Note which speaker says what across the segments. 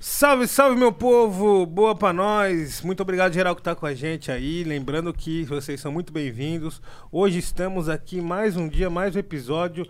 Speaker 1: Salve, salve, meu povo! Boa pra nós! Muito obrigado, geral, que tá com a gente aí. Lembrando que vocês são muito bem-vindos. Hoje estamos aqui mais um dia, mais um episódio.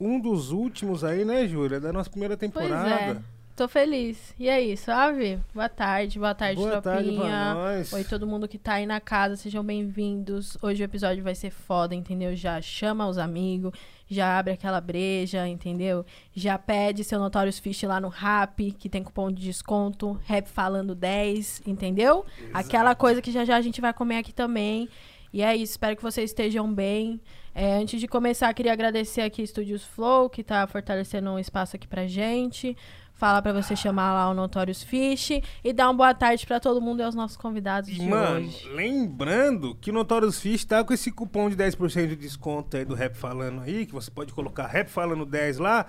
Speaker 1: Um dos últimos aí, né, Júlia? Da nossa primeira
Speaker 2: Pois
Speaker 1: temporada.
Speaker 2: é. Tô feliz. E aí, suave? Boa tarde, boa tarde,
Speaker 1: Boa tarde
Speaker 2: tropinha.
Speaker 1: pra nós.
Speaker 2: Oi, todo mundo que tá aí na casa, sejam bem-vindos. Hoje o episódio vai ser foda, entendeu? Já chama os amigos, já abre aquela breja, entendeu? Já pede seu Notorious Fish lá no Rap, que tem cupom de desconto, Rap Falando 10, entendeu? Aquela coisa que já já a gente vai comer aqui também. E é isso, espero que vocês estejam bem. É, antes de começar, queria agradecer aqui Estúdios Flow, que tá fortalecendo um espaço aqui pra gente. Fala pra você chamar lá o Notorious Fish. E dar uma boa tarde pra todo mundo e aos nossos convidados
Speaker 1: E,
Speaker 2: de
Speaker 1: mano,
Speaker 2: hoje.
Speaker 1: lembrando que o Notorious Fish tá com esse cupom de 10% de desconto aí do Rap Falando aí, que você pode colocar Rap Falando 10 lá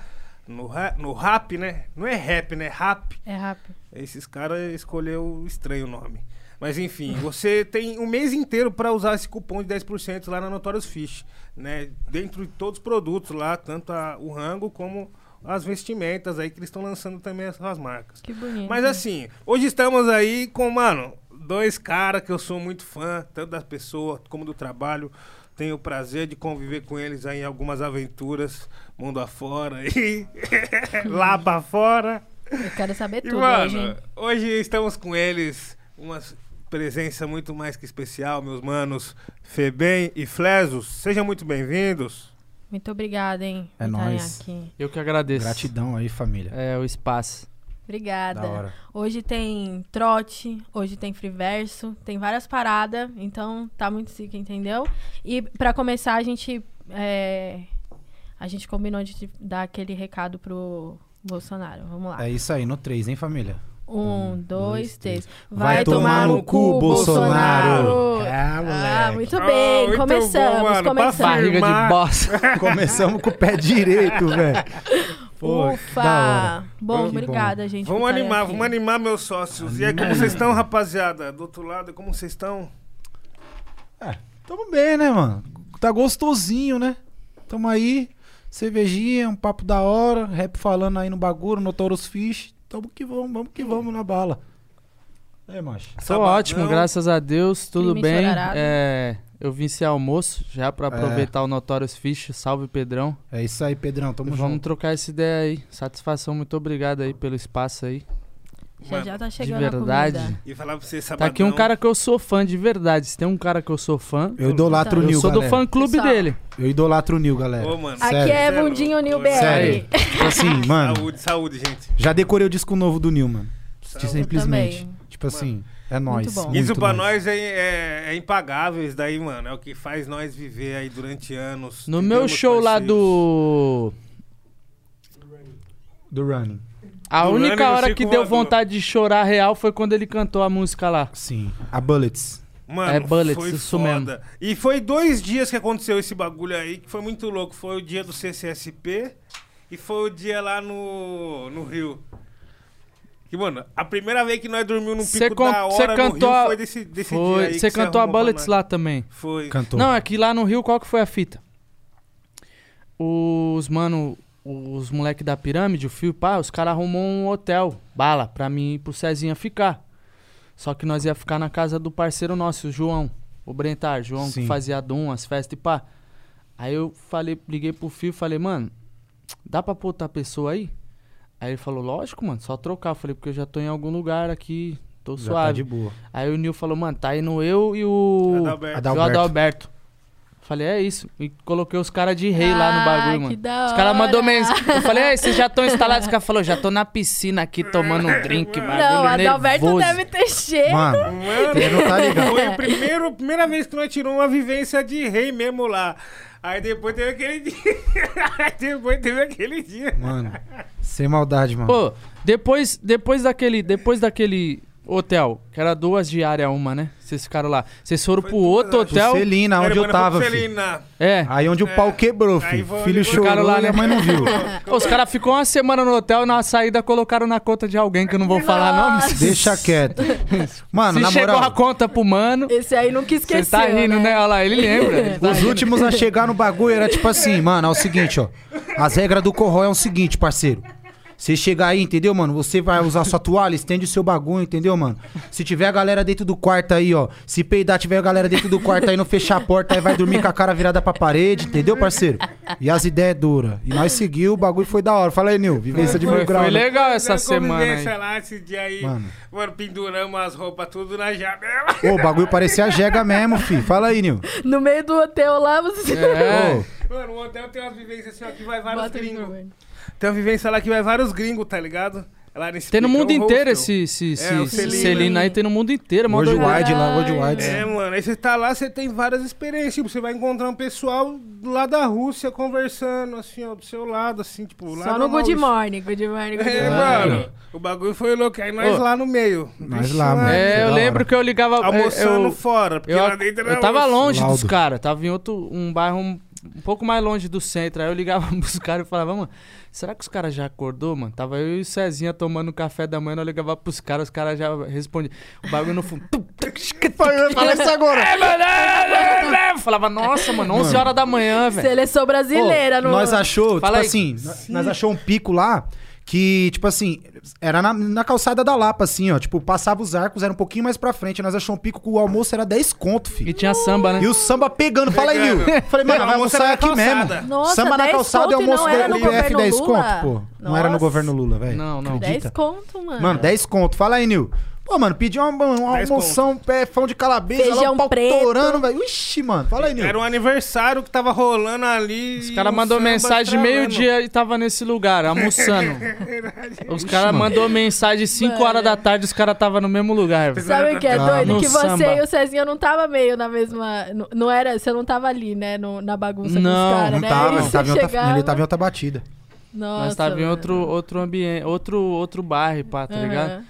Speaker 1: no, ra- no Rap, né? Não é Rap, né? Rap.
Speaker 2: É rápido.
Speaker 1: Esses caras escolheu estranho o nome. Mas enfim, você tem um mês inteiro para usar esse cupom de 10% lá na Notorious Fish, né? Dentro de todos os produtos lá, tanto a- o rango como as vestimentas aí que eles estão lançando também essas marcas.
Speaker 2: Que bonito.
Speaker 1: Mas assim, hoje estamos aí com, mano, dois caras que eu sou muito fã, tanto das pessoas como do trabalho. Tenho o prazer de conviver com eles aí em algumas aventuras, mundo afora aí, lá pra fora.
Speaker 2: Eu quero saber
Speaker 1: E,
Speaker 2: tudo
Speaker 1: mano,
Speaker 2: hoje, hein?
Speaker 1: hoje estamos com eles, uma presença muito mais que especial, meus manos Febem e Flesos. Sejam muito bem-vindos.
Speaker 2: Muito obrigada, hein?
Speaker 3: É
Speaker 2: por estarem
Speaker 3: nóis.
Speaker 2: aqui.
Speaker 4: Eu que agradeço.
Speaker 3: Gratidão aí, família.
Speaker 4: É, o espaço.
Speaker 2: Obrigada.
Speaker 3: Da hora.
Speaker 2: Hoje tem trote, hoje tem friverso, tem várias paradas, então tá muito zica, entendeu? E pra começar, a gente. é, a gente combinou de dar aquele recado pro Bolsonaro. Vamos lá.
Speaker 3: É isso aí, no 3, hein, família?
Speaker 2: Um, dois, três.
Speaker 3: Vai tomar no cu, Bolsonaro. É,
Speaker 2: Ah,
Speaker 3: moleque.
Speaker 2: muito
Speaker 1: Ah,
Speaker 2: bem.
Speaker 1: muito
Speaker 2: começamos,
Speaker 1: bom, mano.
Speaker 2: começamos.
Speaker 4: Barriga
Speaker 1: Firmar.
Speaker 4: de bosta.
Speaker 3: Começamos com o pé direito, velho. Pô, que da
Speaker 2: Ufa!
Speaker 3: hora.
Speaker 2: Bom,
Speaker 3: Que bom.
Speaker 2: obrigada, gente. por
Speaker 1: Vamos
Speaker 2: estarem
Speaker 1: animar,
Speaker 2: aqui.
Speaker 1: vamos animar meus sócios. E aí, como vocês estão, rapaziada? Do outro lado, como vocês estão?
Speaker 3: É, tamo bem, né, mano? Tá gostosinho, né? Tamo aí, cervejinha, um papo da hora, rap falando aí no bagulho, no Toros Fish. Tamo que vamos, vamos que vamos na bala. É, macho.
Speaker 4: Tô
Speaker 1: Sabadão.
Speaker 4: ótimo, graças a Deus, tudo
Speaker 2: Clima
Speaker 4: bem.
Speaker 2: ensolarado.
Speaker 4: É, eu vim ser almoço já pra aproveitar o Notorious Fish. Salve, Pedrão.
Speaker 3: É isso aí, Pedrão, tamo
Speaker 4: Vamos
Speaker 3: junto.
Speaker 4: trocar essa ideia aí. Satisfação, muito obrigado aí pelo espaço aí. Tá
Speaker 2: Já já tá
Speaker 4: De
Speaker 2: chegando
Speaker 4: verdade.
Speaker 2: a comida.
Speaker 1: E falar pra vocês
Speaker 4: Tá
Speaker 1: sabadão.
Speaker 4: aqui um cara que eu sou fã de verdade. Se tem um cara que eu sou fã,
Speaker 3: Eu idolatro
Speaker 2: Então.
Speaker 3: o
Speaker 4: eu
Speaker 3: Nil,
Speaker 4: sou do
Speaker 3: galera.
Speaker 4: fã-clube
Speaker 2: Pessoal.
Speaker 4: dele.
Speaker 3: Eu idolatro o Nil, galera.
Speaker 1: Ô, mano.
Speaker 3: Sério.
Speaker 2: Aqui é
Speaker 1: Sério.
Speaker 2: Mundinho New BR.
Speaker 3: Sério. Tipo assim, mano,
Speaker 1: Saúde, saúde, gente.
Speaker 3: já decorei o disco novo do Nil, mano.
Speaker 1: Saúde.
Speaker 3: Simplesmente.
Speaker 2: também.
Speaker 3: Tipo assim, é nóis.
Speaker 2: bom.
Speaker 3: muito
Speaker 1: Isso pra
Speaker 3: nóis.
Speaker 1: nós é, é- é impagável, isso daí, mano. É o que faz nós viver aí durante anos.
Speaker 4: No
Speaker 1: entendeu,
Speaker 4: meu show lá
Speaker 1: parceiros?
Speaker 4: do.
Speaker 3: Do Running.
Speaker 4: A
Speaker 1: Do Running
Speaker 4: única
Speaker 1: no
Speaker 4: hora
Speaker 1: Circo
Speaker 4: que deu
Speaker 1: Voador.
Speaker 4: vontade de chorar real foi quando ele cantou a música lá.
Speaker 3: Sim. A Bullets.
Speaker 1: Mano,
Speaker 4: É Bullets,
Speaker 1: foi
Speaker 4: isso
Speaker 1: foda. E foi dois dias que aconteceu esse bagulho aí, que foi muito louco. Foi o dia do CCSP e foi o dia lá no, no Rio. Que, mano, a primeira vez que nós dormimos no
Speaker 4: Cê
Speaker 1: pico
Speaker 4: con-
Speaker 1: da
Speaker 4: cê
Speaker 1: hora no
Speaker 4: cantou
Speaker 1: Rio
Speaker 4: a-
Speaker 1: foi desse, desse dia
Speaker 4: Foi,
Speaker 1: aí.
Speaker 4: você
Speaker 1: que cê
Speaker 4: cantou a
Speaker 1: arrumou pra
Speaker 4: Bullets
Speaker 1: nós.
Speaker 4: lá também.
Speaker 1: Foi.
Speaker 3: Cantou.
Speaker 4: Não, é que lá no Rio, qual que foi a fita? Os mano, os moleque da pirâmide, o fio, pá, os caras arrumou um hotel, bala, pra mim e pro Cezinha ficar. Só que nós ia ficar na casa do parceiro nosso, o João, o Brentar, João que
Speaker 3: Sim.
Speaker 4: fazia dom, as festas e pá. Aí eu falei, liguei pro fio e falei, mano, dá pra pôr outra pessoa aí? Aí ele falou, lógico, mano, só trocar. Eu falei, porque eu já tô em algum lugar aqui,
Speaker 3: Já
Speaker 4: tô
Speaker 3: tá
Speaker 4: suave.
Speaker 3: de boa.
Speaker 4: Aí o Nil falou, mano, tá indo eu e o.
Speaker 1: Adalberto.
Speaker 3: Adalberto.
Speaker 4: E o Adalberto. Falei, é isso. E coloquei os caras de rei lá no
Speaker 2: Ah,
Speaker 4: bagulho,
Speaker 2: que
Speaker 4: mano.
Speaker 2: da
Speaker 4: os caras mandou
Speaker 2: hora.
Speaker 4: mensagem. Eu falei, é, vocês já estão instalados? Os caras falaram, já tô na piscina aqui tomando um drink, bagulho.
Speaker 2: Não, Adalberto
Speaker 4: nervoso.
Speaker 2: deve ter cheio.
Speaker 3: Mano,
Speaker 1: Mano,
Speaker 3: Ele não tá ligado.
Speaker 1: foi a primeira, primeira vez que nós tiramos uma vivência de rei mesmo lá. Aí depois teve aquele dia. Aí depois teve aquele dia.
Speaker 3: mano. Sem maldade, mano.
Speaker 4: Pô, depois, depois, daquele, depois daquele hotel, que era duas diárias uma, né? Vocês ficaram lá. Vocês foram
Speaker 1: Foi né?
Speaker 4: pro
Speaker 1: duas,
Speaker 4: outro
Speaker 1: acho.
Speaker 4: hotel.
Speaker 3: Celina, onde
Speaker 1: Aí, mano,
Speaker 3: eu tava,
Speaker 1: foi
Speaker 3: filho.
Speaker 1: Celina.
Speaker 4: É.
Speaker 3: Aí onde o pau quebrou,
Speaker 1: Aí
Speaker 3: filho.
Speaker 1: vou-
Speaker 3: filho
Speaker 1: vou-
Speaker 3: chorou
Speaker 4: Ficaram lá,
Speaker 3: e a
Speaker 4: né?
Speaker 3: mãe não viu.
Speaker 4: Os caras ficou uma semana no hotel, na saída colocaram na conta de alguém que eu não vou falar nome.
Speaker 3: Deixa quieto. Mano,
Speaker 4: Se
Speaker 3: na
Speaker 4: chegou
Speaker 3: moral,
Speaker 4: a conta pro mano.
Speaker 2: Esse aí nunca esqueceu.
Speaker 4: Você tá rindo, né? Olha lá, ele lembra. Ele tá
Speaker 3: os
Speaker 4: rindo.
Speaker 3: últimos a chegar no bagulho era tipo assim, mano, é o seguinte, ó. As regras do Corró é o seguinte, parceiro.
Speaker 5: Você chegar aí, entendeu, mano? Você vai usar sua toalha, estende o seu bagulho, entendeu, mano? Se tiver a galera dentro do quarto aí, ó. Se peidar, tiver a galera dentro do quarto aí, não fechar a porta, aí vai dormir com a cara virada pra parede, entendeu, parceiro? E as ideias duras. E nós seguiu, o bagulho foi da hora. Fala aí, Nil. Vivência de mil
Speaker 4: Foi,
Speaker 5: grau.
Speaker 4: foi
Speaker 5: né?
Speaker 4: legal essa
Speaker 1: Na
Speaker 4: semana aí.
Speaker 1: convivência lá, esse dia aí,
Speaker 5: Mano.
Speaker 1: mano, penduramos as roupas tudo na janela.
Speaker 5: Ô, o bagulho parecia a Jega mesmo, fi. Fala aí, Nil.
Speaker 2: No meio do hotel lá, você.
Speaker 4: É.
Speaker 5: Ô,
Speaker 1: Mano, o hotel tem umas vivências assim, ó, que vai vários
Speaker 2: Bota
Speaker 1: gringos.
Speaker 2: no-
Speaker 1: Tem uma vivência lá que vai vários gringos, tá ligado? Lá nesse
Speaker 4: Tem no
Speaker 1: Picão
Speaker 4: mundo inteiro
Speaker 1: Hostel.
Speaker 4: esse, esse, esse,
Speaker 1: um É, o
Speaker 4: esse
Speaker 1: Celina.
Speaker 4: Celina aí, tem no mundo inteiro. é mó
Speaker 5: Hoje o
Speaker 4: doideira.
Speaker 5: Wide lá, hoje o Wide.
Speaker 1: É, mano, aí você tá lá, você tem várias experiências. Tipo, você vai encontrar um pessoal lá da Rússia conversando, assim, ó, do seu lado, assim, tipo, lá
Speaker 2: Só
Speaker 1: da
Speaker 2: no Good
Speaker 1: Maurício.
Speaker 2: Morning, né? Good Morning, Good
Speaker 1: É,
Speaker 2: Morning.
Speaker 1: mano, o bagulho foi louco. Aí nós
Speaker 4: Ô.
Speaker 1: lá no meio.
Speaker 5: Nós
Speaker 1: Vixe,
Speaker 5: lá, mano.
Speaker 4: É,
Speaker 5: Da
Speaker 4: eu
Speaker 5: hora.
Speaker 4: lembro que eu ligava... é,
Speaker 1: Almoçando
Speaker 4: eu-
Speaker 1: fora, porque
Speaker 4: Eu,
Speaker 1: lá dentro né, era
Speaker 4: eu tava
Speaker 1: osso.
Speaker 4: longe dos
Speaker 5: Laudo.
Speaker 4: caras, tava em outro, um bairro um, um pouco mais longe do centro. Aí eu ligava pros caras e falava, mano, será que os caras já acordou, mano? Tava eu e o Cezinha tomando um café da manhã, eu ligava pros caras, os caras já respondiam. O bagulho no fundo. tum, tum, tchic, tum.
Speaker 5: Fala isso agora.
Speaker 4: É, mano, é, é, é. Eu Falava, nossa, mano, 11 horas da manhã, velho.
Speaker 2: Seleção brasileira, é? no.
Speaker 5: Nós achou,
Speaker 4: Fala aí.
Speaker 5: tipo assim, nós- nós achou um pico lá que, tipo assim, era na, na calçada da Lapa, assim, ó. Tipo, passava os arcos, era um pouquinho mais pra frente. Nós achamos um pico que o almoço era 10 conto, filho.
Speaker 4: E tinha samba, né?
Speaker 5: E o samba pegando. Fala aí, Nil.
Speaker 1: Pegando.
Speaker 5: Falei, mano,
Speaker 1: Não,
Speaker 5: vai
Speaker 1: almoço
Speaker 5: almoçar
Speaker 1: era
Speaker 5: aqui
Speaker 1: na calçada.
Speaker 5: mesmo.
Speaker 2: Nossa,
Speaker 5: samba na
Speaker 2: 10
Speaker 5: calçada e
Speaker 2: conto e
Speaker 5: almoço
Speaker 2: não era no
Speaker 5: PF
Speaker 2: governo
Speaker 5: 10
Speaker 2: Lula?
Speaker 5: conto, pô. Não era no
Speaker 2: Nossa.
Speaker 5: governo Lula, velho.
Speaker 4: Não, não.
Speaker 2: 10
Speaker 5: Acredita?
Speaker 2: conto, mano.
Speaker 5: Mano, 10 conto. Fala aí, Nil. Pô, mano, pedi uma, uma, uma
Speaker 1: 10
Speaker 5: almoção, pão de calabresa, lá,
Speaker 2: Feijão
Speaker 5: um pau
Speaker 2: preto.
Speaker 5: torando, velho. Ixi, mano. Fala aí, Nil.
Speaker 1: Era um aniversário que tava rolando ali.
Speaker 4: Os caras mandou mensagem meio-dia e tava nesse
Speaker 2: É
Speaker 4: lugar, almoçando. Os caras mandou mensagem 5
Speaker 2: Mano.
Speaker 4: horas da tarde, os caras tava no mesmo lugar, velho.
Speaker 2: Sabe o que é
Speaker 5: Ah,
Speaker 2: doido?
Speaker 4: no
Speaker 2: Que você
Speaker 4: samba.
Speaker 2: e o Cezinha não tava meio na mesma. n- Não, era. Você não tava ali, né? no- na bagunça
Speaker 4: Não,
Speaker 2: com os caras,
Speaker 5: Não
Speaker 2: né?
Speaker 5: tava,
Speaker 2: Aí
Speaker 5: ele
Speaker 2: você
Speaker 5: tava, em outra,
Speaker 2: chegava-
Speaker 5: ele tava em outra batida.
Speaker 2: Nossa,
Speaker 4: Nós tava em
Speaker 2: mano.
Speaker 4: outro, outro ambiente, outro, outro bairro, pá, tá
Speaker 2: Aham.
Speaker 4: ligado?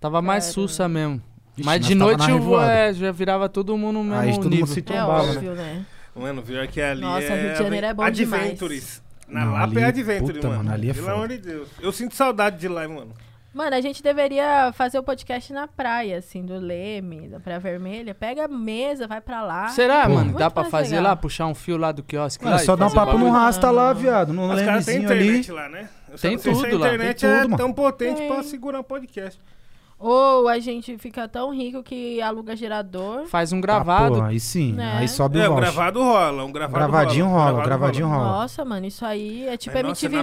Speaker 4: Tava mais sussa mesmo.
Speaker 5: Ixi,
Speaker 4: Mas
Speaker 5: nós
Speaker 4: de
Speaker 5: tava
Speaker 4: noite
Speaker 5: na
Speaker 4: eu vou,
Speaker 5: revoada.
Speaker 4: é, já virava todo mundo no mesmo
Speaker 5: Aí todo
Speaker 4: nível.
Speaker 5: mundo se
Speaker 2: É
Speaker 5: trombava, né?
Speaker 2: óbvio, né?
Speaker 1: Mano, pior que ali.
Speaker 2: Nossa,
Speaker 1: é
Speaker 2: Rio de Janeiro é bom demais.
Speaker 1: Adventures. Na
Speaker 5: Não,
Speaker 1: Lapa
Speaker 5: ali-
Speaker 1: é Adventure,
Speaker 5: puta,
Speaker 1: mano.
Speaker 5: mano, ali é
Speaker 1: Pelo
Speaker 5: foda.
Speaker 1: amor de Deus. Eu sinto saudade de lá, mano.
Speaker 2: Mano, a gente deveria fazer o podcast na praia, assim, do Leme, da Praia Vermelha. Pega a mesa, vai pra lá.
Speaker 4: Será,
Speaker 5: Pô.
Speaker 4: mano?
Speaker 2: Muito
Speaker 4: Dá pra
Speaker 2: mais
Speaker 4: fazer
Speaker 2: legal.
Speaker 4: lá, puxar um fio lá do quiosque? tá
Speaker 5: Mano,
Speaker 4: lá e
Speaker 5: só dá um
Speaker 4: fazer
Speaker 5: papo no
Speaker 4: bagulho?
Speaker 5: rasta lá, viado. No
Speaker 1: Os caras têm
Speaker 5: lemezinho ali.
Speaker 1: internet lá, né? Eu só
Speaker 4: Tem
Speaker 1: não sei se
Speaker 4: tudo lá,
Speaker 1: A internet
Speaker 5: tem tudo,
Speaker 1: é
Speaker 5: mano.
Speaker 1: tão potente
Speaker 2: Tem.
Speaker 1: pra segurar um podcast.
Speaker 2: Ou a gente fica tão rico que aluga gerador.
Speaker 4: Faz um gravado.
Speaker 5: Ah, pô, aí sim,
Speaker 2: Né?
Speaker 5: aí sobe
Speaker 1: É,
Speaker 5: o
Speaker 1: um
Speaker 5: voucher.
Speaker 1: gravado rola. Um gravado
Speaker 5: Gravadinho rola, gravadinho rola.
Speaker 2: Nossa, mano, isso aí é tipo
Speaker 1: Mas, nossa,
Speaker 2: MTV
Speaker 1: na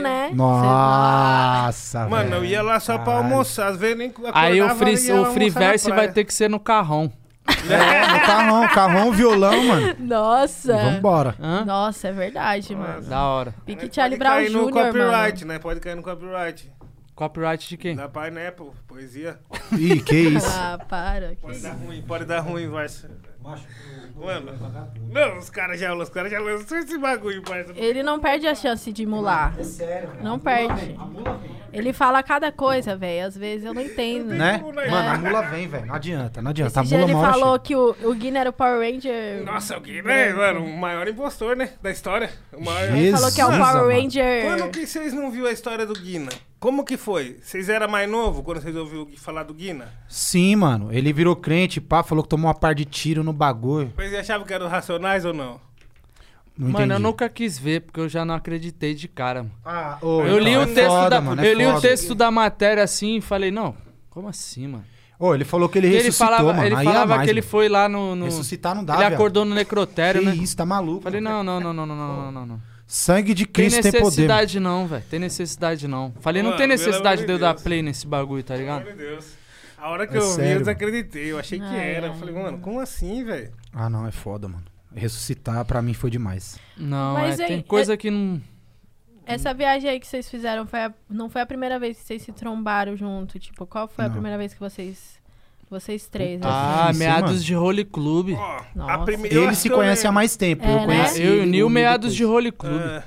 Speaker 1: praia-
Speaker 2: né?
Speaker 5: Nossa, velho.
Speaker 1: Mano, eu ia lá só pra
Speaker 5: Caralho.
Speaker 1: almoçar. Às vezes nem
Speaker 4: aí o
Speaker 1: acordava,
Speaker 4: free,
Speaker 1: ia
Speaker 4: o free
Speaker 1: almoçar na
Speaker 4: verse vai
Speaker 1: praia.
Speaker 4: ter que ser no carrão.
Speaker 5: No carrão, carrão, violão, mano.
Speaker 2: Cê-
Speaker 5: E
Speaker 2: Nossa.
Speaker 5: vambora.
Speaker 4: Hã?
Speaker 2: Nossa, é verdade, mano.
Speaker 4: Da hora.
Speaker 2: Pique
Speaker 1: Mas
Speaker 2: Charlie Brown
Speaker 1: Pode cair no
Speaker 2: Jr., mano.
Speaker 1: copyright, né? Pode cair no copyright.
Speaker 4: Copyright de quem?
Speaker 1: Da Pineapple, poesia.
Speaker 5: Ih, que isso.
Speaker 2: Ah, para.
Speaker 1: Pode dar ruim, pode dar ruim, parça. Mano, não, os caras já, os caras já lançaram esse bagulho, parça.
Speaker 2: Ele não perde a chance de mular. É sério. Não perde. Ele fala cada coisa, velho. Às vezes eu não entendo.
Speaker 5: Né?
Speaker 1: como, né?
Speaker 5: Mano, a mula vem, velho. Não adianta, não
Speaker 2: Esse
Speaker 5: adianta. A
Speaker 2: dia
Speaker 5: mula
Speaker 2: ele
Speaker 5: uma hora
Speaker 2: falou
Speaker 5: chega.
Speaker 2: que o, o Guinness era o Power Ranger.
Speaker 1: Nossa, o que, né, mano? O maior impostor, né? Da história. O maior...
Speaker 2: Ele falou que é o
Speaker 5: É. Jesus,
Speaker 2: Power
Speaker 5: amado.
Speaker 2: Ranger.
Speaker 1: Quando que vocês não viram a história do Guina? Como que foi? Vocês eram mais novo quando vocês ouviram falar do Guina?
Speaker 5: Sim, mano. Ele virou crente, pá, falou que tomou uma par de tiro no bagulho.
Speaker 1: Vocês achavam que eram racionais ou não?
Speaker 5: Não
Speaker 4: mano, eu
Speaker 5: entendi.
Speaker 4: nunca quis ver, porque eu já não acreditei de cara, mano.
Speaker 5: Ah, ô,
Speaker 4: Eu li
Speaker 5: então,
Speaker 4: o
Speaker 5: é
Speaker 4: texto
Speaker 5: foda,
Speaker 4: da,
Speaker 5: mano, é
Speaker 4: eu li o
Speaker 5: foda.
Speaker 4: texto da matéria assim e falei, não, como assim, mano?
Speaker 5: Ô, ele falou que ele
Speaker 4: E ele
Speaker 5: ressuscitou,
Speaker 4: falava,
Speaker 5: mano.
Speaker 4: ele
Speaker 5: Aí é
Speaker 4: falava
Speaker 5: mais,
Speaker 4: que ele
Speaker 5: mano.
Speaker 4: foi lá no, no-
Speaker 5: Ressuscitar não dá,
Speaker 4: ele
Speaker 5: velho.
Speaker 4: acordou no necrotério,
Speaker 5: Que
Speaker 4: né?
Speaker 5: isso, tá maluco.
Speaker 4: Falei, não, não, não, não, não, não, não, não, não.
Speaker 5: Sangue de
Speaker 4: Tem
Speaker 5: Cristo tem poder. mano.
Speaker 4: necessidade não, velho. Tem necessidade não. Falei, não
Speaker 1: Mano,
Speaker 4: tem
Speaker 1: pelo
Speaker 4: necessidade
Speaker 1: amor
Speaker 4: de eu
Speaker 1: de
Speaker 4: dar
Speaker 1: Deus.
Speaker 4: play nesse bagulho, tá ligado?
Speaker 1: Meu Deus. A hora que
Speaker 5: É
Speaker 1: eu vi,
Speaker 5: sério,
Speaker 1: eu desacreditei. Eu achei que
Speaker 2: Ai,
Speaker 1: era.
Speaker 2: ai,
Speaker 1: Eu falei, mano, como assim, velho?
Speaker 5: Ah, não, é foda, mano. Ressuscitar pra mim foi demais.
Speaker 4: Não,
Speaker 2: Mas
Speaker 4: é,
Speaker 2: aí-
Speaker 4: tem coisa que não...
Speaker 2: Essa viagem aí que vocês fizeram foi a- não foi a primeira vez que vocês se trombaram junto? Tipo, qual foi a
Speaker 5: Não.
Speaker 2: primeira vez que vocês. Vocês três, assim?
Speaker 4: Ah,
Speaker 5: sim,
Speaker 4: meados
Speaker 5: mano.
Speaker 4: de Holy Club.
Speaker 1: Ó, a
Speaker 2: Nossa.
Speaker 1: prime- eu
Speaker 5: Ele
Speaker 1: acho
Speaker 5: se
Speaker 1: que eu
Speaker 5: conhece há
Speaker 1: lembro.
Speaker 5: mais tempo.
Speaker 2: É,
Speaker 5: eu
Speaker 2: né?
Speaker 5: conheci
Speaker 4: né? Eu e o
Speaker 5: ele
Speaker 4: Nil, meados
Speaker 5: depois.
Speaker 4: de Holy Club.
Speaker 1: É,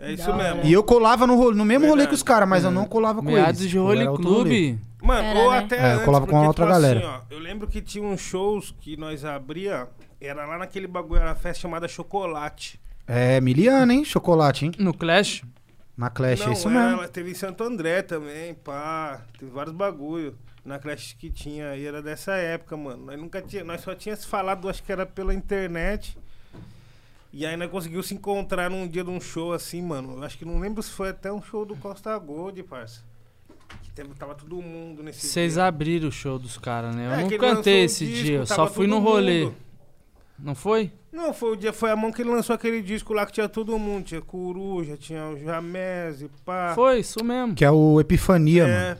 Speaker 1: é isso
Speaker 2: Da hora.
Speaker 1: mesmo.
Speaker 5: E eu colava no, rolê, no mesmo rolê
Speaker 1: Verdade.
Speaker 5: que os caras, mas eu não colava com
Speaker 4: É. Meados
Speaker 5: eles.
Speaker 4: de
Speaker 5: Eu
Speaker 4: Holy
Speaker 5: era outro
Speaker 4: Club.
Speaker 5: rolê.
Speaker 1: Mano,
Speaker 2: Era,
Speaker 1: ou
Speaker 2: né?
Speaker 1: até
Speaker 5: É, eu
Speaker 1: antes,
Speaker 5: colava com
Speaker 1: porque,
Speaker 5: outra
Speaker 1: tipo
Speaker 5: galera.
Speaker 1: assim, ó, eu lembro que tinha uns shows que nós abria, era lá naquele bagulho, era uma festa chamada Chocolate.
Speaker 5: É, Miliana, hein? Chocolate, hein?
Speaker 4: No Clash?
Speaker 5: Na Clash, é isso
Speaker 1: era-
Speaker 5: mesmo.
Speaker 1: teve em Santo André também, pá, teve vários bagulho na creche que tinha aí, era dessa época, mano. Nós nunca tinha, nós só tínhamos falado, acho que era pela internet. E ainda conseguiu se encontrar num dia de um show assim, mano. Eu acho que não lembro se foi até um show do Costa Gold, parça. Que teve- tava todo mundo nesse
Speaker 4: Vocês
Speaker 1: dia.
Speaker 4: abriram o show dos caras, né? Eu
Speaker 1: É, que
Speaker 4: não
Speaker 1: ele lançou
Speaker 4: cantei
Speaker 1: um
Speaker 4: esse
Speaker 1: disco,
Speaker 4: dia, eu só
Speaker 1: tava
Speaker 4: fui
Speaker 1: todo
Speaker 4: no rolê.
Speaker 1: mundo.
Speaker 4: Não foi?
Speaker 1: Não, foi o dia, foi a mão que ele lançou aquele disco lá que tinha todo mundo. Tinha Coruja, tinha o Jamés e pá.
Speaker 4: Foi, isso mesmo.
Speaker 5: Que é o Epifania, mano.
Speaker 1: é,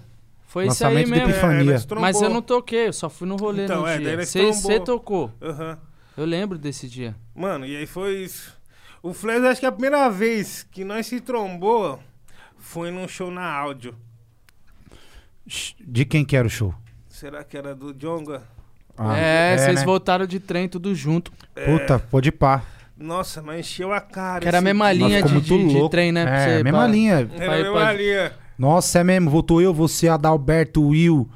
Speaker 4: Foi isso aí
Speaker 5: Lançamento do
Speaker 4: mesmo.
Speaker 5: Epifania.
Speaker 1: nós É, trombou.
Speaker 4: Mas eu não toquei, eu só fui no rolê
Speaker 1: Então,
Speaker 4: no
Speaker 1: é, daí
Speaker 4: dia.
Speaker 1: eles
Speaker 4: Você
Speaker 1: trombou.
Speaker 4: tocou.
Speaker 1: Aham.
Speaker 4: Eu lembro desse dia.
Speaker 1: Mano, e aí foi isso. O Flash, acho que a primeira vez que nós se trombou foi num show na áudio.
Speaker 5: De quem que era o show?
Speaker 1: Será que era do Jonga?
Speaker 4: é, vocês
Speaker 5: né?
Speaker 4: voltaram de trem tudo junto.
Speaker 5: Puta, pode pá.
Speaker 1: Nossa, mas encheu a cara.
Speaker 4: Que era a
Speaker 1: esse
Speaker 4: mesma
Speaker 1: dia.
Speaker 4: linha
Speaker 5: ficou
Speaker 4: de,
Speaker 5: muito
Speaker 4: de- de
Speaker 5: louco.
Speaker 4: trem, né? pra
Speaker 5: É,
Speaker 4: você-
Speaker 5: mesma
Speaker 4: pra-
Speaker 5: linha.
Speaker 1: Era
Speaker 4: Pai,
Speaker 1: a mesma
Speaker 4: pai.
Speaker 1: linha.
Speaker 5: Nossa, é mesmo. Voltou eu, você, Adalberto, Will.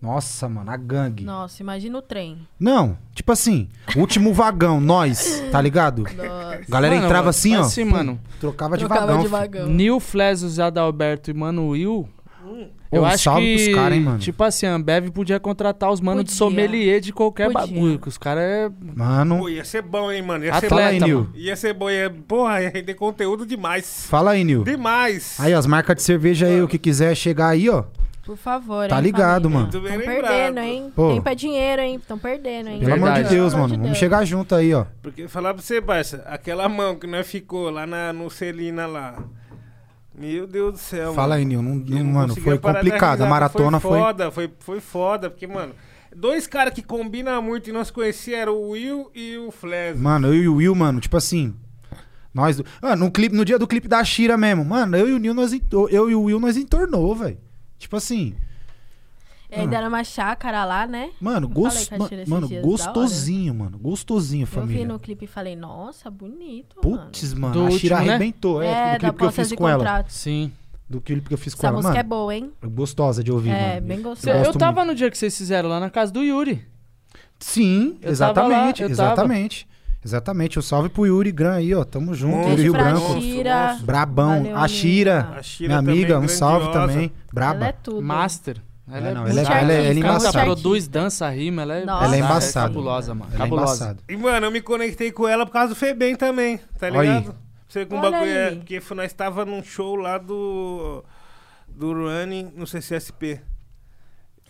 Speaker 5: Nossa, mano, a gangue.
Speaker 2: Nossa, imagina o trem.
Speaker 5: Não, tipo assim, último vagão, nós, tá ligado?
Speaker 2: Nossa.
Speaker 5: Galera
Speaker 4: Mano,
Speaker 5: entrava assim, ó.
Speaker 4: assim, mano.
Speaker 5: Trocava de
Speaker 2: Trocava
Speaker 5: vagão.
Speaker 2: de
Speaker 5: fi.
Speaker 2: vagão.
Speaker 4: Neil Flesos, Adalberto e Mano Will.
Speaker 5: Pô,
Speaker 1: Hum.
Speaker 4: eu
Speaker 5: um
Speaker 4: acho
Speaker 5: salve
Speaker 4: que,
Speaker 5: pros caras, hein, mano.
Speaker 4: tipo assim, a Ambev podia contratar os manos de
Speaker 2: Podia.
Speaker 4: sommelier de qualquer
Speaker 2: Podia.
Speaker 4: bagulho, que os caras é...
Speaker 1: Pô,
Speaker 5: Mano,
Speaker 1: ia ser bom, hein, mano. Ia
Speaker 5: Ah, fala aí,
Speaker 4: Atleta,
Speaker 5: Nil.
Speaker 4: mano.
Speaker 1: ser, ia ser bom. Ia, porra, ia render conteúdo demais.
Speaker 5: Fala aí, Nil.
Speaker 1: Demais.
Speaker 5: Aí, ó, as marcas de cerveja aí, o que quiser chegar aí, ó.
Speaker 2: Por favor,
Speaker 5: Tá
Speaker 2: hein,
Speaker 5: ligado,
Speaker 2: família?
Speaker 5: mano.
Speaker 1: Muito bem
Speaker 2: Tão
Speaker 1: lembrado.
Speaker 2: perdendo, hein?
Speaker 5: Pô.
Speaker 2: Tem pra dinheiro, hein? Tão perdendo, hein?
Speaker 5: Pelo amor de
Speaker 4: Verdade.
Speaker 5: Deus, mano. Vamos chegar junto aí, ó.
Speaker 1: Porque falar pra você, parça, aquela mão que nós ficou lá na, no Celina lá. Meu Deus do céu.
Speaker 5: Fala aí,
Speaker 1: mano.
Speaker 5: Nil. Não- não-
Speaker 1: Eu não
Speaker 5: mano,
Speaker 1: conseguia
Speaker 5: foi
Speaker 1: parar de
Speaker 5: complicado. A
Speaker 1: analisar,
Speaker 5: maratona foi.
Speaker 1: Foi foda, foi, foi foda, porque, mano, dois caras que combinam muito e nós conhecia era o Will e o Flash.
Speaker 5: Mano, eu e o Will, mano, tipo assim. Nós. do- Ah, no, clipe, no dia do clipe da Shira mesmo. Mano, eu e o Nil, nós entor- eu e o Will, nós entornou, velho. Tipo assim.
Speaker 2: Ele deram uma chácara lá, né?
Speaker 5: Mano,
Speaker 2: Eu
Speaker 5: gos-
Speaker 2: falei com a Shira esses
Speaker 5: mano
Speaker 2: dias,
Speaker 5: gostosinho, mano. Gostosinho,
Speaker 2: Eu vi
Speaker 5: família.
Speaker 2: no clipe e falei, nossa, bonito, mano.
Speaker 5: Putz, mano,
Speaker 4: Do
Speaker 5: a Shira
Speaker 4: último, né?
Speaker 5: arrebentou. É, do
Speaker 2: da
Speaker 5: clipe que eu
Speaker 2: Postas
Speaker 5: fiz
Speaker 2: e
Speaker 5: com ela.
Speaker 2: Contratos.
Speaker 4: Sim.
Speaker 5: Do clipe que eu fiz com
Speaker 2: Essa
Speaker 5: ela,
Speaker 2: música
Speaker 5: mano.
Speaker 2: é boa, hein?
Speaker 5: Gostosa de ouvir,
Speaker 2: É,
Speaker 5: mano.
Speaker 2: bem gostosa.
Speaker 4: Eu,
Speaker 5: gosto
Speaker 4: tava no dia que vocês fizeram lá na casa do Yuri.
Speaker 5: Sim,
Speaker 4: Eu tava lá,
Speaker 5: exatamente,
Speaker 4: eu tava.
Speaker 5: exatamente. Exatamente. O salve pro Yuri Gran aí, ó. Tamo junto.
Speaker 1: Beijo
Speaker 5: Yuri Rio
Speaker 2: pra
Speaker 5: Branco.
Speaker 1: Shira.
Speaker 2: Shira.
Speaker 1: Nossa,
Speaker 5: Brabão.
Speaker 2: Valeu,
Speaker 5: a Shira,
Speaker 2: amiga.
Speaker 1: A Shira
Speaker 5: minha
Speaker 1: também,
Speaker 5: amiga, um salve
Speaker 1: grandiosa.
Speaker 5: também. Braba.
Speaker 2: Ela é tudo.
Speaker 4: Master. Ela
Speaker 5: É,
Speaker 4: é,
Speaker 5: não,
Speaker 4: muito
Speaker 2: ela é- ela é- ela é
Speaker 4: artista,
Speaker 2: embaçada.
Speaker 4: produz, dança, rima, ela é,
Speaker 2: Nossa. Ela é embaçada.
Speaker 4: cabulosa, mano.
Speaker 5: Ela é
Speaker 4: cabulosa.
Speaker 5: embaçada.
Speaker 1: E, mano, eu me conectei com ela por causa do Febem também, tá
Speaker 5: Olha aí.
Speaker 1: ligado? Você com
Speaker 2: Olha
Speaker 1: bagulho. É,
Speaker 2: aí.
Speaker 1: porque foi- nós tava num show lá do. Do Running no CCSP. é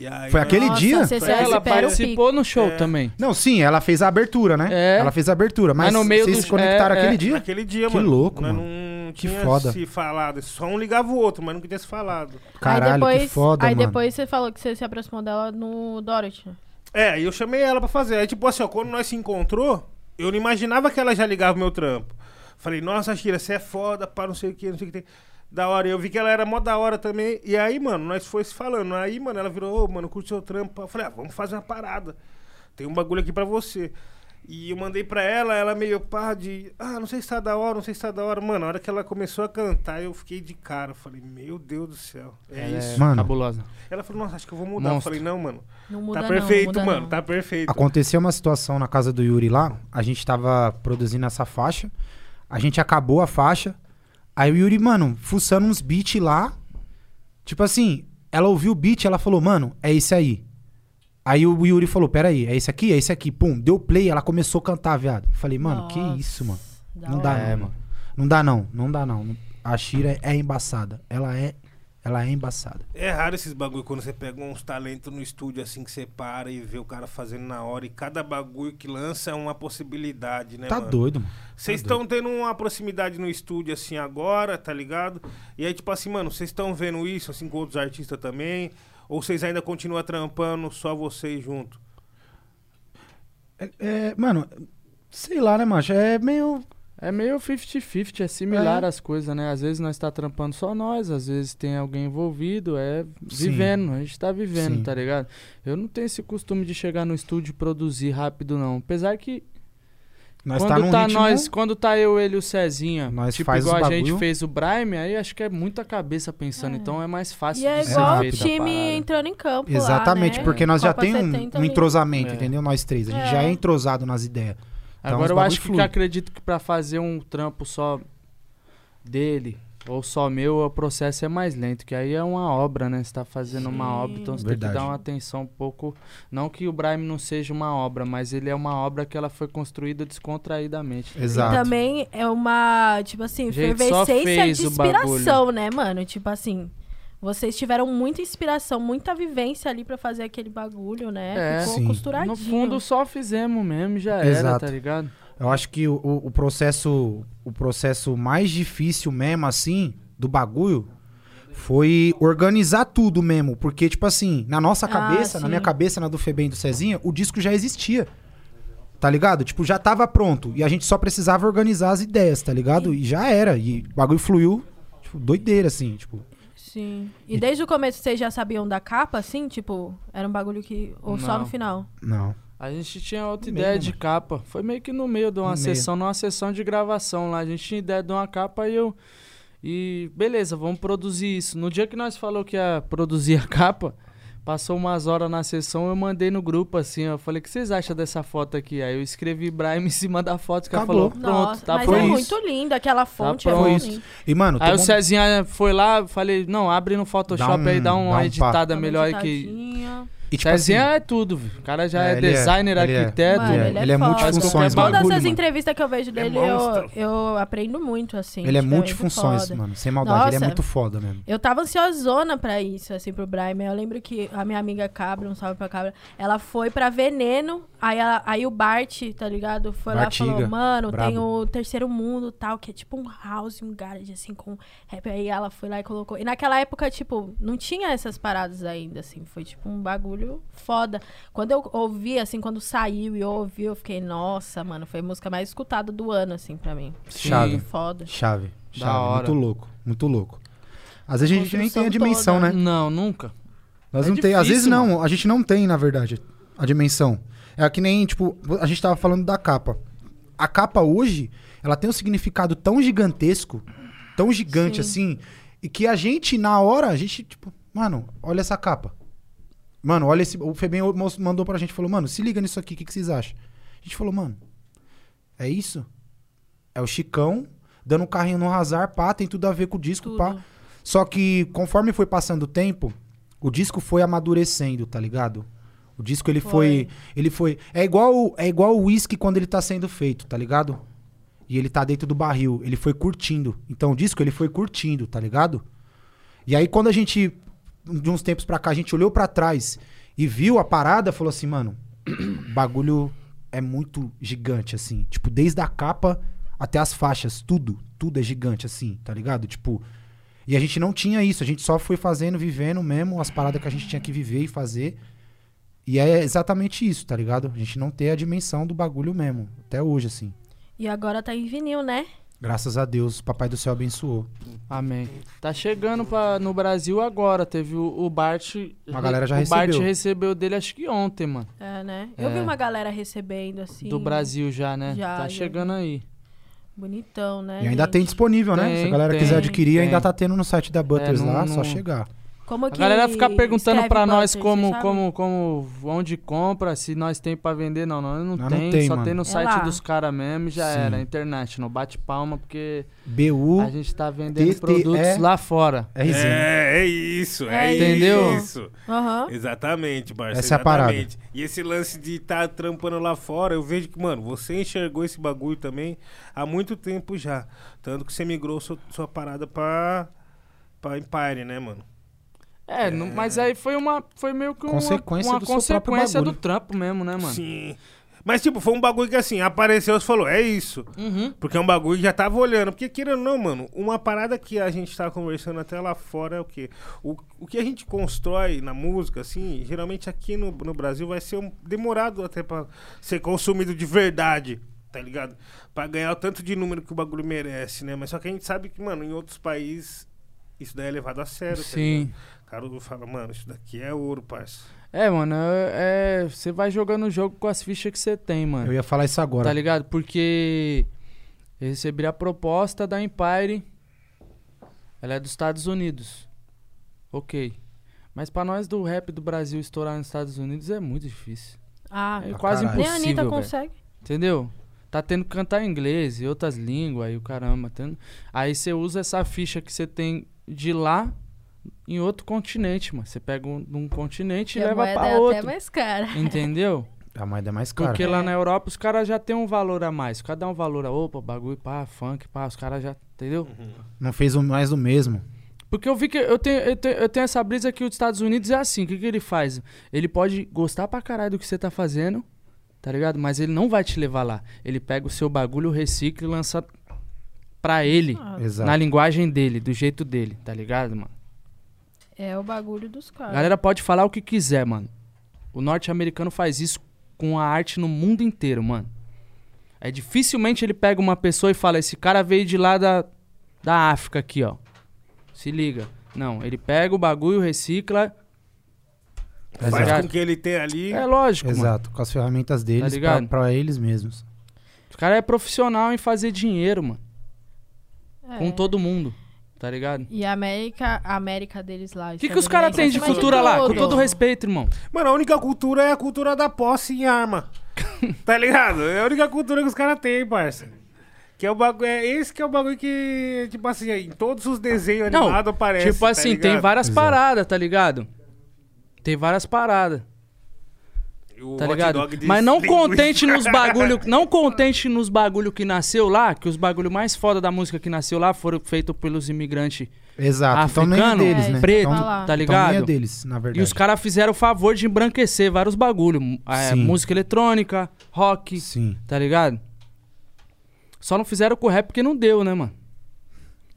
Speaker 1: E aí,
Speaker 5: Foi
Speaker 1: nós-
Speaker 5: aquele
Speaker 2: Nossa,
Speaker 5: dia?
Speaker 2: você
Speaker 1: Foi
Speaker 2: já
Speaker 1: ela,
Speaker 4: Ela
Speaker 2: espera o
Speaker 4: participou no show
Speaker 1: É.
Speaker 4: também.
Speaker 5: Não, sim, ela fez a abertura, né?
Speaker 4: É.
Speaker 5: Ela fez a abertura, mas,
Speaker 4: no meio
Speaker 5: vocês
Speaker 4: do-
Speaker 5: se conectaram
Speaker 4: é,
Speaker 5: aquele
Speaker 4: é.
Speaker 5: dia?
Speaker 1: Naquele dia,
Speaker 5: Que
Speaker 1: mano.
Speaker 5: louco,
Speaker 1: Nós
Speaker 5: mano.
Speaker 1: Não
Speaker 5: Que
Speaker 1: tinha
Speaker 5: foda.
Speaker 1: se falado. Só um ligava o outro, mas não podia se falado.
Speaker 5: Caralho,
Speaker 2: aí depois,
Speaker 5: que foda,
Speaker 2: Aí
Speaker 5: mano.
Speaker 2: depois você falou que você se aproximou dela no Dorothy.
Speaker 1: É, aí eu chamei ela pra fazer. Aí, tipo assim, ó, quando nós se encontrou, eu não imaginava que ela já ligava o meu trampo. Falei, nossa, Shira, você é foda, pá, não sei o que, não sei o que tem. Da hora, eu vi que ela era mó da hora também. E aí, mano, nós foi se falando. Aí, mano, ela virou, ô, mano, curte seu trampo. pá. Eu falei, ah, vamos fazer uma parada. Tem um bagulho aqui pra você. E eu mandei pra ela, ela meio pá de, ah, não sei se tá da hora, não sei se tá da hora. Mano, a hora que ela começou a cantar, eu fiquei de cara. Eu Falei, meu Deus do céu, é
Speaker 4: Ela
Speaker 1: isso.
Speaker 5: Mano.
Speaker 4: Cabulosa.
Speaker 1: Ela falou, nossa, acho que eu vou mudar. Eu
Speaker 4: Monstro.
Speaker 1: falei, não, mano.
Speaker 2: Não muda
Speaker 1: Tá
Speaker 2: não,
Speaker 1: perfeito,
Speaker 2: muda
Speaker 1: mano,
Speaker 2: não.
Speaker 1: tá perfeito.
Speaker 5: Aconteceu uma situação na casa do Yuri lá. A gente tava produzindo essa faixa. A gente acabou a faixa. Aí o Yuri, mano, fuçando uns beats lá. Tipo assim, ela ouviu o beat, ela falou, mano, é esse aí. Aí o Yuri falou, peraí, é esse aqui, é esse aqui. Pum, deu play, ela começou a cantar, viado. Falei, mano,
Speaker 2: Nossa,
Speaker 5: que isso, mano.
Speaker 2: da
Speaker 5: Não
Speaker 2: hora.
Speaker 5: dá
Speaker 4: É,
Speaker 5: não,
Speaker 4: mano.
Speaker 5: mano. Não dá não, não dá não. A Shira é embaçada. Ela é, ela é embaçada.
Speaker 1: É raro esses bagulho quando você pega uns talentos no estúdio assim que você para e vê o cara fazendo na hora. E cada bagulho que lança é uma possibilidade, né?
Speaker 5: tá
Speaker 1: mano?
Speaker 5: doido, mano.
Speaker 1: Vocês estão tendo uma proximidade no estúdio, assim, agora, tá ligado? E aí, tipo assim, mano, vocês estão vendo isso, assim, com outros artistas também? Ou vocês ainda continuam trampando só vocês junto?
Speaker 5: É- é, mano, sei lá, né, macho? É meio
Speaker 4: É meio 50-50, é similar
Speaker 5: É.
Speaker 4: às coisas, né? Às vezes nós tá trampando só nós, às vezes tem alguém envolvido, é
Speaker 5: Sim.
Speaker 4: vivendo, a gente tá vivendo,
Speaker 5: Sim.
Speaker 4: tá ligado? Eu não tenho esse costume de chegar no estúdio e produzir rápido, não. Apesar que
Speaker 5: Nós
Speaker 4: quando
Speaker 5: tá num
Speaker 4: tá
Speaker 5: ritmo...
Speaker 4: nós, quando tá eu, ele e o Cezinha,
Speaker 5: Nós
Speaker 4: tipo
Speaker 5: faz
Speaker 4: igual
Speaker 5: os
Speaker 4: a gente
Speaker 5: bagulho.
Speaker 4: fez o Brime, aí acho que é muita cabeça pensando, então é mais fácil
Speaker 2: E é
Speaker 4: de
Speaker 2: igual
Speaker 4: ser
Speaker 2: o
Speaker 4: feita a
Speaker 2: time
Speaker 4: parada.
Speaker 2: entrando em campo lá,
Speaker 5: Exatamente,
Speaker 2: né?
Speaker 5: porque nós já
Speaker 2: Copa
Speaker 5: tem um,
Speaker 2: 70
Speaker 5: um
Speaker 2: ali.
Speaker 5: entrosamento,
Speaker 4: É.
Speaker 5: entendeu? Nós três. A gente
Speaker 2: É.
Speaker 5: já é entrosado nas ideias. Então,
Speaker 4: Agora
Speaker 5: os
Speaker 4: eu
Speaker 5: bagulho
Speaker 4: acho que,
Speaker 5: flui.
Speaker 4: acredito que pra fazer um trampo só dele, Ou só meu, o processo é mais lento, que aí é uma obra, né? Você tá fazendo uma obra, então você tem
Speaker 5: Verdade.
Speaker 4: que dar uma atenção um pouco. Não que o Brime não seja uma obra, mas ele é uma obra que ela foi construída descontraídamente.
Speaker 5: Exato.
Speaker 2: Também é uma, tipo assim,
Speaker 4: Gente, só
Speaker 2: efervescência
Speaker 4: fez
Speaker 2: de
Speaker 4: o bagulho.
Speaker 2: inspiração, né, mano? Tipo assim, vocês tiveram muita inspiração, muita vivência ali pra fazer aquele bagulho, né?
Speaker 4: É.
Speaker 2: Ficou
Speaker 5: Sim.
Speaker 2: costuradinho.
Speaker 4: No fundo, só fizemos mesmo, já era,
Speaker 5: Exato.
Speaker 4: tá ligado?
Speaker 5: Eu acho que o, o- o processo o processo mais difícil mesmo, assim, do bagulho, foi organizar tudo mesmo. Porque, tipo assim, na nossa
Speaker 2: Ah,
Speaker 5: cabeça, na
Speaker 2: sim.
Speaker 5: minha cabeça, na do Febem e do Cezinha, o disco já existia. Tá ligado? Tipo, já tava pronto. E a gente só precisava organizar as ideias, tá ligado? E já era. E o bagulho fluiu, tipo, doideira, assim, tipo.
Speaker 2: Sim. E desde o começo vocês já sabiam da capa, assim? Tipo, era um bagulho que. Ou só
Speaker 4: Não.
Speaker 2: no final?
Speaker 5: Não.
Speaker 4: A gente tinha outra
Speaker 5: Meio,
Speaker 4: ideia de capa. Foi meio que no meio de uma
Speaker 5: No meio.
Speaker 4: sessão, numa sessão de gravação lá. A gente tinha ideia de uma capa e eu. E beleza, vamos produzir isso. No dia que nós falou que ia produzir a capa, passou umas horas na sessão, eu mandei no grupo assim, ó, eu falei, o que vocês acham dessa foto aqui? Aí eu escrevi Brian em cima da foto, que ela
Speaker 5: Acabou.
Speaker 4: falou, pronto,
Speaker 2: Nossa,
Speaker 4: tá
Speaker 2: mas
Speaker 4: pronto. Tá
Speaker 2: é
Speaker 5: isso.
Speaker 2: muito linda aquela fonte. é
Speaker 4: pronto.
Speaker 2: muito
Speaker 4: Foi
Speaker 2: linda.
Speaker 5: E, mano, um
Speaker 4: Aí o
Speaker 5: todo mundo-
Speaker 4: Cezinha foi lá, falei, não, abre no Photoshop
Speaker 5: Dá um-
Speaker 4: aí, dá
Speaker 5: dá um
Speaker 4: uma
Speaker 5: pá.
Speaker 4: editada
Speaker 2: Uma
Speaker 4: melhor aí que.
Speaker 2: ditadinha.
Speaker 5: e, tipo
Speaker 4: Cezinha
Speaker 5: assim,
Speaker 4: é tudo, viu? o cara já
Speaker 5: É,
Speaker 4: é,
Speaker 5: ele é,
Speaker 4: designer,
Speaker 5: ele é.
Speaker 4: arquiteto.
Speaker 2: Mano,
Speaker 5: é,
Speaker 2: ele é
Speaker 5: ele é
Speaker 2: foda.
Speaker 5: multifunções,
Speaker 4: Qualquer
Speaker 2: Todas
Speaker 5: mano.
Speaker 4: bagulho, É
Speaker 2: as
Speaker 5: mano.
Speaker 2: entrevistas que eu vejo dele, eu,
Speaker 1: monstro.
Speaker 2: eu aprendo muito, assim.
Speaker 5: Ele é
Speaker 2: tipo, muito
Speaker 5: multifunções,
Speaker 2: foda.
Speaker 5: mano. Sem maldade, ele é
Speaker 2: Nossa.
Speaker 5: muito foda mesmo.
Speaker 2: Eu tava ansiosona pra isso, assim, pro Brian. Eu lembro que a minha amiga Cabra, um salve pra Cabra, ela foi pra Veneno, aí, ela- aí o Bart, tá ligado? Foi lá e
Speaker 5: Bartiga,
Speaker 2: falou, mano, tem
Speaker 5: brabo.
Speaker 2: o Terceiro Mundo tal, que é tipo um house, um garage, assim, com rap. Aí ela foi lá e colocou. E naquela época, tipo, não tinha essas paradas ainda, assim. Foi tipo um bagulho foda. Quando eu ouvi, assim, quando saiu e eu ouvi, eu fiquei, nossa, mano, foi a música mais escutada do ano, assim, pra mim.
Speaker 5: Chave.
Speaker 2: Foda.
Speaker 5: Chave.
Speaker 4: Da
Speaker 5: Chave.
Speaker 4: hora.
Speaker 5: Muito louco. Muito louco. Às vezes a gente nem tem a
Speaker 2: Construção
Speaker 5: dimensão,
Speaker 2: toda.
Speaker 5: né?
Speaker 4: Não, nunca.
Speaker 5: Nós
Speaker 4: É
Speaker 5: não tem, às
Speaker 4: difícil,
Speaker 5: vezes não, a gente não tem, na verdade, a dimensão. É que nem, tipo, a gente tava falando da capa. A capa hoje, ela tem um significado tão gigantesco, tão gigante assim, e que a gente, na hora, a gente, tipo, mano, olha essa capa. Mano, olha esse. O Febem mos- mandou pra gente falou, mano, se liga nisso aqui, o que, que vocês acham? A gente falou, mano, é isso? É o Chicão dando um carrinho no Razar, pá, tem tudo a ver com o disco,
Speaker 2: Tudo.
Speaker 5: pá. Só que conforme foi passando o tempo, o disco foi amadurecendo, tá ligado? O disco ele foi,
Speaker 2: Foi.
Speaker 5: ele foi, é igual, é igual o whisky quando ele tá sendo feito, tá ligado? E ele tá dentro do barril, ele foi curtindo. Então o disco ele foi curtindo, tá ligado? E aí quando a gente de uns tempos pra cá a gente olhou pra trás e viu a parada, falou assim, mano, o bagulho é muito gigante assim, tipo desde a capa até as faixas, tudo, tudo é gigante assim, tá ligado? Tipo, e a gente não tinha isso, a gente só foi fazendo, vivendo mesmo as paradas que a gente tinha que viver e fazer. E é exatamente isso, tá ligado? A gente não ter a dimensão do bagulho mesmo, até hoje, assim.
Speaker 2: E agora tá em vinil, né?
Speaker 5: Graças a Deus, o Papai do Céu abençoou.
Speaker 4: Amém. Tá chegando pra, no Brasil agora. Teve o, o Bart.
Speaker 5: Uma galera já
Speaker 4: o Bart
Speaker 5: recebeu.
Speaker 4: recebeu dele acho que ontem, mano.
Speaker 2: É, né? Eu vi
Speaker 4: É.
Speaker 2: uma galera recebendo, assim.
Speaker 4: Do Brasil já, né?
Speaker 2: Já, já.
Speaker 4: tá chegando aí.
Speaker 2: Bonitão, né?
Speaker 5: e ainda tem
Speaker 2: gente?
Speaker 5: disponível, né? Se a
Speaker 4: Tem,
Speaker 5: galera
Speaker 4: tem,
Speaker 5: quiser adquirir,
Speaker 4: tem.
Speaker 5: ainda tá tendo no site da Butters
Speaker 4: É, não-
Speaker 5: lá,
Speaker 4: não-
Speaker 5: só chegar.
Speaker 2: Como
Speaker 4: A
Speaker 2: que
Speaker 4: galera fica perguntando
Speaker 2: escreve
Speaker 4: pra
Speaker 2: Butter,
Speaker 4: nós
Speaker 2: você
Speaker 4: como,
Speaker 2: sabe?
Speaker 4: como, como, onde compra, se nós tem pra vender. Não, nós não,
Speaker 5: Nós não
Speaker 4: tem,
Speaker 5: tem,
Speaker 4: só
Speaker 5: mano.
Speaker 4: tem no
Speaker 2: É
Speaker 4: site
Speaker 2: lá.
Speaker 4: dos caras mesmo e já
Speaker 5: Sim.
Speaker 4: era. Internet, não bate palma, porque
Speaker 5: BU
Speaker 4: a gente tá vendendo
Speaker 5: TTE.
Speaker 4: produtos lá fora.
Speaker 5: RZ.
Speaker 1: É, é isso, é,
Speaker 2: É
Speaker 4: Entendeu?
Speaker 1: isso.
Speaker 2: Aham.
Speaker 1: Exatamente, Barça.
Speaker 5: Essa é a parada.
Speaker 1: exatamente. E esse lance de estar trampando lá fora, eu vejo que, mano, você enxergou esse bagulho também há muito tempo já. Tanto que você migrou sua, sua parada pra, pra Empire, né, mano?
Speaker 4: É, não- mas aí foi uma. Foi meio que uma
Speaker 5: Consequência
Speaker 4: uma
Speaker 5: do seu próprio
Speaker 4: consequência do
Speaker 5: bagulho.
Speaker 4: trampo mesmo, né, mano?
Speaker 1: Sim. Mas, tipo, foi um bagulho que, assim, apareceu e você falou, é isso.
Speaker 4: Uhum.
Speaker 1: Porque é um bagulho que já tava olhando. Porque, querendo ou não, mano, uma parada que a gente tá conversando até lá fora é o quê? O, o que a gente constrói na música, assim, geralmente aqui no, no Brasil vai ser um, demorado até pra ser consumido de verdade, tá ligado? Pra ganhar o tanto de número que o bagulho merece, né? Mas só que a gente sabe que, mano, em outros países isso daí é levado a
Speaker 5: né?
Speaker 1: sério, tá
Speaker 4: Sim.
Speaker 1: ligado? O cara fala, mano, isso daqui é ouro, parça.
Speaker 4: É, mano, é, é- você vai jogando o jogo com as fichas que você tem, mano.
Speaker 5: Eu ia falar isso agora.
Speaker 4: Tá ligado? Porque eu recebi a proposta da Empire. Ela é dos Estados Unidos. Ok. Mas pra nós do rap do Brasil estourar nos Estados Unidos é muito difícil.
Speaker 2: Ah,
Speaker 4: É quase
Speaker 5: caralho.
Speaker 2: nem a
Speaker 4: impossível,
Speaker 2: Anitta
Speaker 4: velho.
Speaker 2: consegue.
Speaker 4: Entendeu? Tá tendo que cantar em inglês e outras línguas e o caramba. tá Tendo... Aí você usa essa ficha que você tem de lá em outro continente, mano. Você pega um, de um continente e,
Speaker 2: E a
Speaker 4: leva
Speaker 2: moeda
Speaker 4: pra
Speaker 2: é
Speaker 4: outro.
Speaker 2: até mais cara.
Speaker 4: Entendeu?
Speaker 3: A moeda é mais cara.
Speaker 4: Porque
Speaker 2: Cara. É.
Speaker 4: lá na Europa os caras já tem um valor a mais. Cada um valor a opa, bagulho, pá, funk, pá, os caras já. Entendeu?
Speaker 3: Não fez o- mais o mesmo.
Speaker 4: Porque eu vi que eu tenho, eu, tenho, eu tenho essa brisa que os Estados Unidos é assim. O que, que ele faz? Ele pode gostar pra caralho do que você tá fazendo, tá ligado? Mas ele não vai te levar lá. Ele pega o seu bagulho, recicla e lança pra ele.
Speaker 2: Ah,
Speaker 3: Exato.
Speaker 4: Ah. Na linguagem dele, do jeito dele, tá ligado, mano?
Speaker 2: É o bagulho dos
Speaker 4: A
Speaker 2: caras.
Speaker 4: galera pode falar o que quiser, mano. O norte-americano faz isso com a arte no mundo inteiro, mano. É dificilmente ele pega uma pessoa e fala: esse cara veio de lá da, da África aqui, ó. Se liga. Não, ele pega o bagulho, recicla.
Speaker 1: Faz
Speaker 4: ligado?
Speaker 1: com que ele tenha ali.
Speaker 4: É lógico, mano.
Speaker 3: Exato, com as ferramentas deles pra-
Speaker 4: Tá ligado?
Speaker 3: pra, eles mesmos.
Speaker 4: O cara é profissional em fazer dinheiro, mano.
Speaker 2: É.
Speaker 4: Com todo mundo, tá ligado? O
Speaker 2: E a América, a América deles lá.
Speaker 4: que, que os caras têm de
Speaker 2: é
Speaker 1: acima de
Speaker 4: cultura lá? Com
Speaker 1: tudo.
Speaker 4: todo respeito, irmão.
Speaker 1: Mano, a única cultura é a cultura da posse em arma. tá ligado? É a única cultura que os caras têm, parça. Que é o bagulho. É esse que é o bagulho que, tipo assim, em todos os desenhos
Speaker 4: Não,
Speaker 1: animados aparece.
Speaker 4: Tipo
Speaker 1: tá
Speaker 4: assim,
Speaker 1: ligado?
Speaker 4: tem várias
Speaker 3: Exato.
Speaker 4: paradas, tá ligado? Tem várias paradas.
Speaker 1: O
Speaker 4: tá
Speaker 1: hot
Speaker 4: ligado?
Speaker 1: dog de
Speaker 4: Mas não
Speaker 1: linguiça.
Speaker 4: contente nos bagulho, não contente nos bagulho que nasceu lá, que os bagulho mais foda da música que nasceu lá foram feitos pelos imigrantes
Speaker 3: Exato. então
Speaker 4: africanos,
Speaker 3: nem é deles, né?
Speaker 4: preto,
Speaker 3: então,
Speaker 2: falar.
Speaker 4: tá
Speaker 3: Então nem é
Speaker 4: ligado?
Speaker 3: deles, na verdade.
Speaker 4: e os caras fizeram o favor de embranquecer vários bagulho, m- é,
Speaker 3: Sim.
Speaker 4: música eletrônica, rock,
Speaker 3: Sim.
Speaker 4: tá ligado? Só não fizeram com o rap porque não deu, né, mano?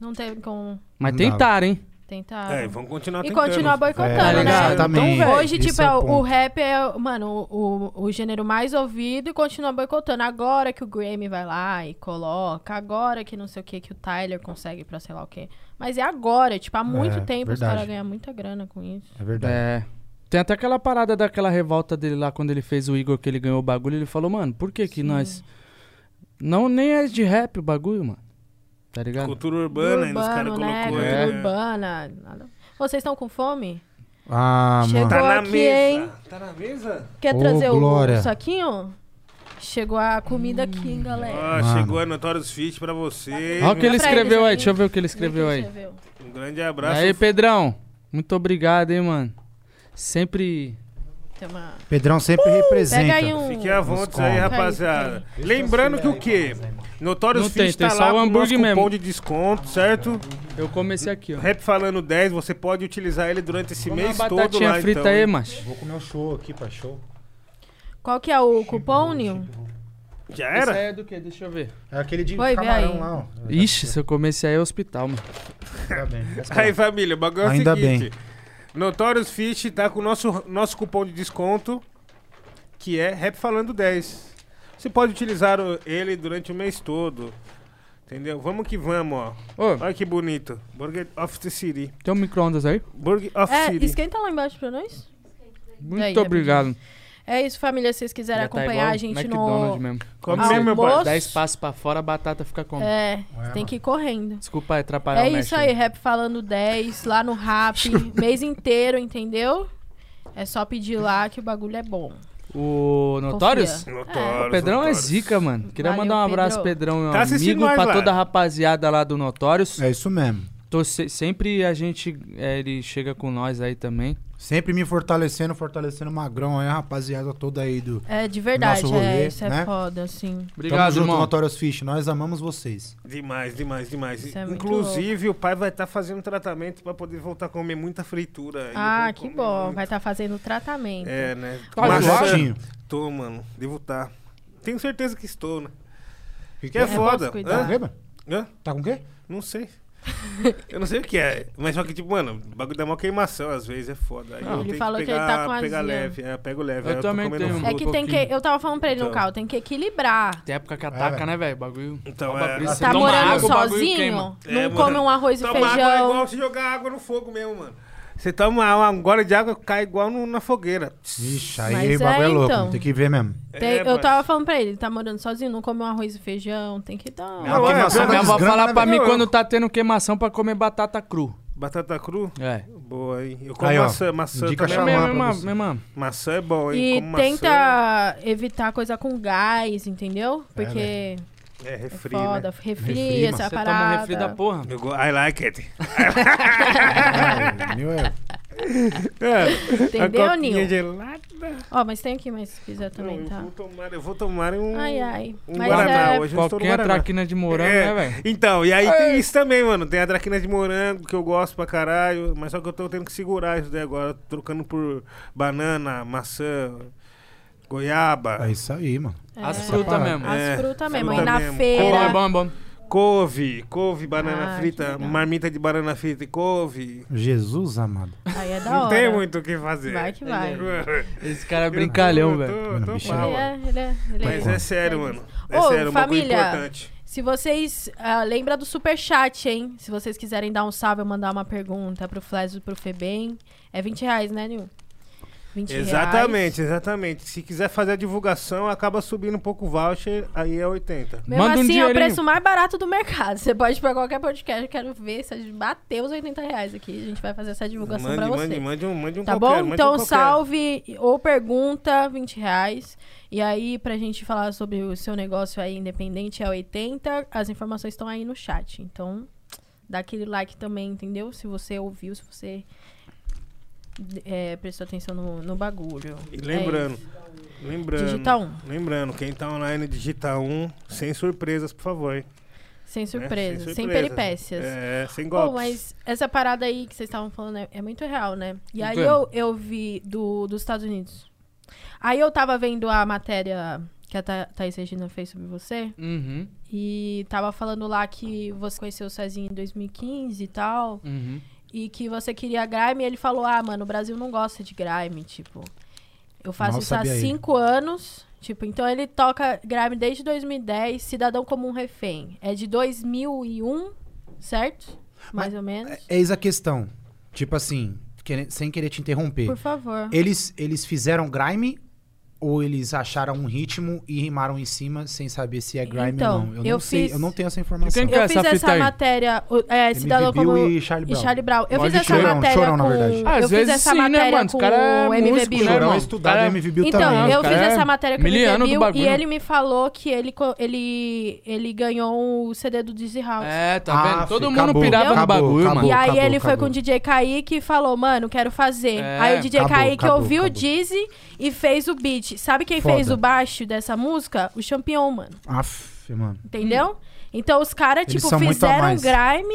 Speaker 2: Não teve como
Speaker 4: Mas
Speaker 3: Não dava.
Speaker 4: tentaram, hein?
Speaker 2: tentar.
Speaker 1: É, vamos continuar
Speaker 2: E
Speaker 1: tentando.
Speaker 2: continuar
Speaker 3: É,
Speaker 2: boicotando,
Speaker 4: tá
Speaker 2: né?
Speaker 4: ligado?
Speaker 3: exatamente.
Speaker 4: Então,
Speaker 2: Hoje,
Speaker 3: Esse
Speaker 2: tipo,
Speaker 3: é
Speaker 2: é
Speaker 3: o
Speaker 2: o, o
Speaker 3: ponto.
Speaker 2: rap é, mano, o, o, o gênero mais ouvido e continua boicotando. Agora que o Grammy vai lá e coloca, agora que não sei o que, que o Tyler consegue pra sei lá o quê. Mas é agora, tipo, há muito
Speaker 3: É,
Speaker 2: tempo os
Speaker 3: verdade.
Speaker 2: caras ganham muita grana com isso.
Speaker 3: É verdade.
Speaker 4: É. Tem até aquela parada daquela revolta dele lá quando ele fez o Igor que ele ganhou o bagulho, ele falou, mano, por que que nós não nem é de rap o bagulho, mano. Tá ligado?
Speaker 1: Cultura urbana, ainda os caras
Speaker 2: Urbano, né?
Speaker 1: colocou.
Speaker 2: Cultura
Speaker 1: é.
Speaker 2: urbana. nada. Vocês estão com fome?
Speaker 3: Ah,
Speaker 2: Chegou
Speaker 3: mano.
Speaker 1: Tá na
Speaker 2: aqui,
Speaker 1: mesa.
Speaker 2: hein?
Speaker 1: Tá na mesa?
Speaker 2: Quer
Speaker 3: Ô,
Speaker 2: trazer o-
Speaker 3: Glória.
Speaker 2: o saquinho? Chegou a comida aqui, hein,
Speaker 1: Ó,
Speaker 2: galera.
Speaker 3: Mano.
Speaker 1: chegou a Notorious Fit pra você.
Speaker 4: Olha o que ele
Speaker 2: Dá pra
Speaker 4: escreveu
Speaker 2: eles
Speaker 4: aí,
Speaker 2: aí.
Speaker 4: deixa eu ver o que ele escreveu
Speaker 2: Quem
Speaker 4: aí.
Speaker 2: escreveu?
Speaker 1: Um grande abraço.
Speaker 4: Aí, Pedrão, muito obrigado, hein, mano. Sempre
Speaker 2: Tem uma-
Speaker 3: Pedrão sempre representa.
Speaker 2: Pega aí um.
Speaker 1: Fiquem à vontade
Speaker 3: come.
Speaker 1: aí, rapaziada. Lembrando que o quê? Notorious
Speaker 4: Não tem,
Speaker 1: Fit
Speaker 4: tem
Speaker 1: tá
Speaker 4: só
Speaker 1: lá
Speaker 4: o
Speaker 1: com o nosso
Speaker 4: hambúrguer mesmo.
Speaker 1: cupom de desconto, certo?
Speaker 4: eu comecei aqui, ó.
Speaker 1: Rap Falando 10, você pode utilizar ele durante esse
Speaker 4: Come uma
Speaker 1: mês todo
Speaker 4: batatinha
Speaker 1: lá,
Speaker 4: frita
Speaker 1: então.
Speaker 4: aí, macho.
Speaker 3: Vou comer um show aqui, pra show.
Speaker 2: Qual que é o cupom, Nil?
Speaker 1: Já
Speaker 4: Essa
Speaker 1: era?
Speaker 4: aí é do quê? Deixa eu ver.
Speaker 3: É aquele de
Speaker 2: Vai, vê camarão aí.
Speaker 3: lá,
Speaker 2: lá,
Speaker 3: ó.
Speaker 4: Ixi, se eu comecei aí é hospital, mano.
Speaker 3: Tá bem.
Speaker 1: Aí, família, o bagulho é o
Speaker 3: Ainda
Speaker 1: seguinte. Notorious Fit tá com o nosso, nosso cupom de desconto, que é Rap Falando 10. Você pode utilizar o- ele durante o mês todo. Entendeu? Vamos que vamos, ó.
Speaker 4: Ô,
Speaker 1: Olha que bonito. Burger of the City.
Speaker 4: tem um micro-ondas aí?
Speaker 1: Burger of
Speaker 2: É,
Speaker 1: City.
Speaker 2: esquenta lá embaixo pra nós.
Speaker 4: Muito
Speaker 2: Aí,
Speaker 4: obrigado.
Speaker 2: É isso, família. Se vocês quiserem
Speaker 4: Já tá
Speaker 2: acompanhar
Speaker 4: igual
Speaker 2: a gente
Speaker 4: McDonald's
Speaker 2: no.
Speaker 4: mesmo.
Speaker 1: Come
Speaker 2: Almoço.
Speaker 1: mesmo, meu pai.
Speaker 4: Dá espaço pra fora, a batata fica como?
Speaker 2: É, você tem que ir correndo.
Speaker 4: Desculpa aí, atrapalhar
Speaker 2: É
Speaker 4: o
Speaker 2: isso
Speaker 4: mestre
Speaker 2: aí, rap falando 10, lá no rap, mês inteiro, entendeu? É só pedir lá que o bagulho é bom.
Speaker 4: O Notorious?
Speaker 2: Confia.
Speaker 1: Notorious,
Speaker 4: O Pedrão é
Speaker 1: Notorious.
Speaker 4: zica, mano. Queria
Speaker 2: Valeu,
Speaker 4: mandar um
Speaker 2: Pedro.
Speaker 4: abraço, Pedrão, meu
Speaker 1: Tá assistindo
Speaker 4: amigo,
Speaker 1: nós
Speaker 4: pra
Speaker 1: lá.
Speaker 4: toda a rapaziada lá do Notorious.
Speaker 3: É isso mesmo.
Speaker 4: Tô se- sempre a gente, é, ele chega com nós aí também.
Speaker 3: Sempre me fortalecendo, fortalecendo o Magrão aí, a rapaziada toda aí do.
Speaker 2: É, de verdade,
Speaker 3: Nosso rolê,
Speaker 2: é, isso
Speaker 3: né?
Speaker 2: é foda, assim.
Speaker 4: Obrigado,
Speaker 3: Tamo junto,
Speaker 4: irmão.
Speaker 3: Notorious Fish. Nós amamos vocês.
Speaker 1: Demais, demais, demais.
Speaker 2: Isso é muito
Speaker 1: Inclusive, o pai vai estar fazendo tratamento pra poder voltar a comer muita fritura. aí.
Speaker 2: Ah,
Speaker 1: Eu vou
Speaker 2: que
Speaker 1: comer um
Speaker 2: bom,
Speaker 1: muito.
Speaker 2: vai estar fazendo tratamento.
Speaker 1: É, né?
Speaker 4: Tá
Speaker 1: Mas
Speaker 4: zoado?
Speaker 1: certinho. Tô, mano. Devo estar. Tenho certeza que estou, né? Que é
Speaker 2: bom se
Speaker 1: foda.
Speaker 2: cuidar.
Speaker 3: Tá
Speaker 1: Hã?
Speaker 3: com o quê, mano?
Speaker 1: Hã?
Speaker 3: Tá com o quê?
Speaker 1: Não sei. Eu não sei o que é. Mas só que, tipo, mano, o bagulho dá uma queimação às vezes, é foda. Aí
Speaker 4: Não.
Speaker 1: eu
Speaker 4: Ele
Speaker 1: tenho
Speaker 2: falou que
Speaker 1: que
Speaker 2: ele
Speaker 1: pegar,
Speaker 2: tá com azia.
Speaker 1: pega leve. É, pega o leve.
Speaker 4: Eu
Speaker 1: aí tô
Speaker 4: também
Speaker 1: comendo
Speaker 4: tenho.
Speaker 1: fruta.
Speaker 2: É que tem que.
Speaker 4: pouquinho.
Speaker 2: Eu tava falando pra ele no
Speaker 1: Então.
Speaker 2: carro, tem que equilibrar.
Speaker 4: Tem época que ataca,
Speaker 3: É.
Speaker 4: né, velho? Bagulho.
Speaker 1: Então,
Speaker 4: Toma
Speaker 1: é,
Speaker 4: brisa,
Speaker 1: Você
Speaker 2: tá
Speaker 4: toma
Speaker 2: morando
Speaker 4: água, o bagulho
Speaker 2: sozinho?
Speaker 4: queima.
Speaker 2: Não
Speaker 1: É,
Speaker 2: come
Speaker 1: mano.
Speaker 2: um arroz e
Speaker 1: Toma
Speaker 2: feijão.
Speaker 1: água é igual se jogar água no fogo mesmo, mano. Você toma uma gole de água, cai igual no- na fogueira.
Speaker 3: Ixi, aí
Speaker 2: Mas
Speaker 3: o bagulho é,
Speaker 2: é,
Speaker 3: louco.
Speaker 2: então.
Speaker 3: Tem que ver mesmo.
Speaker 2: Tem-
Speaker 1: É,
Speaker 2: eu
Speaker 1: parça.
Speaker 2: tava falando pra ele, tá morando sozinho, não come um arroz e feijão, tem que dar.
Speaker 1: Não,
Speaker 2: uma.
Speaker 1: é,
Speaker 3: queimação
Speaker 1: é,
Speaker 3: da
Speaker 4: Minha avó
Speaker 3: desgrama,
Speaker 4: fala
Speaker 3: né,
Speaker 4: pra
Speaker 3: velho?
Speaker 4: mim
Speaker 1: velho?
Speaker 4: quando tá tendo queimação pra comer batata cru.
Speaker 1: Batata cru?
Speaker 4: É.
Speaker 1: Boa, hein? Eu como
Speaker 5: Aí, ó,
Speaker 1: maçã. Maçã
Speaker 5: indica
Speaker 1: também.
Speaker 4: Minha,
Speaker 5: chamar
Speaker 4: minha,
Speaker 5: pra
Speaker 4: minha,
Speaker 5: você.
Speaker 4: minha irmã.
Speaker 1: Maçã é bom, hein?
Speaker 2: E
Speaker 1: como maçã.
Speaker 2: tenta evitar coisa com gás, entendeu? Porque
Speaker 1: É,
Speaker 2: é
Speaker 1: refri, né?
Speaker 2: foda, refri,
Speaker 5: Refri, mano.
Speaker 2: essa Tá
Speaker 4: Você
Speaker 2: parada.
Speaker 4: toma um refri da porra.
Speaker 1: Eu go- I like it.
Speaker 5: É, o meu é-
Speaker 1: É,
Speaker 2: Entendeu,
Speaker 1: a copinha
Speaker 2: Nil?
Speaker 1: gelada.
Speaker 2: Ó, mas tem aqui, mas se quiser também,
Speaker 1: Não,
Speaker 2: tá?
Speaker 1: eu, vou tomar, eu vou tomar um,
Speaker 2: Ai, ai.
Speaker 1: um
Speaker 2: Mas
Speaker 1: Guaraná. Hoje
Speaker 2: é-
Speaker 1: eu estou no
Speaker 4: Qualquer
Speaker 1: Guaraná.
Speaker 4: traquina de morango,
Speaker 1: né, É.
Speaker 4: né, velho?
Speaker 1: Então, e aí tem isso também, mano. Tem a traquina de morango, que eu gosto pra caralho, mas só que eu tô tendo que segurar isso daí agora, trocando por banana, maçã, goiaba,
Speaker 5: é isso aí, mano.
Speaker 4: As
Speaker 2: É.
Speaker 4: frutas
Speaker 5: parada.
Speaker 4: mesmo.
Speaker 2: As
Speaker 1: É,
Speaker 2: frutas mesmo.
Speaker 1: fruta
Speaker 2: E na
Speaker 1: mesmo.
Speaker 4: É bom, é
Speaker 2: feira.
Speaker 4: bom, é bom.
Speaker 1: couve, couve, banana
Speaker 2: Ah, que
Speaker 1: frita,
Speaker 2: legal.
Speaker 1: marmita de banana frita e couve.
Speaker 5: Jesus amado.
Speaker 2: Aí é da hora.
Speaker 1: Não tem muito o que fazer.
Speaker 2: Vai que vai.
Speaker 1: Mano,
Speaker 4: Esse cara é
Speaker 1: eu tô-
Speaker 4: brincalhão,
Speaker 1: eu
Speaker 4: velho.
Speaker 1: tô- eu tô
Speaker 5: Mano, bicho,
Speaker 1: mal,
Speaker 2: Ele é,
Speaker 1: mano.
Speaker 2: ele é, ele é.
Speaker 1: Mas é sério, mano. É
Speaker 2: Ô,
Speaker 1: sério, é uma coisa
Speaker 2: família.
Speaker 1: importante.
Speaker 2: Se vocês. ah, lembra do superchat, hein? Se vocês quiserem dar um salve ou mandar uma pergunta pro Flash e pro Febem. É 20 reais, né, Nil? 20 reais.
Speaker 1: Exatamente, exatamente. Se quiser fazer a divulgação, acaba subindo um pouco o voucher, aí é 80.
Speaker 2: Mesmo
Speaker 4: Manda
Speaker 2: assim,
Speaker 4: um
Speaker 2: é o
Speaker 4: dinheirinho.
Speaker 2: preço mais barato do mercado. Você pode ir pra qualquer podcast. Eu quero ver se a gente bateu os 80 reais aqui. A gente vai fazer essa divulgação
Speaker 1: Mande,
Speaker 2: pra você.
Speaker 1: mande, mande um, mande um
Speaker 2: Tá
Speaker 1: qualquer,
Speaker 2: bom?
Speaker 1: mande um
Speaker 2: Então,
Speaker 1: qualquer.
Speaker 2: salve ou pergunta, 20 reais. E aí, pra gente falar sobre o seu negócio aí independente, é 80. As informações estão aí no chat. Então, dá aquele like também, entendeu? Se você ouviu, se você é, prestou atenção no, no bagulho.
Speaker 1: E
Speaker 2: É
Speaker 1: lembrando, lembrando.
Speaker 2: Digita um.
Speaker 1: Lembrando, quem tá online, digita um, sem surpresas, por favor. hein?
Speaker 2: Sem
Speaker 1: Né?
Speaker 2: surpresas, sem,
Speaker 1: surpresas.
Speaker 2: peripécias.
Speaker 1: É, sem golpes.
Speaker 2: Pô, mas essa parada aí que vocês estavam falando é, é muito real, né? E aí
Speaker 4: quê?
Speaker 2: eu, eu vi do, dos Estados Unidos. Aí eu tava vendo a matéria que a Tha- Thaís Regina fez sobre você.
Speaker 4: Uhum,
Speaker 2: E tava falando lá que você conheceu o Cezinho em 2015 e tal.
Speaker 4: uhum.
Speaker 2: E que você queria grime. E ele falou: Ah, mano, o Brasil não gosta de grime. Tipo, eu faço
Speaker 5: Mal
Speaker 2: isso há
Speaker 5: sabia ele.
Speaker 2: cinco anos. Tipo, então ele toca grime desde 2010, Cidadão como um Refém. É de 2001, certo? Mais ou menos.
Speaker 5: É- Eis a questão. Tipo assim, quere- sem querer te interromper.
Speaker 2: Por favor.
Speaker 5: Eles, eles fizeram grime ou eles acharam um ritmo e rimaram em cima sem saber se é grime
Speaker 2: Então,
Speaker 5: ou não? Eu,
Speaker 2: eu
Speaker 5: não sei,
Speaker 2: fiz-
Speaker 5: eu não tenho essa informação.
Speaker 4: E quem
Speaker 2: Eu
Speaker 4: é
Speaker 2: fiz
Speaker 4: essa
Speaker 2: essa,
Speaker 4: fita aí?
Speaker 2: matéria. o- É,
Speaker 5: MV
Speaker 2: Cidadão
Speaker 5: Bill
Speaker 2: como.
Speaker 5: e é Charlie
Speaker 2: E
Speaker 5: Brown.
Speaker 2: Charlie Brown. Eu
Speaker 4: Olha
Speaker 2: fiz essa
Speaker 5: Chorão,
Speaker 2: matéria
Speaker 5: é um Chorão,
Speaker 2: com...
Speaker 5: na verdade.
Speaker 2: eu fiz essa matéria
Speaker 4: mano? Os
Speaker 2: com
Speaker 4: cara é
Speaker 2: o MV
Speaker 4: músico,
Speaker 2: Bill.
Speaker 4: né,
Speaker 5: Chorão
Speaker 4: mano?
Speaker 5: é estudado,
Speaker 4: Cara-
Speaker 5: MV Bill
Speaker 2: Então,
Speaker 5: também.
Speaker 2: eu
Speaker 4: Os
Speaker 2: fiz
Speaker 4: cara
Speaker 2: essa
Speaker 4: é
Speaker 2: matéria com o MV
Speaker 4: miliano do
Speaker 2: Bill e
Speaker 4: bagulho.
Speaker 2: ele me falou que ele, co- ele, ele ganhou o CD do Dizzy House.
Speaker 4: É, tá
Speaker 5: Ah,
Speaker 4: vendo? Todo
Speaker 5: fi,
Speaker 4: mundo
Speaker 5: acabou,
Speaker 4: pirava
Speaker 5: acabou,
Speaker 4: no bagulho,
Speaker 5: acabou.
Speaker 2: E
Speaker 4: mano.
Speaker 2: aí
Speaker 5: acabou,
Speaker 2: ele foi
Speaker 5: acabou.
Speaker 2: com o DJ Kaique e falou, mano, quero fazer.
Speaker 4: É,
Speaker 2: aí o DJ
Speaker 5: acabou,
Speaker 2: Kaique
Speaker 5: acabou,
Speaker 2: ouviu o
Speaker 5: acabou.
Speaker 2: Dizzy e fez o beat. Sabe quem
Speaker 5: Foda.
Speaker 2: fez o baixo dessa música? O Champion, mano.
Speaker 5: Aff, mano.
Speaker 2: Entendeu? Então os caras,
Speaker 5: Eles
Speaker 2: tipo,
Speaker 5: são muito a
Speaker 2: fizeram
Speaker 5: mais.
Speaker 2: grime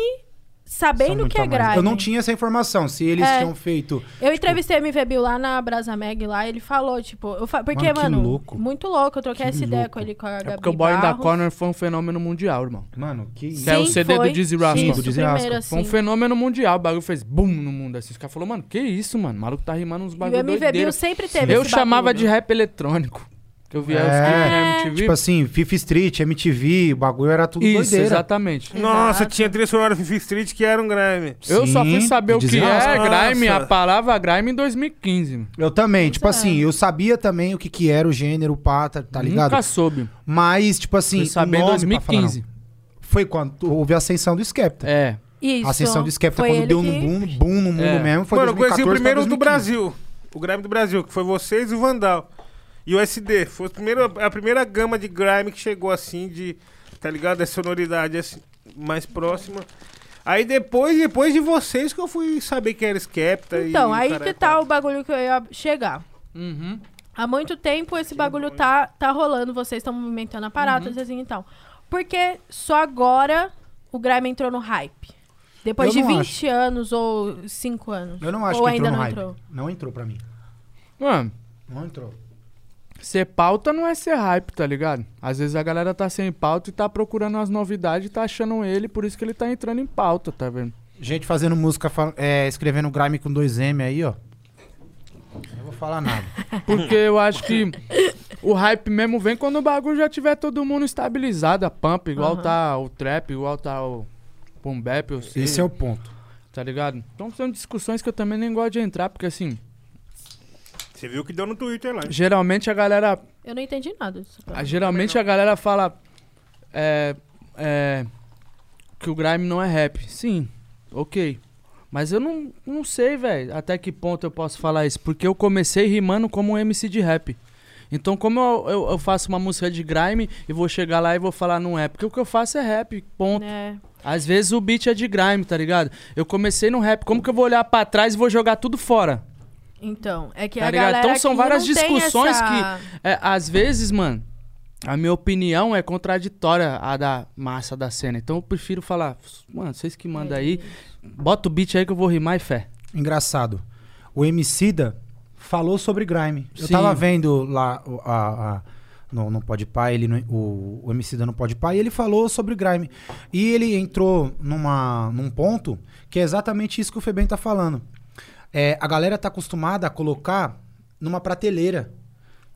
Speaker 5: São
Speaker 2: sabendo
Speaker 5: muito
Speaker 2: que é
Speaker 5: amados.
Speaker 2: grime.
Speaker 5: Eu não tinha tipo- essa informação. Se eles
Speaker 2: É.
Speaker 5: tinham feito.
Speaker 2: Eu entrevistei o MV Bill lá na Brasa Mag lá, ele falou, tipo, eu fa- porque,
Speaker 5: Mano,
Speaker 2: mano,
Speaker 5: que louco.
Speaker 2: muito louco, eu troquei
Speaker 5: Que
Speaker 2: essa ideia
Speaker 5: louco.
Speaker 2: com ele com a Gabi
Speaker 4: É porque o Boy da
Speaker 2: Barros.
Speaker 4: Corner foi um fenômeno mundial, irmão.
Speaker 5: Mano, que.
Speaker 4: Sim. é o CD do
Speaker 2: foi.
Speaker 4: Dizzy Rascal.
Speaker 2: Sim,
Speaker 5: Do
Speaker 2: isso,
Speaker 5: Dizzy
Speaker 2: primeiro,
Speaker 5: Rascal.
Speaker 2: assim.
Speaker 4: Foi um fenômeno mundial. O bagulho fez boom no mundo. Assim, os caras falaram, mano, que isso, mano? O maluco tá rimando uns
Speaker 2: E o
Speaker 4: bagulho
Speaker 2: MV Bill
Speaker 4: doideiro.
Speaker 2: sempre teve
Speaker 4: Eu
Speaker 2: esse
Speaker 4: chamava
Speaker 2: bagulho.
Speaker 4: de rap eletrônico. Que eu via os
Speaker 5: É.
Speaker 4: clipes na MTV.
Speaker 5: Tipo assim, Fifa Street, MTV, o bagulho era tudo
Speaker 4: isso,
Speaker 5: doideira.
Speaker 4: exatamente.
Speaker 1: Nossa,
Speaker 2: Exato.
Speaker 1: tinha trilha sonora Fifi Street que era um grime.
Speaker 4: Eu só fui
Speaker 5: Sim,
Speaker 4: saber o que
Speaker 5: dizia-
Speaker 4: é
Speaker 1: Nossa.
Speaker 4: grime, a palavra grime, em 2015. mano.
Speaker 5: Eu também, tipo
Speaker 2: é.
Speaker 5: assim, eu sabia também o que que era o gênero, pata, tá ligado?
Speaker 4: Nunca soube.
Speaker 5: Mas, tipo assim,
Speaker 4: fui
Speaker 5: o
Speaker 4: saber em
Speaker 5: nome, pra falar,
Speaker 4: 2015.
Speaker 5: não. foi quando tu- houve a ascensão do Skepta.
Speaker 4: É.
Speaker 2: Isso.
Speaker 5: A ascensão do Skepta,
Speaker 2: Foi
Speaker 5: quando
Speaker 2: ele
Speaker 5: deu
Speaker 2: que...
Speaker 5: no boom, boom no mundo
Speaker 4: É.
Speaker 5: mesmo, foi
Speaker 1: mano, eu conheci
Speaker 5: 2014
Speaker 1: o
Speaker 5: pra
Speaker 1: primeiro do
Speaker 5: 2015.
Speaker 1: Brasil. O grime do Brasil, que foi vocês e o Vandal. E o SD. Foi o primeiro, a primeira gama de grime que chegou assim, de. Tá ligado? Essa sonoridade assim, mais próxima. Aí depois, depois de vocês que eu fui saber que era Skepta e
Speaker 2: Então, aí
Speaker 4: é
Speaker 1: caralho,
Speaker 2: que tá o bagulho que eu ia chegar.
Speaker 4: Uhum.
Speaker 2: Há muito tempo esse bagulho tá, tá rolando, vocês estão movimentando a
Speaker 4: Uhum.
Speaker 2: parada, assim e tal. Porque só agora o Grime entrou no hype. Depois
Speaker 5: Eu
Speaker 2: de
Speaker 5: não
Speaker 2: 20 anos ou 5 anos.
Speaker 5: Eu não acho
Speaker 2: ou
Speaker 5: que
Speaker 2: ainda
Speaker 5: entrou no
Speaker 2: não
Speaker 5: hype.
Speaker 2: entrou.
Speaker 5: Não entrou pra mim.
Speaker 4: Mano,
Speaker 5: Não entrou.
Speaker 4: ser pauta não é ser hype, tá ligado? Às vezes a galera tá sem pauta e tá procurando as novidades e tá achando ele, por isso que ele tá entrando em pauta, tá vendo?
Speaker 5: Gente fazendo música, fal- é, escrevendo grime com 2M aí, ó. Eu não vou falar nada.
Speaker 4: Porque eu acho que o hype mesmo vem quando o bagulho já tiver todo mundo estabilizado, a pump, igual
Speaker 2: Aham.
Speaker 4: tá o trap, igual tá o boom bap, eu sei,
Speaker 5: Esse é o ponto.
Speaker 4: tá ligado? Então são discussões que eu também nem gosto de entrar, porque assim,
Speaker 1: Você viu o que deu no Twitter lá. hein?
Speaker 4: geralmente a galera
Speaker 2: Eu não entendi nada disso.
Speaker 4: Ah, geralmente a galera fala é, é, que o grime não é rap. Sim, ok. Mas eu não, não sei, velho, até que ponto eu posso falar isso. Porque eu comecei rimando como um MC de rap. Então, como eu, eu, eu faço uma música de grime e vou chegar lá e vou falar não é? Porque o que eu faço é rap, ponto.
Speaker 2: É.
Speaker 4: Às vezes o beat é de grime, tá ligado? Eu comecei no rap, como que eu vou olhar pra trás e vou jogar tudo fora?
Speaker 2: Então, é que
Speaker 4: Tá
Speaker 2: a
Speaker 4: ligado?
Speaker 2: galera
Speaker 4: Então são
Speaker 2: que
Speaker 4: várias
Speaker 2: não tem
Speaker 4: discussões
Speaker 2: essa-
Speaker 4: É, às vezes, mano, a minha opinião é contraditória à da massa da cena. Então eu prefiro falar, mano, vocês que mandam aí, bota o beat aí que eu vou rimar e fé.
Speaker 5: Engraçado. O Emicida falou sobre grime. Eu
Speaker 4: Sim.
Speaker 5: tava vendo lá o- a- a- no, no Podpah, ele no- o, o Emicida no Podpah, e ele falou sobre grime. E ele entrou numa, num ponto que é exatamente isso que o Febem tá falando. É, a galera tá acostumada a colocar numa prateleira.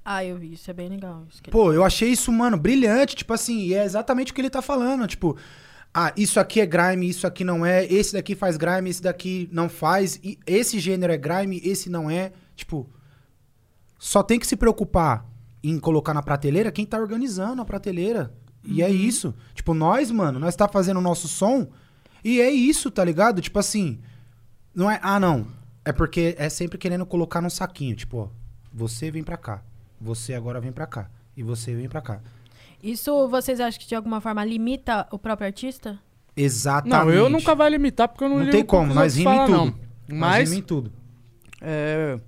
Speaker 2: Ah, eu vi, isso é bem legal. isso que-
Speaker 5: Pô, eu achei isso, mano, brilhante. Tipo assim, e é exatamente o que ele tá falando. Tipo, ah, isso aqui é grime, isso aqui não é. Esse daqui faz grime, esse daqui não faz. E esse gênero é grime, esse não é. Tipo, só tem que se preocupar em colocar na prateleira quem tá organizando a prateleira. E
Speaker 2: Uhum.
Speaker 5: é isso. Tipo, nós, mano, nós tá fazendo o nosso som. E é isso, tá ligado? Tipo assim, não é. Ah, não. É porque é sempre querendo colocar num saquinho. Tipo, ó, você vem pra cá. Você agora vem pra cá. E você vem pra cá.
Speaker 2: Isso vocês acham que de alguma forma limita o próprio artista?
Speaker 5: Exatamente.
Speaker 4: Não, eu nunca vai limitar porque eu não
Speaker 5: Não
Speaker 4: ligo
Speaker 5: tem
Speaker 4: pro que
Speaker 5: como,
Speaker 4: os
Speaker 5: nós
Speaker 4: outros
Speaker 5: rima em
Speaker 4: falam,
Speaker 5: tudo.
Speaker 4: não.
Speaker 5: Mas...
Speaker 4: Mas,
Speaker 5: em tudo.
Speaker 4: é,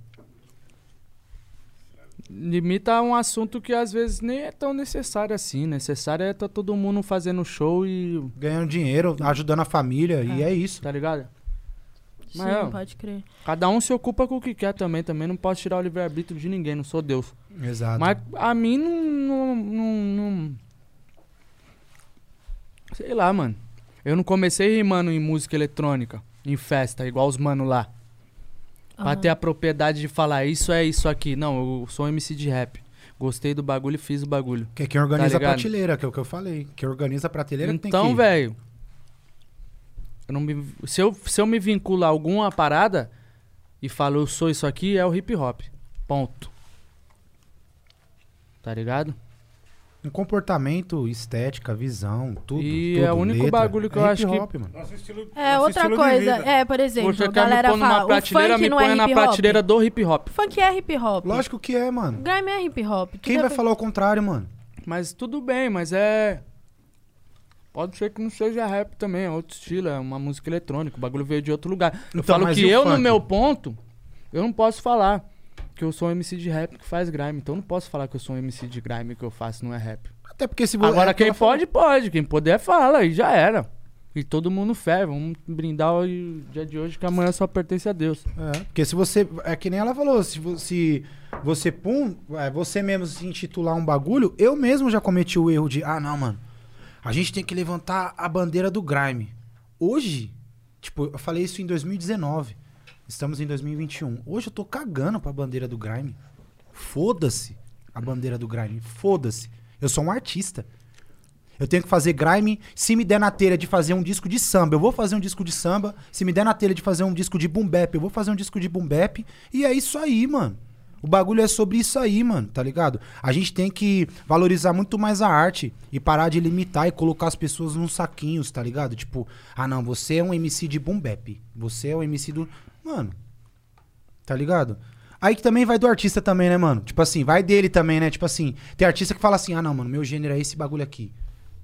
Speaker 4: limita um assunto que às vezes nem é tão necessário assim. Necessário é tá todo mundo fazendo show e...
Speaker 5: Ganhando dinheiro, ajudando a família. E é isso.
Speaker 4: Tá ligado?
Speaker 2: Sim,
Speaker 4: Mas, ó,
Speaker 2: pode crer.
Speaker 4: Cada um se ocupa com o que quer também. Também não posso tirar o livre-arbítrio de ninguém, não sou Deus.
Speaker 5: Exato.
Speaker 4: Mas a mim não, não, não, não- Sei lá, mano. Eu não comecei rimando em música eletrônica, em festa, igual os mano lá. Pra
Speaker 2: Aham.
Speaker 4: ter a propriedade de falar isso é isso aqui. Não, eu sou um MC de rap. Gostei do bagulho e fiz o bagulho.
Speaker 5: Que é quem organiza
Speaker 4: Tá
Speaker 5: a
Speaker 4: ligado?
Speaker 5: prateleira, que é o que eu falei. Quem organiza a prateleira que tem que
Speaker 4: Então, velho. eu não me- Se, eu, se eu me vincular a alguma parada e falo eu sou isso aqui, é o hip hop. Ponto. Tá ligado?
Speaker 5: Um comportamento, estética, visão, tudo.
Speaker 4: E
Speaker 5: tudo,
Speaker 4: é o único
Speaker 5: letra.
Speaker 4: bagulho que eu acho que-
Speaker 5: hip-hop, Mano.
Speaker 1: Nosso estilo.
Speaker 2: É,
Speaker 1: nosso
Speaker 2: outra
Speaker 1: estilo de
Speaker 2: coisa.
Speaker 1: vida.
Speaker 2: É, por exemplo,
Speaker 4: Você
Speaker 2: a
Speaker 4: quer me
Speaker 2: galera
Speaker 4: pôr numa
Speaker 2: fala, o
Speaker 4: prateleira,
Speaker 2: funk
Speaker 4: me
Speaker 2: não é
Speaker 4: põe
Speaker 2: hip
Speaker 4: na
Speaker 2: hop.
Speaker 4: prateleira do hip hop.
Speaker 2: Funk é hip hop.
Speaker 5: Lógico que é,
Speaker 4: Hum.
Speaker 5: mano.
Speaker 2: Grime é hip hop. Tu
Speaker 5: Quem
Speaker 2: já
Speaker 5: vai
Speaker 2: foi-
Speaker 5: falar o contrário, mano?
Speaker 4: Mas tudo bem, mas é. Pode ser que não seja rap também, é outro estilo, é uma música eletrônica, o bagulho veio de outro lugar. eu
Speaker 5: Então,
Speaker 4: falo
Speaker 5: mas
Speaker 4: que
Speaker 5: e o
Speaker 4: eu, no
Speaker 5: funk?
Speaker 4: meu ponto, eu não posso falar que eu sou um MC de rap que faz grime, então eu não posso falar que eu sou um MC de grime que eu faço não é rap.
Speaker 5: Até porque se
Speaker 4: Agora
Speaker 5: é que
Speaker 4: quem
Speaker 5: ela falou.
Speaker 4: pode, pode, quem puder fala, e já era. E todo mundo fé, vamos brindar o dia de hoje que amanhã só pertence a Deus.
Speaker 5: É, porque se você. É que nem ela falou, se você, você pum, é, você mesmo se intitular um bagulho, eu mesmo já cometi o erro de, ah, não, mano. A gente tem que levantar a bandeira do Grime. Hoje, tipo, eu falei isso em 2019. Estamos em 2021. Hoje eu tô cagando pra bandeira do Grime. Foda-se a bandeira do Grime. Foda-se. Eu sou um artista. Eu tenho que fazer grime. Se me der na telha de fazer um disco de samba, eu vou fazer um disco de samba. Se me der na telha de fazer um disco de boom bap, eu vou fazer um disco de boom bap. E é isso aí, mano. O bagulho é sobre isso aí, mano, tá ligado? A gente tem que valorizar muito mais a arte e parar de limitar e colocar as pessoas nos saquinhos, tá ligado? Tipo, ah não, você é um MC de boom bap. Você é um MC do... Mano, Tá ligado? Aí que também vai do artista também, né, mano? Tipo assim, vai dele também, né? Tipo assim, tem artista que fala assim, ah, não, mano, meu gênero é esse bagulho aqui.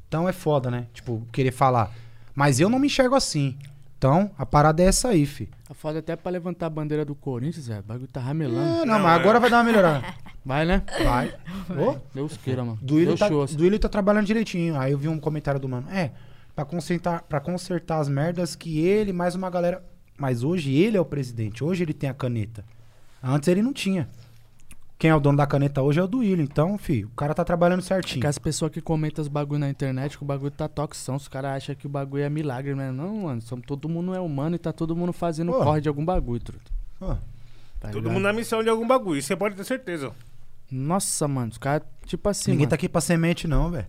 Speaker 5: Então é foda, né? Tipo, querer falar. Mas eu não me enxergo assim. Então, a parada é essa aí, fi.
Speaker 4: Tá foda até pra levantar a bandeira do Corinthians, é, o bagulho tá ramelando.
Speaker 5: Ah, não, mas
Speaker 4: é.
Speaker 5: agora vai dar uma melhorada.
Speaker 4: Vai, né?
Speaker 5: Vai. Ô,
Speaker 4: Deus queira, mano.
Speaker 5: Duílio
Speaker 4: Deus
Speaker 5: tá,
Speaker 4: show, assim.
Speaker 5: Duílio tá trabalhando direitinho. Aí eu vi um comentário do mano. É, pra consertar, pra consertar as merdas que ele mais uma galera... Mas hoje ele é o presidente. Hoje ele tem a caneta. Antes ele não tinha. Quem é o dono da caneta hoje é o Duílio. Então, fi, o cara tá trabalhando certinho.
Speaker 4: É Que as pessoas que comentam os bagulho na internet, que o bagulho tá toxão, os caras acham que o bagulho é milagre, né? Não, mano, são, todo mundo é humano e tá todo mundo fazendo
Speaker 5: Pô. é-
Speaker 4: corre de algum bagulho, truta.
Speaker 5: Ó,
Speaker 4: Tá
Speaker 1: Todo
Speaker 4: ligado?
Speaker 1: mundo na missão de algum bagulho, isso você pode ter certeza.
Speaker 4: Nossa, mano, os caras, tipo assim.
Speaker 5: ninguém
Speaker 4: mano,
Speaker 5: tá né? aqui pra semente, não, velho.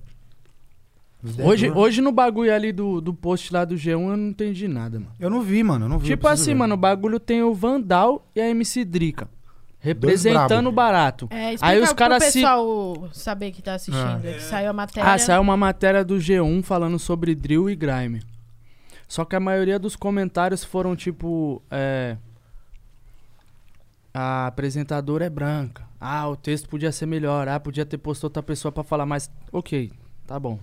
Speaker 5: Os dez
Speaker 4: hoje,
Speaker 5: duro.
Speaker 4: hoje no bagulho ali do, do post lá do G1 eu não entendi nada, mano.
Speaker 5: Eu não vi, mano. Eu não vi, eu
Speaker 4: tipo
Speaker 5: preciso
Speaker 4: assim,
Speaker 5: ver.
Speaker 4: mano, o bagulho tem o Vandal e a MC Drica. Representando
Speaker 5: brabo.
Speaker 4: o barato.
Speaker 2: É, explica
Speaker 4: Aí os
Speaker 2: pro
Speaker 4: caras se.
Speaker 2: pessoal saber que tá assistindo. Que saiu a matéria.
Speaker 4: um Ah, saiu uma matéria do G1 falando sobre drill e grime. Só que a maioria dos comentários foram tipo. é, a apresentadora é branca. Ah, o texto podia ser melhor. Ah, podia ter posto outra pessoa pra falar mais. Ok, tá bom.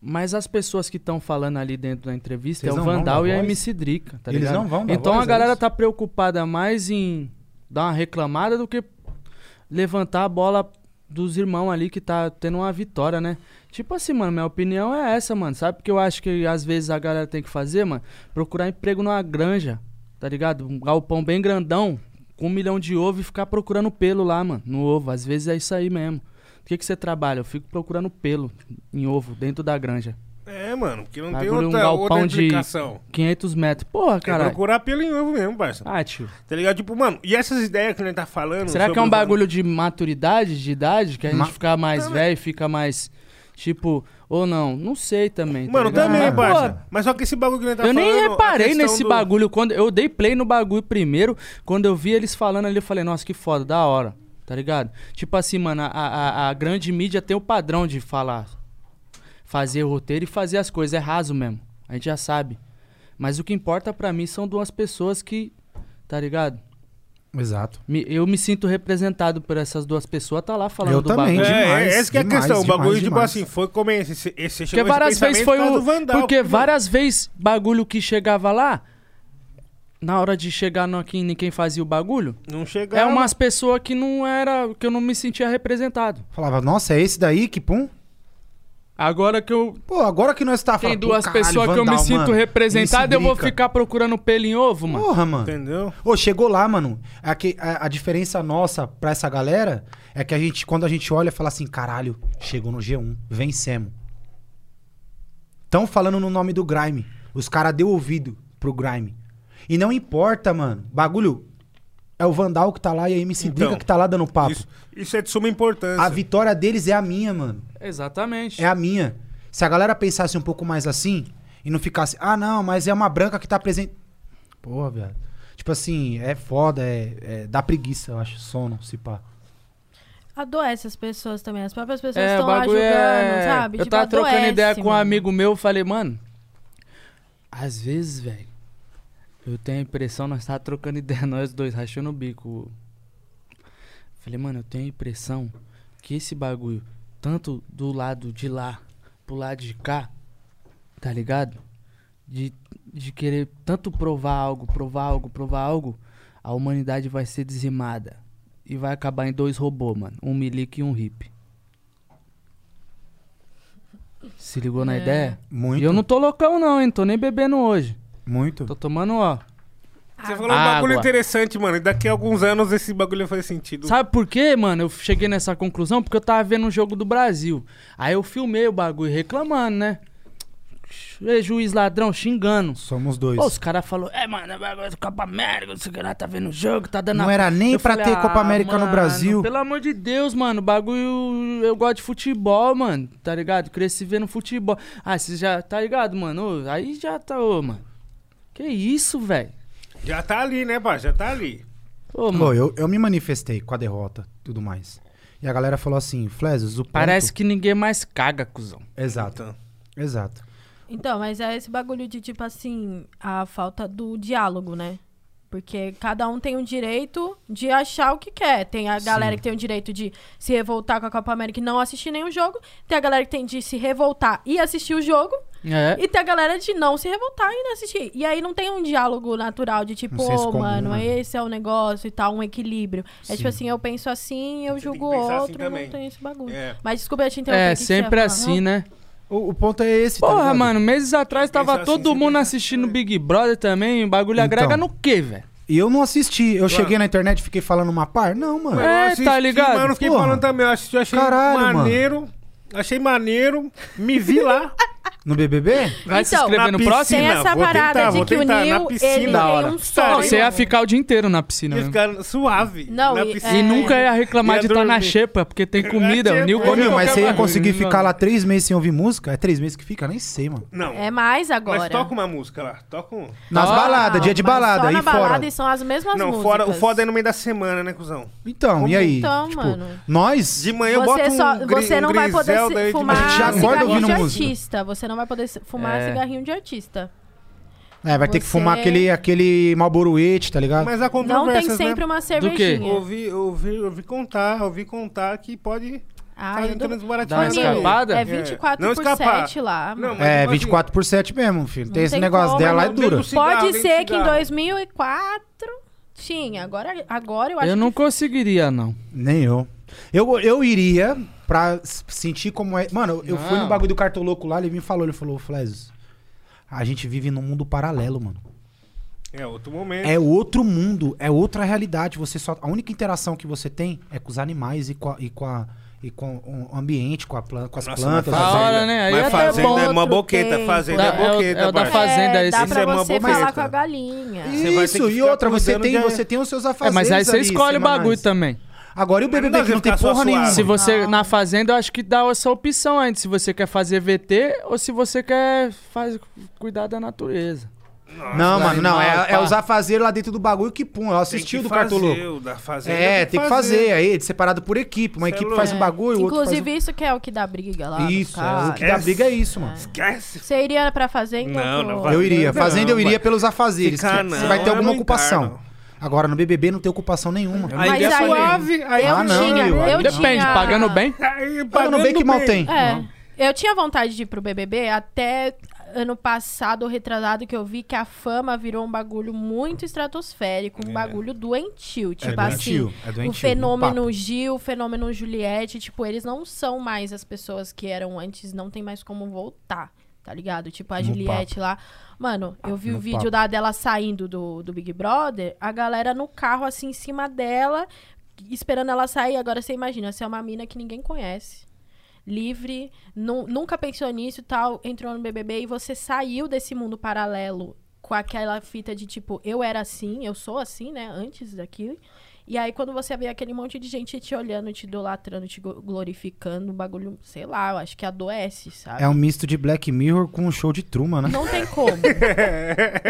Speaker 4: Mas as pessoas que estão falando ali dentro da entrevista
Speaker 5: Vocês
Speaker 4: é o
Speaker 5: não vão
Speaker 4: Vandal
Speaker 5: dar
Speaker 4: e a
Speaker 5: voz?
Speaker 4: MC Drica, tá
Speaker 5: Eles
Speaker 4: ligado?
Speaker 5: não vão dar
Speaker 4: Então
Speaker 5: voz,
Speaker 4: a
Speaker 5: é
Speaker 4: galera
Speaker 5: isso?
Speaker 4: tá preocupada mais em dar uma reclamada do que levantar a bola dos irmãos ali que tá tendo uma vitória, né? Tipo assim, mano, minha opinião é essa, mano. Sabe o que eu acho que às vezes a galera tem que fazer, mano? Procurar emprego numa granja, tá ligado? Um galpão bem grandão, com um milhão de ovo e ficar procurando pelo lá, mano, no ovo. Às vezes é isso aí mesmo. O que, que você trabalha? Eu fico procurando pelo em ovo, dentro da granja.
Speaker 1: É, mano, porque não tem
Speaker 4: Bagulho, um
Speaker 1: outra, outra
Speaker 4: galpão de-
Speaker 1: explicação.
Speaker 4: 500 metros. Porra,
Speaker 1: É
Speaker 4: caralho.
Speaker 1: procurar pelo em ovo mesmo, parça.
Speaker 4: Ah, tio.
Speaker 1: Tá ligado? Tipo, mano, e essas ideias que a gente tá falando.
Speaker 4: Será que
Speaker 1: sobre
Speaker 4: é um
Speaker 1: o-
Speaker 4: bagulho de maturidade, de idade? Que a gente
Speaker 5: Ma-
Speaker 4: fica mais
Speaker 1: Também.
Speaker 4: velho, fica mais. Tipo, ou não? Não sei também. tá
Speaker 1: Mano,
Speaker 4: ligado?
Speaker 1: também,
Speaker 4: Ah,
Speaker 5: Mas,
Speaker 1: parça.
Speaker 5: porra.
Speaker 1: Mas só que esse bagulho que a gente tá
Speaker 4: eu
Speaker 1: falando.
Speaker 4: nem
Speaker 1: a
Speaker 4: reparei
Speaker 1: questão
Speaker 4: nesse
Speaker 1: do-
Speaker 4: bagulho. quando Eu dei play no bagulho primeiro. Quando eu vi eles falando ali, eu falei, nossa, que foda, da hora. Tá ligado? Tipo assim, mano, a, a, a grande mídia tem o padrão de falar. Fazer o roteiro e fazer as coisas. É raso mesmo. A gente já sabe. Mas o que importa pra mim são duas pessoas que. Tá ligado?
Speaker 5: Exato.
Speaker 4: Me- eu me sinto representado por essas duas pessoas, tá lá falando
Speaker 5: Eu
Speaker 4: do
Speaker 5: também,
Speaker 1: É,
Speaker 4: bagulho.
Speaker 5: gente. Demais,
Speaker 1: é, essa que é a
Speaker 5: demais,
Speaker 1: questão. O bagulho,
Speaker 5: demais,
Speaker 1: tipo
Speaker 5: demais.
Speaker 1: assim, foi como esse. esse, esse
Speaker 4: Porque
Speaker 1: chegou esse
Speaker 4: várias vezes
Speaker 1: pensamento
Speaker 4: foi
Speaker 1: por causa
Speaker 4: o.
Speaker 1: do Vandal,
Speaker 4: porque
Speaker 1: mano.
Speaker 4: várias vezes bagulho que chegava lá, na hora de chegar no aqui, ninguém fazia o bagulho.
Speaker 1: Não chegava.
Speaker 4: É umas pessoas que não era. que eu não me sentia representado.
Speaker 5: Falava, nossa, é esse daí que pum?
Speaker 4: Agora que eu.
Speaker 5: Pô, agora que nós tá
Speaker 4: Tem
Speaker 5: falando. pô,
Speaker 4: duas
Speaker 5: caralho,
Speaker 4: pessoas que eu me
Speaker 5: Vandal,
Speaker 4: sinto
Speaker 5: mano,
Speaker 4: representado,
Speaker 5: MC
Speaker 4: eu vou
Speaker 5: Drica.
Speaker 4: ficar procurando pelo em ovo, mano.
Speaker 5: Porra, mano.
Speaker 1: Entendeu?
Speaker 5: Ô, chegou lá, mano. A, que- é, a- a diferença nossa pra essa galera é que a gente, quando a gente olha, fala assim: caralho, chegou no G1, vencemos. Tão falando no nome do Grime. Os caras deu ouvido pro Grime. E não importa, mano. Bagulho. É o Vandal que tá lá e a MC
Speaker 1: Então,
Speaker 5: Drica que tá lá dando papo.
Speaker 1: Isso, isso é de suma importância.
Speaker 5: A vitória deles é a minha, mano.
Speaker 4: Exatamente.
Speaker 5: É a minha. Se a galera pensasse um pouco mais assim e não ficasse, ah, não, mas é uma branca que tá presente. Porra, velho. Tipo assim, é foda, é, é- dá preguiça, eu acho, sono, se pá.
Speaker 2: Adoece as pessoas também. As próprias pessoas
Speaker 4: É, o
Speaker 2: estão lá
Speaker 4: bagulho
Speaker 2: julgando,
Speaker 4: é...
Speaker 2: sabe?
Speaker 4: Eu
Speaker 2: Tipo,
Speaker 4: tava trocando
Speaker 2: adoece,
Speaker 4: ideia com um
Speaker 2: mano.
Speaker 4: amigo meu, eu falei, mano, às vezes, velho, eu tenho a impressão, nós tava trocando ideia, nós dois, rachando o bico. Falei, mano, eu tenho a impressão que esse bagulho, tanto do lado de lá pro lado de cá, tá ligado? De, de querer tanto provar algo, provar algo, provar algo, a humanidade vai ser dizimada. E vai acabar em dois robôs, mano. Um milico e um hippie. Se ligou na
Speaker 2: É.
Speaker 4: ideia?
Speaker 5: Muito.
Speaker 4: E eu não tô loucão, não, hein? Tô nem bebendo hoje.
Speaker 5: Muito.
Speaker 4: Tô tomando, ó.
Speaker 1: Você falou um
Speaker 4: Água.
Speaker 1: bagulho interessante, mano. E daqui a alguns anos esse bagulho faz sentido.
Speaker 4: Sabe por quê, mano? Eu cheguei nessa conclusão porque eu tava vendo um jogo do Brasil. Aí eu filmei o bagulho reclamando, né? Ei, juiz ladrão xingando.
Speaker 5: Somos dois.
Speaker 4: Pô, os caras falaram, é, mano, é bagulho do Copa América, não sei o que lá, tá vendo o jogo, tá dando
Speaker 5: Não
Speaker 4: a-
Speaker 5: era nem
Speaker 4: Eu "Ah,
Speaker 5: pra ter Copa América no Brasil."
Speaker 4: Pelo amor de Deus, mano, bagulho. Eu gosto de futebol, mano, tá ligado? Cresci vendo futebol. Ah, você já, tá ligado, mano? Ô, Aí já tá, ô, mano. Que isso, velho?
Speaker 1: Já tá ali, né, pá? Já tá ali.
Speaker 4: Ô, mano.
Speaker 5: Pô, eu, eu me manifestei com a derrota, tudo mais. E a galera falou assim, Flesios, o ponto...
Speaker 4: Parece que ninguém mais caga, cuzão.
Speaker 5: Exato,
Speaker 1: Então,
Speaker 5: exato.
Speaker 2: Então, mas é esse bagulho de, tipo assim, a falta do diálogo, né? Porque cada um tem o direito de achar o que quer. Tem a galera que tem o direito de se revoltar com a Copa América e não assistir nenhum jogo. Tem a galera que tem de se revoltar e assistir o jogo.
Speaker 4: É.
Speaker 2: E tem a galera de não se revoltar e não assistir. E aí não tem um diálogo natural de tipo,
Speaker 5: Um senso
Speaker 2: ô,
Speaker 5: comum,
Speaker 2: mano,
Speaker 5: né?
Speaker 2: esse é o negócio e tal, um equilíbrio. É tipo
Speaker 5: Sim.
Speaker 2: assim, eu penso assim, eu
Speaker 1: Você tem que
Speaker 2: julgo
Speaker 1: pensar assim
Speaker 2: outro,
Speaker 1: também.
Speaker 2: não tem esse bagulho.
Speaker 1: É.
Speaker 2: Mas desculpa eu te interromper.
Speaker 4: É,
Speaker 2: o que que você ia
Speaker 4: sempre
Speaker 2: falar?
Speaker 4: assim, né?
Speaker 5: O, o ponto é esse, tá
Speaker 4: Porra,
Speaker 5: ligado?
Speaker 4: mano, meses atrás
Speaker 1: Pensar
Speaker 4: tava
Speaker 1: assim,
Speaker 4: todo
Speaker 1: sempre
Speaker 4: mundo
Speaker 1: pensar
Speaker 4: assistindo Big Brother também. O bagulho
Speaker 5: Então.
Speaker 4: agrega no quê, velho?
Speaker 5: E eu não assisti. Eu
Speaker 1: Mano.
Speaker 5: cheguei na internet e fiquei falando uma par? Não, mano.
Speaker 1: Mas eu
Speaker 4: É,
Speaker 1: assisti,
Speaker 4: tá ligado?
Speaker 1: Mano, eu fiquei
Speaker 5: Porra.
Speaker 1: falando também. Eu achei, eu achei
Speaker 5: Caralho, mano.
Speaker 1: maneiro. Achei maneiro. Me vi lá.
Speaker 5: No BBB?
Speaker 4: Vai se
Speaker 2: Então,
Speaker 4: inscrever
Speaker 1: na
Speaker 4: no
Speaker 1: piscina.
Speaker 4: próximo?
Speaker 2: Tem essa
Speaker 1: vou
Speaker 2: parada
Speaker 1: tentar,
Speaker 2: de
Speaker 1: vou
Speaker 2: que o
Speaker 1: tentar, na
Speaker 2: Neil,
Speaker 1: piscina.
Speaker 2: ele
Speaker 1: Da
Speaker 2: tem
Speaker 1: hora.
Speaker 2: um
Speaker 1: Tá,
Speaker 4: Não,
Speaker 2: sonho.
Speaker 4: você ia ficar o dia inteiro na piscina.
Speaker 1: Ia
Speaker 4: né?
Speaker 1: ficar suave.
Speaker 2: Não,
Speaker 1: na
Speaker 2: e-
Speaker 1: piscina.
Speaker 4: E
Speaker 2: É.
Speaker 4: nunca ia reclamar
Speaker 1: Ia tá
Speaker 4: de estar na
Speaker 1: dormir.
Speaker 4: xepa, porque tem comida. O Nil
Speaker 1: Ô,
Speaker 5: Ô,
Speaker 4: come
Speaker 5: meu, mas
Speaker 4: qualquer
Speaker 5: você ia
Speaker 4: bagulho,
Speaker 5: conseguir
Speaker 4: né,
Speaker 5: ficar
Speaker 4: mano?
Speaker 5: lá três meses sem ouvir música? É três meses que fica? Nem sei, mano.
Speaker 1: Não.
Speaker 2: É mais agora.
Speaker 1: Mas toca uma música lá. Toca um.
Speaker 5: Nas
Speaker 4: Ah,
Speaker 5: baladas, dia de
Speaker 2: mas
Speaker 5: balada,
Speaker 2: só na
Speaker 5: aí
Speaker 2: balada
Speaker 5: fora.
Speaker 2: e são as mesmas
Speaker 1: não,
Speaker 2: músicas.
Speaker 1: fora, o foda é no meio da semana, né, cuzão?
Speaker 5: Então, e aí?
Speaker 2: Então,
Speaker 5: Tipo,
Speaker 2: mano.
Speaker 5: Nós.
Speaker 1: De manhã eu
Speaker 2: você,
Speaker 1: boto um
Speaker 2: só,
Speaker 1: gri-
Speaker 2: você
Speaker 1: um
Speaker 2: não vai poder
Speaker 1: Griselda
Speaker 2: se-
Speaker 1: aí de
Speaker 2: fumar
Speaker 1: manhã.
Speaker 5: Já acorda
Speaker 2: cigarrinho
Speaker 5: ouvindo
Speaker 2: de
Speaker 5: música.
Speaker 2: artista. Você não não vai poder se- fumar
Speaker 4: É.
Speaker 2: cigarrinho de artista.
Speaker 5: É, vai ter que
Speaker 2: Você-
Speaker 5: fumar aquele, aquele Malboruete, tá ligado?
Speaker 1: Mas há
Speaker 2: Não tem
Speaker 1: controvérsias,
Speaker 2: sempre
Speaker 1: né?
Speaker 2: uma
Speaker 4: quê?
Speaker 2: cervejinha.
Speaker 1: Ouvi, ouvi, ouvi contar, ouvi contar que pode estar
Speaker 2: Ah, eu dou...
Speaker 1: tá entrando desbaratinho.
Speaker 4: Dá uma
Speaker 2: Amigo,
Speaker 4: escapada?
Speaker 2: É
Speaker 4: É.
Speaker 2: 24
Speaker 1: Não
Speaker 2: por
Speaker 1: escapar.
Speaker 2: 7 lá.
Speaker 1: Não,
Speaker 2: mano.
Speaker 1: mas
Speaker 5: É,
Speaker 1: tipo assim,
Speaker 5: 24 por 7 mesmo, filho. Tem
Speaker 2: Não
Speaker 5: esse
Speaker 2: tem
Speaker 5: negócio
Speaker 2: como,
Speaker 5: dela, é
Speaker 2: não.
Speaker 5: dura.
Speaker 1: Bem cigarro,
Speaker 2: Pode
Speaker 1: dentro
Speaker 2: ser
Speaker 1: do
Speaker 2: que em
Speaker 1: cigarro.
Speaker 2: 2004 tinha. Agora, agora eu acho
Speaker 4: Eu não
Speaker 2: que...
Speaker 4: conseguiria, não.
Speaker 5: Nem eu. Eu, eu iria pra s- sentir como é. Mano, eu fui no
Speaker 4: Não.
Speaker 5: bagulho do cartoloco lá, ele me falou, ele falou, Flezios, a gente vive num mundo paralelo, mano.
Speaker 1: É outro momento.
Speaker 5: É outro mundo, é outra realidade. Você só a única interação que você tem é com os animais e com a, e com a- e com o ambiente, com, a plan- com as
Speaker 1: Nossa,
Speaker 5: plantas.
Speaker 1: mas
Speaker 4: Da
Speaker 5: as-
Speaker 1: fazenda-
Speaker 4: hora, né? Aí
Speaker 1: mas
Speaker 4: até
Speaker 1: fazenda
Speaker 4: bom.
Speaker 1: é uma boqueta,
Speaker 2: Outro
Speaker 1: fazenda
Speaker 4: tempo.
Speaker 1: é
Speaker 4: É o-
Speaker 1: boqueta,
Speaker 4: é o da
Speaker 1: parça.
Speaker 4: fazenda.
Speaker 2: é, dá
Speaker 4: esse
Speaker 1: é
Speaker 2: pra
Speaker 1: uma
Speaker 2: você
Speaker 1: boa
Speaker 2: falar
Speaker 1: pergunta.
Speaker 2: com a galinha.
Speaker 1: É, Você vai ter
Speaker 5: Isso,
Speaker 1: que
Speaker 5: e
Speaker 1: ficar
Speaker 5: outra, você
Speaker 1: cuidando
Speaker 5: tem,
Speaker 1: de-
Speaker 5: você tem os seus
Speaker 4: É,
Speaker 5: afazeres
Speaker 4: mas aí você
Speaker 5: ali,
Speaker 4: escolhe o
Speaker 5: semanais.
Speaker 4: bagulho também.
Speaker 5: Agora e o
Speaker 1: Mas não
Speaker 5: BBB que
Speaker 1: vai
Speaker 5: não tem
Speaker 1: ficar só
Speaker 5: porra nenhuma.
Speaker 1: suave.
Speaker 4: Se você
Speaker 2: Não.
Speaker 4: na fazenda, eu acho que dá essa opção ainda. Se você quer fazer VT ou se você quer faz, cuidar da natureza.
Speaker 5: Não, mano, não.
Speaker 4: animal,
Speaker 5: É, é
Speaker 4: pá.
Speaker 5: os afazeres lá dentro do bagulho que pum. Eu
Speaker 1: Tem
Speaker 5: assisti o
Speaker 1: que
Speaker 5: do
Speaker 1: fazer,
Speaker 5: Cartoloco.
Speaker 1: o da fazenda
Speaker 5: É, tem que fazer. Aí, separado por equipe. Uma
Speaker 1: Cê é
Speaker 5: equipe
Speaker 1: louco.
Speaker 5: faz um bagulho, o outro faz
Speaker 2: Inclusive, isso que é o que dá briga lá.
Speaker 5: um...
Speaker 2: nos
Speaker 5: Isso, é, o
Speaker 2: caras.
Speaker 5: que dá briga é isso, mano.
Speaker 1: Esquece.
Speaker 2: Você iria pra fazenda?
Speaker 1: Não,
Speaker 2: pô?
Speaker 1: não vai.
Speaker 5: Eu iria.
Speaker 1: Não,
Speaker 5: Fazenda é um eu iria
Speaker 1: vai.
Speaker 5: pelos afazeres.
Speaker 1: Ficar
Speaker 5: que- Você
Speaker 1: não,
Speaker 5: vai ter
Speaker 1: é
Speaker 5: alguma
Speaker 1: no
Speaker 5: ocupação.
Speaker 1: inferno.
Speaker 5: Agora, no BBB não tem ocupação nenhuma.
Speaker 1: Aí
Speaker 2: Mas
Speaker 1: é
Speaker 2: aí,
Speaker 1: suave, aí
Speaker 2: eu
Speaker 5: Ah, não,
Speaker 2: tinha, né?
Speaker 5: eu-
Speaker 2: eu
Speaker 4: Depende,
Speaker 2: tinha-
Speaker 4: pagando bem.
Speaker 1: Tá Aí,
Speaker 5: Mas no bem que mal tem.
Speaker 2: É. Eu tinha vontade de ir pro BBB até ano passado, ou retrasado, que eu vi que a fama virou um bagulho muito estratosférico, um bagulho doentio. Tipo
Speaker 5: doentio,
Speaker 2: assim,
Speaker 5: é doentio,
Speaker 2: o
Speaker 5: no
Speaker 2: fenômeno
Speaker 5: papo.
Speaker 2: Gil, o fenômeno Juliette, tipo, eles não são mais as pessoas que eram antes, não tem mais como voltar, tá ligado? Tipo, a
Speaker 5: No
Speaker 2: Juliette lá. Mano, eu vi o
Speaker 5: No
Speaker 2: vídeo
Speaker 5: papo.
Speaker 2: da, dela saindo do, do Big Brother, a galera no carro, assim, em cima dela, esperando ela sair. Agora você imagina, se é uma mina que ninguém conhece livre, nu- nunca pensou nisso e tal, entrou no BBB e você saiu desse mundo paralelo com aquela fita de tipo, eu era assim, eu sou assim, né, antes daquilo. E aí quando você vê aquele monte de gente te olhando, te idolatrando, te go- glorificando, um bagulho, sei lá, eu acho que adoece, sabe?
Speaker 5: É um misto de Black Mirror com um Né? show de Truman, né?
Speaker 2: Não tem como.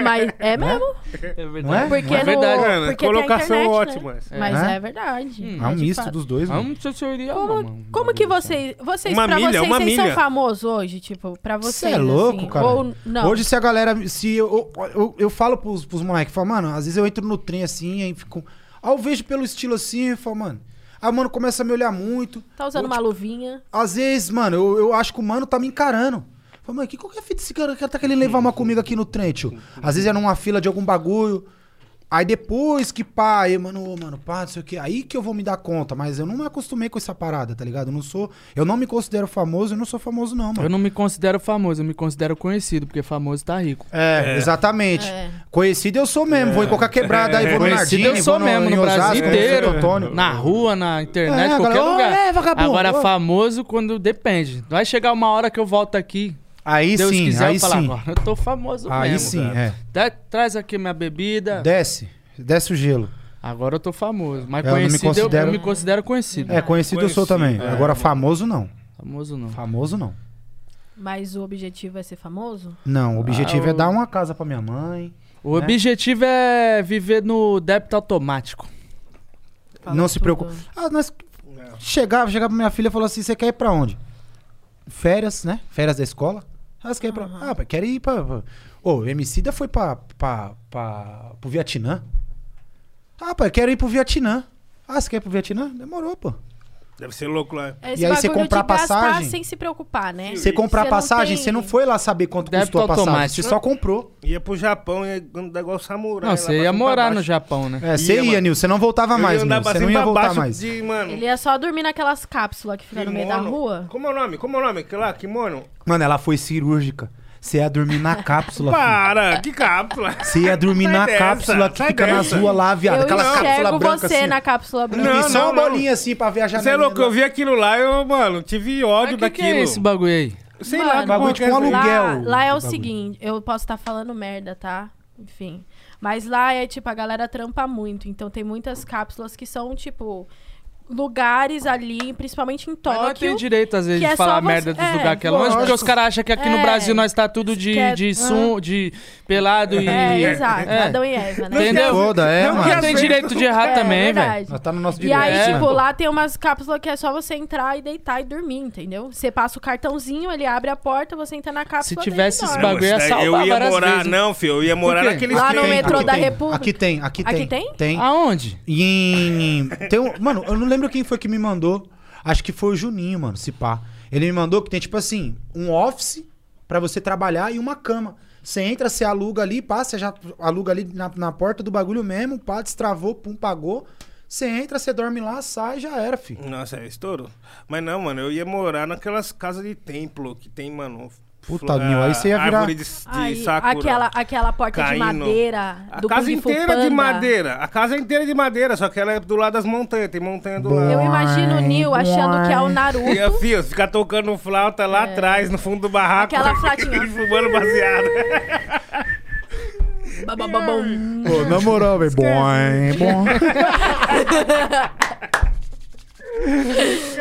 Speaker 2: Mas é mesmo,
Speaker 4: É verdade.
Speaker 5: Não é?
Speaker 2: porque
Speaker 5: Não é
Speaker 2: no-
Speaker 4: verdade.
Speaker 1: Mano,
Speaker 2: porque tem a
Speaker 1: colocação
Speaker 2: internet,
Speaker 1: ótima
Speaker 2: Né?
Speaker 1: essa.
Speaker 2: Mas
Speaker 5: É.
Speaker 2: é, verdade.
Speaker 4: Hum.
Speaker 5: É um
Speaker 2: de
Speaker 5: misto
Speaker 2: fato.
Speaker 5: dos dois,
Speaker 4: Eu
Speaker 5: mano.
Speaker 4: não sei se eu iria, não,
Speaker 2: Como,
Speaker 4: mano.
Speaker 2: como que vocês. Vocês,
Speaker 1: Uma
Speaker 2: pra
Speaker 1: milha,
Speaker 2: vocês,
Speaker 1: uma
Speaker 2: vocês são
Speaker 1: milha.
Speaker 2: famosos hoje? Tipo, pra vocês.
Speaker 5: Cê é louco,
Speaker 2: assim,
Speaker 5: cara.
Speaker 2: Ou não.
Speaker 5: Hoje, se a galera. Se eu, eu, eu, eu falo pros, pros moleques, falo, mano, às vezes eu entro no trem assim, aí fico. Aí eu vejo pelo estilo assim, eu falo, mano. Aí o mano começa a me olhar muito.
Speaker 2: Tá usando
Speaker 5: Eu,
Speaker 2: uma luvinha.
Speaker 5: Às vezes, mano, eu, eu acho que o mano tá me encarando. Falei, mano, que qualquer fita esse cara, cara tá querendo levar uma comigo aqui no trem, tio? Às vezes é numa fila de algum bagulho. Aí depois que pá, aí, mano, ô, mano, pá, não sei o que. Aí que eu vou me dar conta, mas eu não me acostumei com essa parada, tá ligado? Eu não sou. Eu não me considero famoso, eu não sou famoso, não, mano.
Speaker 4: Eu não me considero famoso, eu me considero conhecido, porque famoso tá rico.
Speaker 5: É, exatamente.
Speaker 2: É.
Speaker 5: Conhecido eu sou mesmo, vou em qualquer quebrada, aí vou no
Speaker 4: Conhecido
Speaker 5: Nardini,
Speaker 4: eu sou
Speaker 5: vou no,
Speaker 4: mesmo,
Speaker 5: em
Speaker 4: no
Speaker 5: Osasco,
Speaker 4: Brasil
Speaker 5: vou no
Speaker 4: inteiro.
Speaker 5: Santo Antônio.
Speaker 4: Na rua, na internet,
Speaker 5: É,
Speaker 4: qualquer
Speaker 5: galera,
Speaker 4: lugar.
Speaker 5: "Ô, é, vagabundo,
Speaker 4: Agora,
Speaker 5: ô."
Speaker 4: famoso quando depende. Vai chegar uma hora que eu volto aqui,
Speaker 5: Aí
Speaker 4: Deus
Speaker 5: sim,
Speaker 4: quiser,
Speaker 5: aí
Speaker 4: eu falar,
Speaker 5: sim.
Speaker 4: agora eu tô famoso
Speaker 5: Aí
Speaker 4: mesmo.
Speaker 5: sim,
Speaker 1: cara.
Speaker 5: é.
Speaker 4: Tra- traz aqui minha bebida.
Speaker 5: Desce, desce o gelo.
Speaker 4: Agora eu tô famoso. Mas
Speaker 5: Eu não me
Speaker 4: conhecido, eu- eu,
Speaker 5: considero-
Speaker 4: me considero conhecido.
Speaker 5: É, conhecido, eu sou
Speaker 1: Conhecido,
Speaker 5: também.
Speaker 1: é.
Speaker 5: Agora, famoso não.
Speaker 4: Famoso não.
Speaker 5: Famoso não.
Speaker 2: Mas o objetivo é ser famoso?
Speaker 5: Não, o objetivo
Speaker 4: Ah,
Speaker 5: é
Speaker 4: o-
Speaker 5: dar uma casa pra minha mãe.
Speaker 4: O objetivo é viver no débito automático.
Speaker 2: Fala
Speaker 5: não se
Speaker 2: tudo.
Speaker 5: preocupa. Ah, nós chegava, chegava pra minha filha e falou assim: você quer ir pra onde? Férias, né? Férias da escola. Ah, você quer ir pra. Ah, pá, quero ir pra. pra- Ô, o Emicida foi pra, pra, pra, pro Vietnã. Ah, pai, quero ir pro Vietnã. Ah, você quer ir pro Vietnã? Demorou, pô.
Speaker 1: Deve ser louco lá.
Speaker 2: É Esse
Speaker 5: E aí você
Speaker 2: bagulho
Speaker 5: comprar
Speaker 2: de gastar
Speaker 5: passagem?
Speaker 2: sem se preocupar, né?
Speaker 5: Você
Speaker 2: Você
Speaker 5: comprar
Speaker 2: não
Speaker 5: passagem,
Speaker 2: tem-
Speaker 5: você não foi lá saber quanto
Speaker 4: Débito
Speaker 5: custou a passagem. Você
Speaker 4: automático.
Speaker 5: só comprou.
Speaker 1: Ia pro Japão, ia andar igual samurai.
Speaker 4: não,
Speaker 1: lá
Speaker 4: você
Speaker 1: pra
Speaker 4: ia
Speaker 1: cima
Speaker 2: um
Speaker 4: morar
Speaker 1: pra
Speaker 4: no
Speaker 1: baixo.
Speaker 4: Japão, né?
Speaker 5: É, você
Speaker 1: Ia,
Speaker 5: ia,
Speaker 1: mano.
Speaker 5: Nil. Você não voltava
Speaker 1: Eu
Speaker 5: mais,
Speaker 1: ia
Speaker 5: Nil.
Speaker 1: andar pra
Speaker 5: Você não
Speaker 1: cima
Speaker 5: ia
Speaker 1: pra
Speaker 5: voltar
Speaker 1: baixo
Speaker 5: mais.
Speaker 1: De, mano,
Speaker 2: Ele ia só dormir naquelas cápsulas que ficam no meio da
Speaker 1: kimono.
Speaker 2: rua.
Speaker 1: Como é o nome? Como é o nome? Que lá, kimono?
Speaker 5: Mano, ela foi cirúrgica. Você ia dormir na cápsula. filho.
Speaker 1: Para, que cápsula.
Speaker 5: Você ia dormir
Speaker 1: Sai
Speaker 5: na
Speaker 1: dessa,
Speaker 5: cápsula que
Speaker 1: sai
Speaker 5: fica nas
Speaker 1: dessa.
Speaker 5: ruas lá, viado.
Speaker 2: eu
Speaker 5: Aquela cápsula
Speaker 2: enxergo
Speaker 5: branca
Speaker 2: você
Speaker 5: assim.
Speaker 2: na cápsula branca.
Speaker 1: Não,
Speaker 5: e só
Speaker 1: não,
Speaker 5: uma
Speaker 1: não.
Speaker 5: bolinha assim pra ver a janela.
Speaker 1: Você é louco, eu vi aquilo lá, eu, mano, tive
Speaker 4: Mas
Speaker 1: ódio
Speaker 4: que que
Speaker 1: daquilo.
Speaker 4: é esse bagulho aí?
Speaker 1: Sei
Speaker 2: Mano,
Speaker 1: lá, que
Speaker 5: Bagulho de
Speaker 1: porra
Speaker 5: um
Speaker 1: que é essa aí?
Speaker 2: Lá,
Speaker 5: aluguel
Speaker 2: lá é o
Speaker 5: do bagulho.
Speaker 2: seguinte, eu posso estar falando merda, tá? Enfim. Mas lá é tipo, a galera trampa muito. Então tem muitas cápsulas que são, tipo, lugares ali, principalmente em
Speaker 4: Mas é nós
Speaker 2: Tóquio.
Speaker 4: tem direito, às vezes,
Speaker 2: que
Speaker 4: de
Speaker 2: é
Speaker 4: falar
Speaker 2: só você-
Speaker 4: merda dos
Speaker 2: é,
Speaker 4: lugares que é longe, porque
Speaker 1: lógico.
Speaker 4: os caras acham que aqui no
Speaker 2: É.
Speaker 4: Brasil nós tá tudo de,
Speaker 2: Quer-
Speaker 4: de som, de pelado e.
Speaker 2: É, exato.
Speaker 4: É.
Speaker 2: Adão e Eva, né?
Speaker 4: Tem- Entendeu?
Speaker 5: Foda, é,
Speaker 1: Não
Speaker 5: mano.
Speaker 1: que
Speaker 4: Não tem
Speaker 1: às
Speaker 4: direito
Speaker 1: vezes-
Speaker 4: de errar
Speaker 2: É,
Speaker 4: também, velho.
Speaker 2: verdade.
Speaker 5: Nós tá no nosso
Speaker 2: E
Speaker 5: direito.
Speaker 2: aí,
Speaker 4: É.
Speaker 2: tipo, lá tem umas cápsulas que é só você entrar e deitar e dormir, entendeu? Você passa o cartãozinho, ele abre a porta, você entra na cápsula.
Speaker 4: Se
Speaker 2: deita e
Speaker 4: tivesse esse
Speaker 2: dorme.
Speaker 4: bagulho, ia
Speaker 1: isso daí
Speaker 4: salvar
Speaker 1: Eu ia
Speaker 4: várias
Speaker 1: morar,
Speaker 4: vezes.
Speaker 1: não, filho. Eu ia morar
Speaker 5: Por quê?
Speaker 1: naquele
Speaker 2: Lá no
Speaker 1: esquema.
Speaker 2: metrô
Speaker 5: aqui
Speaker 2: da
Speaker 5: tem,
Speaker 2: República.
Speaker 5: Aqui tem, aqui tem.
Speaker 2: Aqui tem?
Speaker 5: Tem.
Speaker 4: Aonde?
Speaker 5: E em- tem um- mano, eu não lembro quem foi que me mandou. Acho que foi o Juninho, mano, se pá. Ele me mandou que tem, tipo assim, um office pra você trabalhar e uma cama. Você entra, você aluga ali, pá, você já aluga ali na, na porta do bagulho mesmo, pá, destravou, pum, pagou. Você entra, você dorme lá, sai, já era, filho.
Speaker 1: Nossa, é estouro. Mas não, mano, eu ia morar naquelas casas de templo que tem, mano.
Speaker 5: Puta, Nil, aí você ia virar-
Speaker 1: Árvore de, de
Speaker 2: Aí,
Speaker 1: sakura.
Speaker 2: aquela, aquela porta de
Speaker 1: Caindo.
Speaker 2: madeira
Speaker 1: A
Speaker 2: do
Speaker 1: casa
Speaker 2: Kung Fu
Speaker 1: inteira de
Speaker 2: Panda.
Speaker 1: madeira. A casa inteira de madeira, só que ela é do lado das montanhas. Tem montanha do lado.
Speaker 2: Eu imagino o Neil achando que é o Naruto.
Speaker 1: E a filha ficar tocando flauta lá atrás, no fundo do barraco.
Speaker 2: É. Aquela flautinha.
Speaker 1: e fumando baseado.
Speaker 2: Babababum.
Speaker 5: Pô, na moral, velho. Boing, boing.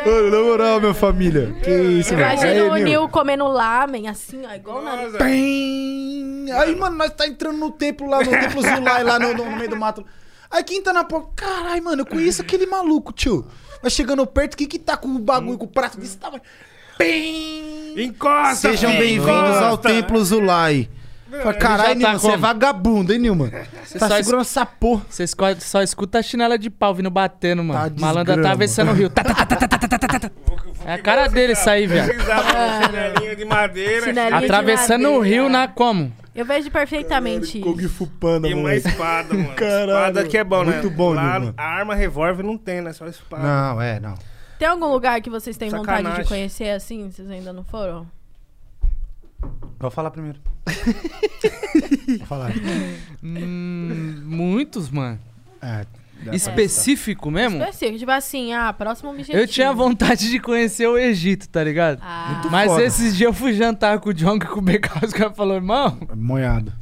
Speaker 5: Ô, Na moral, minha família. Que isso, velho.
Speaker 6: É
Speaker 5: É, Aí,
Speaker 2: Imagina o
Speaker 5: Nil.
Speaker 2: Neil comendo lamen, assim, ó, igual o Naruto.
Speaker 1: Nossa.
Speaker 5: Tem. Aí, mano, nós tá entrando no templo lá, no templozinho lá, lá no, no- no meio do mato. Aí quem tá na porta, caralho, mano, eu conheço aquele maluco, tio. Mas chegando perto, quem que tá com o bagulho, com o prato desse tamanho? Pem!
Speaker 1: Encosta!
Speaker 5: Sejam
Speaker 1: filho,
Speaker 5: bem-vindos ao
Speaker 1: encosta.
Speaker 5: Templo Zulai. Fala,
Speaker 4: já tá
Speaker 5: Caralho, Nilma, você é
Speaker 4: como?
Speaker 5: vagabundo, hein, Nilma? Você tá
Speaker 4: só
Speaker 5: segurando essa porra.
Speaker 4: Vocês co- só escuta a chinela de pau vindo batendo, mano.
Speaker 5: Tá
Speaker 4: Malandra tá
Speaker 5: desgrama.
Speaker 4: atravessando o rio. Tá, tá, tá, tá, tá, tá, tá, tá, tá. É a cara dele isso aí, velho.
Speaker 1: Precisava de uma chinelinha de madeira.
Speaker 2: Chinelinha. de
Speaker 4: Atravessando o rio na como?
Speaker 2: Eu vejo perfeitamente isso.
Speaker 5: Kung Fu Panda,
Speaker 1: E uma
Speaker 5: moleque.
Speaker 1: espada, mano.
Speaker 5: Caralho.
Speaker 1: Espada que é bom, né?
Speaker 5: Muito bom,
Speaker 1: Lá,
Speaker 5: Nilma.
Speaker 1: A arma revólver não tem, né? Só espada.
Speaker 5: Não, é, não.
Speaker 2: Tem algum lugar que vocês têm vontade de
Speaker 1: Sacanagem.
Speaker 2: conhecer assim? Vocês ainda não foram?
Speaker 5: Vou falar primeiro. Vou falar.
Speaker 4: Hum, muitos, mano.
Speaker 5: É,
Speaker 4: Específico mesmo?
Speaker 2: Específico, tipo assim, ah, próximo objetivo.
Speaker 4: Eu tinha vontade de conhecer o Egito, tá ligado?
Speaker 2: Ah,
Speaker 4: Mas
Speaker 5: foda.
Speaker 4: esses dias eu fui jantar com o John e com o BK, os caras falaram, irmão,
Speaker 5: Moiado.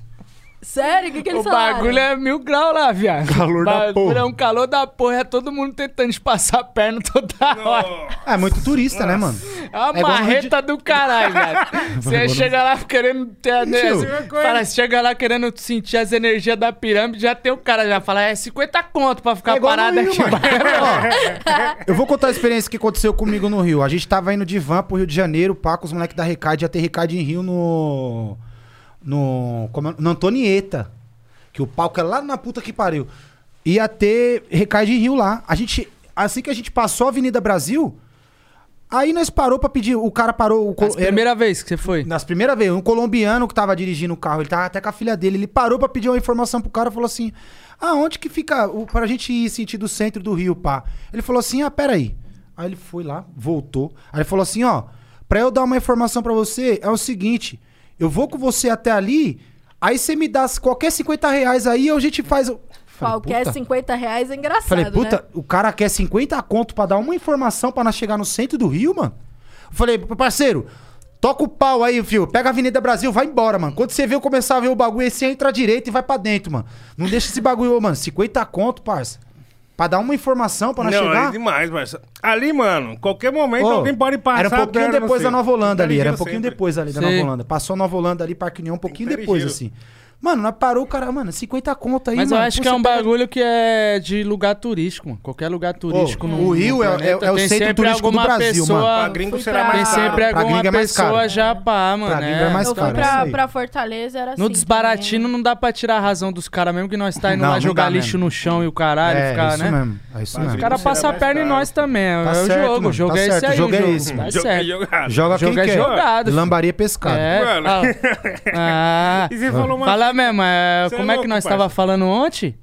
Speaker 2: Sério? O que, que
Speaker 4: o
Speaker 2: eles falaram?
Speaker 4: bagulho é mil graus lá, viado.
Speaker 5: Calor
Speaker 4: O
Speaker 5: da
Speaker 4: bagulho
Speaker 5: porra.
Speaker 4: É um calor da porra, é todo mundo tentando te passar a perna toda hora.
Speaker 1: Ó,
Speaker 5: É muito turista, né, mano?
Speaker 4: É uma
Speaker 5: É igual no Rio
Speaker 4: marreta do caralho, velho. Você
Speaker 5: Igual no-
Speaker 4: chega lá querendo ter. Né,
Speaker 5: Tio. é?
Speaker 4: você fala, você chega lá querendo sentir as energias da pirâmide, já tem o cara já fala, é 50 conto pra ficar
Speaker 5: É igual no
Speaker 4: parado
Speaker 5: Rio,
Speaker 4: aqui.
Speaker 5: mano. Ó, eu vou contar a experiência que aconteceu comigo no Rio. A gente tava indo de van pro Rio de Janeiro, pá, com os moleques da Recade, ia ter Recade em Rio no. No. Como é? No Antonieta. Que o palco é lá na puta que pariu. Ia ter Recade em Rio lá. A gente. Assim que a gente passou a Avenida Brasil, aí nós parou pra pedir. O cara parou. O, co-
Speaker 4: As
Speaker 5: era-
Speaker 4: é primeira vez que você foi.
Speaker 5: nas primeiras vezes, um colombiano que tava dirigindo o carro, ele tava até com a filha dele, ele parou pra pedir uma informação pro cara, falou assim: "Ah, onde que fica o, pra gente ir sentido centro do Rio, pá?". Ele falou assim: "Ah, pera aí". Aí ele foi lá, voltou. Aí ele falou assim: "Ó, pra eu dar uma informação pra você, é o seguinte, eu vou com você até ali, aí você me dá qualquer 50 reais aí, a gente faz o Falei,
Speaker 2: Qualquer
Speaker 5: "Puta".
Speaker 2: 50 reais é engraçado,
Speaker 5: Falei, puta,
Speaker 2: né?
Speaker 5: o cara quer 50 conto pra dar uma informação pra nós chegar no centro do Rio, mano. Falei, parceiro, toca o pau aí, filho. Pega a Avenida Brasil, vai embora, mano. Quando você vê eu começar a ver o bagulho, aí você entra à direita e vai pra dentro, mano. Não deixa esse bagulho, ô, mano. 50 conto, parça. Pra dar uma informação pra nós
Speaker 1: Não, é
Speaker 5: chegar.
Speaker 1: demais, parceiro. Ali, mano, qualquer momento
Speaker 5: Ô,
Speaker 1: alguém pode passar.
Speaker 5: era um pouquinho
Speaker 1: dando,
Speaker 5: depois da
Speaker 1: filho.
Speaker 5: Nova Holanda ali, era um
Speaker 1: Dirigindo
Speaker 5: pouquinho
Speaker 1: sempre.
Speaker 5: depois ali da
Speaker 4: Sei.
Speaker 5: Nova Holanda. Passou a Nova Holanda ali, Parque União, um pouquinho depois, assim.
Speaker 1: Inteligiram.
Speaker 5: Mano, nós parou, cara, mano, 50 conto aí,
Speaker 4: Mas
Speaker 5: mano.
Speaker 4: eu acho
Speaker 5: Pô,
Speaker 4: que é
Speaker 5: você
Speaker 4: um
Speaker 5: pega-
Speaker 4: bagulho que é de lugar turístico, mano. Qualquer lugar turístico
Speaker 5: Ô,
Speaker 4: no
Speaker 5: o Rio é- é-
Speaker 4: planeta
Speaker 5: é o
Speaker 4: tem
Speaker 5: centro
Speaker 4: sempre
Speaker 5: turístico do
Speaker 4: alguma
Speaker 5: Brasil, mano.
Speaker 4: pessoa-
Speaker 1: Pra Ah, gringo
Speaker 2: Fui
Speaker 1: será
Speaker 2: pra-
Speaker 1: mais
Speaker 4: Tem
Speaker 1: caro.
Speaker 4: sempre
Speaker 5: Pra
Speaker 4: alguma
Speaker 5: gringa é mais
Speaker 4: pessoa
Speaker 5: caro.
Speaker 4: já pá, mano.
Speaker 5: gringa é mais
Speaker 2: Eu fui
Speaker 5: cara, é isso
Speaker 2: pra,
Speaker 5: aí.
Speaker 2: pra Fortaleza, era assim.
Speaker 4: No desbaratino
Speaker 2: também.
Speaker 4: não dá pra tirar a razão dos caras, mesmo que nós tá indo
Speaker 5: Não,
Speaker 4: lá
Speaker 5: não
Speaker 4: jogar
Speaker 5: dá
Speaker 4: lixo
Speaker 5: mesmo.
Speaker 4: no chão e o caralho,
Speaker 5: É,
Speaker 4: ficar,
Speaker 5: isso
Speaker 4: né?
Speaker 5: mesmo. É isso
Speaker 1: Mas
Speaker 5: mesmo.
Speaker 4: O cara
Speaker 1: Será
Speaker 4: passa a
Speaker 1: mais
Speaker 4: perna em
Speaker 1: caro.
Speaker 4: nós também.
Speaker 5: Tá
Speaker 4: é
Speaker 5: certo,
Speaker 4: o jogo.
Speaker 5: mano,
Speaker 4: O jogo
Speaker 5: tá
Speaker 4: é
Speaker 5: certo,
Speaker 4: esse aí.
Speaker 5: o jogo é esse,
Speaker 4: Tá
Speaker 5: mano.
Speaker 1: Jogo é
Speaker 4: certo.
Speaker 1: jogado.
Speaker 5: Joga
Speaker 4: Jogo
Speaker 5: quem
Speaker 4: é
Speaker 5: quer.
Speaker 4: jogado, filho.
Speaker 5: Lambaria é pescado.
Speaker 4: É,
Speaker 1: Mano.
Speaker 4: ah. Ah.
Speaker 1: E você falou uma
Speaker 4: Fala mesmo, é,
Speaker 1: Cê é
Speaker 4: como é que
Speaker 1: louco,
Speaker 4: nós tava
Speaker 1: parça.
Speaker 4: falando ontem?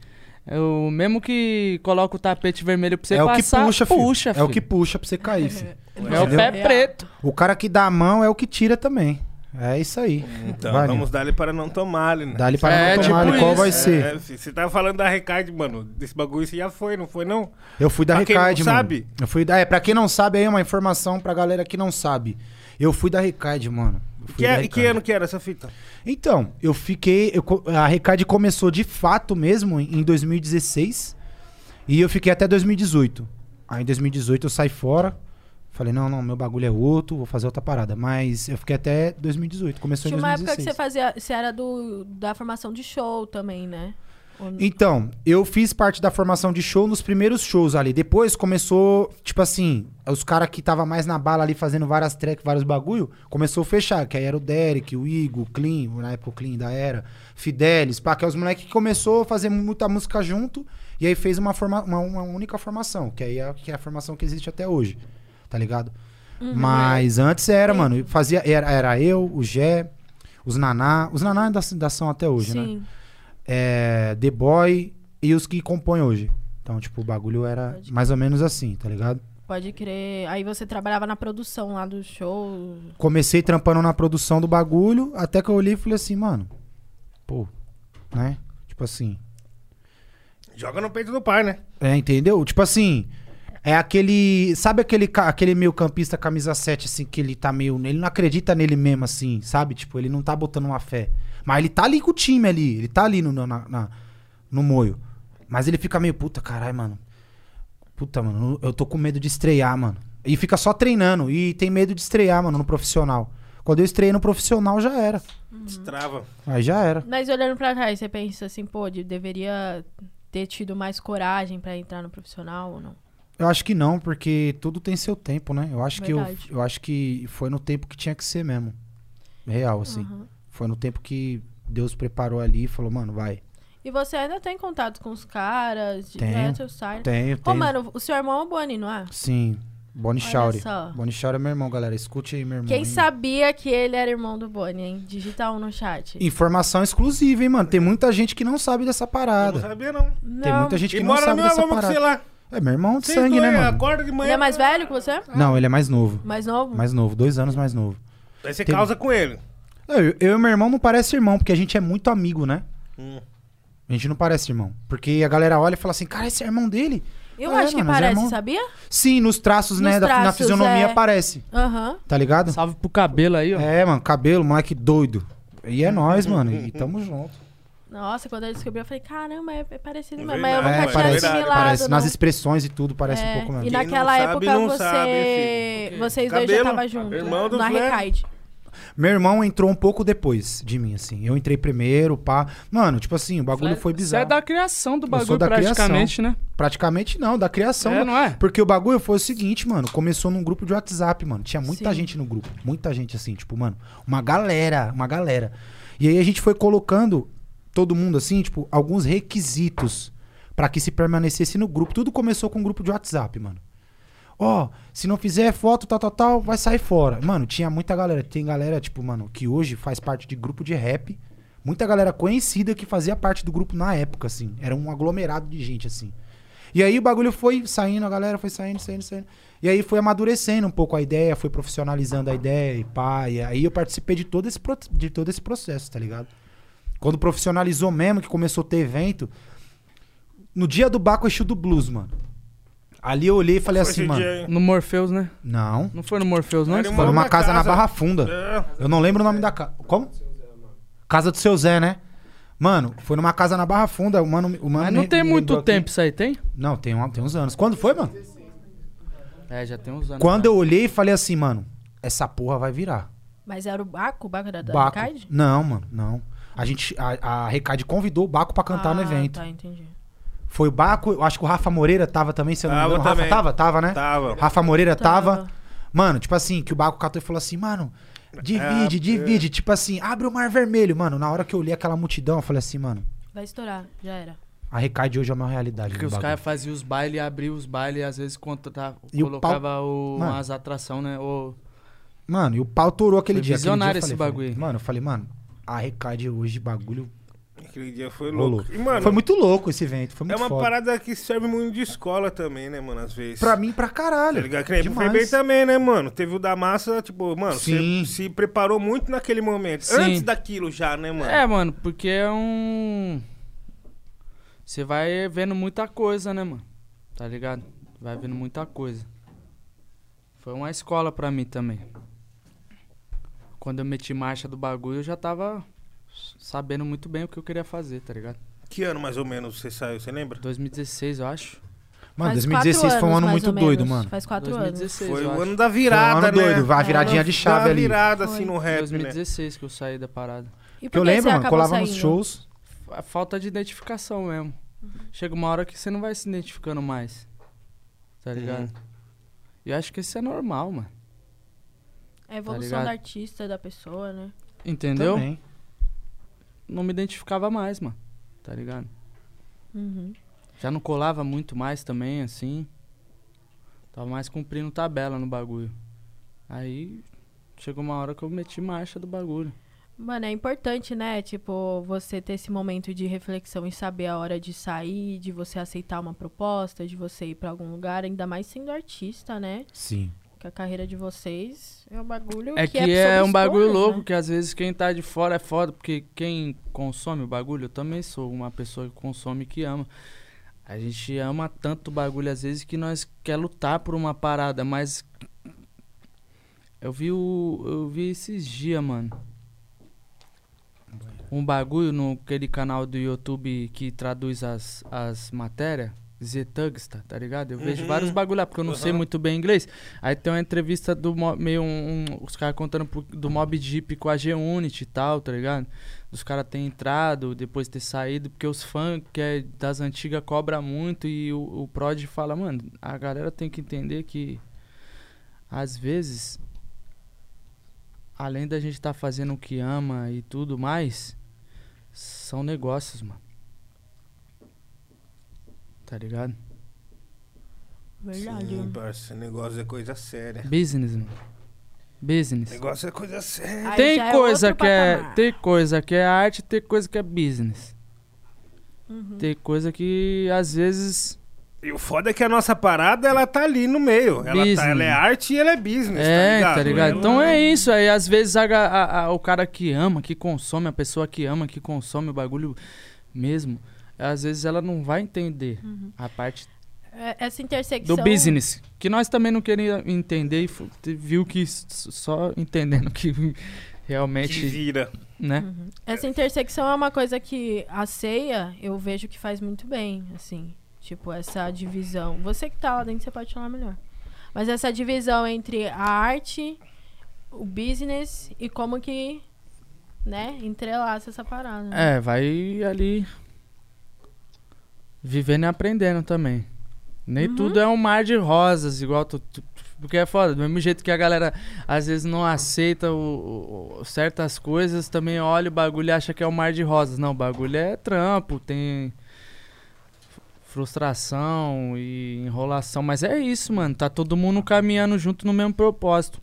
Speaker 4: O mesmo que coloca o tapete vermelho pra você
Speaker 5: é o que
Speaker 4: passar,
Speaker 5: puxa, filho.
Speaker 4: puxa,
Speaker 5: É o
Speaker 4: filho.
Speaker 5: que puxa pra você cair, filho.
Speaker 4: É o
Speaker 5: Entendeu?
Speaker 4: pé preto.
Speaker 5: O cara que dá a mão é o que tira também. É isso aí.
Speaker 1: Então,
Speaker 5: Vai,
Speaker 1: vamos dar-lhe para não tomar-lhe, né?
Speaker 5: Dá ali para
Speaker 4: É,
Speaker 5: não tomar
Speaker 4: tipo
Speaker 5: ali, qual
Speaker 4: isso.
Speaker 5: vai ser.
Speaker 1: É, filho, você tava falando da Recade, mano. Desse bagulho você já foi, não foi, não?
Speaker 5: Eu fui da
Speaker 1: Pra quem não
Speaker 5: Recard, mano.
Speaker 1: sabe.
Speaker 5: Eu fui da... É, pra quem não sabe, aí uma informação pra galera que não sabe. Eu fui da Recard, mano. Eu fui
Speaker 1: Que,
Speaker 5: da
Speaker 1: é- e que
Speaker 5: Recard.
Speaker 1: ano que era essa fita?
Speaker 5: Então, eu fiquei. eu co- a Recade começou de fato mesmo em 2016. E eu fiquei até 2018. Aí em 2018 eu saí fora. Falei, não, não, meu bagulho é outro, vou fazer outra parada. Mas eu fiquei até 2018, começou
Speaker 2: Tinha
Speaker 5: em
Speaker 2: uma época que você
Speaker 5: 2016.
Speaker 2: fazia. Você era do, da formação de show também, né? Ou-
Speaker 5: Então, eu fiz parte da formação de show nos primeiros shows ali. Depois começou, tipo assim, os caras que tava mais na bala ali fazendo várias tracks, vários bagulho, começou a fechar. Que aí era o Derek, o Igor, o Clean, na época o Clean da era, Fidelis, pá, que é os moleques que começou a fazer muita música junto e aí fez uma, forma, uma, uma única formação, que aí é, que é a formação que existe até hoje, tá ligado? Mas antes era, mano, fazia, era, era eu, o Gé, os Naná. Os Naná ainda, ainda são até hoje, né?
Speaker 2: Sim.
Speaker 5: é, The Boy e os que compõem hoje. Então, tipo, o bagulho era
Speaker 2: Pode
Speaker 5: mais ou menos assim, tá ligado?
Speaker 2: Pode crer. Aí você trabalhava na produção lá do show.
Speaker 5: Comecei trampando na produção do bagulho, até que eu olhei e falei assim, mano, pô, né? Tipo assim,
Speaker 1: Joga no peito do pai, né?
Speaker 5: é, entendeu? Tipo assim, é aquele, sabe aquele ca- aquele meio-campista camisa 7 assim que ele tá meio, ele não acredita nele mesmo assim, sabe? Tipo, ele não tá botando uma fé. Mas ele tá ali com o time ali, ele tá ali no na, na- no moio. Mas ele fica meio, puta, caralho, mano. Puta, mano, eu tô com medo de estrear, mano. E fica só treinando. E tem medo de estrear, mano, no profissional. Quando eu estreiei no profissional, já era.
Speaker 2: Uhum.
Speaker 1: Destrava.
Speaker 5: Aí já era.
Speaker 2: Mas olhando pra trás, você pensa assim, pô, de- deveria ter tido mais coragem pra entrar no profissional ou não?
Speaker 5: Eu acho que não, porque tudo tem seu tempo, né? Eu acho, que eu,
Speaker 2: Verdade.
Speaker 5: eu acho que foi no tempo que tinha que ser mesmo. Real, assim.
Speaker 2: Aham.
Speaker 5: Foi no tempo que Deus preparou ali e falou, mano, vai.
Speaker 2: E você ainda tem contato com os caras? De
Speaker 5: Tenho,
Speaker 2: Metal, Sire?
Speaker 5: Tenho,
Speaker 2: Ô,
Speaker 5: tenho.
Speaker 2: mano, o seu irmão é o Boni, não é?
Speaker 5: Sim. Bonnie
Speaker 2: Olha
Speaker 5: Shauri.
Speaker 2: só.
Speaker 5: Bonnie Shauri é meu irmão, galera. Escute aí, meu irmão.
Speaker 2: Quem
Speaker 5: hein?
Speaker 2: sabia que ele era irmão do Boni, hein? Digita um no chat.
Speaker 5: Informação exclusiva, hein, mano? Tem muita gente que não sabe dessa
Speaker 1: Eu não
Speaker 5: parada.
Speaker 1: sabia, não.
Speaker 2: Não.
Speaker 5: Tem muita gente
Speaker 1: E
Speaker 5: que não
Speaker 1: mora na
Speaker 5: sabe
Speaker 1: mesma
Speaker 5: dessa
Speaker 1: vamos que sei
Speaker 5: parada.
Speaker 1: lá.
Speaker 5: É meu irmão de
Speaker 1: Vocês
Speaker 5: sangue,
Speaker 1: dois
Speaker 5: né, mano?
Speaker 1: Acorda de manhã.
Speaker 2: Ele é mais velho que você?
Speaker 5: Não, ele é mais novo.
Speaker 2: Mais novo?
Speaker 5: Mais novo, dois anos mais novo.
Speaker 1: Aí você
Speaker 5: Tem-
Speaker 1: causa com ele.
Speaker 5: Eu, eu e meu irmão não parece irmão, porque a gente é muito amigo, né?
Speaker 1: Hum.
Speaker 5: A gente não parece irmão. Porque a galera olha e fala assim, cara, esse é irmão dele?
Speaker 2: Eu
Speaker 5: É,
Speaker 2: acho que
Speaker 5: mano, mas é
Speaker 2: parece,
Speaker 5: irmão.
Speaker 2: sabia?
Speaker 5: Sim, nos traços,
Speaker 2: Nos
Speaker 5: né? da- na
Speaker 2: traços,
Speaker 5: fisionomia
Speaker 2: é.
Speaker 5: parece,
Speaker 2: Aham.
Speaker 5: tá ligado?
Speaker 4: Salve pro cabelo aí, ó.
Speaker 5: É, mano, cabelo, moleque doido. E
Speaker 2: Uhum.
Speaker 5: é nóis, mano. E tamo junto.
Speaker 2: Nossa, quando eu descobri, eu falei, caramba, é é parecido
Speaker 1: É
Speaker 2: mesmo. Mas eu
Speaker 1: verdade,
Speaker 2: nunca
Speaker 5: é,
Speaker 2: tinha
Speaker 5: parece,
Speaker 1: verdade,
Speaker 2: assimilado,
Speaker 5: parece.
Speaker 2: não.
Speaker 5: Nas expressões e tudo, parece
Speaker 2: É,
Speaker 5: um pouco
Speaker 2: E
Speaker 5: mesmo.
Speaker 1: na-
Speaker 2: naquela
Speaker 1: sabe,
Speaker 2: época
Speaker 1: não
Speaker 2: você...
Speaker 1: sabe, filho.
Speaker 2: vocês dois já
Speaker 1: Cabelo,
Speaker 2: estavam juntos.
Speaker 1: irmão do
Speaker 2: na
Speaker 1: Flair.
Speaker 2: Recaide.
Speaker 5: Meu irmão entrou um pouco depois de mim, assim. Eu entrei primeiro, pá. Mano, tipo assim, o bagulho foi
Speaker 4: Você é
Speaker 5: bizarro.
Speaker 4: da criação do
Speaker 5: sou
Speaker 4: bagulho,
Speaker 5: da criação.
Speaker 4: praticamente, né?
Speaker 5: Praticamente não, da criação.
Speaker 4: é, não é?
Speaker 5: Porque o bagulho foi o seguinte, mano. Começou num grupo de WhatsApp, mano. Tinha muita
Speaker 2: Sim.
Speaker 5: gente no grupo. Muita gente, assim, tipo, mano. Uma galera, uma galera. E aí a gente foi colocando todo mundo, assim, tipo, alguns requisitos pra que se permanecesse no grupo. Tudo começou com um grupo de WhatsApp, mano. Ó, se não fizer foto, tal, tal, tal, vai sair fora. Mano, tinha muita galera. Tem galera, tipo, mano, que hoje faz parte de grupo de rap. Muita galera conhecida que fazia parte do grupo na época, assim. Era um aglomerado de gente, assim. E aí o bagulho foi saindo, a galera foi saindo, saindo, saindo. E aí foi amadurecendo um pouco a ideia, foi profissionalizando a ideia e pá. E aí eu participei de todo esse, pro- de todo esse processo, tá ligado? Quando profissionalizou mesmo, que começou a ter evento. No dia do Baco Exu do Blues, mano. Ali eu olhei e falei
Speaker 1: Foi
Speaker 5: assim,
Speaker 1: esse
Speaker 5: mano.
Speaker 1: dia aí.
Speaker 4: No Morpheus, né?
Speaker 5: Não.
Speaker 4: Não foi no Morpheus, não?
Speaker 1: Era
Speaker 4: esse
Speaker 5: Foi
Speaker 1: Mora
Speaker 4: bagulho?
Speaker 1: uma
Speaker 5: numa casa, na
Speaker 1: casa-
Speaker 5: Barra Funda.
Speaker 1: É.
Speaker 5: Eu não lembro o nome da casa. Como? Casa do seu Zé, né? Mano, foi numa casa na Barra Funda. O mano, o mano
Speaker 4: Mas não
Speaker 5: me-
Speaker 4: tem
Speaker 5: me
Speaker 4: muito
Speaker 5: lembrou aqui.
Speaker 4: tempo isso aí, tem?
Speaker 5: Não, tem, um- tem uns anos. Quando foi, mano?
Speaker 4: É, já tem uns anos.
Speaker 5: Quando eu olhei e falei assim, mano, essa porra vai virar.
Speaker 2: Mas era o Baco, o Baco É da, da
Speaker 5: Baco.
Speaker 2: Recaide?
Speaker 5: Não, mano, não. A gente, a, a Recade convidou o Baco pra cantar no
Speaker 2: Ah,
Speaker 5: evento.
Speaker 2: tá, entendi.
Speaker 5: Foi o Baco, eu acho que o Rafa Moreira tava também, se eu não me
Speaker 1: Tava
Speaker 5: engano. Rafa
Speaker 1: também.
Speaker 5: tava? Tava, né?
Speaker 1: Tava.
Speaker 5: Rafa Moreira tava.
Speaker 2: Tava.
Speaker 5: Mano, tipo assim, que o Baco catou e falou assim, mano, divide,
Speaker 1: Ah,
Speaker 5: divide. Tipo assim, abre o Mar Vermelho. Mano, na hora que eu olhei aquela multidão, eu falei assim, mano,
Speaker 2: Vai estourar, já era.
Speaker 5: a Recade hoje é uma realidade.
Speaker 4: Porque
Speaker 5: do
Speaker 4: os
Speaker 5: bagulho.
Speaker 4: caras é faziam os bailes, abriam os bailes, às vezes contratava,
Speaker 5: E o
Speaker 4: colocava o,
Speaker 5: Mano.
Speaker 4: umas atrações, né? Ou...
Speaker 5: Mano, e o pau torou aquele
Speaker 4: Foi
Speaker 5: dia. aquele dia eu
Speaker 4: visionário
Speaker 5: falei,
Speaker 4: esse
Speaker 5: falei,
Speaker 4: bagulho.
Speaker 5: Mano, eu falei, mano, a Recade hoje, bagulho
Speaker 1: Aquele dia foi
Speaker 5: rolou.
Speaker 1: louco. E, mano,
Speaker 5: foi muito louco esse evento, foi
Speaker 1: é
Speaker 5: muito
Speaker 1: uma
Speaker 5: foda.
Speaker 1: parada que serve muito de escola também, né, mano, às vezes.
Speaker 5: Pra mim, pra caralho.
Speaker 1: Tá ligado? Que nem pro
Speaker 5: Demais.
Speaker 1: Febem também, né, mano? Teve o da massa, tipo, mano,
Speaker 5: Sim.
Speaker 1: você se preparou muito naquele momento.
Speaker 4: Sim.
Speaker 1: Antes daquilo já, né, mano?
Speaker 4: É, mano, porque é um. Você vai vendo muita coisa, né, mano? Tá ligado? Vai vendo muita coisa. Foi uma escola pra mim também. Quando eu meti marcha do bagulho, eu já tava sabendo muito bem o que eu queria fazer, tá ligado?
Speaker 1: Que ano mais ou menos você saiu, você lembra?
Speaker 4: 2016, eu acho.
Speaker 3: Mano,
Speaker 2: Faz
Speaker 3: 2016
Speaker 2: quatro
Speaker 3: foi um ano
Speaker 2: anos, mais
Speaker 3: muito
Speaker 2: ou menos.
Speaker 3: doido, mano.
Speaker 2: Faz quatro anos.
Speaker 4: 2016,
Speaker 1: Foi
Speaker 4: eu
Speaker 1: o
Speaker 4: acho.
Speaker 1: ano da virada,
Speaker 3: foi um ano doido,
Speaker 1: né?
Speaker 3: vai a viradinha de
Speaker 1: Da
Speaker 3: chave ali.
Speaker 1: virada,
Speaker 2: Foi.
Speaker 1: assim, no rap, né?
Speaker 4: 2016 que eu saí da parada.
Speaker 2: E por
Speaker 3: Que eu
Speaker 2: que você
Speaker 3: lembro, mano,
Speaker 2: acabou
Speaker 3: colava nos
Speaker 2: saindo?
Speaker 3: shows.
Speaker 4: A falta de identificação mesmo. Chega uma hora que você não vai se identificando mais. Tá ligado? E eu acho que isso é normal, mano.
Speaker 2: A evolução
Speaker 1: Tá
Speaker 4: ligado?
Speaker 2: do artista, da pessoa, né?
Speaker 4: Entendeu?
Speaker 3: Também.
Speaker 4: Não me identificava mais, mano. Tá ligado?
Speaker 2: Uhum.
Speaker 4: Já não colava muito mais também, assim. Tava mais cumprindo tabela no bagulho. Aí chegou uma hora que eu meti marcha do bagulho.
Speaker 2: Mano, é importante, né? Tipo, você ter esse momento de reflexão e saber a hora de sair, de você aceitar uma proposta, de você ir pra algum lugar, ainda mais sendo artista, né?
Speaker 3: Sim.
Speaker 2: Que a carreira de vocês é um bagulho
Speaker 4: É
Speaker 2: que
Speaker 4: que,
Speaker 2: é,
Speaker 4: é,
Speaker 2: sob
Speaker 4: um bagulho
Speaker 2: escolhas,
Speaker 4: louco,
Speaker 2: né?
Speaker 4: que às vezes quem tá de fora é foda, porque quem consome o bagulho, eu também sou uma pessoa que consome e que ama. A gente ama tanto o bagulho às vezes que nós quer lutar por uma parada, mas eu vi o eu vi esses dias, mano. Um bagulho no aquele canal do YouTube que traduz as, as matérias, Z-Tugsta, tá ligado? Eu vejo
Speaker 1: Uhum.
Speaker 4: vários bagulho lá, porque eu não sei
Speaker 1: Uhum.
Speaker 4: muito bem inglês. Aí tem uma entrevista do Mo- meio um, um- os caras contando pro- do Mob Deep com a G-Unit e tal, tá ligado? Dos caras ter entrado, depois ter saído, porque os fãs que é das antigas cobra muito e o, o Prod fala, mano, a galera tem que entender que às vezes além da gente estar fazendo o que ama e tudo mais, são negócios, mano. Tá ligado?
Speaker 2: Verdade.
Speaker 1: Sim, parça, negócio é coisa séria.
Speaker 4: Business, mano. Business.
Speaker 1: Negócio é coisa séria.
Speaker 2: Aí
Speaker 4: tem
Speaker 2: já é
Speaker 4: coisa
Speaker 2: outro
Speaker 4: que é
Speaker 2: patamar.
Speaker 4: tem coisa que é arte tem coisa que é business
Speaker 2: Uhum.
Speaker 4: tem coisa que às vezes
Speaker 1: E o foda é que a nossa parada, ela tá ali no meio. Ela,
Speaker 4: Business.
Speaker 1: tá- ela é arte e ela é business,
Speaker 4: é
Speaker 1: tá ligado?
Speaker 2: né?
Speaker 1: Ela-
Speaker 4: então é isso aí às vezes a ga- a- a- o cara que ama que consome a pessoa que ama que consome o bagulho mesmo às vezes ela não vai entender a parte
Speaker 2: Uhum. É- Essa intersecção.
Speaker 4: do business que nós também não queríamos entender e fu- te- viu que s- só entendendo que
Speaker 1: Que
Speaker 4: realmente
Speaker 1: vira.
Speaker 4: né
Speaker 2: Uhum. Essa intersecção é uma coisa que a ceia eu vejo que faz muito bem, assim. Tipo, essa divisão. Você que tá lá dentro, você pode falar melhor. Mas essa divisão entre a arte, o business e como que, né, entrelaça essa parada. né?
Speaker 4: É, vai ali vivendo e aprendendo também. Nem
Speaker 2: Uhum.
Speaker 4: tudo é um mar de rosas, igual tu, tu- tu- porque é foda, do mesmo jeito que a galera às vezes não aceita o- o- o- certas coisas, também olha o bagulho e acha que é um mar de rosas. Não, o bagulho é trampo, tem fr- frustração e enrolação, mas é isso, mano, tá todo mundo caminhando junto no mesmo propósito.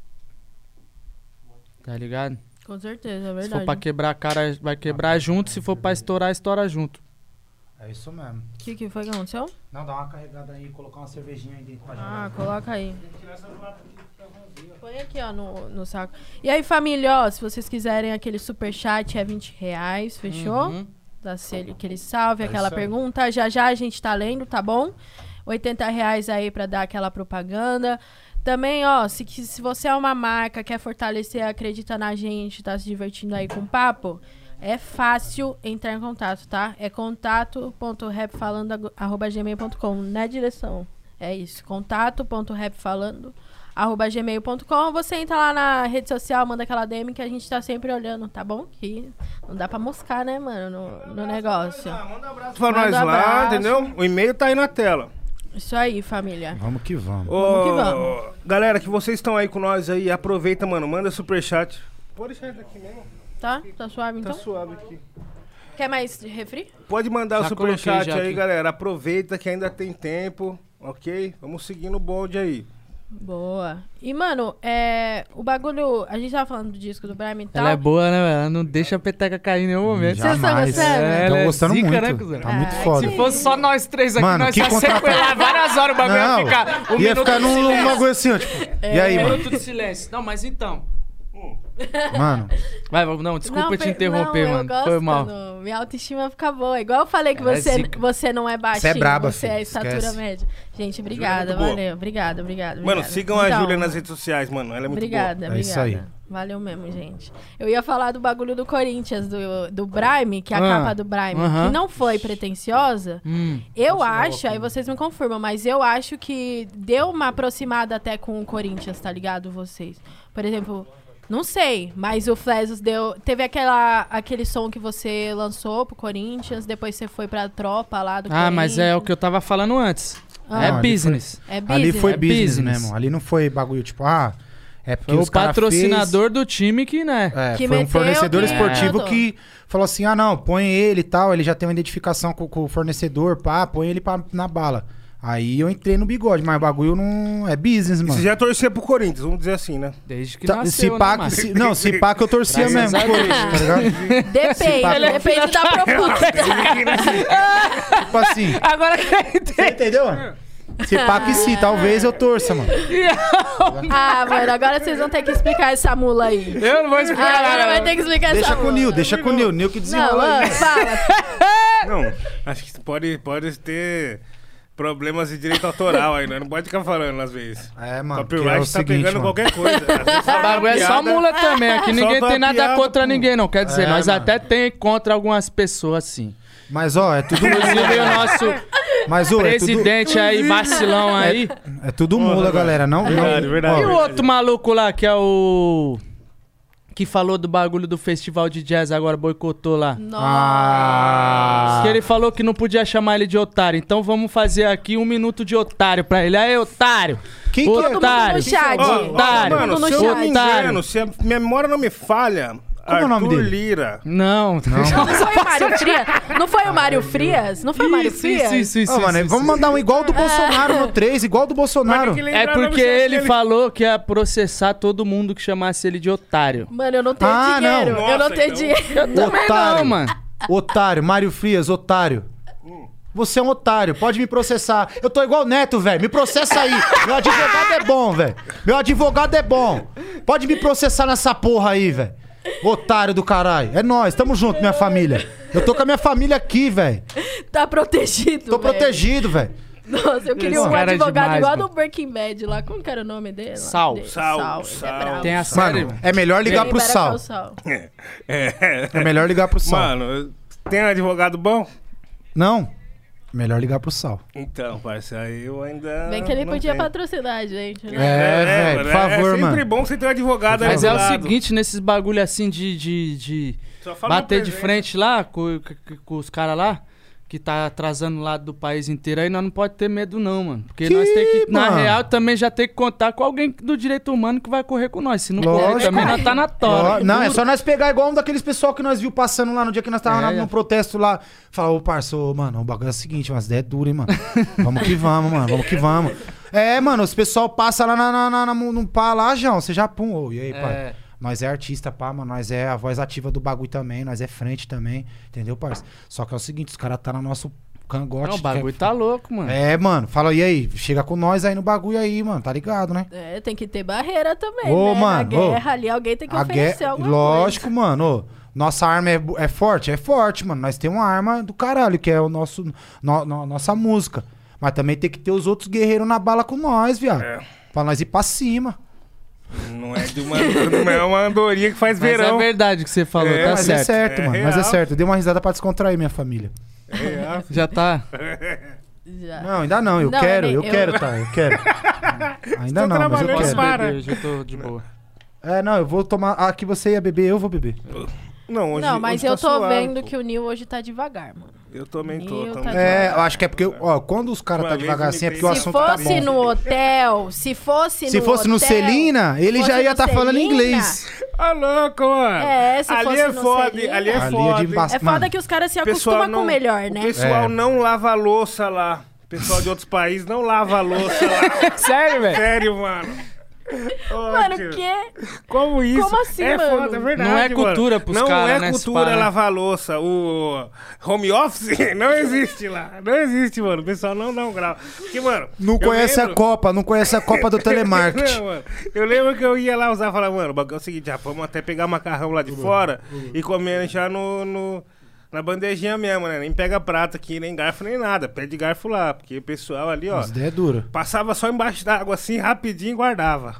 Speaker 4: Tá ligado?
Speaker 2: Com certeza, é
Speaker 4: Se for
Speaker 2: verdade.
Speaker 4: pra quebrar a cara, vai quebrar junto. Se for pra estourar, estoura junto.
Speaker 3: É isso mesmo.
Speaker 2: O que, que foi que aconteceu?
Speaker 3: Não, dá uma carregada aí, colocar uma cervejinha aí dentro pra
Speaker 2: Ah, coloca aí. Põe aqui, ó, no, no saco. E aí, família, ó, se vocês quiserem aquele superchat é 20 reais, fechou?
Speaker 4: Uhum.
Speaker 2: Dá aquele, aquele salve,
Speaker 3: É
Speaker 2: aquela
Speaker 3: isso aí.
Speaker 2: pergunta. Já já a gente tá lendo, tá bom? 80 reais aí pra dar aquela propaganda. Também, ó, se, que- se você é uma marca, quer fortalecer, acredita na gente, tá se divertindo aí com o papo, é fácil entrar em contato, tá? É contato.rapfalando.gmail.com, né, direção? É isso, contato.rapfalando arroba gmail.com. Você entra lá na rede social, manda aquela DM que a gente tá sempre olhando, tá bom? Que não dá pra moscar, né, mano, no, no negócio.
Speaker 1: Pra
Speaker 2: Manda
Speaker 1: nós
Speaker 2: um
Speaker 1: lá,
Speaker 2: abraço.
Speaker 1: entendeu? O e-mail tá aí na tela.
Speaker 2: Isso aí, família.
Speaker 3: Vamos que vamos.
Speaker 1: Ô,
Speaker 2: que vamos.
Speaker 1: Galera, que vocês estão aí com nós aí, aproveita, mano. Manda superchat. Pode deixar daqui mesmo,
Speaker 2: Tá? Tá suave, então?
Speaker 1: suave aqui.
Speaker 2: Quer mais refri?
Speaker 1: Pode mandar o
Speaker 4: Já
Speaker 1: superchat
Speaker 4: coloquei já
Speaker 1: aí,
Speaker 4: aqui.
Speaker 1: galera. Aproveita que ainda tem tempo, ok? Vamos seguindo o bonde aí.
Speaker 2: Boa. E, mano, é... O bagulho... A gente tava falando do disco do Brian e tal.
Speaker 4: Ela é boa, né? velho? Ela não deixa a peteca cair em nenhum momento.
Speaker 2: Já.
Speaker 3: Jamais.
Speaker 2: Vocês estão gostando?
Speaker 3: Tão
Speaker 4: Ela é
Speaker 3: gostando
Speaker 4: zica, né,
Speaker 3: muito.
Speaker 4: cuzão?
Speaker 3: tá muito
Speaker 2: Ah,
Speaker 3: foda.
Speaker 2: que
Speaker 4: Se fosse só nós três aqui,
Speaker 3: Mano,
Speaker 4: nós
Speaker 3: que
Speaker 4: ia
Speaker 3: contrata-
Speaker 4: sequelar várias horas. O bagulho
Speaker 3: Não,
Speaker 4: ia ficar
Speaker 3: ia
Speaker 4: um minuto
Speaker 3: ficar
Speaker 4: de
Speaker 3: num
Speaker 4: silêncio.
Speaker 2: É.
Speaker 3: bagulho assim, ó, tipo. E aí,
Speaker 4: Um
Speaker 3: mano?
Speaker 4: minuto de silêncio. Não, mas então.
Speaker 5: Mano,
Speaker 4: Vai, vamos- não, desculpa te
Speaker 2: per-
Speaker 4: interromper,
Speaker 2: não, eu
Speaker 4: mano.
Speaker 2: gosto
Speaker 4: Foi mal.
Speaker 2: quando Minha autoestima fica boa. Igual eu falei que
Speaker 4: Ela é
Speaker 2: você,
Speaker 4: zica.
Speaker 2: você não é baixinho.
Speaker 5: Você é braba,
Speaker 2: Você
Speaker 5: filho.
Speaker 2: é estatura
Speaker 5: Esquece.
Speaker 2: média. Gente, obrigada.
Speaker 1: muito boa.
Speaker 2: Valeu. Obrigada, obrigada.
Speaker 1: Mano,
Speaker 2: obrigada.
Speaker 1: sigam a
Speaker 2: Então,
Speaker 1: Júlia nas redes sociais, mano. Ela é muito
Speaker 2: Obrigada,
Speaker 5: boa.
Speaker 2: obrigada.
Speaker 5: É isso aí.
Speaker 2: Valeu mesmo, gente. Eu ia falar do bagulho do Corinthians, do, do Brime, que é a
Speaker 4: Ah,
Speaker 2: capa do Brime,
Speaker 4: aham.
Speaker 2: que não foi pretensiosa.
Speaker 4: Hum.
Speaker 2: Eu acho, aí vocês me confirmam, mas eu acho que deu uma aproximada até com o Corinthians, tá ligado? Vocês. Por exemplo, não sei, mas o Flesos deu. Teve aquela, aquele som que você lançou pro Corinthians, depois você foi pra tropa lá do
Speaker 4: Ah, mas é o
Speaker 2: Corinthians.
Speaker 4: que eu tava falando antes.
Speaker 2: Ah.
Speaker 4: é
Speaker 5: Não, ali
Speaker 4: business.
Speaker 2: É business.
Speaker 5: ali foi
Speaker 4: É
Speaker 5: business,
Speaker 4: business.
Speaker 5: mesmo. Ali não foi bagulho tipo, ah, é porque
Speaker 4: Foi o
Speaker 5: os cara
Speaker 4: patrocinador do time que, né?
Speaker 5: fez- é,
Speaker 2: Que
Speaker 5: foi um
Speaker 2: meteu, É.
Speaker 5: fornecedor
Speaker 2: que
Speaker 5: esportivo
Speaker 2: mandou.
Speaker 5: que falou assim: ah, não, põe ele e tal. Ele já tem uma identificação com, com o fornecedor, pá, põe ele pra, na bala. Aí eu entrei no bigode, mas o bagulho não. É business,
Speaker 1: boa.
Speaker 5: mano.
Speaker 1: Você já torcia pro Corinthians, vamos dizer assim, né?
Speaker 4: Desde que
Speaker 5: Tá,
Speaker 4: nasceu,
Speaker 5: se
Speaker 4: né,
Speaker 5: pá, que-
Speaker 4: Márcio?
Speaker 5: se- não, se pá que eu torcia
Speaker 4: Graças
Speaker 5: mesmo.
Speaker 4: a
Speaker 5: pro Corinthians, tá ligado?
Speaker 2: Depende,
Speaker 5: Ele é
Speaker 2: depende da proposta.
Speaker 5: Tipo assim.
Speaker 4: Agora que eu
Speaker 5: Você
Speaker 4: entendi.
Speaker 5: entendeu, mano? Se pá que se, talvez eu torça, mano.
Speaker 2: ah, mano, agora vocês vão ter que explicar essa mula aí.
Speaker 4: Eu não vou
Speaker 2: Ah, Agora vai
Speaker 4: esperar.
Speaker 2: ter que explicar
Speaker 5: Deixa
Speaker 2: essa
Speaker 5: com o
Speaker 2: mula.
Speaker 5: Nil, deixa com o Nil. Nil que
Speaker 2: Não,
Speaker 5: desenrola
Speaker 2: ah,
Speaker 5: aí.
Speaker 2: fala.
Speaker 1: Não, acho que pode, pode ter problemas de direito autoral aí, né? Não pode ficar falando às vezes.
Speaker 5: É, mano, que
Speaker 1: Copyright
Speaker 5: é o
Speaker 1: tá
Speaker 5: seguinte,
Speaker 1: pegando
Speaker 5: mano.
Speaker 1: qualquer coisa. Às vezes
Speaker 4: O bagulho é só
Speaker 1: piada.
Speaker 4: mula também. Aqui ninguém
Speaker 1: Solta
Speaker 4: tem
Speaker 1: uma
Speaker 4: nada
Speaker 1: piada,
Speaker 4: contra
Speaker 1: pô.
Speaker 4: ninguém, não. Quer dizer,
Speaker 5: É,
Speaker 4: nós
Speaker 5: mano.
Speaker 4: até tem contra algumas pessoas, sim.
Speaker 5: Mas, ó, é tudo...
Speaker 1: Tá
Speaker 4: Inclusive o nosso
Speaker 5: Mas, ô, é tudo,
Speaker 4: presidente aí, vacilão aí.
Speaker 5: é tudo mula, galera. Não, não-
Speaker 1: Verdade, verdade.
Speaker 4: E o
Speaker 5: ó,
Speaker 4: outro maluco lá, que é o... Que falou do bagulho do festival de jazz agora, boicotou lá.
Speaker 5: ah,
Speaker 4: Que ele falou que não podia chamar ele de otário. Então vamos fazer aqui um minuto de otário pra ele. Aí, otário!
Speaker 5: Quem que é?
Speaker 4: otário!
Speaker 2: Todo mundo no chat.
Speaker 1: Ó, ó,
Speaker 4: Otário!
Speaker 1: mano,
Speaker 2: Todo mundo
Speaker 1: se eu
Speaker 2: no
Speaker 1: não me
Speaker 4: chat.
Speaker 1: engano, se a minha memória não me falha,
Speaker 5: é
Speaker 1: Arthur
Speaker 5: o nome dele?
Speaker 1: Lira.
Speaker 4: Não, não.
Speaker 2: Não foi o Mário Frias? Não foi o Mário Frias? Não foi o Mário Frias?
Speaker 5: Ó, mano, vamos mandar um igual do Bolsonaro no 3, igual do Bolsonaro.
Speaker 4: É porque ele falou que ia processar todo mundo que chamasse ele de otário.
Speaker 2: Mano, eu não tenho
Speaker 5: Ah,
Speaker 2: dinheiro.
Speaker 1: não.
Speaker 2: eu não
Speaker 1: Nossa,
Speaker 2: tenho
Speaker 1: então.
Speaker 2: dinheiro.
Speaker 4: Eu também
Speaker 5: Otário.
Speaker 4: não, mano.
Speaker 5: Otário, Mário Frias, otário. Você é um otário, pode me processar. Eu tô igual o Neto, velho. Me processa aí. Meu advogado é bom, velho. Meu advogado é bom. Pode me processar nessa porra aí, velho. Otário do caralho. É nós, tamo junto, minha família. Eu tô com a minha família aqui, velho.
Speaker 2: Tá protegido.
Speaker 5: Tô
Speaker 2: velho.
Speaker 5: protegido, velho.
Speaker 2: Nossa, eu queria
Speaker 4: Esse
Speaker 2: um
Speaker 4: cara é
Speaker 2: advogado
Speaker 4: demais,
Speaker 2: igual
Speaker 4: mano.
Speaker 2: do Breaking Bad lá. Como que era o nome dele?
Speaker 4: Sal.
Speaker 2: Dele.
Speaker 1: Sal,
Speaker 2: ele é
Speaker 1: Sal.
Speaker 2: brabo.
Speaker 4: Tem a série.
Speaker 5: Mano, é melhor ligar
Speaker 2: Ele
Speaker 5: pro
Speaker 2: libera
Speaker 5: Sal.
Speaker 2: qual sal.
Speaker 5: É melhor ligar pro Sal.
Speaker 1: Mano, tem advogado bom?
Speaker 5: Não. Melhor ligar pro Sal.
Speaker 1: Então, parceiro, aí eu ainda.
Speaker 2: Bem que ele
Speaker 1: não
Speaker 2: podia
Speaker 1: tenho.
Speaker 2: patrocinar, a gente.
Speaker 5: Ah, É,
Speaker 2: Né?
Speaker 5: velho, por
Speaker 1: mano,
Speaker 5: favor,
Speaker 1: É sempre
Speaker 5: mano.
Speaker 1: bom você ter um advogado aí
Speaker 4: Mas
Speaker 1: do
Speaker 4: é o
Speaker 1: lado.
Speaker 4: seguinte, nesses bagulho assim de, de, de
Speaker 1: Só fala um
Speaker 4: bater de
Speaker 1: presente.
Speaker 4: frente lá com, com- com os caras lá, que tá atrasando o lado do país inteiro aí, nós não pode ter medo não, mano. Porque
Speaker 5: Que,
Speaker 4: nós tem que, na
Speaker 5: mano?
Speaker 4: real, também já tem que contar com alguém do direito humano que vai correr com nós. Se não correr,
Speaker 5: Lógico.
Speaker 4: também nós tá na
Speaker 5: Ó,
Speaker 4: tora.
Speaker 5: não, é só nós pegar igual um daqueles pessoal que nós viu passando lá no dia que nós tava
Speaker 4: É,
Speaker 5: lá
Speaker 4: é.
Speaker 5: no protesto lá. Falar, ô parceiro, mano, o bagulho é o seguinte, mas é duro, hein, mano. Vamos que vamos, mano, vamos que vamos. É, mano, os pessoal passa lá na, na, na, na, no pá lá, João, você já pum, ô, e aí,
Speaker 4: É.
Speaker 5: pai? Nós é artista, pá, mano. Nós é a voz ativa do bagulho também. Nós é frente também. Entendeu, parceiro? Só que é o seguinte, os caras tá no nosso cangote.
Speaker 4: Não, o
Speaker 5: quer-
Speaker 4: bagulho tá louco, mano.
Speaker 5: É, mano. Fala, e aí? Chega com nós aí no bagulho aí, mano. Tá ligado, né?
Speaker 2: É, tem que ter barreira também,
Speaker 5: Ô,
Speaker 2: né? Na
Speaker 5: mano, ô.
Speaker 2: guerra ali, alguém tem que
Speaker 5: A
Speaker 2: oferecer
Speaker 5: guerra-
Speaker 2: alguma
Speaker 5: Lógico, mano. ô, Nossa arma é, bu- é forte? É forte, mano. Nós temos uma arma do caralho, que é o nosso, no- no- nossa música. Mas também tem que ter os outros guerreiros na bala com nós, viado.
Speaker 1: É.
Speaker 5: Pra nós ir pra cima.
Speaker 1: Não é de uma, não é uma andorinha que faz
Speaker 4: Mas é
Speaker 1: verão.
Speaker 4: verdade o que você falou,
Speaker 1: É,
Speaker 4: tá
Speaker 5: mas é
Speaker 4: certo.
Speaker 5: certo,
Speaker 1: É
Speaker 5: mano. Mas é
Speaker 1: real.
Speaker 5: certo. Eu dei uma risada pra descontrair minha família.
Speaker 1: É,
Speaker 4: Já tá.
Speaker 2: coisa. Já.
Speaker 5: Não, ainda não. Eu
Speaker 2: Não,
Speaker 5: quero,
Speaker 2: eu
Speaker 5: eu,
Speaker 2: nem-
Speaker 5: quero,
Speaker 2: eu-
Speaker 5: tá. Eu quero. ainda
Speaker 1: Estou
Speaker 5: não, mas eu
Speaker 1: trabalhando
Speaker 4: Posso
Speaker 5: quero.
Speaker 1: para.
Speaker 4: beber, já tô de boa.
Speaker 5: É, não, eu vou tomar. Ah, que você ia beber, eu vou beber.
Speaker 1: Não, hoje,
Speaker 2: Não, mas
Speaker 1: hoje tá
Speaker 2: eu tô
Speaker 1: suave,
Speaker 2: vendo
Speaker 1: pô.
Speaker 2: que o Nil hoje tá devagar, mano.
Speaker 1: Eu também tô.
Speaker 2: Meu,
Speaker 1: também.
Speaker 2: tá
Speaker 5: É,
Speaker 2: É,
Speaker 5: eu acho que é porque, ó, quando os caras
Speaker 1: Uma
Speaker 5: tá
Speaker 1: vez
Speaker 5: devagar
Speaker 1: eu
Speaker 5: assim é porque
Speaker 1: me
Speaker 5: o
Speaker 2: Se
Speaker 5: assunto tá bom.
Speaker 2: fosse no hotel, se fosse
Speaker 5: Se
Speaker 2: no
Speaker 5: fosse no
Speaker 2: hotel,
Speaker 5: Celina, ele
Speaker 2: se
Speaker 5: já
Speaker 2: fosse
Speaker 5: ia
Speaker 2: no
Speaker 5: tá falando
Speaker 2: Celina,
Speaker 5: inglês.
Speaker 1: Ah, louco, mano.
Speaker 2: É, se
Speaker 1: ali
Speaker 2: fosse
Speaker 1: é
Speaker 2: no
Speaker 1: foda,
Speaker 2: Celina.
Speaker 1: ali é
Speaker 5: Ali é de
Speaker 1: foda. hein?
Speaker 5: embaço-
Speaker 2: É
Speaker 5: Mano,
Speaker 2: foda que os caras se
Speaker 1: O pessoal
Speaker 2: acostumam com
Speaker 1: não-
Speaker 2: o melhor,
Speaker 1: O
Speaker 2: né?
Speaker 1: pessoal
Speaker 5: É.
Speaker 1: não lava a louça lá. O pessoal de outros países não lava a louça lá.
Speaker 4: Sério, velho?
Speaker 1: Sério, mano. Ô,
Speaker 2: Mano,
Speaker 1: tio,
Speaker 2: o quê?
Speaker 1: Como isso?
Speaker 2: assim,
Speaker 1: é
Speaker 2: mano?
Speaker 1: foda, é verdade.
Speaker 4: Não é
Speaker 1: mano.
Speaker 4: cultura pros
Speaker 1: Não
Speaker 4: cara,
Speaker 1: é
Speaker 4: né, esse
Speaker 1: cultura
Speaker 4: pá, né?
Speaker 1: lavar a louça. O home office não existe lá. Não existe, mano. O pessoal não dá um grau. Porque, mano.
Speaker 5: Não
Speaker 1: eu
Speaker 5: conhece a
Speaker 1: lembro-
Speaker 5: Copa, não conhece a Copa do telemarketing.
Speaker 1: Não, mano. Eu lembro que eu ia lá usar e falava, mano, o bagulho é o seguinte, rapaz, vamos até pegar macarrão lá de
Speaker 5: Uhum.
Speaker 1: fora e comer já no, no- na bandejinha mesmo, né? Nem pega prato aqui, nem garfo, nem nada. Pede garfo lá, porque o pessoal ali, ó,
Speaker 3: As ideias é dura.
Speaker 1: passava só embaixo d'água assim, rapidinho e guardava.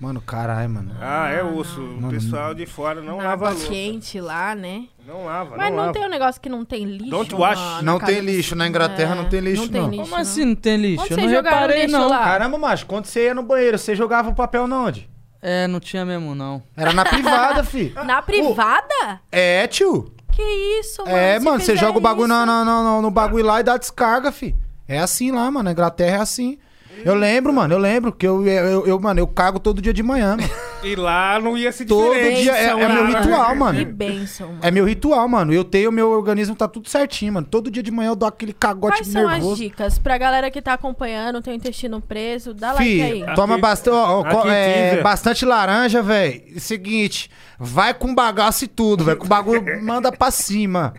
Speaker 3: Mano, caralho, mano.
Speaker 1: Ah, é osso. O pessoal de fora não lava a
Speaker 2: água
Speaker 1: louça.
Speaker 2: quente lá, né?
Speaker 1: Não lava,
Speaker 2: Mas
Speaker 1: não,
Speaker 2: não
Speaker 1: lava.
Speaker 2: tem um negócio que não tem lixo?
Speaker 1: Don't wash.
Speaker 2: na- na
Speaker 5: Não
Speaker 2: casa
Speaker 5: tem
Speaker 2: dos-
Speaker 5: lixo, na Inglaterra não tem lixo, não.
Speaker 4: Como
Speaker 2: É, não.
Speaker 4: assim não tem lixo?
Speaker 2: Onde
Speaker 4: eu
Speaker 2: vocês
Speaker 4: não
Speaker 2: jogaram
Speaker 4: reparei,
Speaker 2: lixo
Speaker 4: não.
Speaker 2: lá?
Speaker 5: Caramba, macho, quando você ia no banheiro, você jogava o papel na onde?
Speaker 4: É, não tinha mesmo, não.
Speaker 5: Era na privada, fi.
Speaker 2: Na privada?
Speaker 5: É, tio.
Speaker 2: Que isso, mano?
Speaker 5: É,
Speaker 2: se
Speaker 5: mano, você
Speaker 2: fizer
Speaker 5: joga o bagulho
Speaker 2: isso-
Speaker 5: no, no, no, no bagulho lá e dá descarga, fi. É assim lá, mano. Na Inglaterra é assim. Eu lembro, mano, eu lembro que eu, eu, eu, mano, eu cago todo dia de manhã, mano.
Speaker 1: E lá não ia se
Speaker 5: Todo
Speaker 1: diferente.
Speaker 5: dia é, é meu
Speaker 1: lá, né?
Speaker 5: ritual, mano.
Speaker 2: Que bênção, mano.
Speaker 5: É meu ritual, mano. Eu tenho, meu organismo tá tudo certinho, mano. Todo dia de manhã eu dou aquele cagote
Speaker 2: Quais são as
Speaker 5: um nervoso.
Speaker 2: dicas pra galera que tá acompanhando, tem o intestino preso? Dá like aí.
Speaker 5: Fih, toma
Speaker 1: Aqui-
Speaker 5: bastante, ó, ó,
Speaker 1: aqui
Speaker 5: co- é,
Speaker 1: Tinder.
Speaker 5: bastante laranja, velho. Seguinte, vai com bagaço e tudo, velho. Com o bagulho, manda pra cima.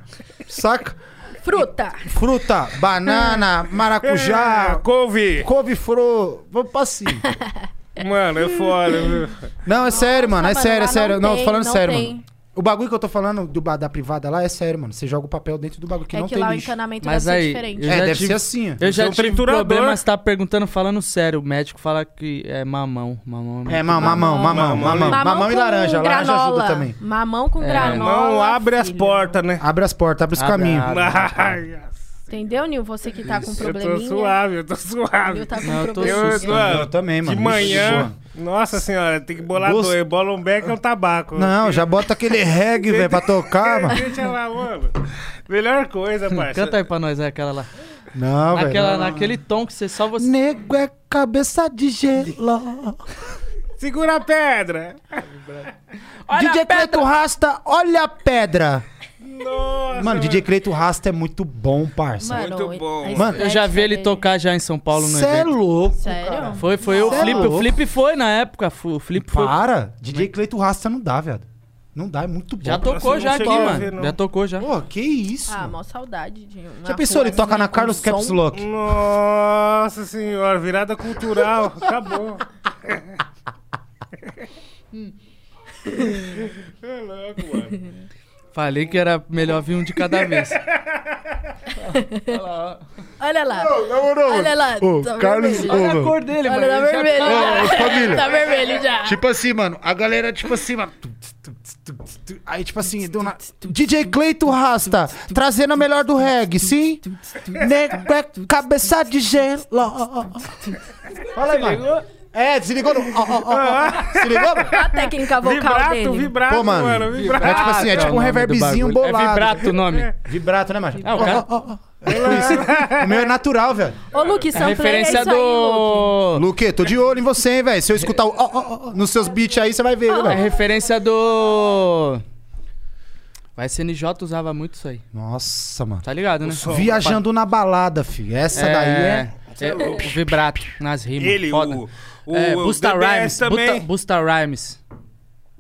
Speaker 5: Saca?
Speaker 2: Fruta.
Speaker 5: Fruta, banana,
Speaker 1: Já,
Speaker 5: maracujá,
Speaker 1: É, couve.
Speaker 5: couve-flor. Vamos pra cima.
Speaker 1: Mano, é foda, viu?
Speaker 5: Não, é sério, mano. É
Speaker 2: mano,
Speaker 5: sério,
Speaker 2: lá
Speaker 5: é
Speaker 2: não
Speaker 5: sério. Não,
Speaker 2: tem,
Speaker 5: tô falando
Speaker 2: não
Speaker 5: sério,
Speaker 2: tem.
Speaker 5: mano. O bagulho que eu tô falando do ba- da privada lá é sério, mano. Você joga o papel dentro do bagulho que
Speaker 2: é
Speaker 5: não
Speaker 2: que
Speaker 5: tem
Speaker 2: lá
Speaker 5: lixo.
Speaker 2: o encanamento
Speaker 4: Mas
Speaker 2: deve
Speaker 4: aí,
Speaker 2: ser diferente.
Speaker 4: eu
Speaker 5: É,
Speaker 4: já
Speaker 5: deve
Speaker 4: tive-
Speaker 5: ser assim. ó.
Speaker 4: Eu já
Speaker 1: é um
Speaker 4: tive
Speaker 1: triturador.
Speaker 4: problema, mas tá perguntando, falando sério. O médico fala que é mamão. Mamão
Speaker 5: É,
Speaker 4: muito
Speaker 5: mamão, mamão, mamão, mamão. É, Mamão, e
Speaker 2: com
Speaker 5: laranja. Laranja ajuda
Speaker 2: granola.
Speaker 5: também.
Speaker 2: Mamão
Speaker 4: É.
Speaker 2: com granola.
Speaker 1: Não abre as
Speaker 2: filho.
Speaker 1: portas, né?
Speaker 5: Abre as portas, abre os
Speaker 4: Abre,
Speaker 5: caminhos.
Speaker 4: abre.
Speaker 1: Ai,
Speaker 2: Entendeu, Nil? Você que tá com
Speaker 1: eu
Speaker 2: probleminha.
Speaker 1: tô suave, eu tô suave.
Speaker 2: Nil tá com
Speaker 4: Não, eu tô
Speaker 2: probleminha.
Speaker 4: susto.
Speaker 1: mano,
Speaker 5: Eu também, mano. é
Speaker 1: De manhã, nossa senhora, tem que bolar
Speaker 5: Gosto-
Speaker 1: dois. Bola um beck é um tabaco.
Speaker 5: Não, já bota aquele reggae, velho, pra tocar, mano.
Speaker 1: Deixa lá, mano. Melhor coisa,
Speaker 4: bom.
Speaker 1: parça.
Speaker 4: Canta aí pra nós, é aquela lá.
Speaker 5: Não, velho.
Speaker 4: Naquela,
Speaker 5: não.
Speaker 4: naquele tom que você só você.
Speaker 5: Nego é cabeça de gelo.
Speaker 1: Segura a pedra.
Speaker 5: DJ Cleito Rasta, olha a pedra.
Speaker 1: Nossa.
Speaker 5: Mano, DJ Cleito Rasta é muito bom, parça.
Speaker 2: Mano,
Speaker 1: Muito bom,
Speaker 2: a
Speaker 1: mano.
Speaker 2: estética
Speaker 4: Eu já vi ele
Speaker 2: dele.
Speaker 4: tocar já em São Paulo no
Speaker 5: Cê é
Speaker 4: evento.
Speaker 5: louco.
Speaker 2: Sério?
Speaker 4: Foi, foi o
Speaker 5: Cê é
Speaker 4: Flip.
Speaker 5: louco.
Speaker 4: O Flip foi na época. fu- O Flip foi.
Speaker 5: Para. DJ Cleito Rasta não dá, viado. Não dá, é muito bom.
Speaker 4: Já tocou
Speaker 1: Nossa, eu
Speaker 4: já
Speaker 1: não
Speaker 4: aqui,
Speaker 1: cheguei a
Speaker 4: mano.
Speaker 1: ver, não.
Speaker 4: Já tocou já.
Speaker 5: Pô, que isso.
Speaker 2: Ah,
Speaker 5: mano.
Speaker 2: mó saudade de uma
Speaker 5: já pensou ele
Speaker 2: ruazinha
Speaker 5: toca na
Speaker 2: com
Speaker 5: Carlos Caps
Speaker 2: som?
Speaker 5: Lock?
Speaker 1: Nossa senhora, virada cultural. Acabou. É louco, mano.
Speaker 4: Falei que era melhor vir um de cada vez. Olha lá, ó.
Speaker 2: Olha lá. Olha lá.
Speaker 5: Ô,
Speaker 2: tá
Speaker 5: Carlos-
Speaker 2: vermelho.
Speaker 5: Ô,
Speaker 4: Olha a
Speaker 5: mano.
Speaker 4: cor dele, mano.
Speaker 2: Olha, tá
Speaker 4: Ele já
Speaker 2: vermelho.
Speaker 4: tá-
Speaker 5: Ô, ô, família.
Speaker 2: Tá vermelho já.
Speaker 5: Tipo assim, mano, a galera, tipo assim, mano. tu, tu, tu, tu, tu, Aí, tipo assim, deu na... DJ Cleito Rasta, trazendo a melhor do reggae, sim? Nego é cabeça de gelo. Fala aí, mano. É, desligou no. Ó, ó, ó, ó. Se ligou, mano?
Speaker 2: A técnica vocal
Speaker 1: Vibrato,
Speaker 2: dele.
Speaker 1: vibrato,
Speaker 5: Pô, Ah, mano.
Speaker 1: mano. Vibrato.
Speaker 5: É tipo assim, é
Speaker 4: Vibrato
Speaker 5: tipo um
Speaker 4: o nome do
Speaker 5: reverbzinho
Speaker 4: bagulho.
Speaker 5: bolado.
Speaker 4: É vibrato o nome.
Speaker 5: Vibrato, né, macho?
Speaker 4: Ah, o cara-
Speaker 5: Ó, ó, ó, ó. É tipo isso. O meu é natural, velho.
Speaker 2: Ô, Luke,
Speaker 4: A
Speaker 2: Samplay é
Speaker 4: referência
Speaker 2: isso aí, Luke.
Speaker 4: do.
Speaker 5: Luque, tô de olho em você, hein, velho. Se eu escutar o ó, ó, ó, nos seus beats aí, você vai ver,
Speaker 4: É
Speaker 5: velho.
Speaker 4: referência do. Vai CNJ usava muito isso aí.
Speaker 5: Nossa, mano.
Speaker 4: Tá ligado, né?
Speaker 5: Viajando na balada, fi. Essa daí é.
Speaker 4: é, é o vibrato nas rimas.
Speaker 1: Ele,
Speaker 4: foda.
Speaker 1: o. O,
Speaker 4: é,
Speaker 1: o
Speaker 4: Busta
Speaker 1: DBS
Speaker 4: Rhymes.
Speaker 1: também.
Speaker 4: Busta, Busta Rhymes.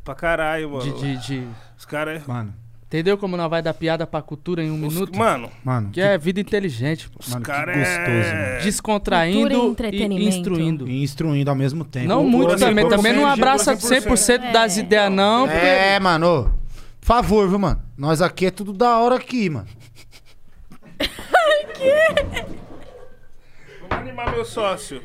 Speaker 1: Pra caralho, mano.
Speaker 4: De, de, de-
Speaker 1: Os é caras.
Speaker 5: Mano,
Speaker 4: Entendeu como não vai da piada pra cultura em um minuto?
Speaker 1: Mano,
Speaker 5: mano.
Speaker 4: Que é vida inteligente. pô.
Speaker 1: os é
Speaker 5: Mano, que
Speaker 1: caras.
Speaker 5: gostoso, mano.
Speaker 2: Cultura e
Speaker 4: Descontraindo e
Speaker 2: entretenimento.
Speaker 4: instruindo.
Speaker 5: E instruindo ao mesmo tempo.
Speaker 4: Não muito
Speaker 1: assim,
Speaker 4: também.
Speaker 1: como
Speaker 4: Também não
Speaker 1: sempre,
Speaker 4: abraça
Speaker 1: 100%.
Speaker 4: 100% das ideias, não. Porque
Speaker 5: É, mano. Por favor, viu, mano? Nós aqui é tudo da hora aqui, mano.
Speaker 1: Vamos animar meu sócio.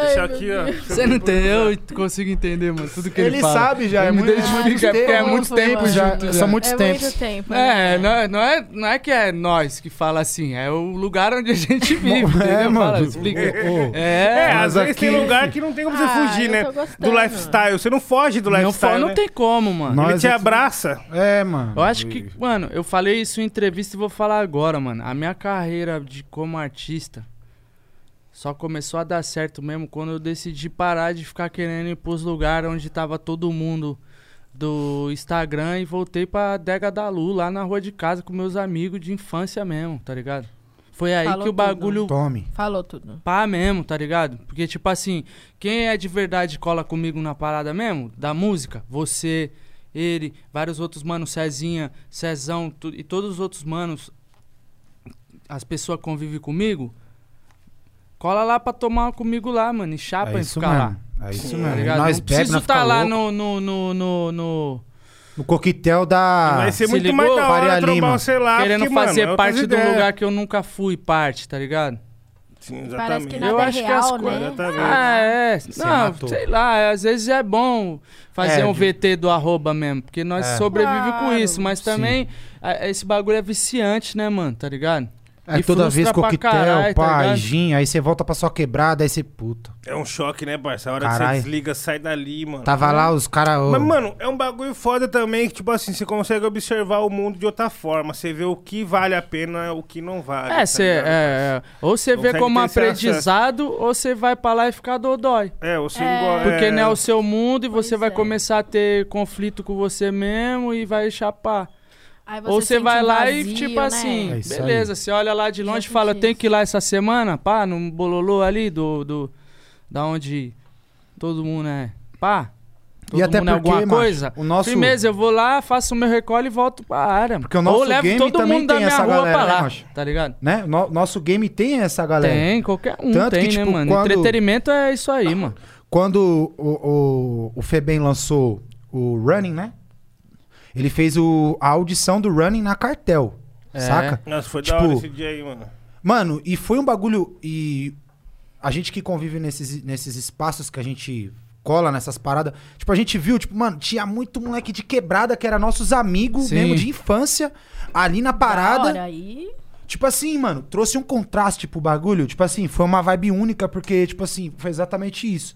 Speaker 1: Deixa aqui, ó.
Speaker 4: Você não entendeu? Eu consigo entender, mano. Tudo que ele,
Speaker 5: Ele
Speaker 4: fala.
Speaker 5: sabe já, é
Speaker 4: Ele me
Speaker 5: muito-
Speaker 4: identifica,
Speaker 5: é muito
Speaker 4: porque é
Speaker 5: tempo,
Speaker 4: muito
Speaker 2: mano.
Speaker 4: tempo né? já.
Speaker 5: Já, são muitos
Speaker 2: É
Speaker 5: tempos.
Speaker 2: muito tempo. né?
Speaker 4: É, não, é- não é, não é que é nós que fala assim, é o lugar onde a gente vive. entendeu?
Speaker 5: é, mano.
Speaker 4: Fala, explica.
Speaker 5: Ô, ô.
Speaker 1: É,
Speaker 4: É,
Speaker 1: às vezes
Speaker 5: aqui-
Speaker 1: tem lugar que não tem como você
Speaker 2: Ah,
Speaker 1: fugir,
Speaker 2: eu
Speaker 1: né?
Speaker 2: tô gostando.
Speaker 1: Do lifestyle. Você não foge do
Speaker 4: não,
Speaker 1: lifestyle.
Speaker 4: fa- não
Speaker 1: né?
Speaker 4: tem como, mano.
Speaker 1: Ele
Speaker 5: Nós
Speaker 1: te
Speaker 5: aqui-
Speaker 1: abraça.
Speaker 5: É, mano.
Speaker 4: Eu acho que, mano, eu falei isso em entrevista e vou falar agora, mano. A minha carreira de como artista só começou a dar certo mesmo quando eu decidi parar de ficar querendo ir pros lugares onde tava todo mundo do Instagram e voltei pra Dega da Lu, lá na rua de casa com meus amigos de infância mesmo, tá ligado? Foi aí
Speaker 2: Falou
Speaker 4: que o
Speaker 2: tudo. né?
Speaker 4: bagulho
Speaker 5: Tome.
Speaker 2: Falou tudo.
Speaker 4: pá mesmo, tá ligado? Porque, tipo assim, quem é de verdade cola comigo na parada mesmo, da música, você, ele, vários outros manos, Cezinha, Cezão, tu- e todos os outros manos, as pessoas convivem comigo, cola lá pra tomar comigo lá, mano, e chapa
Speaker 5: É
Speaker 4: e
Speaker 5: isso
Speaker 4: ficar lá.
Speaker 5: mesmo. É isso
Speaker 4: Tá
Speaker 5: mesmo.
Speaker 4: ligado?
Speaker 5: Nós
Speaker 4: não
Speaker 5: bebe,
Speaker 4: preciso
Speaker 5: nós
Speaker 4: estar
Speaker 5: fica
Speaker 4: lá
Speaker 5: louco.
Speaker 4: no, no, no, no- no-
Speaker 5: No coquetel da...
Speaker 1: Vai ser
Speaker 4: se
Speaker 1: muito mais
Speaker 4: ligou?
Speaker 1: da hora
Speaker 5: Faria
Speaker 1: trombar
Speaker 5: Lima.
Speaker 1: um celular,
Speaker 4: querendo
Speaker 1: porque,
Speaker 4: fazer
Speaker 1: mano, é outras
Speaker 4: parte de um
Speaker 1: ideias.
Speaker 4: lugar que eu nunca fui parte, tá ligado?
Speaker 1: Sim,
Speaker 2: Parece que
Speaker 1: exatamente.
Speaker 2: nada
Speaker 4: Eu
Speaker 2: é
Speaker 4: acho que as
Speaker 2: real,
Speaker 4: coisas-
Speaker 5: tá?
Speaker 2: né?
Speaker 1: Exatamente.
Speaker 4: Ah, é. Não,
Speaker 5: matou.
Speaker 4: sei lá, às vezes é bom fazer
Speaker 5: É,
Speaker 4: um
Speaker 5: de-
Speaker 4: VT do arroba mesmo, porque nós
Speaker 5: É.
Speaker 4: sobrevivemos com
Speaker 2: Claro.
Speaker 4: isso, mas também a- esse bagulho é viciante, né, mano, tá ligado?
Speaker 5: É
Speaker 4: E
Speaker 5: toda vez
Speaker 4: frustra pra
Speaker 5: coquetel,
Speaker 4: caralho, tá
Speaker 5: pá,
Speaker 4: ligado?
Speaker 5: gin, aí você volta pra sua quebrada, aí você puta.
Speaker 1: É um choque, né, parça? A hora que
Speaker 5: Caralho.
Speaker 1: você desliga, sai dali, mano.
Speaker 5: Tava lá os caras...
Speaker 1: Mas, mano, é um bagulho foda também que, tipo assim, você consegue observar o mundo de outra forma. Você vê o que vale a pena, o que não vale.
Speaker 4: É,
Speaker 1: tá
Speaker 4: cê,
Speaker 1: ligado?
Speaker 4: é, é. ou você vê
Speaker 1: Consegue
Speaker 4: como
Speaker 1: ter esse
Speaker 4: aprendizado, ou você vai pra lá e fica dodói.
Speaker 1: É, você
Speaker 2: É.
Speaker 1: igual.
Speaker 4: Porque
Speaker 1: é...
Speaker 4: não é o seu mundo e
Speaker 2: Pois
Speaker 4: você vai
Speaker 2: é.
Speaker 4: começar a ter conflito com você mesmo e vai chapar.
Speaker 2: Aí
Speaker 4: Ou você
Speaker 2: sente
Speaker 4: vai
Speaker 2: um
Speaker 4: lá e,
Speaker 2: vazio,
Speaker 4: tipo
Speaker 2: né?
Speaker 4: assim,
Speaker 5: É isso aí.
Speaker 4: beleza, você olha lá de
Speaker 2: Já
Speaker 4: longe e fala,
Speaker 2: senti
Speaker 4: tem que
Speaker 2: isso.
Speaker 4: ir lá essa semana, pá, num bololô ali do, do. Da onde todo mundo é. Pá. Todo
Speaker 5: E até
Speaker 4: mundo é
Speaker 5: porque,
Speaker 4: alguma
Speaker 5: macho,
Speaker 4: coisa.
Speaker 5: o nosso-
Speaker 4: Firmeza, eu vou lá, faço o meu recolhe e volto pra área.
Speaker 5: Porque o nosso
Speaker 4: Ou levo
Speaker 5: game
Speaker 4: todo
Speaker 5: também
Speaker 4: mundo da
Speaker 5: tem
Speaker 4: minha
Speaker 5: essa
Speaker 4: rua
Speaker 5: galera,
Speaker 4: pra
Speaker 5: né,
Speaker 4: lá.
Speaker 5: macho?
Speaker 4: tá ligado?
Speaker 5: Né? No- nosso game tem essa galera.
Speaker 4: Tem, qualquer um
Speaker 5: Tanto
Speaker 4: tem,
Speaker 5: que,
Speaker 4: né,
Speaker 5: tipo,
Speaker 4: mano?
Speaker 5: quando-
Speaker 4: Entretenimento é isso aí,
Speaker 2: Tá.
Speaker 4: mano.
Speaker 5: Quando o, o, o Febem lançou o Running, né? Ele fez o, a audição do Running na cartel.
Speaker 4: É.
Speaker 5: Saca?
Speaker 1: Nossa, foi da
Speaker 5: Tipo-
Speaker 1: hora esse dia aí, mano.
Speaker 5: Mano, e foi um bagulho. E a gente que convive nesses, nesses espaços que a gente cola nessas paradas. Tipo, a gente viu, tipo, mano, tinha muito moleque de quebrada que era nossos amigos
Speaker 4: Sim.
Speaker 5: mesmo de infância ali na parada.
Speaker 2: Da hora, aí.
Speaker 5: Tipo assim, mano, trouxe um contraste pro bagulho. Tipo assim, foi uma vibe única, porque, tipo assim, foi exatamente isso.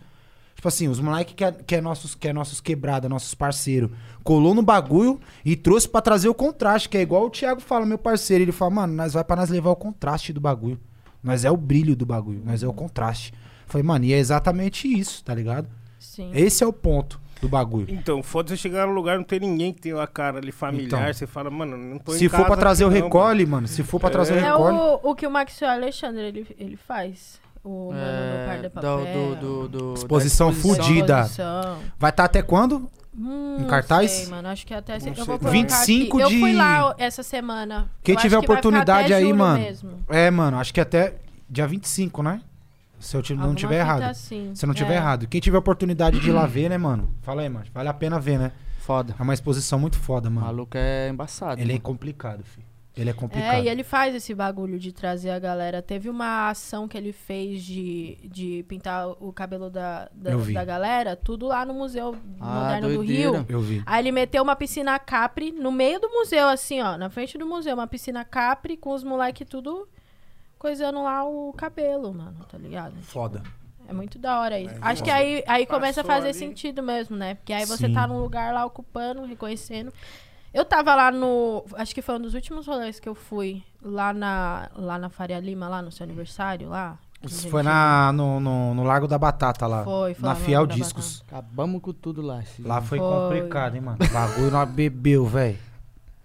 Speaker 5: Tipo assim, os moleques que é, que é nossos, que é nossos quebrada, nossos parceiros, colou no bagulho e trouxe pra trazer o contraste, que é igual o Thiago fala, meu parceiro. Ele fala, mano, nós vai pra nós levar o contraste do bagulho. Nós é o brilho do bagulho, nós é o contraste. Falei, mano, e é exatamente isso, tá ligado?
Speaker 2: Sim.
Speaker 5: Esse é o ponto do bagulho.
Speaker 1: Então, foda você chegar num lugar, não tem ninguém que tem a cara ali familiar.
Speaker 5: Então.
Speaker 1: você fala, mano, não tô em
Speaker 5: Se for
Speaker 1: casa
Speaker 5: pra trazer o
Speaker 1: aqui não,
Speaker 5: recolhe, mano, se for pra trazer o
Speaker 2: É
Speaker 5: recolhe.
Speaker 2: o, o que o Max Alexandre ele, ele faz. O Mano no Par de Papel.
Speaker 4: É, do, do, do, da
Speaker 5: Exposição
Speaker 2: Exposição.
Speaker 5: fudida. Vai estar até quando?
Speaker 2: Hum,
Speaker 5: Em
Speaker 2: não
Speaker 5: cartaz?
Speaker 2: sei, mano. Acho que até. se-
Speaker 1: Não
Speaker 2: Eu vou
Speaker 1: sei.
Speaker 2: colocar
Speaker 5: 25
Speaker 2: aqui. Eu fui
Speaker 5: de-
Speaker 2: lá essa semana.
Speaker 5: Quem
Speaker 2: Eu acho que vai
Speaker 5: tiver
Speaker 2: ficar
Speaker 5: oportunidade
Speaker 2: até
Speaker 5: aí,
Speaker 2: julho
Speaker 5: mano.
Speaker 2: mesmo.
Speaker 5: É, mano, acho que até dia 25, né? Se eu ti- não
Speaker 2: Alguma
Speaker 5: tiver
Speaker 2: fita
Speaker 5: errado.
Speaker 2: assim.
Speaker 5: Se eu não tiver
Speaker 2: É.
Speaker 5: errado. Quem tiver oportunidade de ir lá ver, né, mano? Fala aí, mano. Vale a pena ver, né?
Speaker 4: Foda.
Speaker 5: É uma exposição muito foda,
Speaker 4: O
Speaker 5: mano.
Speaker 4: maluco é embaçado.
Speaker 5: Ele é
Speaker 4: mano.
Speaker 5: complicado, filho. Ele é complicado.
Speaker 2: É, e ele faz esse bagulho de trazer a galera. Teve uma ação que ele fez de, de pintar o cabelo da, da,
Speaker 5: Eu vi.
Speaker 2: da galera, tudo lá no Museu
Speaker 4: Ah,
Speaker 2: Moderno
Speaker 4: doideira.
Speaker 2: do Rio.
Speaker 5: Eu vi.
Speaker 2: Aí ele meteu uma piscina Capri no meio do museu, assim, ó, na frente do museu, uma piscina Capri com os moleques tudo coisando lá o cabelo, mano, tá ligado?
Speaker 5: Foda.
Speaker 2: É muito da hora isso.
Speaker 1: Mas,
Speaker 2: Acho que
Speaker 1: nossa,
Speaker 2: aí, aí começa a
Speaker 1: passou
Speaker 2: fazer
Speaker 1: ali.
Speaker 2: sentido mesmo, né? Porque aí você
Speaker 5: Sim.
Speaker 2: tá num lugar lá ocupando, reconhecendo. Eu tava lá no. Acho que foi um dos últimos rolês que eu fui lá na, lá na Faria Lima, lá no seu aniversário, lá.
Speaker 5: Isso foi na, no, no, no Largo da Batata lá.
Speaker 2: Foi, foi
Speaker 5: Na
Speaker 2: lá no
Speaker 5: Fiel
Speaker 2: Largo da
Speaker 5: Discos.
Speaker 4: Acabamos com tudo lá. esse
Speaker 5: Lá foi,
Speaker 2: Foi.
Speaker 5: complicado, hein, mano. O bagulho nós bebeu, velho.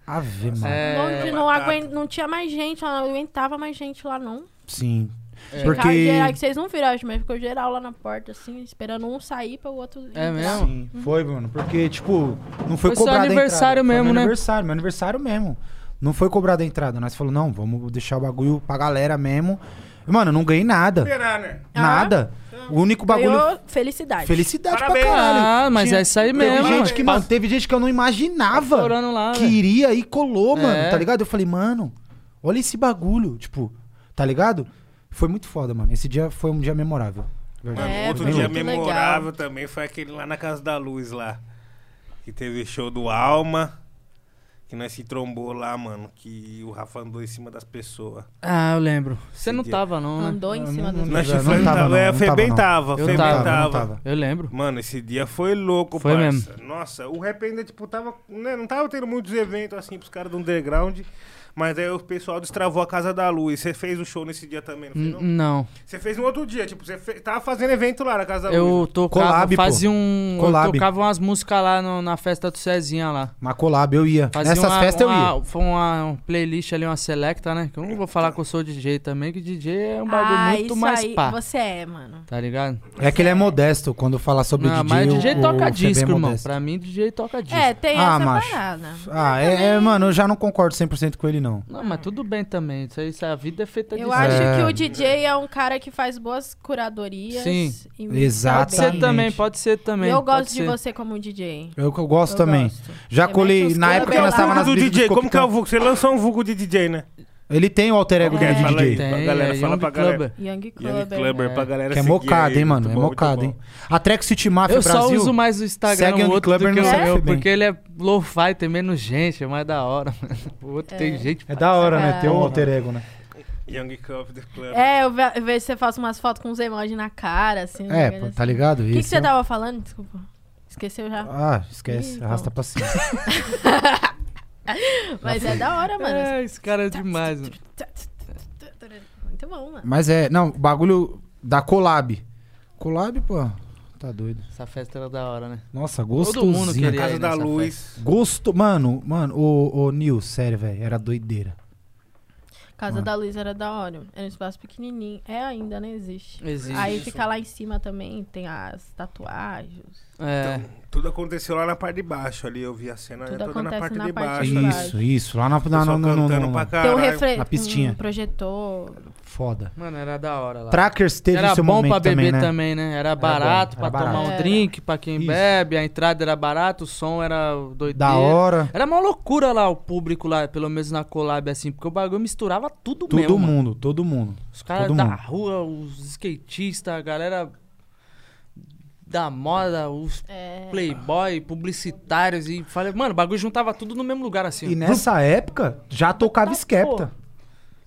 Speaker 5: Ave, mano.
Speaker 4: É,
Speaker 2: É. Onde não,
Speaker 1: É, batata.
Speaker 2: aguent, não tinha mais gente, lá, não aguentava mais gente lá, não.
Speaker 5: Sim.
Speaker 4: É.
Speaker 2: Ficava
Speaker 5: Porque.
Speaker 2: geral, que vocês não viram, acho, mas ficou geral lá na porta, assim, esperando um sair pra o outro.
Speaker 4: É
Speaker 2: entrar.
Speaker 4: mesmo?
Speaker 5: Sim, foi, mano. Porque, tipo, não foi,
Speaker 4: Foi seu
Speaker 5: cobrada a
Speaker 4: aniversário
Speaker 5: entrada. Foi
Speaker 4: mesmo,
Speaker 5: meu
Speaker 4: né?
Speaker 5: aniversário, meu aniversário mesmo. Não foi cobrada a entrada. Nós falamos, não, vamos deixar o bagulho pra galera mesmo. E, Mano, eu não ganhei nada.
Speaker 1: Esperar, né?
Speaker 2: Ah.
Speaker 5: Nada. O único bagulho.
Speaker 2: Ganhou felicidade.
Speaker 5: Felicidade
Speaker 1: Parabéns.
Speaker 5: pra caralho.
Speaker 4: Ah, mas
Speaker 5: Tinha-
Speaker 4: é isso aí
Speaker 5: Teve
Speaker 4: mesmo.
Speaker 5: gente
Speaker 4: mano.
Speaker 5: que, mano, teve gente que eu não imaginava
Speaker 4: Estourando lá,
Speaker 5: que
Speaker 4: velho.
Speaker 5: iria e colou,
Speaker 4: É.
Speaker 5: mano, tá ligado? Eu falei, mano, olha esse bagulho, tipo, tá ligado? Foi muito foda, mano. Esse dia foi um dia memorável.
Speaker 1: Mano,
Speaker 2: É,
Speaker 1: outro
Speaker 5: foi
Speaker 1: dia
Speaker 2: muito legal.
Speaker 1: memorável também foi aquele lá na Casa da Luz lá. Que teve show do Alma. Que nós se trombou lá, mano. Que o Rafa andou em cima das pessoas.
Speaker 4: Ah, eu lembro. Você
Speaker 1: Esse
Speaker 4: não
Speaker 1: dia.
Speaker 4: tava, não, né?
Speaker 2: Andou em
Speaker 5: Eu
Speaker 2: cima
Speaker 5: não-
Speaker 2: das
Speaker 5: não-
Speaker 1: Nós
Speaker 5: tava,
Speaker 1: chifrando
Speaker 5: não,
Speaker 1: tava, é,
Speaker 5: não tava,
Speaker 1: Febem
Speaker 5: não.
Speaker 1: tava,
Speaker 4: Eu
Speaker 1: Febem
Speaker 4: tava, eu
Speaker 1: tava.
Speaker 4: Eu lembro.
Speaker 1: Mano, esse dia foi louco,
Speaker 4: Foi
Speaker 1: parça. Nossa, o rap ainda, tipo, tava, né, não tava tendo muitos eventos, assim, pros caras do underground. Mas aí o pessoal destravou a Casa da Luz. Você fez o show nesse dia também, não fez,
Speaker 4: N-
Speaker 5: Hum,
Speaker 1: não?
Speaker 4: Não.
Speaker 1: Você fez no outro dia, tipo, você fe- tava fazendo evento lá na Casa da Luz.
Speaker 4: Eu tocava,
Speaker 5: Collab, pô.
Speaker 4: fazia um.
Speaker 5: Collab.
Speaker 4: Eu tocava umas músicas lá no- na festa do Cezinha lá.
Speaker 5: Mas collab, eu ia.
Speaker 4: Fazia
Speaker 5: nessas
Speaker 4: uma-
Speaker 5: festas eu
Speaker 4: uma-
Speaker 5: ia.
Speaker 4: Foi uma um playlist ali, uma selecta, né? Que eu não vou falar que eu sou DJ também, que DJ é um bagulho
Speaker 2: ah,
Speaker 4: muito
Speaker 2: isso
Speaker 4: mais
Speaker 2: aí
Speaker 4: pá.
Speaker 2: Você é, mano.
Speaker 4: Tá ligado?
Speaker 5: É que ele é modesto quando fala sobre
Speaker 4: não,
Speaker 5: DJ.
Speaker 4: mas DJ
Speaker 5: o- o
Speaker 4: toca
Speaker 5: Febem
Speaker 4: disco,
Speaker 5: é
Speaker 4: irmão.
Speaker 5: modesto.
Speaker 4: Pra mim, DJ toca disco.
Speaker 2: É, tem
Speaker 5: Ah,
Speaker 2: essa
Speaker 5: macho.
Speaker 2: parada.
Speaker 5: Ah, é, é, mano, eu já não concordo 100% com ele, não.
Speaker 4: Não, mas tudo bem também. Isso aí, isso aí, a vida é feita
Speaker 2: Eu
Speaker 4: de
Speaker 2: acho
Speaker 5: É.
Speaker 2: que o DJ é um cara que faz boas curadorias.
Speaker 4: Sim.
Speaker 2: e muito
Speaker 5: Exato.
Speaker 4: Pode ser
Speaker 2: bem.
Speaker 4: também, pode ser também.
Speaker 2: Eu
Speaker 4: pode
Speaker 2: gosto de
Speaker 4: ser.
Speaker 2: você como um DJ.
Speaker 5: Eu, que eu gosto
Speaker 2: Eu
Speaker 5: também.
Speaker 2: gosto.
Speaker 5: Já
Speaker 2: Você
Speaker 5: colhei.
Speaker 2: mete os
Speaker 5: Na
Speaker 2: caras
Speaker 5: época
Speaker 1: Porque
Speaker 5: que
Speaker 1: é
Speaker 2: pela
Speaker 5: nós
Speaker 1: o
Speaker 5: tava
Speaker 1: vulgo
Speaker 5: nas
Speaker 1: do
Speaker 5: brigas de
Speaker 1: DJ. Como que é o
Speaker 5: coquetel.
Speaker 1: vulgo? Você lançou um vulgo de DJ, né?
Speaker 5: Ele tem o alter ego
Speaker 1: Como que
Speaker 5: dele
Speaker 1: é?
Speaker 5: de
Speaker 1: Fala aí
Speaker 5: DJ.
Speaker 1: pra galera,
Speaker 4: é
Speaker 1: fala
Speaker 4: Young
Speaker 1: pra galera.
Speaker 4: Clubber.
Speaker 2: Young
Speaker 1: Young
Speaker 2: Club.
Speaker 1: Cluber, pra galera
Speaker 5: Que é
Speaker 1: seguir
Speaker 5: mocado,
Speaker 1: aí,
Speaker 5: hein, mano?
Speaker 1: muito
Speaker 5: É
Speaker 1: bom, muito
Speaker 5: mocado,
Speaker 1: bom.
Speaker 5: hein? A Track City Mafia
Speaker 4: Eu só
Speaker 5: Brasil.
Speaker 4: uso mais o Instagram
Speaker 5: segue
Speaker 4: o
Speaker 5: Young
Speaker 4: outro
Speaker 5: Clubber
Speaker 4: do que
Speaker 5: no
Speaker 4: o
Speaker 5: Segue
Speaker 4: meu,
Speaker 5: Febem.
Speaker 4: porque ele é low-fi, tem menos gente, é mais da hora. mano. O outro tem gente.
Speaker 5: É da hora, né? Ter um
Speaker 2: Porra.
Speaker 5: alter ego, né?
Speaker 1: Young Clubber Club.
Speaker 2: É, eu ve- eu vejo você faz umas fotos com uns emojis na cara, assim. um
Speaker 5: É,
Speaker 2: negócio
Speaker 5: pô,
Speaker 2: assim.
Speaker 5: tá ligado?
Speaker 2: O que, que
Speaker 5: Isso.
Speaker 2: você tava falando? Desculpa. Esqueceu já.
Speaker 5: Ah, esquece.
Speaker 2: Ih,
Speaker 5: Arrasta pra cima. Ah,
Speaker 2: Mas é da hora, mano.
Speaker 4: É, esse cara é demais, mano.
Speaker 2: Muito bom, mano.
Speaker 5: Mas é, não, o bagulho da Collab. Collab, pô, tá doido.
Speaker 4: Essa festa era da hora, né?
Speaker 5: Nossa,
Speaker 4: Todo mundo
Speaker 5: gostosinho.
Speaker 4: queria.
Speaker 1: Casa
Speaker 4: ir
Speaker 1: da
Speaker 4: nessa
Speaker 1: Luz.
Speaker 5: Gosto, mano, mano, ô, ô Nil, sério, velho, era doideira.
Speaker 2: Casa
Speaker 5: Mano.
Speaker 2: da Luz era da hora. Era um espaço pequenininho. É ainda, não existe.
Speaker 4: festa. Existe.
Speaker 2: Aí fica lá em cima também, tem as tatuagens.
Speaker 5: Então,
Speaker 4: É.
Speaker 1: Tudo aconteceu lá na parte de baixo ali. Eu vi a cena
Speaker 2: Tudo
Speaker 1: toda na
Speaker 2: acontece
Speaker 1: parte
Speaker 2: na
Speaker 1: de
Speaker 2: parte
Speaker 1: baixo.
Speaker 2: de
Speaker 1: né?
Speaker 2: baixo.
Speaker 5: Isso, isso, lá na
Speaker 1: O pessoal
Speaker 5: na não, não, não,
Speaker 1: cantando
Speaker 5: não,
Speaker 1: pra
Speaker 5: não.
Speaker 1: caralho.
Speaker 2: tem um refletor,
Speaker 5: na pistinha.
Speaker 2: um projetor.
Speaker 5: Foda.
Speaker 4: Mano, era da hora lá.
Speaker 5: Trackers teve
Speaker 4: era
Speaker 5: seu
Speaker 4: bom
Speaker 5: momento
Speaker 4: pra beber
Speaker 5: também, né?
Speaker 4: Era barato
Speaker 5: bom, era
Speaker 4: pra tomar
Speaker 2: barato.
Speaker 4: um
Speaker 2: Era.
Speaker 4: drink pra quem
Speaker 5: Isso.
Speaker 4: bebe, a entrada era barata, o som era doideiro.
Speaker 5: Da hora,
Speaker 4: Era uma loucura lá o público lá, pelo menos na collab assim, porque o bagulho misturava tudo,
Speaker 5: todo
Speaker 4: mesmo. né? mano.
Speaker 5: mundo, todo mundo.
Speaker 4: Os caras
Speaker 5: todo
Speaker 4: da
Speaker 5: mundo.
Speaker 4: rua, os skatistas, a galera da moda, os
Speaker 2: É.
Speaker 4: playboy, publicitários e falei, mano, o bagulho juntava tudo no mesmo lugar assim.
Speaker 5: E nessa época, já tocava Skepta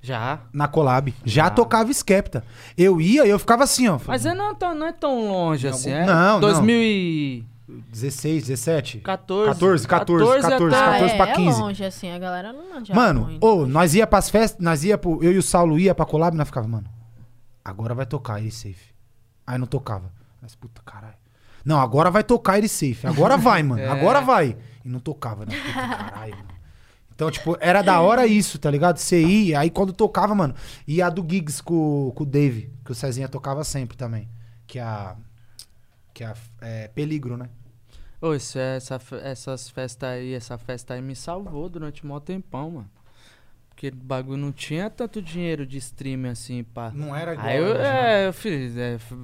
Speaker 4: Já.
Speaker 5: na collab. Já tocava Skepta. Eu ia e eu ficava assim, ó.
Speaker 4: Mas é não, é tão- não é tão longe assim, é?
Speaker 5: não, não.
Speaker 4: 2014.
Speaker 5: 16, 17.
Speaker 4: 14,
Speaker 5: 14, 14, 14,
Speaker 4: até-
Speaker 2: Ah,
Speaker 5: 14
Speaker 2: é,
Speaker 5: pra 15.
Speaker 2: é longe, assim, a galera não manja
Speaker 5: Mano,
Speaker 2: muito.
Speaker 5: ô, nós ia pras festas, nós ia pro. Eu e o Saulo ia pra collab, nós ficava, mano, agora vai tocar ele safe. Aí não tocava. Mas puta caralho. Não, agora vai tocar ele safe. Agora vai, mano.
Speaker 4: É.
Speaker 5: Agora vai. E não tocava, né? Puta caralho, mano. Então, tipo, era da hora isso, tá ligado? Você ia, aí quando tocava, mano. E a do Gigs com, com o Dave, que o Cezinha tocava sempre também. Que é a. Que a. É, Peligro, né?
Speaker 4: Ô, isso é- essa, fe- essas festas aí, essa festa aí me salvou durante um maior tempão, mano. Porque o bagulho não tinha tanto dinheiro de streaming assim, pá.
Speaker 5: Não era igual.
Speaker 4: Aí eu,
Speaker 5: hoje, né?
Speaker 4: é, eu fiz. é, f-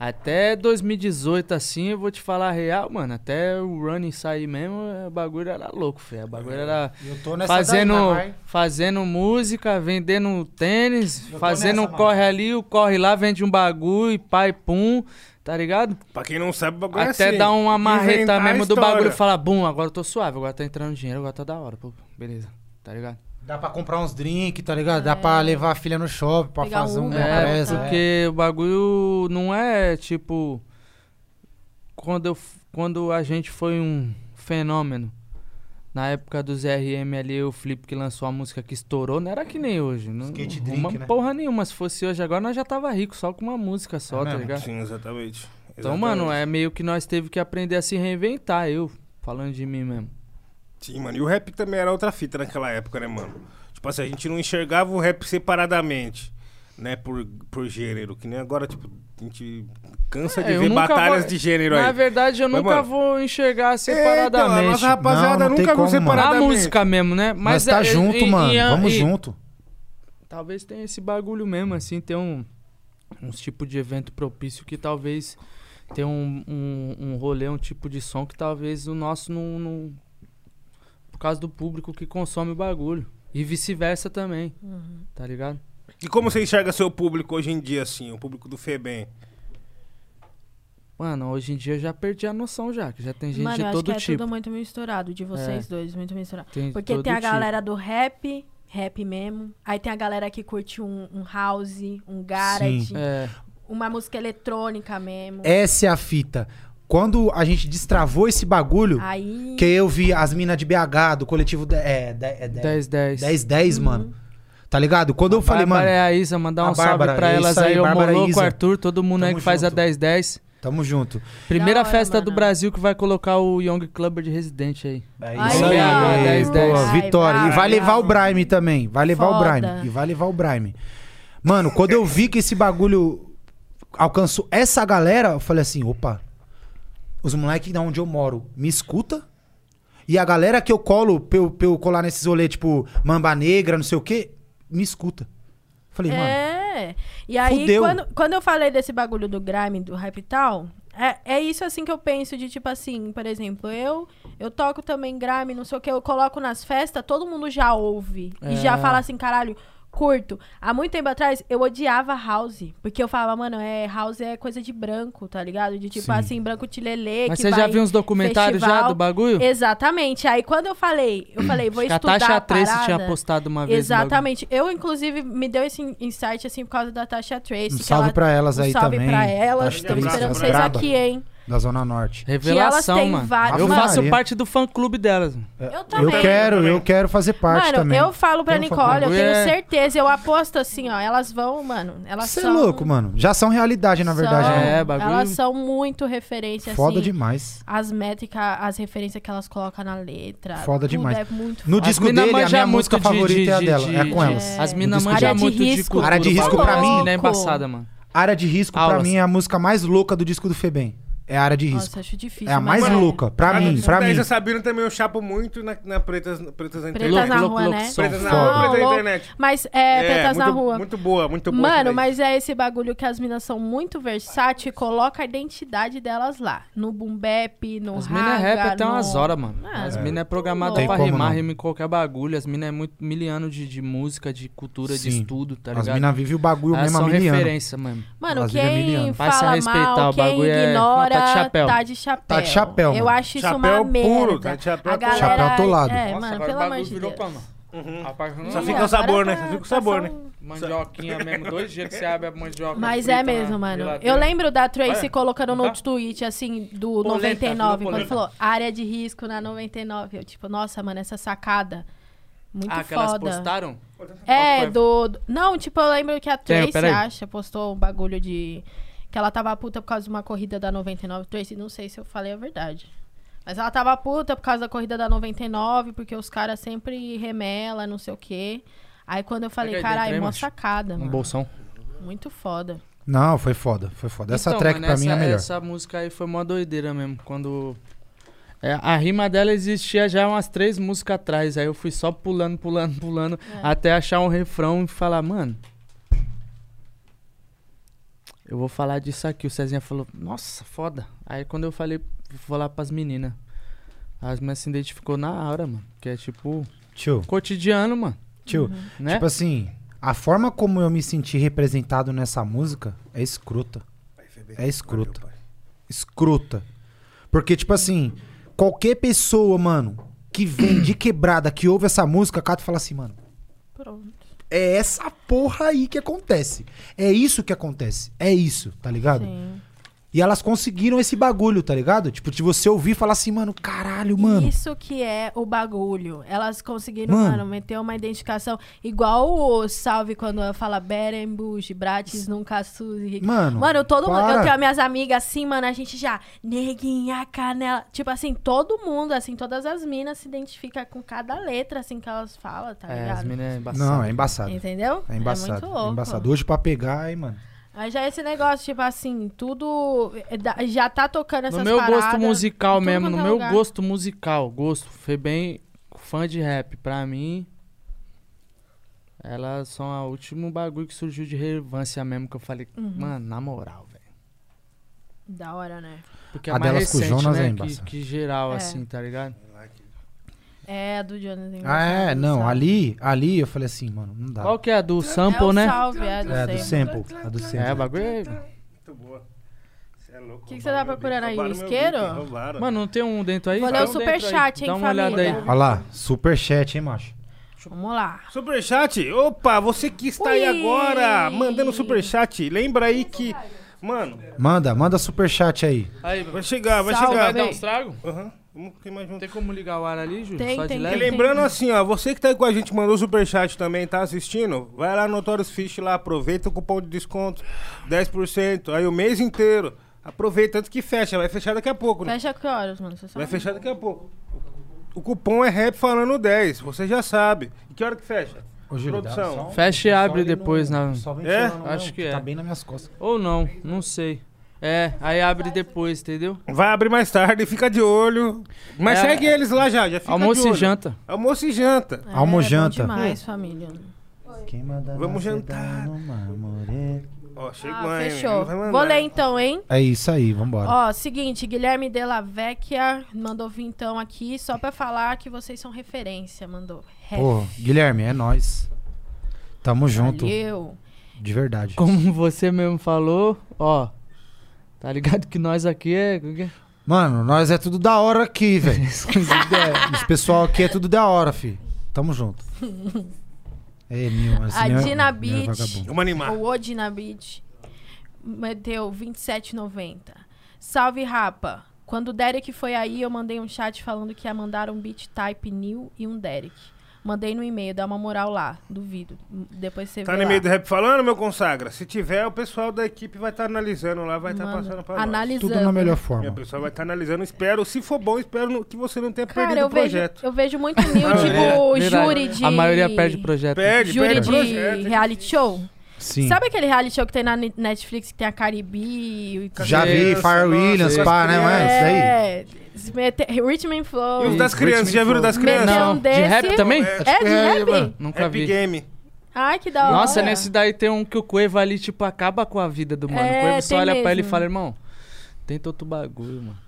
Speaker 4: até 2018, assim, eu vou te falar a real, mano. Até o running sair mesmo, é, o bagulho era louco, filho. O bagulho era
Speaker 5: E eu tô nessa
Speaker 4: fazendo,
Speaker 5: daí, né, vai?
Speaker 4: fazendo música, vendendo tênis,
Speaker 5: Eu tô
Speaker 4: fazendo um
Speaker 5: nessa, mano.
Speaker 4: corre ali, o corre lá, vende um bagulho, e pai, pum, tá ligado?
Speaker 1: Pra quem não sabe, o bagulho é
Speaker 4: Até
Speaker 1: assim,
Speaker 4: dar uma marreta
Speaker 1: inventar
Speaker 4: mesmo do
Speaker 1: história.
Speaker 4: bagulho e falar, bum, agora eu tô suave, agora tá entrando dinheiro, agora tá da hora, pô, beleza, tá ligado?
Speaker 5: Dá pra comprar uns drinks, tá ligado? Dá pra levar a filha no shopping, pra
Speaker 2: É. Pegar
Speaker 5: fazer
Speaker 2: um
Speaker 5: um
Speaker 2: Uber,
Speaker 4: É,
Speaker 2: presa,
Speaker 4: porque o bagulho não é tipo. Quando, eu, f- quando a gente foi um fenômeno. Na época do ZRM ali, o Flip que lançou a música que estourou, não era que nem hoje. Não,
Speaker 5: Skate
Speaker 4: não-
Speaker 5: Drink,
Speaker 4: uma
Speaker 5: né?
Speaker 4: porra nenhuma. Se fosse hoje agora, nós já tava rico, só com uma música só,
Speaker 5: É
Speaker 4: tá
Speaker 5: mesmo?
Speaker 4: ligado?
Speaker 1: Sim, exatamente.
Speaker 4: Então, mano,
Speaker 1: Exatamente.
Speaker 4: é meio que nós teve que aprender a se reinventar, eu, falando de mim mesmo. é.
Speaker 1: Sim, mano. E o rap também era outra fita naquela época, né, mano? Tipo assim, a gente não enxergava o rap separadamente, né, por, por gênero. Que nem agora, tipo, a gente cansa
Speaker 4: É,
Speaker 1: de
Speaker 4: eu
Speaker 1: ver
Speaker 4: nunca
Speaker 1: batalhas
Speaker 4: vou-
Speaker 1: de gênero
Speaker 4: Na
Speaker 1: aí.
Speaker 4: verdade, eu
Speaker 1: Mas,
Speaker 4: nunca
Speaker 1: mano,
Speaker 4: vou enxergar
Speaker 1: É, então, a
Speaker 4: separadamente.
Speaker 1: nossa rapaziada
Speaker 5: Não, não tem
Speaker 1: nunca viu
Speaker 5: como, mano.
Speaker 4: a
Speaker 1: separadamente.
Speaker 4: música mesmo, né?
Speaker 5: Mas, tá
Speaker 4: é-
Speaker 5: junto,
Speaker 4: e- e-
Speaker 5: mano.
Speaker 4: e-
Speaker 5: Vamos
Speaker 4: e-
Speaker 5: junto.
Speaker 4: Talvez tenha esse bagulho mesmo, assim, tem um, uns tipo de evento propício que talvez tenha um, um, um rolê, um tipo de som que talvez o nosso não, não- Por causa do público que consome o bagulho. E vice-versa também,
Speaker 2: Uhum.
Speaker 4: tá ligado?
Speaker 1: E como você enxerga seu público hoje em dia, assim, o público do Febem?
Speaker 4: Mano, hoje em dia eu já perdi a noção já, que já tem gente
Speaker 2: Mano, eu
Speaker 4: de
Speaker 2: acho
Speaker 4: todo
Speaker 2: que é
Speaker 4: tipo.
Speaker 2: tudo muito misturado, de vocês dois, muito misturado.
Speaker 4: Tem de
Speaker 2: Porque
Speaker 4: todo
Speaker 2: tem a
Speaker 4: tipo.
Speaker 2: galera do rap, rap mesmo. Aí tem a galera que curte um, um house, um
Speaker 5: Sim.
Speaker 2: garage,
Speaker 4: É,
Speaker 2: uma música eletrônica mesmo.
Speaker 5: Essa é a fita. Quando a gente destravou esse bagulho,
Speaker 2: Aí.
Speaker 5: que eu vi as minas de BH, do coletivo de, é, de, é, 10,
Speaker 4: 10, 10.
Speaker 5: 10, mano. Tá ligado? Quando eu falei,
Speaker 4: Bárbara
Speaker 5: mano.
Speaker 4: e a Isa, mandar
Speaker 5: a
Speaker 4: um salve
Speaker 5: Bárbara,
Speaker 4: pra
Speaker 5: é
Speaker 4: elas
Speaker 5: isso aí,
Speaker 4: aí, o
Speaker 5: Bárbara e
Speaker 4: Moloco,
Speaker 5: Isa.
Speaker 4: Arthur, todo mundo aí
Speaker 5: Tamo
Speaker 4: que faz a
Speaker 5: junto.
Speaker 4: 1010.
Speaker 5: Tamo junto.
Speaker 4: Primeira
Speaker 2: hora,
Speaker 4: festa do
Speaker 2: mano.
Speaker 4: Brasil que vai colocar o Young Clubber de residente aí.
Speaker 2: Ai,
Speaker 4: É isso aí,
Speaker 2: vai,
Speaker 4: boa,
Speaker 2: vai,
Speaker 4: 10, 10.
Speaker 2: vai,
Speaker 5: Vitória. e
Speaker 2: vai,
Speaker 5: vai levar o
Speaker 2: vai.
Speaker 5: Brime também. Vai levar
Speaker 2: Foda.
Speaker 5: o Brime. E vai levar o Brime. Mano, quando eu vi que esse bagulho alcançou essa galera, eu falei assim: opa, os moleques da onde eu moro me escuta. E a galera que eu colo pra eu, pra eu colar nesses rolês, tipo, Mamba Negra, não sei o quê, me escuta. Falei, mano.
Speaker 2: É. E aí,
Speaker 5: Fudeu.
Speaker 2: quando, quando eu falei desse bagulho do grime, do rap e tal, é, é isso assim que eu penso de tipo assim, por exemplo, eu eu toco também grime, não sei o que, eu coloco nas festas, todo mundo já ouve
Speaker 4: É.
Speaker 2: e já fala assim, caralho, curto. Há muito tempo atrás eu odiava house, porque eu falava, mano, é house é coisa de branco, tá ligado? De tipo
Speaker 5: Sim.
Speaker 2: assim, branco tilelê,
Speaker 4: Mas
Speaker 2: que
Speaker 4: você já
Speaker 2: vai
Speaker 4: viu uns documentários já
Speaker 2: festival.
Speaker 4: do bagulho?
Speaker 2: Exatamente. Aí quando eu falei, eu falei, vou
Speaker 4: Acho que a
Speaker 2: estudar a
Speaker 4: Tasha Trace
Speaker 2: parada.
Speaker 4: tinha postado uma vez. no bagulho.
Speaker 2: Exatamente. Eu, inclusive, me deu esse insight, assim, por causa da Tasha Tracy.
Speaker 5: Um
Speaker 2: que
Speaker 5: salve
Speaker 2: ela-
Speaker 5: pra elas
Speaker 2: um
Speaker 5: aí
Speaker 2: salve
Speaker 5: também.
Speaker 2: pra elas.
Speaker 5: Tasha é
Speaker 2: Estou
Speaker 1: Tracy,
Speaker 2: esperando
Speaker 1: as
Speaker 2: vocês
Speaker 5: braba.
Speaker 2: aqui, hein?
Speaker 5: Da Zona Norte.
Speaker 4: Revelação,
Speaker 2: têm
Speaker 4: mano.
Speaker 2: várias-
Speaker 4: Eu
Speaker 5: Ave
Speaker 4: faço
Speaker 5: Maria.
Speaker 4: parte do fã clube delas. mano.
Speaker 2: Eu
Speaker 5: É, Eu
Speaker 2: também.
Speaker 5: quero,
Speaker 1: também.
Speaker 5: eu quero fazer parte
Speaker 2: mano,
Speaker 5: também.
Speaker 2: eu falo pra
Speaker 5: Eu falo.
Speaker 2: Nicole, eu tenho
Speaker 4: É.
Speaker 2: certeza. Eu aposto assim, ó. Elas vão, mano. Elas
Speaker 5: Você é
Speaker 2: são.
Speaker 5: louco, mano. Já são realidade, na verdade.
Speaker 2: são-
Speaker 5: né?
Speaker 4: É, bagulho-
Speaker 2: Elas são muito referência,
Speaker 5: Foda
Speaker 2: assim.
Speaker 5: demais.
Speaker 2: As métricas, as referências que elas colocam na letra.
Speaker 5: Foda
Speaker 2: tudo
Speaker 5: demais.
Speaker 2: É muito
Speaker 5: No
Speaker 4: As
Speaker 5: disco
Speaker 4: mina
Speaker 5: dele, a
Speaker 4: manja
Speaker 5: minha
Speaker 4: muito
Speaker 5: música
Speaker 4: de-
Speaker 5: favorita
Speaker 4: de-
Speaker 5: é a dela.
Speaker 4: de-
Speaker 5: é com
Speaker 4: de-
Speaker 5: elas.
Speaker 4: As minas
Speaker 5: disco-
Speaker 4: manjam
Speaker 2: Área de
Speaker 4: muito de
Speaker 2: risco.
Speaker 4: cultura.
Speaker 5: Área de risco,
Speaker 4: bagulho.
Speaker 5: pra mim-
Speaker 4: As mina é embaçada, mano.
Speaker 5: Área de risco, pra
Speaker 4: Aulas.
Speaker 5: mim, é a música mais louca do disco do Febem. É a área de risco.
Speaker 2: Nossa, acho difícil.
Speaker 5: é
Speaker 4: né,
Speaker 5: a mais
Speaker 2: mas
Speaker 5: louca. Pra
Speaker 1: Ah,
Speaker 5: mim,
Speaker 1: no
Speaker 5: pra
Speaker 1: 10
Speaker 5: mim.
Speaker 1: a Sabina também eu chapo muito na, na Pretas, Pretas na
Speaker 2: Pretas
Speaker 1: Internet.
Speaker 2: na Rua, né?
Speaker 4: que são
Speaker 1: Pretas na
Speaker 4: foda.
Speaker 1: Rua, Pretas na
Speaker 2: louco.
Speaker 1: Internet.
Speaker 2: Mas é, Pretas
Speaker 1: muito,
Speaker 2: na Rua.
Speaker 1: Muito boa, muito boa.
Speaker 2: Mano,
Speaker 1: também.
Speaker 2: mas é esse bagulho que as minas são muito versátil e coloca a identidade delas lá. No boom bap, no
Speaker 4: As
Speaker 2: raga,
Speaker 4: minas é rap até
Speaker 2: no-
Speaker 4: umas horas, mano.
Speaker 2: Ah,
Speaker 4: As
Speaker 2: é.
Speaker 4: minas é programada
Speaker 2: Tem
Speaker 4: pra
Speaker 5: como
Speaker 4: rimar,
Speaker 5: não.
Speaker 4: rima em qualquer bagulho. As minas é muito miliano de, de música, de cultura, de
Speaker 5: Sim.
Speaker 4: estudo, tá
Speaker 5: As
Speaker 4: ligado?
Speaker 5: minas vivem o bagulho
Speaker 4: Elas
Speaker 5: mesmo né? há
Speaker 4: Ah, são
Speaker 5: mil anos.
Speaker 4: referência, mano.
Speaker 2: Mano,
Speaker 5: Brasília é
Speaker 2: quem
Speaker 5: miliano.
Speaker 4: Vai se
Speaker 2: fala
Speaker 4: respeitar,
Speaker 2: mal,
Speaker 4: o
Speaker 2: quem
Speaker 4: bagulho é-
Speaker 2: ignora,
Speaker 4: Não, tá de chapéu.
Speaker 2: tá de chapéu.
Speaker 5: Tá de chapéu,
Speaker 2: Eu
Speaker 5: mano.
Speaker 2: acho isso
Speaker 1: Chapéu puro,
Speaker 2: uma merda.
Speaker 1: tá de chapéu
Speaker 2: a
Speaker 1: atolado.
Speaker 2: galera...
Speaker 5: Chapéu atolado.
Speaker 2: É,
Speaker 4: Nossa,
Speaker 2: mano,
Speaker 4: agora
Speaker 2: pelo
Speaker 4: o
Speaker 2: amor
Speaker 4: bagulho
Speaker 2: de
Speaker 4: virou
Speaker 2: Deus.
Speaker 4: pano. A parte não- é
Speaker 1: Só
Speaker 2: Ih,
Speaker 1: fica o
Speaker 2: agora
Speaker 1: sabor, né?
Speaker 2: tá-
Speaker 1: Só fica o
Speaker 2: tá
Speaker 1: sabor,
Speaker 2: só
Speaker 1: né?
Speaker 2: um-
Speaker 4: Mandioquinha mesmo, dois dias que você abre a mandioca.
Speaker 2: Mas
Speaker 4: frita
Speaker 2: é mesmo,
Speaker 4: na
Speaker 2: mano.
Speaker 4: tá geladeira.
Speaker 2: Eu lembro da Tracy
Speaker 4: Olha,
Speaker 2: colocando no
Speaker 4: tá?
Speaker 2: tweet, assim, do
Speaker 4: Polenta,
Speaker 2: 99,
Speaker 4: virou
Speaker 2: quando
Speaker 4: polenta.
Speaker 2: falou área de risco na 99. Eu, tipo, nossa, mano, essa sacada. Muito
Speaker 4: Ah, que elas
Speaker 2: foda.
Speaker 4: postaram?
Speaker 2: É,
Speaker 4: Qual que
Speaker 2: do, do- Não, tipo, eu lembro que a
Speaker 4: Tem,
Speaker 2: Tracy,
Speaker 4: peraí.
Speaker 2: acha, postou um bagulho de. Que ela tava puta por causa de uma corrida da 99. Tracy, não sei se eu falei a verdade. Mas ela tava puta por causa da corrida da 99, porque os caras sempre remela, não sei o quê. Aí quando eu falei,
Speaker 4: Pega aí dentro,
Speaker 2: caralho,
Speaker 4: hein,
Speaker 2: mó
Speaker 4: macho?
Speaker 2: sacada,
Speaker 4: Um
Speaker 2: mano.
Speaker 4: bolsão.
Speaker 2: Muito foda.
Speaker 5: Não, foi foda, foi foda. Essa
Speaker 4: Então,
Speaker 5: track
Speaker 4: mano,
Speaker 5: pra mim é a
Speaker 4: essa-
Speaker 5: melhor.
Speaker 4: Essa música aí foi uma doideira mesmo. Quando. é, a rima dela existia já umas três músicas atrás. Aí eu fui só pulando, pulando, pulando.
Speaker 2: É.
Speaker 4: Até achar um refrão e falar, mano. Eu vou falar disso aqui. O Cezinha falou, nossa, foda. Aí quando eu falei, vou falar pras meninas. As meninas se identificou na hora, mano. Que é tipo,
Speaker 5: Tio,
Speaker 4: cotidiano, mano.
Speaker 5: tio.
Speaker 4: Né?
Speaker 5: Tipo assim, a forma como eu me senti representado nessa música é escrota. É escrota. Escrota. Porque, tipo assim, qualquer pessoa, mano, que vem de quebrada, que ouve essa música, cata e fala assim, mano.
Speaker 2: Pronto.
Speaker 5: É essa porra aí que acontece. É isso que acontece. É isso, tá ligado?
Speaker 2: Sim.
Speaker 5: E elas conseguiram esse bagulho, tá ligado? Tipo, de você ouvir e falar assim, mano, caralho, mano.
Speaker 2: Isso que é o bagulho. Elas conseguiram,
Speaker 5: Mano.
Speaker 2: mano, meter uma identificação. Igual o Salve quando ela fala Berenbush, Bratis, nunca Suzy.
Speaker 5: Mano,
Speaker 2: Mano, todo mundo.
Speaker 5: para.
Speaker 2: Eu tenho as minhas amigas assim, mano, a gente já. Neguinha, canela. Tipo assim, todo mundo, assim, todas as minas se identificam com cada letra, assim, que elas falam, tá
Speaker 4: É, as
Speaker 2: ligado?
Speaker 4: meninas é embaçado.
Speaker 5: Não, é embaçado.
Speaker 2: Entendeu?
Speaker 5: É embaçado.
Speaker 2: muito louco.
Speaker 5: É embaçado. Hoje pra pegar, aí, mano.
Speaker 2: Aí já esse negócio, tipo assim, tudo. é, da- Já tá tocando essas
Speaker 4: No meu gosto
Speaker 2: paradas,
Speaker 4: musical
Speaker 2: tudo
Speaker 4: mesmo,
Speaker 2: quanto
Speaker 4: no
Speaker 2: é
Speaker 4: meu
Speaker 2: lugar.
Speaker 4: gosto musical, gosto, foi bem fã de rap. Pra mim, elas são a último bagulho que surgiu de relevância mesmo, que eu falei,
Speaker 2: Uhum.
Speaker 4: mano, na moral, velho.
Speaker 2: Da hora, né?
Speaker 4: Porque é
Speaker 5: A
Speaker 4: mais
Speaker 5: delas com o
Speaker 4: recente,
Speaker 5: Jonas é
Speaker 4: né, que,
Speaker 5: embaçado.
Speaker 4: que geral,
Speaker 2: É.
Speaker 4: assim, tá ligado?
Speaker 2: É, a do Jonas
Speaker 5: Ah, é,
Speaker 2: engraçado,
Speaker 5: não.
Speaker 2: sabe?
Speaker 5: Ali, ali eu falei assim, mano, não dá.
Speaker 4: Qual que é a do
Speaker 2: é
Speaker 4: sample,
Speaker 2: o
Speaker 4: né?
Speaker 2: Salve, é, do
Speaker 5: É, a do
Speaker 2: Sample.
Speaker 5: sample. A do sample.
Speaker 4: É, bagulho é...
Speaker 1: Muito boa. Você é louco.
Speaker 2: Que
Speaker 1: roubaram
Speaker 2: que você tá
Speaker 1: meu
Speaker 2: procurando
Speaker 1: bico,
Speaker 2: aí,
Speaker 1: roubaram meu
Speaker 2: isqueiro?
Speaker 1: bico, roubaram.
Speaker 4: Mano, não tem um dentro aí?
Speaker 2: Vou ler
Speaker 4: Tem
Speaker 2: o
Speaker 4: um
Speaker 2: superchat,
Speaker 4: dentro aí.
Speaker 2: hein,
Speaker 4: Dá uma olhada
Speaker 2: família.
Speaker 4: aí.
Speaker 5: Olha lá, superchat, hein, macho?
Speaker 2: Vamos lá.
Speaker 1: Superchat? Opa, você que está aí
Speaker 2: Ui.
Speaker 1: agora mandando superchat, lembra aí que. Mano,
Speaker 5: Manda, manda superchat aí.
Speaker 4: Aí,
Speaker 1: vai chegar, vai
Speaker 2: Salve,
Speaker 1: chegar.
Speaker 4: vai
Speaker 2: Vem.
Speaker 4: dar uns trago?
Speaker 1: Aham, vamos queimar junto.
Speaker 4: Tem como ligar o ar ali, Júlio?
Speaker 2: Tem,
Speaker 4: Só de
Speaker 2: tem,
Speaker 1: E
Speaker 2: tem.
Speaker 4: leve?
Speaker 1: lembrando assim, ó, você que tá aí com a gente, mandou superchat também, tá assistindo, vai lá no Notorious Fish lá, aproveita o cupom de desconto, 10%, aí o mês inteiro. Aproveita, tanto que fecha, vai fechar daqui a pouco, né?
Speaker 2: Fecha que horas, mano? Você sabe?
Speaker 1: Vai fechar daqui a pouco. O cupom é rap falando 10, você já sabe. E que hora que fecha? Produção.
Speaker 5: um
Speaker 4: Fecha e abre depois na-
Speaker 1: É?
Speaker 4: Acho que é.
Speaker 5: Tá bem nas minhas costas.
Speaker 4: Ou não, não sei. É, aí
Speaker 2: um-
Speaker 4: abre depois, entendeu?
Speaker 1: Vai abrir mais tarde, fica de olho. Mas
Speaker 4: É,
Speaker 1: segue eles lá já, já fica de
Speaker 4: Almoço
Speaker 1: olho.
Speaker 4: e janta.
Speaker 1: Almoço e janta.
Speaker 2: É,
Speaker 5: Almo
Speaker 2: bom
Speaker 5: janta.
Speaker 2: demais, família.
Speaker 1: Vamos jantar. Ó, chega
Speaker 2: Ah,
Speaker 1: mãe,
Speaker 2: fechou.
Speaker 1: ele vai mandar.
Speaker 2: Vou ler então, hein?
Speaker 5: É isso aí, vambora.
Speaker 2: Ó, seguinte, Guilherme Della Vecchia mandou vir então aqui só pra falar que vocês são referência, mandou. Ref.
Speaker 5: Pô, Guilherme, é nóis. Tamo junto,
Speaker 2: Valeu.
Speaker 5: de verdade.
Speaker 4: Como você mesmo falou, ó. Tá ligado que nós aqui é.
Speaker 5: Mano, nós é tudo da hora aqui, velho. Esse pessoal aqui é tudo da hora, fi. Tamo junto. É, Nil, mas
Speaker 2: A
Speaker 5: Nil é-
Speaker 2: Dina
Speaker 5: Nil é
Speaker 2: Beach.
Speaker 5: vagabundo.
Speaker 1: Vamos animar.
Speaker 2: O Odina Beach meteu 27,90. Salve, rapa. Quando o Derek foi aí, eu mandei um chat falando que ia mandar um beat type new e um Derek. Mandei no e-mail, dá uma moral lá, duvido. Depois você
Speaker 1: Tá
Speaker 2: vê
Speaker 1: no
Speaker 2: lá.
Speaker 1: meio do rap falando, meu consagra? Se tiver, o pessoal da equipe vai estar analisando lá, vai estar
Speaker 2: Manda.
Speaker 1: passando pra nós.
Speaker 2: Analisando.
Speaker 5: Tudo na melhor
Speaker 1: Minha
Speaker 5: forma.
Speaker 1: pessoa vai estar analisando, espero, se for bom, espero no- que você não tenha
Speaker 2: Cara,
Speaker 1: perdido
Speaker 2: eu
Speaker 1: o
Speaker 2: vejo,
Speaker 1: projeto.
Speaker 2: eu vejo muito new,
Speaker 5: Ah, é.
Speaker 2: tipo,
Speaker 4: Verdade.
Speaker 2: júri de...
Speaker 4: A maioria perde o projeto.
Speaker 1: Perde,
Speaker 2: Júri
Speaker 1: perde o
Speaker 2: de
Speaker 1: projeto.
Speaker 2: reality show.
Speaker 5: Sim.
Speaker 2: Sabe aquele reality show que tem na Ni- Netflix, que tem a Caribe e...
Speaker 5: Já vi
Speaker 1: Criança, nossa,
Speaker 5: Fire Williams,
Speaker 1: essas
Speaker 5: pá, né? Mas isso aí.
Speaker 2: É, se mete- Rhythm and Flow.
Speaker 1: E os das
Speaker 5: Isso,
Speaker 1: crianças, já viram das
Speaker 2: Meteu
Speaker 1: crianças?
Speaker 2: um
Speaker 4: Não,
Speaker 2: desse.
Speaker 4: de rap também?
Speaker 1: É,
Speaker 2: É de rap?
Speaker 4: Nunca
Speaker 1: Happy
Speaker 4: vi.
Speaker 1: Game.
Speaker 5: Tá
Speaker 2: Ai, que da hora.
Speaker 4: Nossa, nesse daí tem um que o Cueva ali, tipo, acaba com a vida do mano.
Speaker 2: É,
Speaker 4: o Cueva só
Speaker 2: tem
Speaker 4: olha pra ele e
Speaker 2: mesmo.
Speaker 4: fala, irmão, tenta outro bagulho, mano.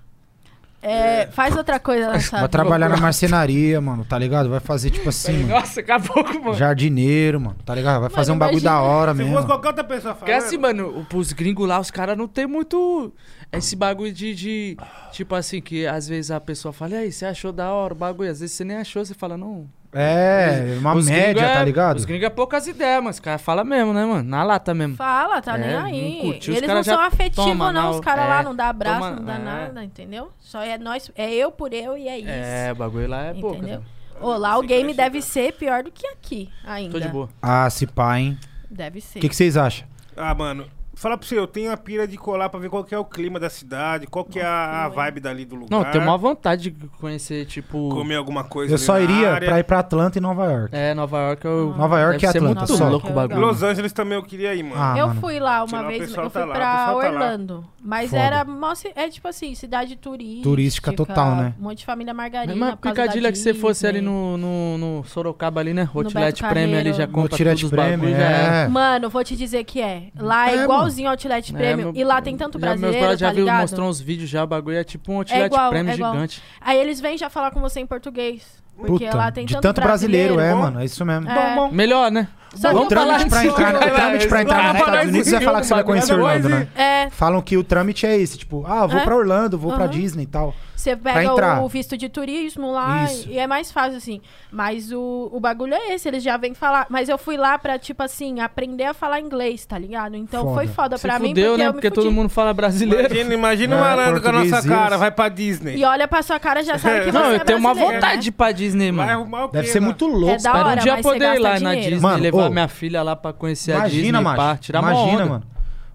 Speaker 2: É, faz outra coisa nessa.
Speaker 5: Vai trabalhar na marcenaria, mano, tá ligado? Vai fazer tipo
Speaker 1: Hum.
Speaker 5: assim, mano.
Speaker 4: Nossa, acabou com, mano.
Speaker 5: Jardineiro, mano, tá ligado? Vai fazer um bagulho
Speaker 2: imagina.
Speaker 5: da hora
Speaker 1: Se
Speaker 5: mesmo.
Speaker 1: fosse qualquer outra pessoa
Speaker 4: Porque assim,
Speaker 1: falando...
Speaker 4: mano, o- os gringos lá, os caras não tem muito esse bagulho de, de- Tipo assim, que às vezes a pessoa fala, e aí, você achou da hora o bagulho? Às vezes você nem achou, você fala, não.
Speaker 5: É, uma
Speaker 4: Os gringo
Speaker 5: média,
Speaker 4: é-
Speaker 5: tá ligado?
Speaker 4: Os gringos é poucas ideias, mas os caras falam mesmo, né, mano? Na lata mesmo.
Speaker 2: Fala, tá
Speaker 4: É,
Speaker 2: nem
Speaker 4: não
Speaker 2: aí.
Speaker 4: curtiu, os
Speaker 2: Eles
Speaker 4: cara
Speaker 2: não
Speaker 4: já
Speaker 2: são afetivos,
Speaker 4: toma
Speaker 2: não.
Speaker 4: na-
Speaker 2: Os caras lá
Speaker 4: é,
Speaker 2: não dá abraço,
Speaker 4: toma-
Speaker 2: não dá
Speaker 4: é.
Speaker 2: nada, entendeu? Só é nós, é eu por eu e é isso.
Speaker 4: É, o bagulho lá é pouco.
Speaker 2: entendeu?
Speaker 4: né?
Speaker 2: Ô, lá o game deve ser pior do que aqui ainda.
Speaker 4: Tô de boa.
Speaker 5: Ah, se pá, hein?
Speaker 2: Deve ser.
Speaker 5: O que que vocês acham?
Speaker 1: Ah, mano, fala pra você, eu tenho a pira de colar pra ver qual que é o clima da cidade, qual que é a, a vibe dali do lugar.
Speaker 4: Não, tenho maior vontade de conhecer, tipo.
Speaker 1: Comer alguma coisa
Speaker 5: Eu
Speaker 1: ali
Speaker 5: só
Speaker 1: na
Speaker 5: iria
Speaker 1: área.
Speaker 5: pra ir pra Atlanta e Nova York.
Speaker 4: É, Nova York é o.
Speaker 5: Nova York
Speaker 4: deve
Speaker 5: e
Speaker 4: ser
Speaker 5: Atlanta,
Speaker 4: muito
Speaker 2: só.
Speaker 4: louco o bagulho.
Speaker 1: Los Angeles também eu queria ir, mano.
Speaker 5: Ah,
Speaker 2: eu
Speaker 5: mano.
Speaker 2: fui lá uma
Speaker 1: Sei lá, o
Speaker 2: vez,
Speaker 1: pessoal
Speaker 2: eu fui
Speaker 1: tá lá, o
Speaker 2: pra
Speaker 1: pessoal tá lá.
Speaker 2: Orlando. mas
Speaker 5: Foda.
Speaker 2: era. mó ci- É tipo assim, cidade turística.
Speaker 5: Turística total, né?
Speaker 2: Um monte de família margarina.
Speaker 4: Mesma
Speaker 2: por causa da
Speaker 4: picadilha que você fosse ali
Speaker 2: Disney.
Speaker 4: no, no, no Sorocaba ali, né? Outlet
Speaker 2: Beto
Speaker 4: Premium ali
Speaker 2: Carreiro.
Speaker 4: já compra
Speaker 5: Outlet
Speaker 4: todos os bagulho,
Speaker 5: Premium,
Speaker 4: já era.
Speaker 5: É.
Speaker 2: Mano, vou te dizer que é. Lá é,
Speaker 5: É,
Speaker 2: igualzinho ao Outlet
Speaker 4: É,
Speaker 2: Premium.
Speaker 4: meu-
Speaker 2: e lá tem tanto
Speaker 4: Já, meus
Speaker 2: brasileiro,
Speaker 4: brothers já
Speaker 2: tá
Speaker 4: viu,
Speaker 2: ligado?
Speaker 4: mostrou um- uns vídeos já, o bagulho é tipo um Outlet
Speaker 2: igual,
Speaker 4: Premium
Speaker 2: é igual.
Speaker 4: gigante.
Speaker 2: Aí eles vêm já falar com você em português. Porque
Speaker 5: Puta,
Speaker 2: lá tem
Speaker 5: de
Speaker 2: tanto,
Speaker 5: tanto brasileiro, é,
Speaker 1: bom.
Speaker 5: mano. É isso mesmo.
Speaker 2: É.
Speaker 1: Bom, bom.
Speaker 4: Melhor, né?
Speaker 2: Só que
Speaker 5: O
Speaker 2: Vamos falar
Speaker 5: trâmite pra
Speaker 2: disso.
Speaker 5: entrar, o trâmite pra entrar nos Estados Unidos é falar que você vai conhecer Orlando, né?
Speaker 2: É,
Speaker 5: Falam que o trâmite é esse, tipo, ah, vou
Speaker 2: É.
Speaker 5: pra Orlando, vou pra
Speaker 2: Aham.
Speaker 5: Disney e tal.
Speaker 2: você
Speaker 5: Pra entrar.
Speaker 2: pega o visto de turismo lá
Speaker 5: Isso.
Speaker 2: e é mais fácil, assim. Mas o, o bagulho é esse, eles já vêm falar. Mas eu fui lá pra, tipo assim, aprender a falar inglês, tá ligado? Então
Speaker 5: Foda.
Speaker 2: foi foda
Speaker 4: Se
Speaker 2: pra mim,
Speaker 4: fudeu,
Speaker 2: porque
Speaker 4: né?
Speaker 2: eu me
Speaker 4: Porque
Speaker 2: fudi.
Speaker 4: todo mundo fala brasileiro.
Speaker 1: Imagina, imagina um
Speaker 5: É,
Speaker 1: malandro com a nossa
Speaker 5: portuguesinhos.
Speaker 1: cara, vai pra
Speaker 2: E
Speaker 1: Disney.
Speaker 2: olha pra sua cara, já sabe que você
Speaker 4: Não,
Speaker 2: é
Speaker 4: eu tenho uma
Speaker 2: brasileiro,
Speaker 4: vontade de ir pra Disney,
Speaker 1: Vai
Speaker 4: mano.
Speaker 1: arrumar o quê?
Speaker 5: Deve ser
Speaker 1: lá?
Speaker 5: muito
Speaker 2: Né? É
Speaker 5: louco.
Speaker 2: da
Speaker 4: Espero um
Speaker 2: hora,
Speaker 4: dia
Speaker 2: mas você
Speaker 4: poder ir
Speaker 2: gasta
Speaker 4: lá na
Speaker 2: dinheiro.
Speaker 4: Disney,
Speaker 5: Mano,
Speaker 4: levar
Speaker 5: ô.
Speaker 4: minha filha lá pra conhecer
Speaker 5: Imagina,
Speaker 4: a Disney,
Speaker 5: macho.
Speaker 4: pá, tirar uma
Speaker 5: Imagina,
Speaker 4: onda.
Speaker 5: mano.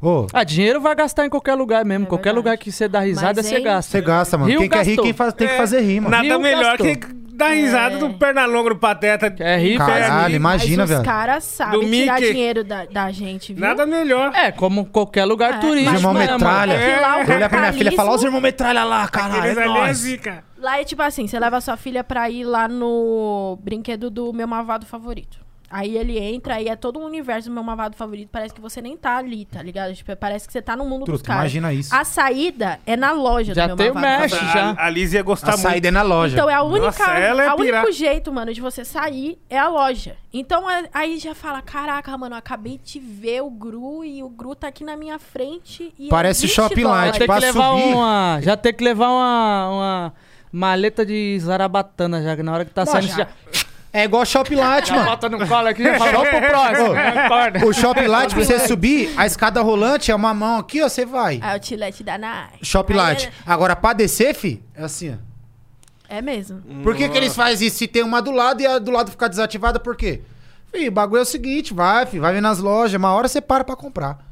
Speaker 5: Ô,
Speaker 4: Ah, dinheiro vai gastar em qualquer lugar mesmo.
Speaker 2: É
Speaker 4: qualquer
Speaker 2: verdade.
Speaker 4: lugar que você dá risada,
Speaker 2: Mas,
Speaker 4: você
Speaker 2: hein?
Speaker 4: gasta.
Speaker 5: você gasta, mano.
Speaker 4: Rio
Speaker 5: quem quer rir,
Speaker 4: gastou.
Speaker 5: quem faz, tem que
Speaker 1: É,
Speaker 5: fazer rir, mano.
Speaker 1: Nada
Speaker 4: Rio
Speaker 1: melhor
Speaker 4: gastou.
Speaker 1: que dar risada
Speaker 2: É.
Speaker 1: do perna longa do pateta.
Speaker 4: É rir,
Speaker 5: Caralho,
Speaker 1: Mas
Speaker 5: imagina,
Speaker 2: mas
Speaker 5: velho.
Speaker 2: Os caras sabem
Speaker 1: Do
Speaker 2: tirar
Speaker 1: Mickey.
Speaker 2: dinheiro da, da gente, viu?
Speaker 1: Nada melhor.
Speaker 4: É, como qualquer lugar
Speaker 2: É,
Speaker 4: turístico.
Speaker 2: mas,
Speaker 5: Irmão
Speaker 4: né, mano?
Speaker 5: metralha. é,
Speaker 2: Porque lá o
Speaker 5: Eu olhar pra minha filha e falar, ó, os
Speaker 2: capitalismo-
Speaker 5: irmãos metralha lá,
Speaker 1: Eles
Speaker 5: caralho. É
Speaker 1: ali é
Speaker 5: nóis.
Speaker 1: zica.
Speaker 2: Lá é tipo assim, você leva sua filha pra ir lá no brinquedo do meu mavado favorito. Aí ele entra e é todo um universo do meu mavado favorito. Parece que você nem tá ali, tá ligado? Tipo, parece que você tá no mundo dos
Speaker 5: Truta,
Speaker 2: caras.
Speaker 5: imagina isso.
Speaker 2: A saída é na loja
Speaker 4: Já
Speaker 2: do meu
Speaker 4: tem o
Speaker 2: mavado
Speaker 4: Mesh.
Speaker 2: favorito.
Speaker 1: A,
Speaker 4: Já.
Speaker 1: a Liz ia gostar
Speaker 5: A
Speaker 1: muito.
Speaker 5: saída é na loja.
Speaker 2: Então é a única,
Speaker 1: Nossa, ela é
Speaker 2: a
Speaker 1: pirata.
Speaker 2: único jeito, mano, de você sair é a loja. Então é- aí já fala, caraca, mano, eu acabei de ver o Gru e o Gru tá aqui na minha frente e é
Speaker 5: Parece
Speaker 2: 20
Speaker 5: shopping lá,
Speaker 4: Já
Speaker 2: dólares.
Speaker 5: tipo,
Speaker 4: tem
Speaker 5: pra
Speaker 4: que levar
Speaker 5: subir-
Speaker 4: uma. Já tem que levar uma, uma maleta de zarabatana, já que na hora que tá saindo. Já,
Speaker 5: É igual Shop Light,
Speaker 4: já
Speaker 5: mano.
Speaker 4: bota no colo aqui já fala, vamos pro
Speaker 5: Ô.
Speaker 4: próximo. né? Acorda.
Speaker 5: O Shop Light, pra você subir, a escada rolante é uma mão aqui, ó, você vai.
Speaker 2: Aí o Tilete da Nike.
Speaker 5: Shop
Speaker 2: Aí
Speaker 5: Light. Agora, pra descer, fi, é assim, ó.
Speaker 2: É, é mesmo.
Speaker 5: Por que, que eles fazem isso? Se tem uma do lado e a do lado ficar desativada, por quê? Fih, o bagulho é o seguinte, vai, fi, vai vir nas lojas, uma hora você para pra comprar.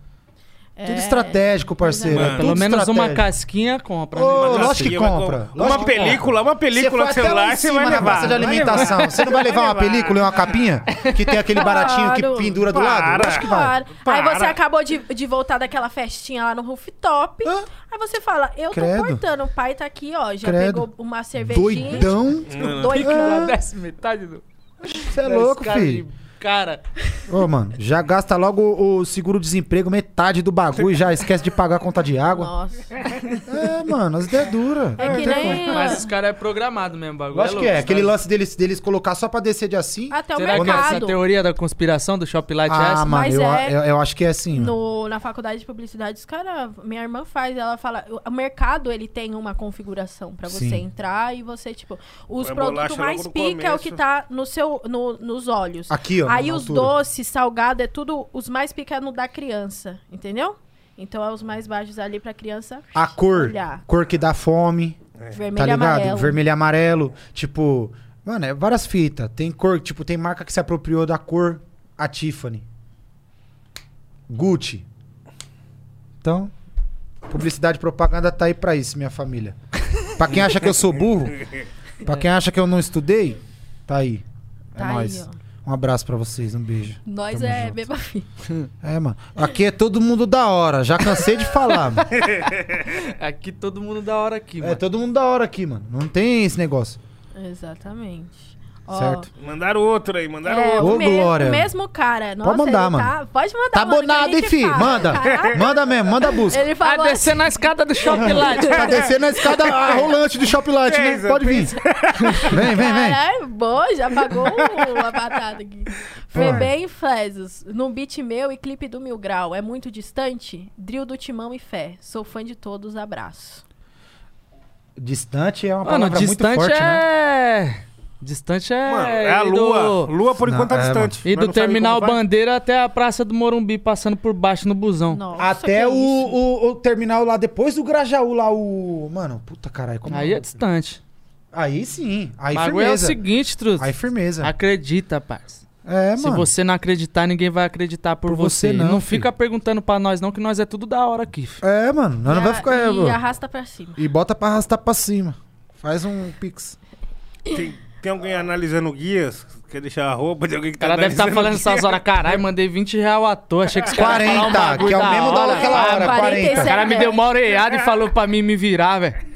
Speaker 2: É.
Speaker 5: Tudo estratégico, parceiro.
Speaker 1: Mano,
Speaker 5: é
Speaker 4: Pelo
Speaker 5: tudo
Speaker 4: menos uma
Speaker 5: estratégico.
Speaker 4: casquinha compra. né?
Speaker 5: Ô,
Speaker 1: Uma
Speaker 5: lógico que
Speaker 1: casquinha, vai
Speaker 5: compra,
Speaker 1: comprar.
Speaker 5: lógico
Speaker 1: Uma
Speaker 5: que
Speaker 1: película, uma película
Speaker 5: for
Speaker 1: do
Speaker 5: até lá
Speaker 1: celular,
Speaker 5: em
Speaker 1: você
Speaker 5: cima
Speaker 1: vai
Speaker 5: na
Speaker 1: levar.
Speaker 5: praça de
Speaker 1: vai
Speaker 5: alimentação.
Speaker 1: levar.
Speaker 5: Você não vai levar uma
Speaker 1: levar.
Speaker 5: película e uma capinha? Que tem aquele baratinho
Speaker 2: Claro.
Speaker 5: que pendura do lado?
Speaker 1: Para.
Speaker 5: Acho que vai.
Speaker 2: Aí você
Speaker 1: Para.
Speaker 2: acabou de, de voltar daquela festinha lá no rooftop.
Speaker 5: Hã?
Speaker 2: Aí você fala, eu
Speaker 5: Credo.
Speaker 2: tô cortando, o pai tá aqui, ó. Já
Speaker 5: Credo.
Speaker 2: pegou uma cervejinha.
Speaker 5: Doidão? Ah.
Speaker 1: Não, não.
Speaker 2: Doido.
Speaker 4: Ela desce metade do.
Speaker 5: Você é louco,
Speaker 4: Esse cara
Speaker 5: filho.
Speaker 4: de Cara,
Speaker 5: Ô, mano, já gasta logo o o seguro-desemprego, metade do bagulho, já esquece de pagar a conta de água.
Speaker 2: Nossa.
Speaker 5: É, mano, as ideias duras.
Speaker 2: É que nem.
Speaker 4: mas os caras é programado mesmo, o bagulho.
Speaker 5: Lógico que
Speaker 4: louco,
Speaker 5: é. Aquele
Speaker 4: sabe?
Speaker 5: lance deles, deles colocar só pra descer de assim.
Speaker 2: Até o
Speaker 4: Será que essa
Speaker 2: Então, mercado.
Speaker 4: teoria da conspiração do Shop Light é
Speaker 5: Ah,
Speaker 4: essa?
Speaker 5: mano,
Speaker 2: Mas
Speaker 5: eu,
Speaker 2: é-
Speaker 5: eu, eu acho que é assim, mano.
Speaker 2: No, na faculdade de publicidade, os caras, minha irmã faz, ela fala, o- o mercado ele tem uma configuração pra você
Speaker 5: Sim.
Speaker 2: entrar e você, tipo, os
Speaker 1: Põe
Speaker 2: produtos
Speaker 1: bolacha
Speaker 2: mais
Speaker 1: logo no
Speaker 2: pica é o que
Speaker 1: começo.
Speaker 2: tá no seu, no, nos olhos.
Speaker 5: Aqui, ó.
Speaker 2: Aí
Speaker 5: na
Speaker 2: os
Speaker 5: altura.
Speaker 2: doces, salgado, é tudo os mais pica no da criança, entendeu? Então é os mais baixos ali pra criança
Speaker 5: A cor.
Speaker 2: olhar.
Speaker 5: Cor que dá fome.
Speaker 2: Vermelho
Speaker 5: tá
Speaker 2: e
Speaker 5: ligado?
Speaker 2: amarelo.
Speaker 5: Vermelho e amarelo. Tipo, mano, é várias fitas. Tem cor, tipo, tem marca que se apropriou da cor a Tiffany. Gucci. Então, publicidade e propaganda tá aí pra isso, minha família. Pra quem acha que eu sou burro, pra quem acha que eu não estudei, tá aí. É
Speaker 2: Tá aí,
Speaker 5: nóis.
Speaker 2: ó.
Speaker 5: Um abraço pra vocês, um beijo.
Speaker 2: Nós
Speaker 5: Tamo
Speaker 2: é
Speaker 5: junto.
Speaker 2: beba fita.
Speaker 5: É, mano. Aqui é todo mundo da hora. Já cansei de falar, mano.
Speaker 4: Aqui É todo mundo da hora aqui,
Speaker 5: É
Speaker 4: mano.
Speaker 5: todo mundo da hora aqui, mano. Não tem esse negócio.
Speaker 2: Exatamente. Ó,
Speaker 5: Certo.
Speaker 1: Mandaram outro aí, mandaram
Speaker 2: É,
Speaker 1: outro.
Speaker 5: Ô,
Speaker 2: o, mesmo,
Speaker 5: Glória.
Speaker 2: o mesmo cara. Nossa,
Speaker 5: mandar,
Speaker 2: ele tá-
Speaker 5: mano.
Speaker 2: Pode mandar,
Speaker 5: Tá
Speaker 2: mano, que a
Speaker 5: bonado, hein,
Speaker 2: gente
Speaker 5: fi?
Speaker 2: fala,
Speaker 5: Manda.
Speaker 2: tá?
Speaker 5: Manda mesmo, manda a busca.
Speaker 2: Ele
Speaker 4: Ah,
Speaker 2: falou assim,
Speaker 4: descer na escada do Shop
Speaker 2: É.
Speaker 4: Light.
Speaker 5: Tá descendo a escada a rolante do Shop Light, né?
Speaker 1: Pensa,
Speaker 5: Pode vir. Vem, vem, vem.
Speaker 2: Caralho, boa, já pagou o- a batata aqui. Febem e Flesos, num beat meu e clipe do Mil Grau. É muito distante? Drill do Timão e Fé. Sou fã de todos, abraço.
Speaker 5: Distante é uma
Speaker 4: Mano,
Speaker 5: palavra muito
Speaker 4: distante
Speaker 5: forte, né?
Speaker 4: é. Distante é.
Speaker 1: Mano, é a
Speaker 4: e
Speaker 1: lua.
Speaker 4: do-
Speaker 1: Lua, por
Speaker 5: Não,
Speaker 1: enquanto, tá
Speaker 5: é,
Speaker 1: distante.
Speaker 4: E
Speaker 1: Nós
Speaker 4: do
Speaker 1: não sabe
Speaker 4: terminal
Speaker 1: como vai.
Speaker 4: Bandeira até a Praça do Morumbi, passando por baixo no busão.
Speaker 2: Nossa,
Speaker 5: Até
Speaker 2: que
Speaker 4: é
Speaker 5: o,
Speaker 2: isso.
Speaker 5: o, o terminal lá, depois do Grajaú lá, o... Mano, puta caralho. Como...
Speaker 4: Aí é distante.
Speaker 5: Aí sim. Aí
Speaker 4: O bagulho é o
Speaker 5: firmeza.
Speaker 4: seguinte, Truto.
Speaker 5: Aí firmeza.
Speaker 4: Acredita, parça.
Speaker 5: É,
Speaker 4: Se
Speaker 5: mano.
Speaker 4: você não acreditar, ninguém vai acreditar por,
Speaker 5: Por
Speaker 4: você.
Speaker 5: você não,
Speaker 4: E não
Speaker 5: filho.
Speaker 4: fica perguntando pra nós, não, que nós é tudo da hora aqui. filho.
Speaker 5: É, mano. Nós não
Speaker 2: E
Speaker 5: vai
Speaker 2: a-
Speaker 5: ficar... é,
Speaker 2: E
Speaker 5: mano.
Speaker 2: arrasta pra cima.
Speaker 5: E bota pra arrastar pra cima. Faz um pix.
Speaker 1: Tem, tem alguém analisando guias? Quer deixar a roupa de alguém que
Speaker 4: O
Speaker 1: tá
Speaker 4: cara deve estar
Speaker 1: analisando
Speaker 4: falando
Speaker 1: guias?
Speaker 4: essas horas, caralho, mandei 20 real à toa, achei que esse cara ia falar um
Speaker 5: 40,
Speaker 4: bagulho
Speaker 5: que é o mesmo da
Speaker 4: hora.
Speaker 5: daquela
Speaker 4: Ah,
Speaker 5: hora,
Speaker 2: 47.
Speaker 5: 40.
Speaker 4: O cara me deu uma oreada e falou pra mim me virar, velho.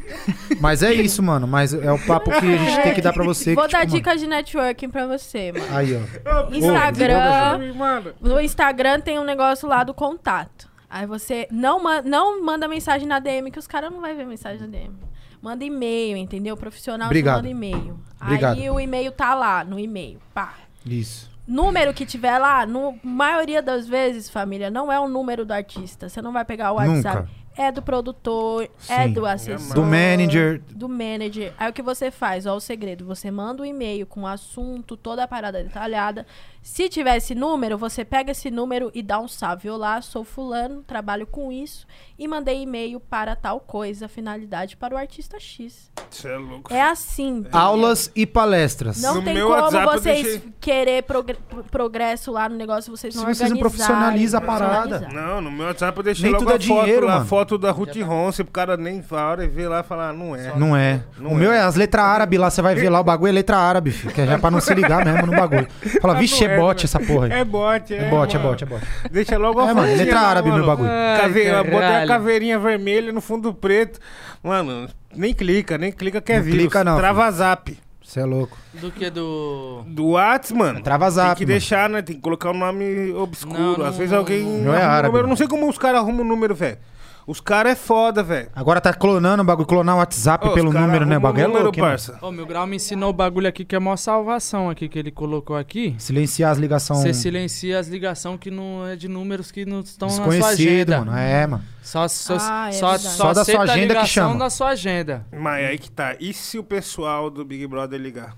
Speaker 5: Mas é isso, mano. Mas é o papo que a gente tem que dar pra você.
Speaker 2: Vou
Speaker 5: que,
Speaker 2: dar
Speaker 5: tipo, mano,
Speaker 2: dicas de networking pra você, mano.
Speaker 5: Aí, ó.
Speaker 2: Instagram.
Speaker 1: Me manda.
Speaker 2: No Instagram tem um negócio lá do contato. Aí você não, ma- não manda mensagem na DM, que os caras não vão ver mensagem na DM. Manda e-mail, entendeu? Profissional você
Speaker 5: Obrigado.
Speaker 2: manda e-mail.
Speaker 5: Obrigado.
Speaker 2: Aí o e-mail tá lá, no e-mail. Pá.
Speaker 5: Isso.
Speaker 2: Número que tiver lá, no maioria das vezes, família, não é o número do artista. Você não vai pegar o WhatsApp.
Speaker 5: Nunca.
Speaker 2: É do produtor, é
Speaker 5: Sim.
Speaker 2: do assessor.
Speaker 5: Do manager.
Speaker 2: Do manager. Aí o que você faz? Ó, o segredo. Você manda um e-mail com o assunto, toda a parada detalhada. Se tiver esse número, você pega esse número e dá um salve. Olá, sou fulano, trabalho com isso e mandei e-mail para tal coisa, finalidade para o artista X.
Speaker 1: Você é louco.
Speaker 2: É assim.
Speaker 5: Aulas e palestras.
Speaker 2: Não
Speaker 1: No
Speaker 2: tem
Speaker 1: meu
Speaker 2: como
Speaker 1: WhatsApp eu
Speaker 2: vocês
Speaker 1: deixei-
Speaker 2: querer progre- progresso lá no negócio, vocês não
Speaker 5: Se vocês não profissionalizam a parada.
Speaker 4: Tá.
Speaker 1: Não, no meu WhatsApp eu deixei
Speaker 5: Nem
Speaker 1: logo
Speaker 5: tudo
Speaker 1: a
Speaker 5: é dinheiro,
Speaker 1: foto lá, a
Speaker 5: mano.
Speaker 1: foota da Ruth Ronce, pro cara nem fala e vê lá e falar, não
Speaker 4: Tá
Speaker 1: é.
Speaker 5: Não é.
Speaker 1: Não
Speaker 5: o
Speaker 1: é.
Speaker 5: meu é as letras árabes lá. Você vai ver lá o bagulho é letra árabe, filho. Que é já pra não se ligar mesmo no bagulho. Fala,
Speaker 1: Ah,
Speaker 5: vixe,
Speaker 1: não
Speaker 5: é
Speaker 1: é,
Speaker 5: bot
Speaker 1: né?
Speaker 5: essa porra aí.
Speaker 1: É bote, é.
Speaker 5: É bot, é
Speaker 1: mano.
Speaker 5: bot, é bot.
Speaker 1: Deixa logo a
Speaker 5: É, mano,
Speaker 1: fotinha
Speaker 5: letra
Speaker 1: lá,
Speaker 5: árabe
Speaker 1: mano.
Speaker 5: meu bagulho.
Speaker 4: Ai,
Speaker 1: Cave... eu Botei a
Speaker 4: caralho.
Speaker 1: caveirinha vermelha no fundo preto. Mano, nem clica, nem clica que é
Speaker 5: Não
Speaker 1: vírus.
Speaker 5: clica não,
Speaker 1: Trava zap.
Speaker 5: Você é louco.
Speaker 4: Do que do.
Speaker 1: Do Whats, mano.
Speaker 5: Trava
Speaker 1: Tem
Speaker 5: zap.
Speaker 1: que
Speaker 5: mano.
Speaker 1: deixar, né? Tem que colocar um nome obscuro.
Speaker 4: Não, não,
Speaker 1: Às vezes
Speaker 4: não,
Speaker 1: alguém.
Speaker 4: não.
Speaker 5: Meu é
Speaker 1: arruma um
Speaker 5: árabe.
Speaker 1: número. Não sei como os caras arrumam o número, velho. Os caras é foda, velho.
Speaker 5: Agora tá clonando o bagulho, clonar o WhatsApp
Speaker 1: Ô, os
Speaker 5: pelo
Speaker 1: cara
Speaker 5: número, né? O
Speaker 1: arruma um
Speaker 5: bagulho é
Speaker 1: número,
Speaker 5: louco. hein, mano?
Speaker 1: parça.
Speaker 4: Ô, meu grau me ensinou o bagulho aqui que é a maior salvação aqui que ele colocou aqui.
Speaker 5: Silenciar as
Speaker 4: Você
Speaker 5: ligações
Speaker 4: silencia as ligações que não é de números que não estão na sua
Speaker 5: desconhecidas,
Speaker 4: agenda.
Speaker 5: mano. É, mano.
Speaker 4: Só, só,
Speaker 2: Ah, é
Speaker 4: só,
Speaker 2: verdade.
Speaker 4: só,
Speaker 5: Só da sua
Speaker 4: aceita
Speaker 5: agenda que
Speaker 4: a ligação
Speaker 5: chama.
Speaker 4: da sua agenda.
Speaker 1: Mas aí que tá. E se o pessoal do Big Brother ligar?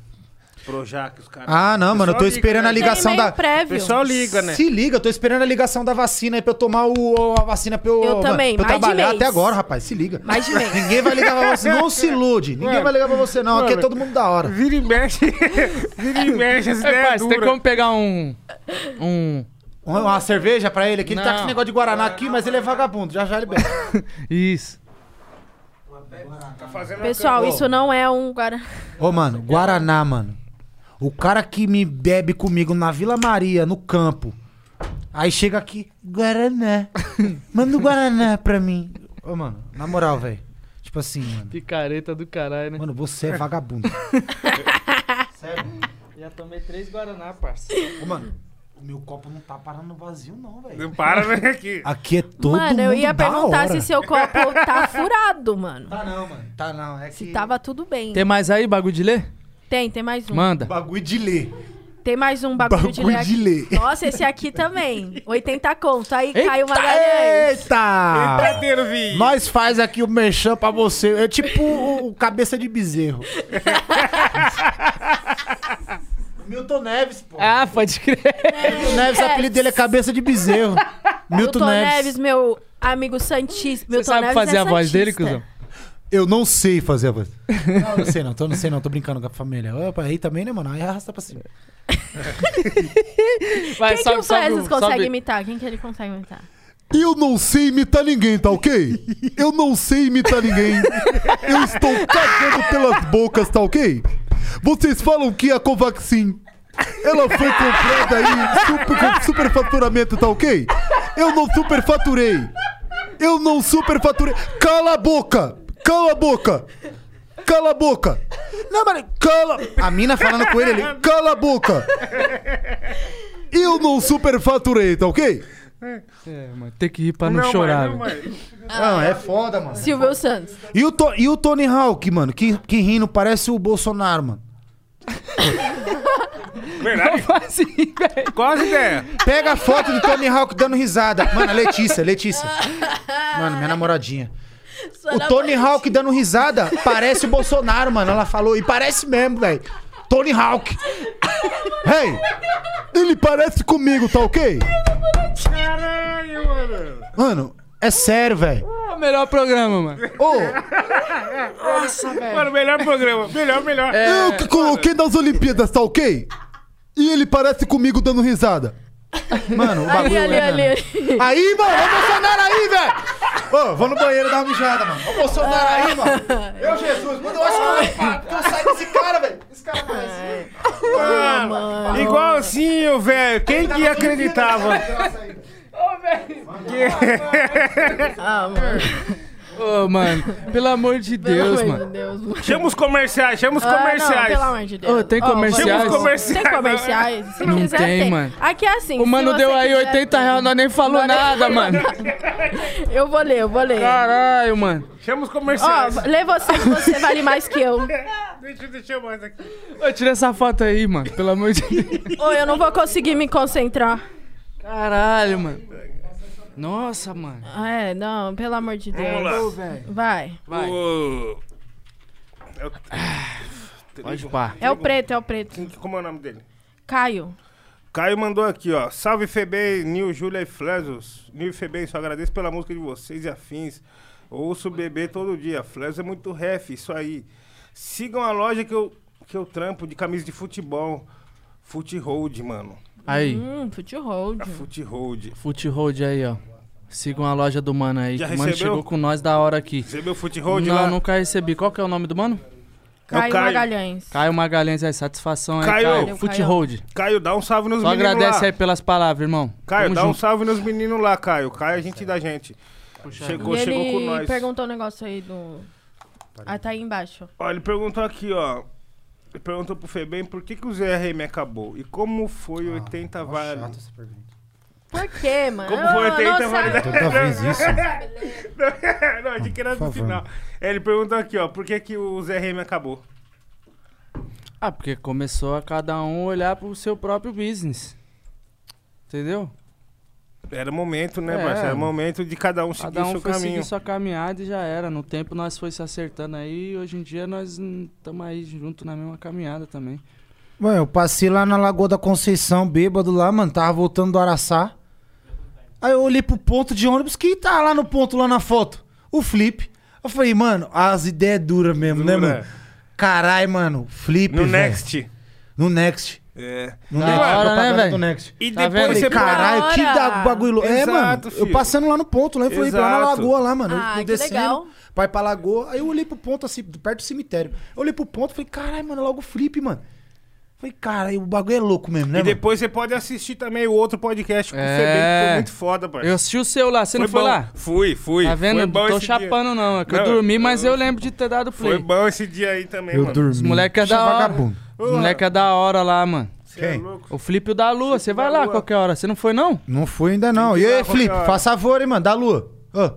Speaker 1: Projac, os caras.
Speaker 5: Ah, não, mano. Eu tô
Speaker 1: Pessoal liga,
Speaker 5: esperando a
Speaker 1: né?
Speaker 5: ligação da.
Speaker 1: O
Speaker 2: prévio.
Speaker 1: pessoal liga, né?
Speaker 5: Se liga, eu tô esperando a ligação da vacina aí pra eu tomar o, a vacina pra eu,
Speaker 2: Eu
Speaker 5: mano,
Speaker 2: também,
Speaker 5: pra eu
Speaker 2: mais de
Speaker 5: trabalhar
Speaker 2: mês.
Speaker 5: até agora, rapaz. Se liga.
Speaker 2: Mais de mês.
Speaker 5: Ninguém vai ligar pra você, não se ilude. Ninguém
Speaker 1: Mano,
Speaker 5: vai ligar pra você, não. Aqui é
Speaker 1: mano.
Speaker 5: todo mundo da hora.
Speaker 1: Vira e mexe. Vira e mexe as
Speaker 4: É,
Speaker 1: ideias
Speaker 4: pai, você tem
Speaker 1: duras.
Speaker 4: como pegar um. Um.
Speaker 5: Uma, uma cerveja pra ele aqui. Ele tá com
Speaker 4: Não.
Speaker 5: esse negócio de Guaraná aqui, mas ele é vagabundo. Já já ele bebe.
Speaker 4: Isso.
Speaker 1: Tá fazendo
Speaker 2: Pessoal, isso não é um guarda.
Speaker 5: Ô, mano, Guaraná, mano. O cara que me bebe comigo na Vila Maria, no campo. Aí chega aqui, Guaraná. Manda o Guaraná pra mim. Ô, mano, na moral, velho. Tipo assim, mano.
Speaker 4: Picareta do caralho, né?
Speaker 5: Mano, você é vagabundo.
Speaker 4: Já tomei três Guaraná, parça.
Speaker 5: Ô, mano, o meu copo não tá parando no vazio, não, velho.
Speaker 1: Não para, né? Aqui.
Speaker 5: Aqui é todo
Speaker 2: mano, eu
Speaker 5: mundo
Speaker 2: ia
Speaker 5: da
Speaker 2: perguntar
Speaker 5: hora.
Speaker 2: se seu copo tá furado, mano.
Speaker 5: Tá não, mano. Tá não. É
Speaker 2: Se
Speaker 5: que-
Speaker 2: tava tudo bem.
Speaker 4: Tem mais aí, bagulho de ler?
Speaker 2: Tem, tem mais um.
Speaker 4: Manda.
Speaker 5: Bagulho de ler.
Speaker 2: Tem mais um bagulho, de,
Speaker 5: Bagulho
Speaker 2: ler
Speaker 5: de
Speaker 2: aqui.
Speaker 5: ler.
Speaker 2: Nossa, esse aqui também. 80 conto. Aí
Speaker 4: Eita,
Speaker 2: caiu uma galera.
Speaker 5: Eita!
Speaker 1: Brincadeira, Vi.
Speaker 5: Nós faz aqui o merchan pra você. É tipo o, o cabeça de bezerro. Milton Neves, pô.
Speaker 4: Ah, pode crer.
Speaker 5: Milton Neves, o apelido dele é cabeça de bezerro. Milton, Neves.
Speaker 2: meu amigo santíssimo.
Speaker 4: Você
Speaker 2: Milton
Speaker 4: sabe
Speaker 2: Neves
Speaker 4: fazer
Speaker 2: é
Speaker 4: a voz dele,
Speaker 2: santista.
Speaker 4: cuzão?
Speaker 5: Eu não sei fazer a voz. Não, não sei não, tô, não sei não, tô brincando com a família. Opa, aí também, né, mano? Aí arrasta pra cima.
Speaker 4: Vai,
Speaker 2: Quem que o Fresnes consegue imitar? Quem que ele consegue imitar?
Speaker 5: Eu não sei imitar ninguém, tá ok? Eu não sei imitar ninguém. Eu estou cagando pelas bocas, tá ok? Vocês falam que a Covaxin ela foi comprada aí super, com superfaturamento, tá ok? Eu não superfaturei. Eu não superfaturei. Cala a boca! Cala a boca! Cala a boca! Não, mas cala. A mina falando com ele ali. Cala a boca! Eu não superfaturei, tá ok?
Speaker 4: É, mano, tem que rir pra não,
Speaker 1: Não,
Speaker 4: chorar.
Speaker 1: mãe, não,
Speaker 4: velho.
Speaker 1: mãe.
Speaker 5: Não, é foda, mano.
Speaker 2: Silvio Santos.
Speaker 5: E o, To- e o Tony Hawk, mano, que, que rindo parece o Bolsonaro, mano.
Speaker 1: Verdade.
Speaker 4: Faz assim, velho.
Speaker 1: Qual as ideias?
Speaker 5: Pega a foto do Tony Hawk dando risada. Mano, a Letícia, Letícia. Mano, minha namoradinha. O Tony Hawk dando risada parece o Bolsonaro, mano. Ela falou, e parece mesmo, velho. Tony Hawk. Hey! Ele parece comigo, tá ok?
Speaker 1: Caralho, mano.
Speaker 5: Mano, é sério, velho.
Speaker 4: É o melhor programa, mano.
Speaker 5: Ô,
Speaker 1: Mano, melhor programa. Melhor, melhor.
Speaker 2: É,
Speaker 5: eu que coloquei nas Olimpíadas, tá ok? E ele parece comigo dando risada. Mano, o
Speaker 2: Ali, ali, ali. ali.
Speaker 5: Aí, mano, olha o Bolsonaro aí, velho! Ô, vou no banheiro dar uma mijada, mano. Olha o Bolsonaro aí, mano. Meu Jesus, manda eu acho que eu saio desse cara, velho. Esse cara parece.
Speaker 1: mano. Igualzinho, velho. Quem que acreditava?
Speaker 2: Ah, mano.
Speaker 4: Ô, mano, pelo amor de
Speaker 2: Pelo
Speaker 4: Deus,
Speaker 2: amor
Speaker 4: mano.
Speaker 2: de Deus, mano.
Speaker 1: Chama os comerciais, chama os
Speaker 2: Ah, não,
Speaker 1: comerciais.
Speaker 2: pelo amor de Deus.
Speaker 4: Ô, tem
Speaker 2: Ó,
Speaker 4: comerciais?
Speaker 2: vamos-
Speaker 1: Comerciais,
Speaker 2: Tem comerciais? Se
Speaker 4: Não
Speaker 2: quiser,
Speaker 4: tem, mano.
Speaker 2: Aqui é assim.
Speaker 4: O mano
Speaker 2: se
Speaker 4: deu
Speaker 2: você
Speaker 4: aí
Speaker 2: quiser-
Speaker 4: 80 reais, nós nem falou nada, mano.
Speaker 2: Eu vou ler, eu vou ler.
Speaker 4: Ah, Caralho, mano.
Speaker 1: Chama os
Speaker 2: Ó,
Speaker 1: comerciais.
Speaker 2: lê você que você vale mais que eu.
Speaker 1: Deixa, deixa eu mais aqui.
Speaker 4: Ô, tira essa foto aí, mano. Pelo amor de Deus.
Speaker 2: Ou eu não vou conseguir me concentrar.
Speaker 4: Caralho, mano. Nossa, mano.
Speaker 2: Ah, É, não, pelo amor de
Speaker 1: Vamos
Speaker 2: Deus.
Speaker 1: lá.
Speaker 2: Vai.
Speaker 4: Vai. Ah,
Speaker 1: O- É o-
Speaker 4: Pode pá.
Speaker 2: É o preto, é o preto.
Speaker 1: Quem que- Como é o nome dele?
Speaker 2: Caio.
Speaker 1: Caio mandou aqui, ó. Salve Febem, Nil, Júlia e Flesos. Nil e Febem, só agradeço pela música de vocês e afins. Ouço o bebê todo dia. Flesos é muito ref, isso aí. Sigam a loja que eu, que eu trampo de camisa de futebol. Fute Hold, mano.
Speaker 4: Aí,
Speaker 2: Hum, fute hold.
Speaker 1: A Fute Hold.
Speaker 4: Fute Road aí, ó. Sigam a loja do mano aí.
Speaker 1: Já
Speaker 4: que o mano
Speaker 1: recebeu?
Speaker 4: chegou com nós da hora aqui.
Speaker 1: Recebeu o Fute Hold
Speaker 4: Não,
Speaker 1: lá?
Speaker 4: nunca recebi. Qual que é o nome do mano?
Speaker 1: É o
Speaker 2: Caio, Magalhães.
Speaker 4: Caio Magalhães aí, satisfação aí,
Speaker 1: Caio.
Speaker 4: Caio.
Speaker 1: Valeu,
Speaker 4: Fute
Speaker 2: Caio.
Speaker 4: Road.
Speaker 1: Caio, dá um salve nos
Speaker 4: Só
Speaker 1: meninos
Speaker 4: agradece
Speaker 1: lá.
Speaker 4: aí pelas palavras, irmão.
Speaker 1: Caio,
Speaker 4: Tamo
Speaker 1: dá um
Speaker 4: junto.
Speaker 1: salve nos meninos lá, Caio. Caio, a gente da gente.
Speaker 2: E
Speaker 1: Chegou, chegou com
Speaker 2: ele
Speaker 1: nós.
Speaker 2: perguntou um negócio aí do. Ah, tá aí embaixo.
Speaker 1: Ó, ele perguntou aqui, ó. Ele perguntou pro Febem por que, que o ZRM acabou e como foi
Speaker 4: Ah,
Speaker 1: o
Speaker 4: tá
Speaker 1: 80 Tá vale.
Speaker 5: Chato essa pergunta.
Speaker 2: Por quê, mano?
Speaker 1: Como foi
Speaker 2: Eu
Speaker 1: o 80
Speaker 2: não
Speaker 1: vale?
Speaker 2: sabe.
Speaker 5: Toda vez isso.
Speaker 1: Não, achei
Speaker 4: Ah,
Speaker 1: que era
Speaker 5: Por
Speaker 1: do
Speaker 5: favor.
Speaker 1: final. É, Ele perguntou aqui, ó, por que, que o ZRM acabou?
Speaker 4: Ah, porque começou a cada um olhar pro seu próprio business. Entendeu?
Speaker 1: Era momento, né,
Speaker 4: É.
Speaker 1: Barça? Era momento de cada um seguir
Speaker 4: Cada
Speaker 1: o
Speaker 4: um
Speaker 1: seu
Speaker 4: foi
Speaker 1: caminho.
Speaker 4: seguir sua caminhada e já era. No tempo nós foi se acertando aí e hoje em dia nós estamos aí junto na mesma caminhada também.
Speaker 5: Mano, eu passei lá na Lagoa da Conceição, bêbado lá, mano. Tava voltando do Araçá. Aí eu olhei pro ponto de ônibus. Quem tá lá no ponto, lá na foto? O Flip. Eu falei, mano, as ideias duras mesmo, né,
Speaker 1: Dura.
Speaker 4: Né,
Speaker 5: mano? Caralho, mano. Flip,
Speaker 1: No
Speaker 5: velho.
Speaker 1: Next.
Speaker 5: No Next.
Speaker 1: É.
Speaker 5: Não
Speaker 4: Da
Speaker 5: lembro a
Speaker 4: hora, né,
Speaker 5: propaganda
Speaker 4: velho?
Speaker 5: do Next.
Speaker 1: E
Speaker 4: Tá
Speaker 1: depois
Speaker 4: vendo?
Speaker 1: você
Speaker 5: Falei, caralho, que da bagulho louco. É, mano.
Speaker 1: Exato,
Speaker 5: Eu
Speaker 1: filho.
Speaker 5: passando lá no ponto, lá em Floripa, lá na
Speaker 1: Exato.
Speaker 5: lagoa lá, mano.
Speaker 2: Ah,
Speaker 5: eu
Speaker 2: que legal.
Speaker 5: Pra ir pra lagoa. Aí eu olhei pro ponto, assim, perto do cemitério. Eu olhei pro ponto e falei, caralho, mano, logo flip, mano. Falei, cara, o bagulho é louco mesmo, né,
Speaker 1: E depois você pode assistir também o outro podcast com o
Speaker 4: É.
Speaker 1: Febem, que foi muito foda, parceiro.
Speaker 4: Eu assisti o seu lá, você não foi
Speaker 1: bom.
Speaker 4: lá?
Speaker 1: Fui, fui.
Speaker 4: Tá vendo?
Speaker 1: Foi
Speaker 4: Não
Speaker 1: bom
Speaker 4: tô
Speaker 1: esse dia.
Speaker 4: chapando, não. É que eu
Speaker 1: Não,
Speaker 4: dormi, mas
Speaker 1: eu-
Speaker 4: eu lembro de ter dado
Speaker 1: Foi
Speaker 4: play.
Speaker 1: bom esse dia aí também,
Speaker 5: Eu
Speaker 1: mano.
Speaker 5: dormi.
Speaker 4: Os moleque é
Speaker 5: Bicho
Speaker 4: da hora.
Speaker 5: vagabundo.
Speaker 4: Os moleque é da hora lá, mano.
Speaker 1: Você é
Speaker 5: Quem?
Speaker 1: louco?
Speaker 4: O Flip e o da Lua, você vai
Speaker 1: é da
Speaker 4: lá
Speaker 1: Lua.
Speaker 4: qualquer hora. Você não foi, não?
Speaker 5: Não fui ainda, não. E
Speaker 1: Tem que
Speaker 5: aí,
Speaker 1: dar
Speaker 5: Felipe,
Speaker 1: qualquer hora.
Speaker 5: faz favor, hein, mano. Dá lua. Ô,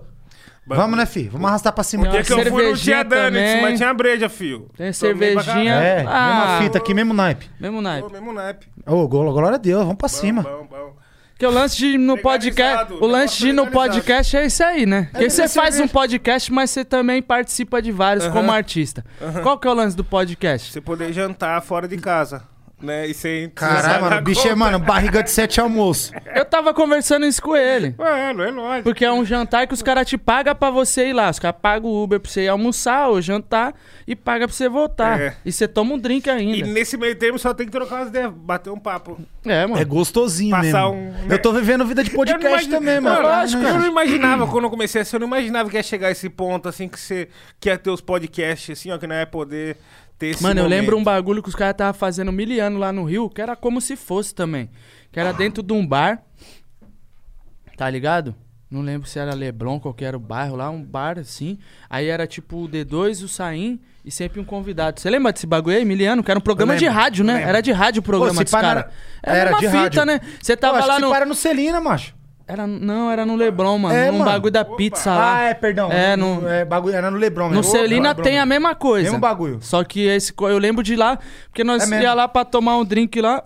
Speaker 1: Ba-
Speaker 5: vamos, né, filho? Vamos arrastar pra cima.
Speaker 4: Tem
Speaker 1: Dia
Speaker 4: uma
Speaker 1: que eu fui não tinha
Speaker 4: cervejinha
Speaker 1: Danix,
Speaker 4: também.
Speaker 1: mas tinha breja, fio.
Speaker 4: Tem
Speaker 1: Tomei pra
Speaker 4: cervejinha.
Speaker 1: caralho.
Speaker 5: É,
Speaker 4: Ah.
Speaker 5: mesma fita aqui, mesmo naipe.
Speaker 4: Mesmo
Speaker 1: Pô,
Speaker 4: naipe.
Speaker 1: mesmo naipe.
Speaker 5: Ô, gló- glória a Deus, vamos pra cima.
Speaker 1: Bom, bom, bom.
Speaker 4: Porque o lance de ir no
Speaker 1: Legalizado,
Speaker 4: podcast. O
Speaker 1: negócio
Speaker 4: lance de ir no
Speaker 1: legalizado. é
Speaker 4: podcast é isso aí, né? Porque
Speaker 5: beber
Speaker 4: você faz
Speaker 5: cerveja.
Speaker 4: um podcast, mas você também participa de vários como artista. Qual que é o lance do podcast?
Speaker 1: Você poder jantar fora de casa, né? E sem...
Speaker 5: Caralho, mano, o bicho é,
Speaker 1: tá?
Speaker 5: mano, barriga de sete almoço.
Speaker 4: Eu tava conversando isso com ele.
Speaker 1: Mano, é nóis.
Speaker 4: Porque é um jantar que os caras te pagam pra você ir lá. Os caras pagam o Uber pra você ir almoçar ou jantar e paga pra você voltar.
Speaker 1: É.
Speaker 4: E você toma um drink
Speaker 1: E
Speaker 4: ainda.
Speaker 1: nesse meio termo só tem que trocar umas ideias, bater um papo.
Speaker 4: É, mano.
Speaker 5: É gostosinho
Speaker 1: Passar
Speaker 5: mesmo.
Speaker 1: um-
Speaker 5: Eu tô vivendo vida de
Speaker 1: Eu não
Speaker 5: podcast
Speaker 1: imagina-
Speaker 5: também, mano.
Speaker 1: Não, lógico,
Speaker 5: Caralho,
Speaker 1: eu não
Speaker 5: né?
Speaker 1: imaginava quando eu comecei assim, eu não imaginava que ia chegar a esse ponto, assim, que você que ia ter os podcasts, assim, ó, que não ia poder ter esse
Speaker 4: Mano, eu
Speaker 1: momento.
Speaker 4: lembro um bagulho que os caras estavam fazendo miliano lá no Rio, que era como se fosse também. Que era dentro de um bar. Tá ligado? Não lembro se era Leblon, qual que era o bairro lá, um bar assim. Aí era tipo o D2, o Saim e sempre um convidado. Você lembra desse bagulho aí, miliano? Que era um programa de
Speaker 5: lembro,
Speaker 4: rádio, né? Era de rádio o programa
Speaker 5: se
Speaker 4: desse
Speaker 5: pá, não
Speaker 4: cara.
Speaker 5: era- era
Speaker 4: uma
Speaker 5: de
Speaker 4: fita,
Speaker 5: rádio.
Speaker 4: né? Você
Speaker 5: Eu
Speaker 4: tava
Speaker 5: acho
Speaker 4: lá
Speaker 5: que
Speaker 4: no.
Speaker 5: se para no Celina, macho.
Speaker 4: Era... Não, era no Leblon, mano.
Speaker 5: É,
Speaker 4: um
Speaker 5: mano.
Speaker 4: bagulho da
Speaker 1: Opa.
Speaker 4: pizza lá.
Speaker 5: Ah, é, perdão.
Speaker 4: É,
Speaker 5: no,
Speaker 4: no-
Speaker 5: é, bagulho, era no Lebron.
Speaker 4: No Celina tem a mesma coisa.
Speaker 5: Mesmo bagulho.
Speaker 4: Só que esse co- eu lembro de lá, porque nós
Speaker 5: É mesmo.
Speaker 4: ia lá pra tomar um drink lá.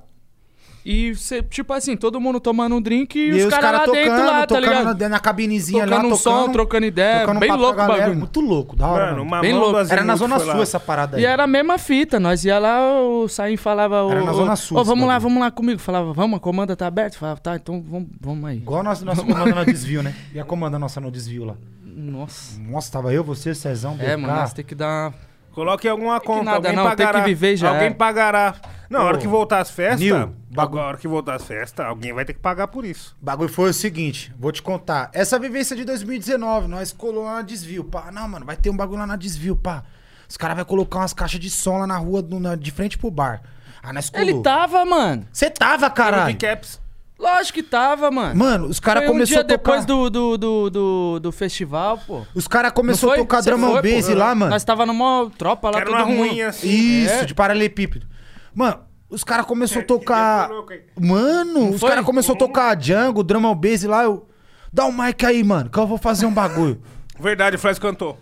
Speaker 4: E você, tipo assim, todo mundo tomando um drink e,
Speaker 5: E
Speaker 4: os
Speaker 5: os
Speaker 4: caras
Speaker 5: caras
Speaker 4: lá
Speaker 5: tocando,
Speaker 4: dentro lá, tá
Speaker 5: tocando
Speaker 4: ligado?
Speaker 5: na, na cabinezinha
Speaker 4: Tocando um
Speaker 5: lá, tocando.
Speaker 4: som, trocando ideia,
Speaker 5: tocando um
Speaker 4: bem
Speaker 5: papo
Speaker 4: louco
Speaker 5: com a
Speaker 4: o
Speaker 5: galera.
Speaker 4: bagulho.
Speaker 5: Muito louco, da hora.
Speaker 1: Mano,
Speaker 5: mano.
Speaker 1: uma
Speaker 4: Bem
Speaker 1: mão
Speaker 4: louco.
Speaker 1: do Azimuth
Speaker 5: Era na Zona
Speaker 1: foi lá.
Speaker 5: Sul essa parada aí.
Speaker 4: E era a mesma fita, nós ia lá, o Saim falava, ô,
Speaker 5: Era na Zona
Speaker 4: ô,
Speaker 5: Sul
Speaker 4: ô,
Speaker 5: esse
Speaker 4: vamos lá,
Speaker 5: bagulho.
Speaker 4: vamos lá comigo. Falava, vamos, a comanda tá aberta? Falava, tá, então vamos, vamos aí.
Speaker 5: Igual a nossa, nossa comanda no desvio, né? E a comanda nossa no desvio lá.
Speaker 4: Nossa.
Speaker 5: Nossa, tava eu, você, Cezão, BK.
Speaker 4: É, mano, nós tem que dar.
Speaker 1: Coloque alguma conta,
Speaker 4: nada,
Speaker 1: alguém
Speaker 4: não, tem É que
Speaker 1: pagará.
Speaker 4: viver já
Speaker 1: Alguém
Speaker 4: é.
Speaker 1: pagará. Não, a hora
Speaker 5: Ô,
Speaker 1: que voltar às festas,
Speaker 5: Nil,
Speaker 1: agora a hora que voltar às festas, alguém vai ter que pagar por isso.
Speaker 5: O bagulho foi o seguinte, vou te contar. Essa vivência de 2019, nós colou lá na desvio, pá. Não, mano, vai ter um bagulho lá na desvio, pá. Os caras vão colocar umas caixas de som lá na rua, do- na- de frente pro bar. Aí nós colou.
Speaker 4: Ele tá- tava, mano.
Speaker 5: Você tava, caralho.
Speaker 1: De caps.
Speaker 4: Lógico que tava, mano.
Speaker 5: Mano, os caras
Speaker 4: Foi um
Speaker 5: começaram
Speaker 4: dia
Speaker 5: a tocar...
Speaker 4: depois do, do, do, do, do festival, pô.
Speaker 5: Os caras
Speaker 4: Não
Speaker 5: começaram a
Speaker 4: foi?
Speaker 5: tocar
Speaker 4: Cê
Speaker 5: drum and
Speaker 4: foi, pô?
Speaker 5: bass lá, mano.
Speaker 4: Nós tava numa tropa lá,
Speaker 1: Era
Speaker 4: todo
Speaker 1: uma
Speaker 4: mundo.
Speaker 1: ruim, assim.
Speaker 5: Isso,
Speaker 4: É.
Speaker 5: de paralelepípedo. Mano, os caras começaram a tocar.
Speaker 1: Esse é louco, hein?
Speaker 5: Mano, os
Speaker 4: foi?
Speaker 5: caras começaram a tocar Django, Drum and Bass lá. Eu... Dá o mic aí, mano, que eu vou fazer um bagulho.
Speaker 1: Verdade, o Flash cantou.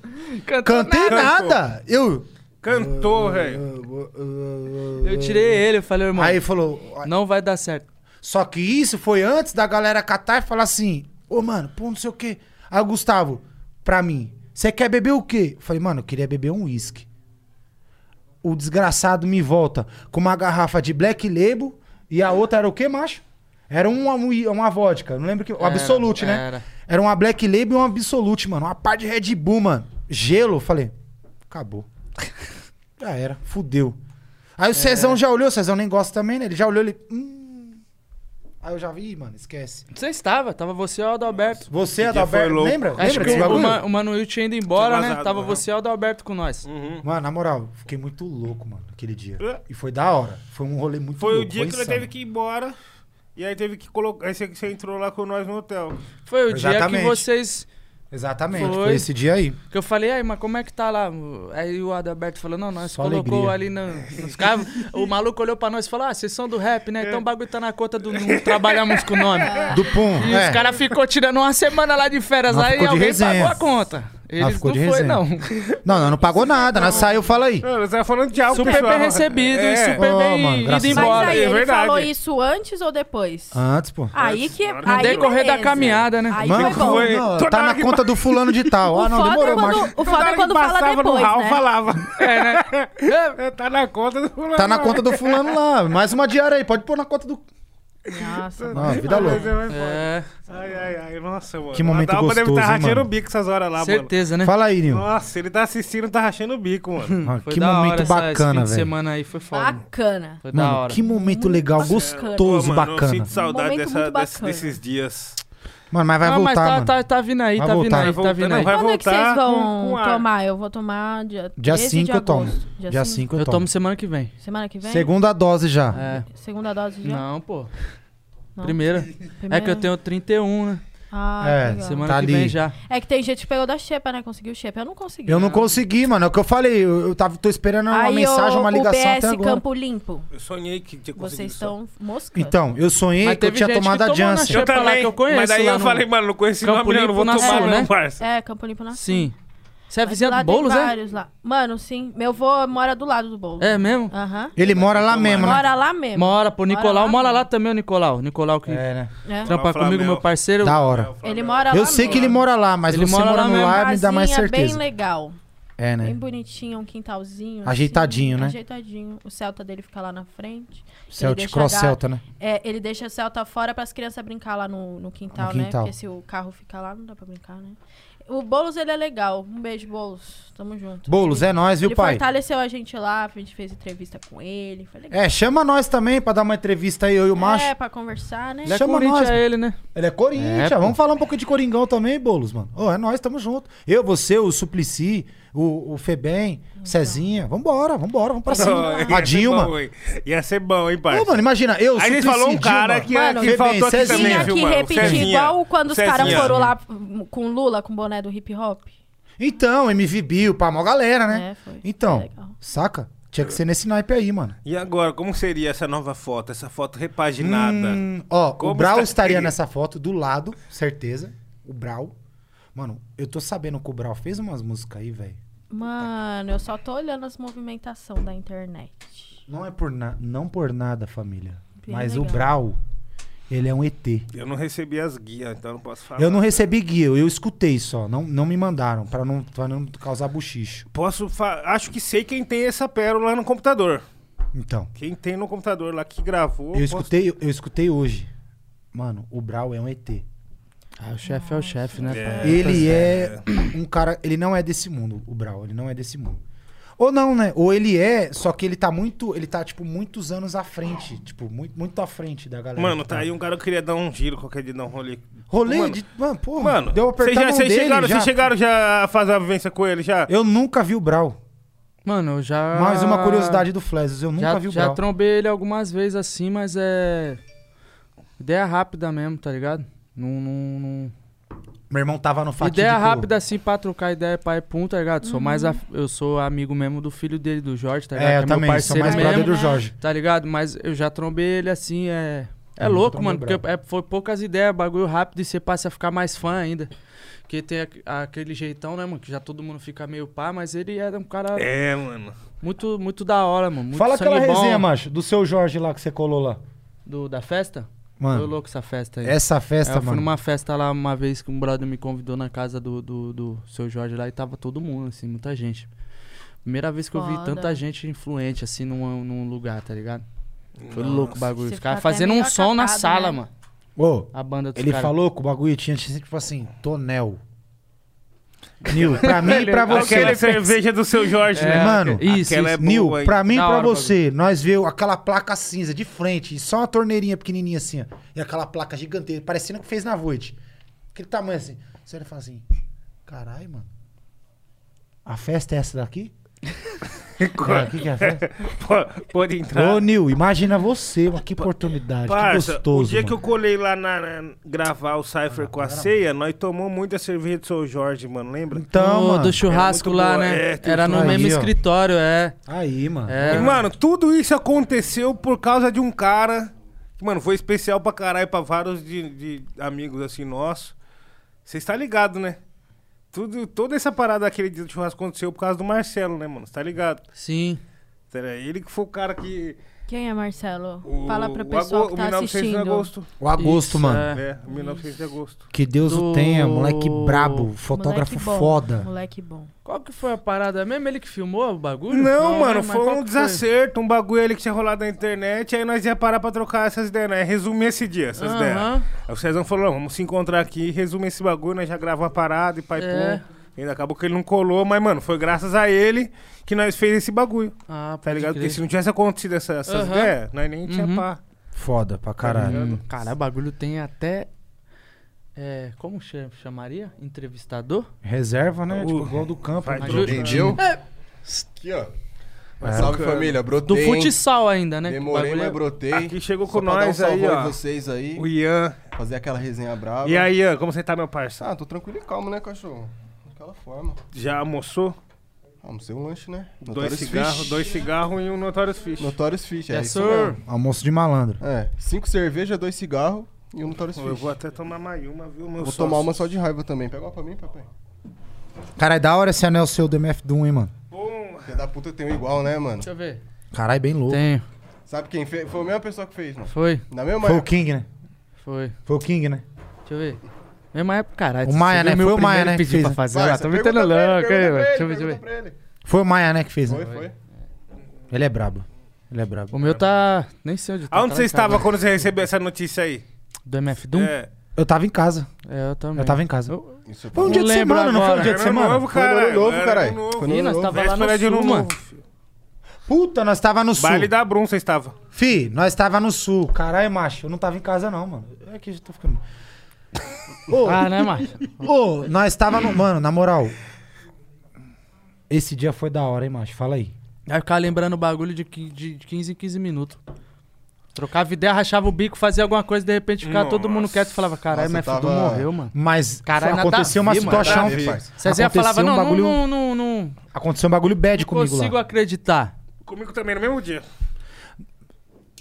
Speaker 4: é
Speaker 5: Cantei
Speaker 1: Cantou.
Speaker 5: nada. Eu. Ah,
Speaker 1: Cantou, velho.
Speaker 4: Eu tirei ele, eu falei, irmão,
Speaker 5: Aí falou.
Speaker 4: não vai dar certo.
Speaker 5: Só que isso foi antes da galera catar e falar assim: Ô, mano, pô, não sei o quê. Aí o Gustavo, pra mim, você quer beber o quê? Eu falei, mano, eu queria beber um uísque. O desgraçado me volta com uma garrafa de Black Label e a outra era o quê, macho? Era uma, um- uma vodka, não lembro que. O
Speaker 4: Era,
Speaker 5: Absolute, né?
Speaker 4: era.
Speaker 5: Era uma Black Label e um Absolute, mano. Uma par de Red Bull, mano. Gelo, eu falei, acabou. Já era, fudeu.
Speaker 4: É.
Speaker 5: Aí o Cezão já olhou, o Cezão nem gosta também, né? Ele já olhou, ele. Hum. Aí eu já vi, "Ih, mano, esquece.
Speaker 4: Você estava, tava você e o Adalberto.
Speaker 5: Você,
Speaker 1: dia foi
Speaker 5: Adalberto,
Speaker 1: louco.
Speaker 5: lembra?
Speaker 4: Acho
Speaker 5: lembra
Speaker 4: que
Speaker 5: desse
Speaker 4: o,
Speaker 5: bagulho?
Speaker 4: Ma- o Manuel tinha ido embora,
Speaker 1: Tinha
Speaker 4: né?
Speaker 1: vazado,
Speaker 4: Tava
Speaker 1: né?
Speaker 4: você e o Adalberto com nós.
Speaker 5: Mano, na moral, fiquei muito louco, mano, aquele dia.
Speaker 1: É.
Speaker 5: E foi da hora. Foi um rolê muito
Speaker 1: Foi o
Speaker 5: louco.
Speaker 1: dia que ele
Speaker 5: insano.
Speaker 1: teve que ir embora. E aí teve que colocar. Aí você, você entrou lá com nós no hotel.
Speaker 4: Foi o dia
Speaker 5: Exatamente.
Speaker 4: que vocês...
Speaker 5: Exatamente,
Speaker 4: Foi.
Speaker 5: foi. esse dia aí.
Speaker 4: Que eu falei, aí, mas como é que tá lá? Aí o Adalberto falou, não, nós
Speaker 5: Só
Speaker 4: colocou
Speaker 5: alegria.
Speaker 4: ali na- nos caras. o maluco olhou pra nós e falou, ah, vocês são do rap, né?
Speaker 1: É.
Speaker 4: Então o bagulho tá na conta do... Não trabalhamos com o nome.
Speaker 5: Do Pum.
Speaker 4: E
Speaker 5: é.
Speaker 4: os caras ficou tirando uma semana lá de férias
Speaker 5: Nós
Speaker 4: lá e
Speaker 5: ficou de
Speaker 4: alguém
Speaker 5: resenha.
Speaker 4: pagou a conta. Eles
Speaker 5: ficou
Speaker 4: não
Speaker 5: de
Speaker 4: foi,
Speaker 5: resenha.
Speaker 4: não.
Speaker 5: Não, não, não pagou nada. Nós saiu, fala aí.
Speaker 1: Mano, você tava falando de algo,
Speaker 4: Super
Speaker 1: pessoal.
Speaker 4: bem recebido e
Speaker 1: É.
Speaker 4: super
Speaker 5: Ô,
Speaker 4: bem
Speaker 5: mano,
Speaker 4: ido
Speaker 5: graças a Deus.
Speaker 2: Mas
Speaker 4: embora.
Speaker 2: aí,
Speaker 1: É
Speaker 2: ele
Speaker 1: verdade.
Speaker 2: falou isso antes ou depois?
Speaker 5: Antes, pô.
Speaker 2: Aí que.
Speaker 1: No
Speaker 2: Aí
Speaker 4: decorrer
Speaker 2: beleza.
Speaker 4: da caminhada, né?
Speaker 2: Aí
Speaker 5: Mano,
Speaker 2: foi bom.
Speaker 1: foi-
Speaker 5: não,
Speaker 1: Toda
Speaker 5: tá
Speaker 1: hora
Speaker 5: na
Speaker 1: que
Speaker 5: conta do fulano de tal. Ah,
Speaker 2: O
Speaker 5: não,
Speaker 2: foda, é
Speaker 5: demorou,
Speaker 2: quando,
Speaker 5: macho.
Speaker 2: o
Speaker 1: Toda
Speaker 2: foda
Speaker 1: hora
Speaker 2: é
Speaker 1: que
Speaker 2: quando fala
Speaker 1: passava
Speaker 2: depois,
Speaker 1: no hall,
Speaker 2: né?
Speaker 1: falava.
Speaker 4: É, né?
Speaker 1: É, tá na conta do
Speaker 5: Tá na conta do fulano lá. Mais uma diária aí. Pode pôr na conta do.
Speaker 2: Nossa.
Speaker 5: Não, vida louca.
Speaker 4: É,
Speaker 1: Ai, ai, ai. Nossa, mano.
Speaker 5: Que momento
Speaker 1: a Dalma deve estar
Speaker 5: gostoso, hein,
Speaker 1: rachando
Speaker 5: mano?
Speaker 1: o bico essas horas lá,
Speaker 4: certeza, né? Hum,
Speaker 5: Fala aí, Nil.
Speaker 1: mano. Nossa, ele tá assistindo, tá rachando o bico, mano.
Speaker 5: Ah,
Speaker 4: Foi
Speaker 5: que
Speaker 4: da hora
Speaker 5: momento
Speaker 4: essa- esse fim
Speaker 5: bacana,
Speaker 4: de
Speaker 5: velho.
Speaker 4: semana aí foi foda.
Speaker 2: Bacana.
Speaker 4: Foi da
Speaker 5: Mano,
Speaker 4: hora.
Speaker 5: que momento legal, gostoso,
Speaker 1: Pô, mano, Eu
Speaker 5: bacana.
Speaker 1: sinto saudade
Speaker 2: Momento
Speaker 1: dessa,
Speaker 2: muito
Speaker 1: desse-
Speaker 2: bacana.
Speaker 1: desses dias.
Speaker 5: Mano, mas vai
Speaker 4: Não,
Speaker 5: voltar,
Speaker 4: mas tá,
Speaker 5: mano.
Speaker 4: tá, tá vindo aí,
Speaker 5: Vai
Speaker 4: tá vindo
Speaker 5: voltar.
Speaker 4: aí,
Speaker 1: Vai
Speaker 4: tá
Speaker 1: voltar,
Speaker 4: vindo
Speaker 1: não,
Speaker 4: aí.
Speaker 1: vai
Speaker 2: Quando é que vocês
Speaker 1: voltar
Speaker 2: vão
Speaker 1: com- com ar.
Speaker 2: tomar? Eu vou tomar dia
Speaker 5: Dia
Speaker 2: 13 de
Speaker 5: 5 eu tomo.
Speaker 2: agosto.
Speaker 5: Dia 5 eu
Speaker 4: assim, Eu tomo
Speaker 5: tomo.
Speaker 4: semana que vem.
Speaker 2: Semana que vem?
Speaker 5: Segunda dose já.
Speaker 4: É.
Speaker 2: Segunda dose já?
Speaker 4: Não, pô.
Speaker 2: Não.
Speaker 4: Primeira. É que eu tenho 31, né?
Speaker 2: Ah,
Speaker 5: É,
Speaker 2: legal.
Speaker 4: Semana
Speaker 5: Tá
Speaker 4: que
Speaker 5: ali.
Speaker 4: vem já.
Speaker 2: É que tem gente que pegou da xepa, né? Conseguiu xepa. Eu não consegui.
Speaker 5: Eu não consegui, mano. É o que eu falei. Eu, eu tava, tô esperando uma
Speaker 2: Aí
Speaker 5: mensagem,
Speaker 2: o,
Speaker 5: uma ligação
Speaker 2: o PS
Speaker 5: até agora.
Speaker 2: Campo Limpo.
Speaker 1: Eu sonhei que tinha conseguido
Speaker 2: Vocês
Speaker 1: só.
Speaker 2: estão moscando.
Speaker 5: Então, eu sonhei
Speaker 4: Mas
Speaker 5: que eu
Speaker 4: teve
Speaker 5: tinha
Speaker 4: gente que
Speaker 5: tomado a
Speaker 4: tomou na
Speaker 5: Janssen.
Speaker 4: chapa.
Speaker 1: Eu
Speaker 4: Deixa pra lá
Speaker 1: também,
Speaker 4: que eu conheço
Speaker 1: mas daí
Speaker 4: lá
Speaker 1: eu
Speaker 4: no
Speaker 1: falei, mano, não conheci
Speaker 4: Campo
Speaker 1: nome não, não vou
Speaker 4: Limpo,
Speaker 1: tomar não,
Speaker 4: Nação, né?
Speaker 1: parça.
Speaker 2: É, Campo Limpo na
Speaker 4: Sim. Você
Speaker 5: Tá
Speaker 4: é
Speaker 2: Mas
Speaker 4: vizinha
Speaker 2: lá
Speaker 4: do
Speaker 2: tem
Speaker 4: Boulos, é?
Speaker 2: vários lá. Mano, sim. Meu avô mora do lado do Boulos.
Speaker 4: É mesmo?
Speaker 2: Aham.
Speaker 5: Ele mora lá mesmo, né?
Speaker 2: Mora lá mesmo.
Speaker 4: Mora, pô. Nicolau
Speaker 2: É lá,
Speaker 4: mora lá
Speaker 2: mano.
Speaker 4: também, o Nicolau. Nicolau que
Speaker 5: É, né?
Speaker 2: né?
Speaker 4: trampa
Speaker 1: Flamengo.
Speaker 4: comigo, meu parceiro.
Speaker 5: Da hora.
Speaker 2: Ele mora lá
Speaker 5: Eu sei
Speaker 2: mesmo.
Speaker 5: que ele mora lá, mas
Speaker 4: Ele
Speaker 5: você
Speaker 4: mora lá
Speaker 5: morando
Speaker 4: mesmo.
Speaker 5: lá me dá mais
Speaker 2: Casinha
Speaker 5: certeza.
Speaker 2: bem legal.
Speaker 5: É, né?
Speaker 2: Bem bonitinho, um quintalzinho. assim.
Speaker 5: Ajeitadinho, né?
Speaker 2: Ajeitadinho. O Celta dele fica lá na frente.
Speaker 5: Celtic
Speaker 2: deixa
Speaker 5: Cross
Speaker 2: dar-
Speaker 5: é Celta, né?
Speaker 2: É, ele deixa o Celta fora para as crianças brincar lá no, no, quintal,
Speaker 5: No quintal.
Speaker 2: né? Porque se o carro ficar lá, não dá pra brincar, né? O Boulos, ele é legal. Um beijo, Boulos. Tamo junto.
Speaker 5: Boulos, é nós, viu,
Speaker 2: Ele
Speaker 5: pai?
Speaker 4: tá-
Speaker 2: fortaleceu a gente lá, a gente fez entrevista com ele. Foi legal.
Speaker 5: É, chama nós também pra dar uma entrevista aí, eu e o macho.
Speaker 2: É, pra conversar, né?
Speaker 4: Ele é
Speaker 5: Chama
Speaker 4: Corinthians,
Speaker 5: nós.
Speaker 4: é ele, né?
Speaker 5: Ele é Corinthians.
Speaker 4: É, pô.
Speaker 5: Vamos falar um pouco de Coringão também, Boulos, mano. Ô, é nós, tamo junto. Eu, você, o Suplicy, o, o Febem,
Speaker 2: Então.
Speaker 5: Cezinha. Vambora, vambora, vamos pra cima.
Speaker 1: Ia
Speaker 5: A
Speaker 1: ser
Speaker 4: é
Speaker 5: Dilma.
Speaker 1: bom, hein? Ia ser bom, hein,
Speaker 5: Ô,
Speaker 1: parça.
Speaker 5: mano, imagina, eu,
Speaker 1: Aí
Speaker 5: Suplicy,
Speaker 1: eles falou um cara
Speaker 5: Dilma.
Speaker 1: que, é-
Speaker 2: Mano,
Speaker 1: que faltou aqui
Speaker 5: Cezinha.
Speaker 1: também,
Speaker 2: Tinha
Speaker 1: viu,
Speaker 2: que
Speaker 1: mano?
Speaker 2: repetir,
Speaker 1: Cezinha.
Speaker 2: igual quando os caras
Speaker 1: Cezinha.
Speaker 2: foram lá hum, com o Lula, com o boné do hip hop.
Speaker 5: Então, MV Bill, pra mó galera, né?
Speaker 2: É, foi.
Speaker 5: Então,
Speaker 2: Foi legal.
Speaker 5: saca? Tinha que ser nesse naipe aí, mano.
Speaker 1: E agora, como seria essa nova foto? Essa foto repaginada?
Speaker 5: Hum, ó,
Speaker 1: Como
Speaker 5: o Brau
Speaker 1: está-
Speaker 5: estaria nessa foto do lado, certeza. O Brau. Mano, eu tô sabendo que o Brau fez umas músicas aí, velho.
Speaker 2: Mano, eu só tô olhando as movimentações da internet.
Speaker 5: Não é por, na... não por nada, família.
Speaker 2: Bem
Speaker 5: mas o
Speaker 2: legal.
Speaker 5: Brau, ele é um ET.
Speaker 1: Eu não recebi as guias, então eu não posso falar.
Speaker 5: Eu não recebi guia, eu escutei só. Não, não me mandaram, pra não, pra não causar buchicho.
Speaker 1: Posso fa- Acho que sei quem tem essa pérola no computador.
Speaker 5: Então,
Speaker 1: Quem tem no computador lá que gravou.
Speaker 5: eu
Speaker 1: posso-
Speaker 5: escutei, eu escutei hoje. Mano, o Brau é um ET.
Speaker 4: Ah, o chefe é o chefe, né?
Speaker 1: É.
Speaker 4: pai?
Speaker 5: Ele é um cara. Ele não é desse mundo, o Brau. Ele não é desse mundo. Ou não, né? Ou ele é, só que ele tá muito. Ele tá, tipo, muitos anos à frente. Tipo, muito, muito à frente da galera.
Speaker 1: Mano,
Speaker 5: que
Speaker 1: tá aí um cara que queria dar um giro qualquer dia, dar um rolê.
Speaker 5: Rolê
Speaker 1: Mano,
Speaker 5: de. Mano, porra.
Speaker 1: Mano,
Speaker 5: deu
Speaker 1: vocês já,
Speaker 5: apertar a mão
Speaker 1: vocês
Speaker 5: dele,
Speaker 1: chegaram,
Speaker 5: já.
Speaker 1: vocês chegaram já a fazer a vivência com ele já?
Speaker 5: Eu nunca vi o Brau.
Speaker 4: Mano, eu já.
Speaker 5: Mais uma curiosidade do Flesos, eu nunca
Speaker 4: Ah, já,
Speaker 5: vi o
Speaker 4: Já
Speaker 5: Brau.
Speaker 4: trombei ele algumas vezes assim, mas é. Ideia rápida mesmo, tá ligado? Não. não, não-
Speaker 5: Meu irmão tava no fatídico...
Speaker 4: Ideia rápida assim pra trocar ideia pai pum, tá ligado? Sou
Speaker 2: Uhum.
Speaker 4: mais. af- Eu sou amigo mesmo do filho dele, do Jorge, tá ligado?
Speaker 5: É,
Speaker 4: Que
Speaker 5: eu também, sou mais
Speaker 2: mesmo.
Speaker 5: brother do Jorge.
Speaker 4: Tá ligado? Mas eu já trombei ele assim, é. É
Speaker 5: Eu nunca
Speaker 4: louco,
Speaker 5: Uhum. trombei
Speaker 4: mano,
Speaker 5: o
Speaker 4: porque
Speaker 5: Brau.
Speaker 4: é- foi poucas ideias, bagulho rápido e você passa a ficar mais fã ainda. Porque tem aqu- aquele jeitão, né, mano, que já todo mundo fica meio pá, mas ele era um cara
Speaker 1: É, mano.
Speaker 4: muito, muito da hora, mano. Muito
Speaker 5: Fala aquela
Speaker 4: sangue bom
Speaker 5: resenha, macho, do seu Jorge lá que você colou lá.
Speaker 4: do, da festa. Foi
Speaker 5: Mano,
Speaker 4: louco essa festa aí.
Speaker 5: essa
Speaker 4: É,
Speaker 5: festa,
Speaker 4: eu fui
Speaker 5: mano.
Speaker 4: numa festa lá uma vez que um brother me convidou na casa do, do, do seu Jorge lá e tava todo mundo, assim, muita gente. Primeira vez que eu vi
Speaker 2: Foda.
Speaker 4: tanta gente influente, assim, num, num lugar, tá ligado? Foi
Speaker 1: Nossa.
Speaker 4: louco o bagulho.
Speaker 2: Você
Speaker 4: Os caras
Speaker 2: fica até
Speaker 4: fazendo um
Speaker 2: meio
Speaker 4: som na
Speaker 2: acatado,
Speaker 4: sala,
Speaker 2: né?
Speaker 4: mano.
Speaker 5: Ô,
Speaker 4: A banda dos
Speaker 5: ele
Speaker 4: caras.
Speaker 5: falou que o bagulho tinha tinha, tipo assim, tonel. Nil, pra mim e pra
Speaker 1: Aquela
Speaker 5: você.
Speaker 1: cerveja do seu Jorge, né?
Speaker 5: mano,
Speaker 4: isso,
Speaker 1: aquela é
Speaker 4: isso.
Speaker 5: Nil,
Speaker 1: boa, hein?
Speaker 5: pra mim e
Speaker 4: Da
Speaker 5: pra
Speaker 4: hora o
Speaker 5: você, nós vê aquela placa cinza de frente, e só uma torneirinha pequenininha assim, ó, e aquela placa gigantesca, parecendo que fez na noite. Aquele tamanho assim. Você olha e fala assim, caralho, mano, a festa é essa daqui? O que, que é a festa?
Speaker 1: Pô, Pode entrar.
Speaker 5: Ô, Nil, imagina você, mano, que oportunidade,
Speaker 1: Parça,
Speaker 5: que gostoso,
Speaker 1: o dia que eu
Speaker 5: mano. Ah,
Speaker 1: colei lá na, na- gravar o Cypher com a ceia, nós tomamos muita cerveja do seu Jorge, mano, lembra?
Speaker 5: Então,
Speaker 4: No-
Speaker 5: mano,
Speaker 4: do churrasco
Speaker 1: muito
Speaker 4: lá,
Speaker 1: boa,
Speaker 4: né?
Speaker 1: é, tem
Speaker 4: era no
Speaker 5: isso aí,
Speaker 4: mesmo
Speaker 5: ó.
Speaker 4: escritório, é.
Speaker 5: aí, mano.
Speaker 4: É.
Speaker 1: E, mano, tudo isso aconteceu por causa de um cara que, mano, foi especial pra caralho pra vários de, de amigos assim nossos. Você está ligado, né? Tudo, toda essa parada daquele dia do churrasco aconteceu por causa do Marcelo, né, mano? Você tá ligado?
Speaker 4: Sim.
Speaker 1: Chester. Ele que foi o cara que.
Speaker 2: Quem é Marcelo?
Speaker 1: O,
Speaker 2: Fala pra
Speaker 1: o
Speaker 2: pessoa
Speaker 1: ago-
Speaker 2: que
Speaker 1: o
Speaker 2: tá
Speaker 1: 1900 de
Speaker 2: assistindo.
Speaker 1: agosto.
Speaker 5: O Agosto,
Speaker 4: Isso,
Speaker 5: mano.
Speaker 4: é.
Speaker 1: É, o 1900 de agosto.
Speaker 5: Que Deus o
Speaker 4: Do-
Speaker 5: tenha, moleque brabo, fotógrafo
Speaker 2: Moleque bom,
Speaker 5: foda.
Speaker 2: Moleque bom.
Speaker 4: Qual que foi a parada É mesmo? Ele que filmou o bagulho?
Speaker 1: Não, mano,
Speaker 4: né, mas
Speaker 1: foi
Speaker 4: qual
Speaker 1: um
Speaker 4: que
Speaker 1: desacerto, um bagulho ali que tinha rolado na internet, aí nós ia parar pra trocar essas ideias, né? Resumir esse dia, essas ideias.
Speaker 4: Aham. Ah,
Speaker 1: Aí o Cezão falou, não, vamos se encontrar aqui, resumir esse bagulho, nós já gravamos a parada e pai
Speaker 4: É.
Speaker 1: pô. Ainda acabou que ele não colou, mas, mano, foi graças a ele que nós fez esse bagulho,
Speaker 4: Ah,
Speaker 1: tá ligado? Porque
Speaker 4: Porque
Speaker 1: se não tivesse acontecido essa- essas
Speaker 4: Aham.
Speaker 1: ideias, nós nem tinha
Speaker 4: Uhum.
Speaker 1: pá.
Speaker 5: Foda pra
Speaker 1: ligado?
Speaker 5: caralho.
Speaker 4: Hum. Cara, o bagulho tem até. é, como cha- chamaria? Entrevistador?
Speaker 5: Reserva, né?
Speaker 1: O-
Speaker 5: Tipo, gol do campo.
Speaker 1: Vai
Speaker 5: né?
Speaker 1: tudo.
Speaker 6: Entendeu? Aqui, ó.
Speaker 5: É,
Speaker 6: Salve família,
Speaker 4: Do
Speaker 6: brotei. hein?
Speaker 4: futsal ainda, né? Que o
Speaker 6: Demorei,
Speaker 4: bagulho é-
Speaker 6: mas brotei.
Speaker 1: Aqui chegou
Speaker 6: Só
Speaker 1: com
Speaker 6: pra dar um
Speaker 1: nós aí,
Speaker 6: salvão em
Speaker 1: ó.
Speaker 6: vocês aí.
Speaker 1: O Ian.
Speaker 6: Fazer aquela resenha brava.
Speaker 1: E aí, Ian, como você tá, meu parça?
Speaker 6: Ah, tô tranquilo e calmo, né, cachorro? Daquela forma.
Speaker 1: Já almoçou?
Speaker 6: Ah, não sei o lanche, né?
Speaker 1: dois cigarros,
Speaker 6: Fish.
Speaker 1: dois cigarros e um Notorious Fish.
Speaker 6: Notorious Fish, é
Speaker 4: Yes,
Speaker 6: isso
Speaker 4: sir.
Speaker 6: mesmo.
Speaker 5: Almoço de malandro.
Speaker 6: É, cinco cervejas, dois cigarros e um Notorious
Speaker 1: Eu
Speaker 6: Fish.
Speaker 1: vou até tomar mais uma, viu, meu
Speaker 6: Vou
Speaker 1: sócio?
Speaker 6: tomar uma só de raiva também. Pega uma pra mim, papai.
Speaker 5: Caralho, é da hora esse anel seu do MF Doom, hein, mano.
Speaker 1: Bom,
Speaker 6: Filha da puta tem um igual, né, mano?
Speaker 4: Deixa eu ver.
Speaker 5: Caralho, é bem louco.
Speaker 4: Tenho.
Speaker 6: Sabe quem fez? Foi a mesma pessoa que fez, mano.
Speaker 4: Foi,
Speaker 6: Na mesma
Speaker 5: Foi o
Speaker 6: época.
Speaker 5: King, né?
Speaker 4: foi.
Speaker 5: Foi o King, né?
Speaker 4: Deixa eu ver. Mesma época, caralho.
Speaker 5: O Maia, né? Foi o Maia, né, que
Speaker 4: Pediu
Speaker 5: fez,
Speaker 4: pra
Speaker 5: né?
Speaker 4: fazer.
Speaker 6: Vai,
Speaker 4: Olha lá,
Speaker 6: você
Speaker 4: tô
Speaker 6: pergunta
Speaker 4: metendo
Speaker 6: pra ele,
Speaker 4: louco aí,
Speaker 6: pergunta
Speaker 4: mano.
Speaker 6: pra
Speaker 4: Deixa eu
Speaker 6: ele,
Speaker 4: ver, deixa eu ver.
Speaker 6: pergunta pra ele.
Speaker 5: Foi o Maia, né, que fez, né?
Speaker 6: Foi, foi.
Speaker 5: Ele é brabo. Ele é brabo.
Speaker 4: O meu tá. Nem sei onde tá.
Speaker 1: aonde
Speaker 4: tá
Speaker 1: você
Speaker 4: lá em casa.
Speaker 1: estava quando você recebeu essa notícia aí?
Speaker 4: Do MF
Speaker 6: um
Speaker 4: Doom? É,
Speaker 1: É.
Speaker 5: Eu tava em casa.
Speaker 4: eu também.
Speaker 5: Eu tava em casa.
Speaker 4: Eu-
Speaker 6: Isso é
Speaker 5: Foi um
Speaker 4: Não
Speaker 5: dia de
Speaker 4: lembro
Speaker 5: semana, não foi um
Speaker 4: agora.
Speaker 5: dia de
Speaker 1: Era ano
Speaker 5: semana?
Speaker 1: novo, caralho.
Speaker 6: Foi no novo,
Speaker 1: era
Speaker 6: caralho.
Speaker 1: ano novo.
Speaker 6: Foi no
Speaker 4: Ih, nós
Speaker 6: novo.
Speaker 4: tava lá no
Speaker 1: Véspera de ano
Speaker 4: sul, mano.
Speaker 1: novo, filho.
Speaker 5: Puta, nós tava no sul.
Speaker 1: Baile da Brum, você estava.
Speaker 5: Fi, nós tava no sul. Caralho, macho, eu não tava em casa não, mano. É que eu já tô ficando... Ô,
Speaker 4: Ah, né, macho?
Speaker 5: ô, nós tava no... Mano, na moral... Esse dia foi da hora, hein, macho? Fala aí.
Speaker 4: Vai ficar lembrando o bagulho de, qui- de 15 em 15 minutos. Trocava ideia, rachava o bico, fazia alguma coisa, de repente ficava todo mundo quieto e falava, caralho,
Speaker 6: Nossa,
Speaker 4: MF
Speaker 6: eu
Speaker 4: Doom
Speaker 6: tava-
Speaker 4: morreu, mano.
Speaker 5: Mas
Speaker 4: Caralho, nada
Speaker 5: aconteceu
Speaker 4: a
Speaker 5: uma
Speaker 4: ver, mano,
Speaker 5: situação...
Speaker 6: nada a ver, parça.
Speaker 4: Cezinha
Speaker 5: Aconteceu
Speaker 4: falava,
Speaker 5: um
Speaker 4: não,
Speaker 5: bagulho-
Speaker 4: não, não, não, não
Speaker 5: Aconteceu um bagulho bad comigo lá.
Speaker 4: consigo acreditar.
Speaker 1: Comigo também, no mesmo dia.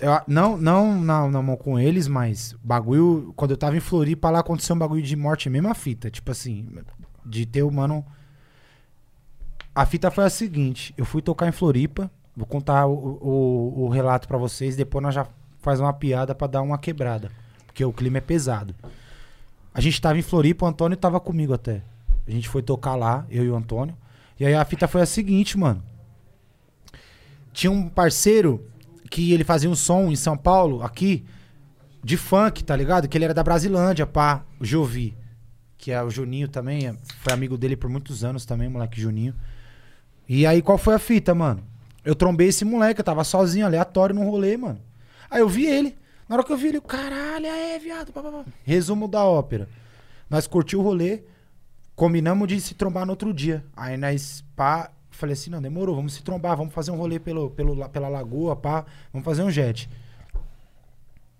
Speaker 5: Eu a- não, não na, na mão com eles, mas bagulho. Quando eu tava em Floripa, lá aconteceu um bagulho de morte, mesma fita. Tipo assim, de ter o mano. A fita foi a seguinte: eu fui tocar em Floripa. Vou contar o, o- o relato pra vocês. Depois nós já faz uma piada pra dar uma quebrada. Porque o clima é pesado. A gente tava em Floripa, o Antônio tava comigo até. A gente foi tocar lá, eu e o Antônio. E aí a fita foi a seguinte, mano. Tinha um parceiro que ele fazia um som em São Paulo, aqui, de funk, tá ligado? Que ele era da Brasilândia, pá, o Jovi. Que é o Juninho também, é- foi amigo dele por muitos anos também, moleque Juninho. E aí, qual foi a fita, mano? Eu trombei esse moleque, eu tava sozinho, aleatório, num rolê, mano. Aí eu vi ele. Na hora que eu vi ele, eu, caralho, é, viado. pá, pá, pá." Resumo da ópera. Nós curtiu o rolê, combinamos de se trombar no outro dia. Aí nós, pá, falei assim, não, demorou, vamos se trombar, vamos fazer um rolê pelo, pelo, la- pela lagoa, pá, vamos fazer um jet.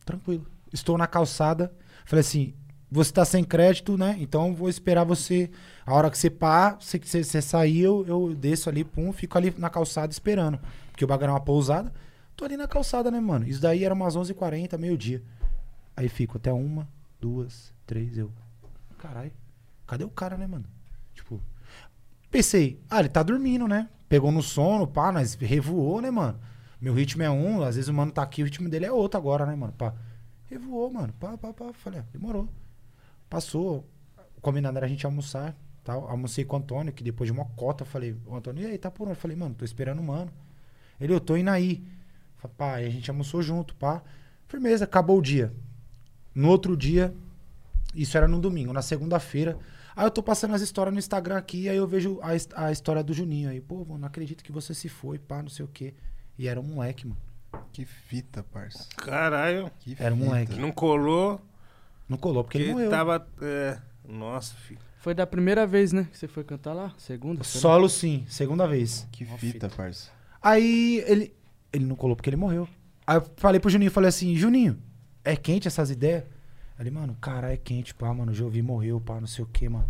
Speaker 5: Tranquilo. Estou na calçada, falei assim, você tá sem crédito, né? Então vou esperar você, a hora que você pá, você, você, você sair, eu, eu desço ali, pum, fico ali na calçada esperando. Porque o bagulho é uma pousada. Tô ali na calçada, né, mano? Isso daí era umas 11h40, meio-dia. Aí fico até uma, duas, três, eu... Caralho. Cadê o cara, né, mano? Tipo, pensei, ah, ele tá dormindo, né? Pegou no sono, pá, nós revoou, né, mano? Meu ritmo é um, às vezes o mano tá aqui, o ritmo dele é outro agora, né, mano? Pá. Revoou, mano. Pá, pá, pá. Falei, ah, demorou. Passou. O combinado era a gente almoçar, tal. Almocei com o Antônio, que depois de uma cota, eu falei, o Antônio, e aí, tá por onde? Eu falei, mano, tô esperando o mano. Ele, eu tô indo aí. Falei, pá, aí a gente almoçou junto, pá. Firmeza, acabou o dia. No outro dia, isso era no domingo, na segunda-feira. Aí eu tô passando as histórias no Instagram aqui, aí eu vejo a, his- a história do Juninho aí. Pô, mano, não acredito que você se foi, pá, não sei o quê. E era um moleque, mano.
Speaker 6: Que fita, parça.
Speaker 1: Caralho.
Speaker 6: Que
Speaker 5: Era um
Speaker 6: fita.
Speaker 5: moleque.
Speaker 1: Não colou,
Speaker 5: Não colou porque ele
Speaker 1: porque
Speaker 5: morreu.
Speaker 1: tava. é, Nossa, filho.
Speaker 4: Foi da primeira vez, né, que você foi cantar lá? Segunda? sei lá.
Speaker 5: Solo sim, segunda vez.
Speaker 6: Que fita, parça.
Speaker 5: Aí ele. Ele não colou porque ele morreu. Aí eu falei pro Juninho, falei assim, Juninho, é quente essas ideias? Aí Ele, mano, cara, é quente, pá, mano, o Jovi morreu, pá, não sei o quê, mano.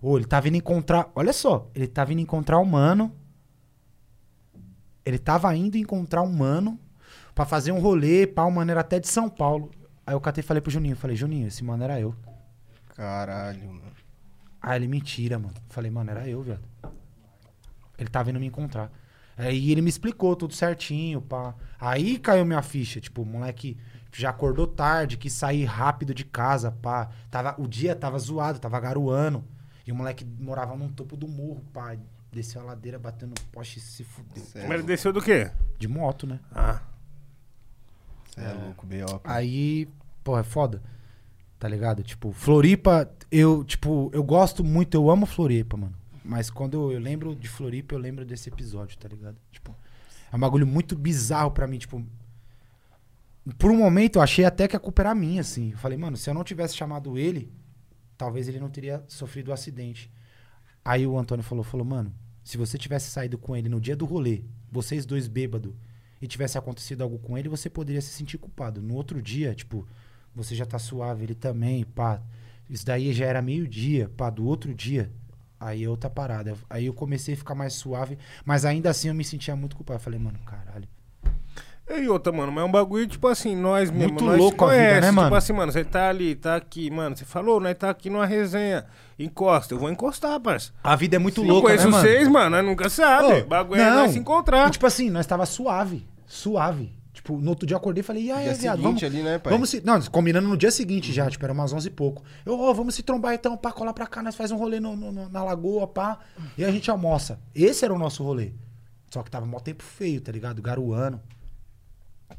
Speaker 5: Ô, ele tá vindo encontrar. Olha só, ele tá vindo encontrar um mano. Ele tava indo encontrar um mano pra fazer um rolê, pá, um mano era até de São Paulo. Aí eu catei e falei pro Juninho, falei, Juninho, esse mano era eu.
Speaker 6: Caralho, mano.
Speaker 5: Aí ele, mentira, mano. Falei, mano, era eu, viado. Ele tá vindo me encontrar. Aí Aí ele me explicou tudo certinho, pá. Aí caiu minha ficha, tipo, o moleque já acordou tarde, quis sair rápido de casa, pá. Tava, o dia tava zoado, tava garoando. E o moleque morava no topo do morro, pá. Desceu a ladeira, bateu no poste e se fudeu.
Speaker 6: é
Speaker 1: Mas ele desceu do quê?
Speaker 5: De moto, né?
Speaker 1: Ah.
Speaker 6: Você é louco, B.O.
Speaker 5: Aí, pô, é foda. Tá ligado? Tipo, Floripa, eu, tipo, eu gosto muito, eu amo Floripa, mano. Mas quando eu, eu lembro de Floripa, eu lembro desse episódio, tá ligado? Tipo, é um bagulho muito bizarro pra mim, tipo. Por um momento eu achei até que a culpa era minha, assim. Eu falei, mano, se eu não tivesse chamado ele, talvez ele não teria sofrido o acidente. Aí o Antônio falou, falou, mano, se você tivesse saído com ele no dia do rolê, vocês dois bêbado, e tivesse acontecido algo com ele, você poderia se sentir culpado. No outro dia, tipo, você já tá suave, ele também, pá. Isso daí já era meio-dia, pá, do outro dia. Aí é outra parada. Aí eu comecei a ficar mais suave, mas ainda assim eu me sentia muito culpado. Eu falei, mano, caralho.
Speaker 1: E outra, mano, mas é um bagulho, tipo assim, nós mesmo,
Speaker 5: Muito
Speaker 1: nós
Speaker 5: louco a vida, né, mano?
Speaker 1: Tipo assim, mano, você tá ali, tá aqui, mano, você falou, nós tá aqui numa resenha, encosta, eu vou encostar, parça.
Speaker 5: A vida é muito
Speaker 1: eu
Speaker 5: louca, né,
Speaker 1: conheço
Speaker 5: mano?
Speaker 1: vocês, mano, nós nunca sabe,
Speaker 5: Ô,
Speaker 1: o bagulho é nós se
Speaker 5: E,
Speaker 1: encontrar.
Speaker 5: tipo assim, nós tava suave, suave. Tipo, no outro dia eu acordei e falei, e aí,
Speaker 6: Dia
Speaker 5: viado,
Speaker 6: seguinte
Speaker 5: vamos,
Speaker 6: ali, né, pai?
Speaker 5: vamos se... Não, combinando no dia seguinte já, tipo, era umas 11 e pouco. Eu, ó, vamos se trombar então, pá, colar pra cá, nós faz um rolê no- no- no- na lagoa, pá, e a gente almoça. Esse era o nosso rolê. Só que tava mó tempo feio, tá ligado? Garuano.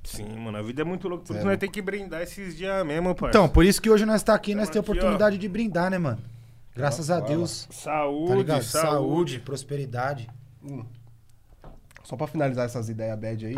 Speaker 1: Sim, mano, a vida é muito louca, por isso nós temos que brindar esses dias mesmo, parça.
Speaker 5: Então, por isso que hoje nós tá aqui, nós
Speaker 1: Tamo
Speaker 5: temos
Speaker 1: aqui,
Speaker 5: a
Speaker 1: ó.
Speaker 5: oportunidade de brindar, né, mano? Graças a Deus. Tá
Speaker 1: saúde,
Speaker 5: ligado?
Speaker 1: saúde,
Speaker 5: Saúde, prosperidade.
Speaker 6: Só pra finalizar essas ideias bad aí,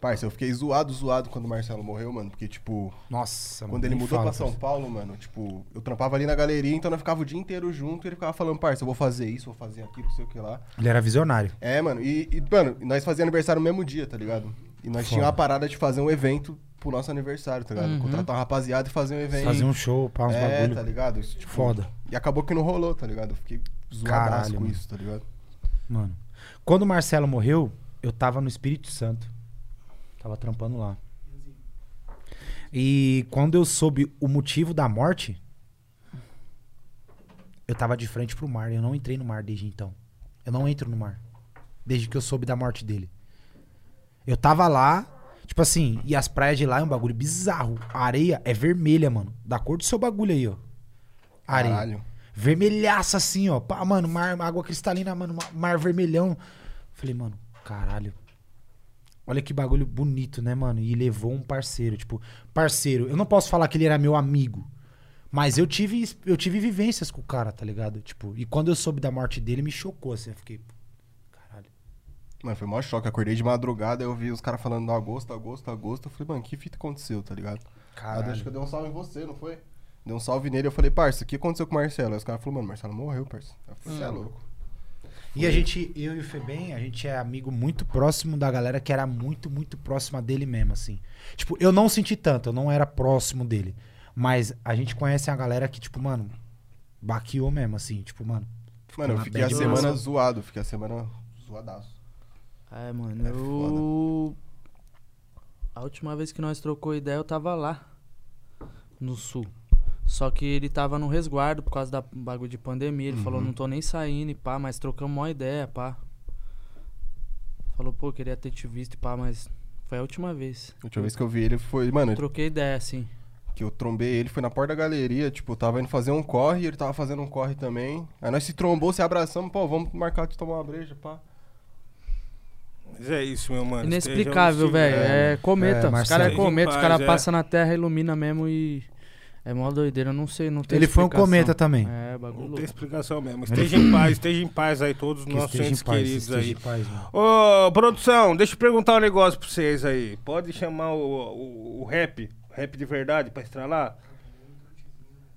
Speaker 6: parça, eu fiquei zoado, zoado quando o Marcelo morreu, mano. Porque, tipo,
Speaker 5: Nossa,
Speaker 6: quando ele
Speaker 5: Tá nem
Speaker 6: mudou
Speaker 5: fala,
Speaker 6: pra São Paulo, mano, tipo, eu trampava ali na galeria, então nós ficava o dia inteiro junto e ele ficava falando, parça, eu vou fazer isso, vou fazer aquilo, não sei o que lá.
Speaker 5: Ele era visionário.
Speaker 6: É, mano, e, e, mano, nós fazia aniversário no mesmo dia, tá ligado? E nós tínhamos a parada de fazer um evento pro nosso aniversário, tá ligado? Contratar uma rapaziada e fazer um evento.
Speaker 5: Fazer um show, pá, uns
Speaker 6: é,
Speaker 5: bagulho.
Speaker 6: tá ligado? Isso, tipo,
Speaker 5: Foda.
Speaker 6: E acabou que não rolou, tá ligado? Eu fiquei zoadaço
Speaker 5: Caralho,
Speaker 6: com
Speaker 5: mano.
Speaker 6: isso, tá ligado?
Speaker 5: Mano, quando o Marcelo morreu, eu tava no Espírito Santo. Tava trampando lá. E quando eu soube o motivo da morte, eu tava de frente pro mar. Eu não entrei no mar desde então. Eu não entro no mar. Desde que eu soube da morte dele. Eu tava lá, tipo assim, e as praias de lá é um bagulho bizarro. A areia é vermelha, mano. Da cor do seu bagulho aí, ó. Areia.
Speaker 6: Caralho.
Speaker 5: Vermelhaça assim, ó. Pá, mano, mar, água cristalina, mano, ma- mar vermelhão. Falei, mano, caralho. Olha que bagulho bonito, né, mano? E levou um parceiro, tipo, parceiro. Eu não posso falar que ele era meu amigo, mas eu tive, ex- eu tive vivências com o cara, tá ligado? Tipo, e quando eu soube da morte dele, me chocou, assim, eu fiquei, caralho.
Speaker 6: Mano, foi mó choque. Acordei de madrugada, eu vi os caras falando agosto, agosto, agosto. Eu falei, mano, que fita aconteceu, tá ligado? Aí eu acho que eu dei um salve em você, não foi? Dei um salve nele, eu falei, parça, o que aconteceu com o Marcelo? Aí os caras falaram, mano, o Marcelo morreu, parça. Eu falei, você é louco.
Speaker 5: E a gente, eu e o Febem, a gente é amigo muito próximo da galera que era muito, muito próxima dele mesmo, assim. Tipo, eu não senti tanto, eu não era próximo dele. Mas a gente conhece a galera que, tipo, mano, baqueou mesmo, assim, tipo, mano.
Speaker 6: Mano, eu
Speaker 5: uma
Speaker 6: fiquei a
Speaker 5: bad
Speaker 6: semana
Speaker 5: massa.
Speaker 6: zoado, fiquei a semana zoadaço.
Speaker 4: É, mano,
Speaker 6: É
Speaker 4: eu. A última vez que nós trocou ideia, eu tava lá. No sul. Só que ele tava no resguardo por causa da bagulho de pandemia. Ele falou, não tô nem saindo e pá, mas trocamos uma ideia, pá. Falou, pô, queria ter te visto e pá, mas foi a última vez.
Speaker 6: A última vez que eu vi ele foi, mano,
Speaker 4: Troquei ideia, assim.
Speaker 6: que eu trombei ele, foi na porta da galeria, tipo, eu tava indo fazer um corre, ele tava fazendo um corre também. Aí nós se trombou, se abraçamos, pô, vamos marcar de tomar uma breja, pá.
Speaker 1: Mas é isso, meu mano. esteja
Speaker 4: Inexplicável,
Speaker 1: onde
Speaker 4: velho.
Speaker 1: estiver.
Speaker 4: É cometa.
Speaker 5: Marcelo.
Speaker 4: os caras é
Speaker 1: Fique né, em
Speaker 4: cometa, os
Speaker 1: paz,
Speaker 4: caras
Speaker 1: é.
Speaker 4: passam na terra, ilumina mesmo e. É mó doideira, eu não sei, não tem
Speaker 5: Ele foi um
Speaker 4: explicação.
Speaker 5: cometa também.
Speaker 4: É, bagulho
Speaker 1: Não
Speaker 4: louco.
Speaker 1: tem explicação mesmo. Esteja em paz, esteja em paz aí, todos os
Speaker 5: Que
Speaker 1: nossos
Speaker 5: esteja
Speaker 1: entes
Speaker 5: em paz,
Speaker 1: queridos
Speaker 5: esteja
Speaker 1: aí.
Speaker 5: em paz, mano.
Speaker 1: Ô, produção, deixa eu perguntar um negócio pra vocês aí. Pode chamar o, o, o rap, o rap de verdade, pra estralar?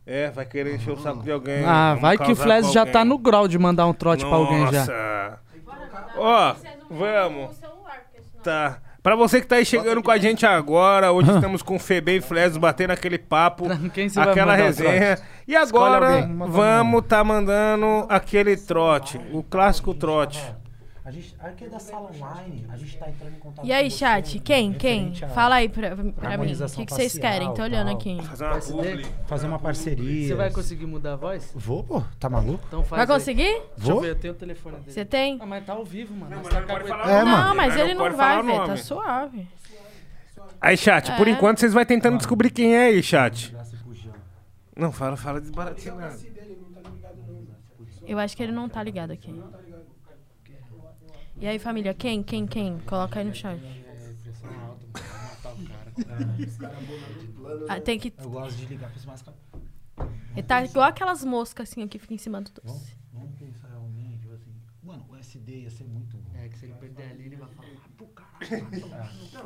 Speaker 1: É, vai querer encher o saco de alguém.
Speaker 4: Ah,
Speaker 1: vamos
Speaker 4: vai que o
Speaker 1: causar
Speaker 4: Flash
Speaker 1: com
Speaker 4: já
Speaker 1: alguém.
Speaker 4: tá no grau de mandar um trote pra alguém já.
Speaker 1: Nossa. Ó, vamos. Tá. Pra você que tá aí chegando com a gente agora,
Speaker 4: Ah.
Speaker 1: hoje estamos com o Febem e Flesos batendo aquele papo,
Speaker 4: Quem você vai
Speaker 1: aquela
Speaker 4: mandar um o
Speaker 1: resenha. é E agora vamos tá mandando aquele trote, o clássico trote.
Speaker 7: É, A gente, aqui é da sala online, a gente tá entrando em contato
Speaker 2: E aí,
Speaker 7: com
Speaker 2: chat?
Speaker 7: vocês,
Speaker 2: Quem?
Speaker 5: É
Speaker 2: Quem?
Speaker 7: referente a
Speaker 2: Fala aí pra, pra mim. O
Speaker 7: harmonização
Speaker 2: que, que vocês
Speaker 7: facial,
Speaker 2: querem? Tô olhando
Speaker 7: tal.
Speaker 2: aqui.
Speaker 1: Fazer uma publi.
Speaker 7: Fazer uma parceria.
Speaker 4: Você vai conseguir mudar a voz?
Speaker 5: Vou, pô. Tá maluco?
Speaker 4: Então faz.
Speaker 2: Vai
Speaker 4: aí.
Speaker 2: conseguir?
Speaker 4: Deixa eu
Speaker 5: Vou?
Speaker 4: ver, eu tenho o telefone dele.
Speaker 2: Você tem?
Speaker 4: Ah, mas tá ao vivo, mano.
Speaker 1: Não,
Speaker 4: Nós
Speaker 1: mas
Speaker 4: tá
Speaker 1: não pode
Speaker 4: acabando-
Speaker 1: falar o
Speaker 5: É,
Speaker 1: nome,
Speaker 5: mano.
Speaker 2: Não, mas
Speaker 1: né?
Speaker 2: ele não
Speaker 1: pode falar
Speaker 2: vai
Speaker 1: o
Speaker 2: ver,
Speaker 1: nome.
Speaker 2: tá suave.
Speaker 1: Aí, chat, por
Speaker 2: É.
Speaker 1: enquanto vocês vão tentando descobrir quem é aí,
Speaker 7: Um
Speaker 1: chat. Não, fala, fala desbaratinado.
Speaker 2: Eu acho que ele não tá ligado aqui. E aí, família, quem? Quem? Quem? Coloca aí no chat.
Speaker 5: É.
Speaker 2: Ah, tem que.
Speaker 7: Eu gosto de ligar pros mais...
Speaker 2: Ele tá igual aquelas moscas assim que fica em cima do doce.
Speaker 7: Vamos pensar realmente, tipo assim, mano, o SD ia ser muito bom.
Speaker 4: É, que se ele perder ali, ele vai falar. "Ah, pô, caralho."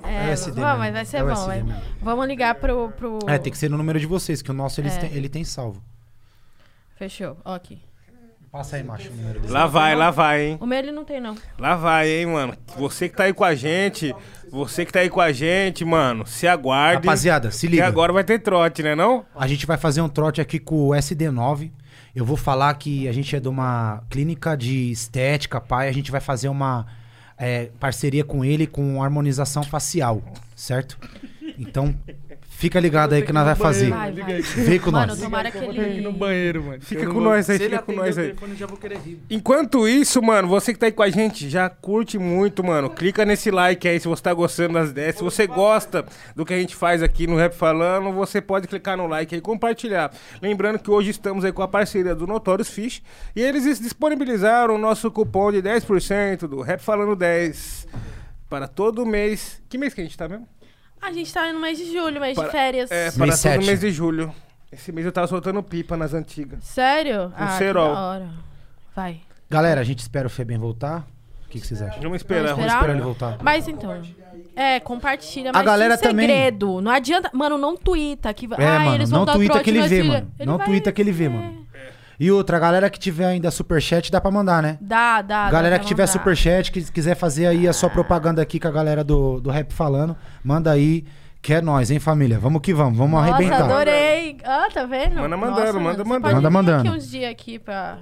Speaker 2: É,
Speaker 5: É SD
Speaker 2: vamos,
Speaker 5: mesmo.
Speaker 2: mas vai ser
Speaker 5: É o
Speaker 2: bom.
Speaker 5: SD
Speaker 2: vai-
Speaker 5: mesmo.
Speaker 2: Vamos ligar pro. pro...
Speaker 5: É, tem que ser no número de vocês, que o nosso eles
Speaker 2: É.
Speaker 5: tem- ele tem salvo.
Speaker 2: Fechou, ó aqui.
Speaker 7: Passa aí, macho, o número dele.
Speaker 1: Lá vai, lá vai, hein?
Speaker 2: O meu ele não tem, não.
Speaker 1: Lá vai, hein, mano. Você que tá aí com a gente, você que tá aí com a gente, mano, se aguarde.
Speaker 5: Rapaziada, se
Speaker 1: que
Speaker 5: liga.
Speaker 1: agora vai ter trote, né não?
Speaker 5: A gente vai fazer um trote aqui com o SD9. Eu vou falar que a gente é de uma clínica de estética, pai. A gente vai fazer uma é, parceria com ele com harmonização facial, certo? Então, fica ligado aí que nós vai fazer.
Speaker 2: Vai, vai.
Speaker 5: Vem com
Speaker 2: Mano,
Speaker 5: nós.
Speaker 2: tomara que ele.
Speaker 4: banheiro, mano.
Speaker 1: Fica
Speaker 4: Eu não
Speaker 1: com
Speaker 4: vou-
Speaker 1: nós aí,
Speaker 4: Se ele
Speaker 1: fica com
Speaker 4: atender
Speaker 1: nós
Speaker 4: o
Speaker 1: aí.
Speaker 4: telefone, eu já vou querer rir.
Speaker 1: Enquanto isso, mano, você que tá aí com a gente, já curte muito, mano. Clica nesse like aí se você tá gostando das ideias. Se você gosta do que a gente faz aqui no Rap Falando, você pode clicar no like aí e compartilhar. Lembrando que hoje estamos aí com a parceria do Notorious Fish e eles disponibilizaram o nosso cupom de 10% do Rap Falando 10 para todo mês. Que mês que a gente tá mesmo?
Speaker 2: A gente tá no mês de julho, mês
Speaker 1: Para-
Speaker 2: de férias.
Speaker 1: É, para todo
Speaker 5: sete.
Speaker 1: mês de julho. Esse mês eu tava soltando pipa nas antigas.
Speaker 2: Sério? ah, que
Speaker 1: cerol.
Speaker 2: da hora. Vai.
Speaker 5: Galera, a gente espera o Febem voltar. O que, que vocês acham?
Speaker 1: Vamos esperar.
Speaker 2: Vamos
Speaker 1: Vamos
Speaker 2: esperar?
Speaker 5: Espera
Speaker 1: esperar.
Speaker 5: é ele voltar.
Speaker 2: Mas então. É, compartilha, mas
Speaker 5: galera
Speaker 2: sem
Speaker 5: também-
Speaker 2: segredo. Não adianta. Mano, não tuita que vai.
Speaker 5: É,
Speaker 2: ah,
Speaker 5: mano,
Speaker 2: eles vão
Speaker 5: não
Speaker 2: dar
Speaker 5: tuita
Speaker 2: trote,
Speaker 5: que ele
Speaker 2: nós
Speaker 5: vê,
Speaker 2: tira.
Speaker 5: mano. Não
Speaker 2: vai É.
Speaker 5: tuita que ele vê,
Speaker 2: ver.
Speaker 5: mano. E outra, a galera que tiver ainda superchat, dá pra mandar, né?
Speaker 2: Dá, dá. dá
Speaker 5: galera
Speaker 2: pra
Speaker 5: que tiver
Speaker 2: mandar.
Speaker 5: superchat, que quiser fazer aí a sua propaganda aqui com a galera do, do Rap Falando, manda aí, que é nós, hein, família? Vamos que vamos, vamos
Speaker 2: Nossa,
Speaker 5: arrebentar.
Speaker 2: adorei. Ah, tá vendo?
Speaker 1: Manda
Speaker 2: Nossa,
Speaker 1: mandando,
Speaker 2: mano,
Speaker 1: manda
Speaker 2: você
Speaker 1: mandando.
Speaker 2: pode
Speaker 5: Manda
Speaker 2: vir aqui
Speaker 5: mandando.
Speaker 2: uns dias aqui pra.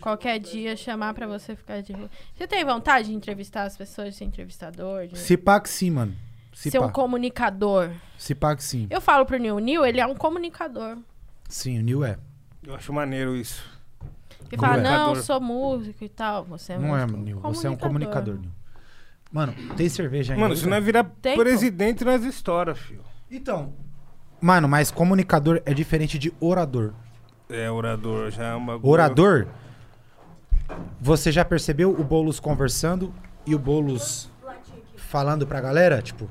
Speaker 2: Qualquer dia chamar pra você ficar de. Você tem vontade de entrevistar as pessoas, de ser entrevistador? De...
Speaker 5: Se pá que sim, mano. Se
Speaker 2: ser
Speaker 5: pá.
Speaker 2: um comunicador.
Speaker 5: Se pá que sim.
Speaker 2: Eu falo pro Nil, o Nil, ele é um comunicador.
Speaker 5: Sim, o Nil é.
Speaker 1: Eu acho maneiro isso.
Speaker 2: Ele fala,
Speaker 1: Comunicador.
Speaker 2: não, eu sou músico e tal. Você é
Speaker 5: Não é,
Speaker 2: músico.
Speaker 5: Nil. Você é um comunicador, Nil. Mano, tem cerveja ainda?
Speaker 1: Mano, se não é virar
Speaker 2: Tem, pô.
Speaker 1: presidente nas histórias, filho.
Speaker 5: Então. Mano, mas comunicador é diferente de orador.
Speaker 1: É, orador, já é uma...
Speaker 5: Orador, você já percebeu o Boulos conversando e o Boulos falando pra galera? Tipo,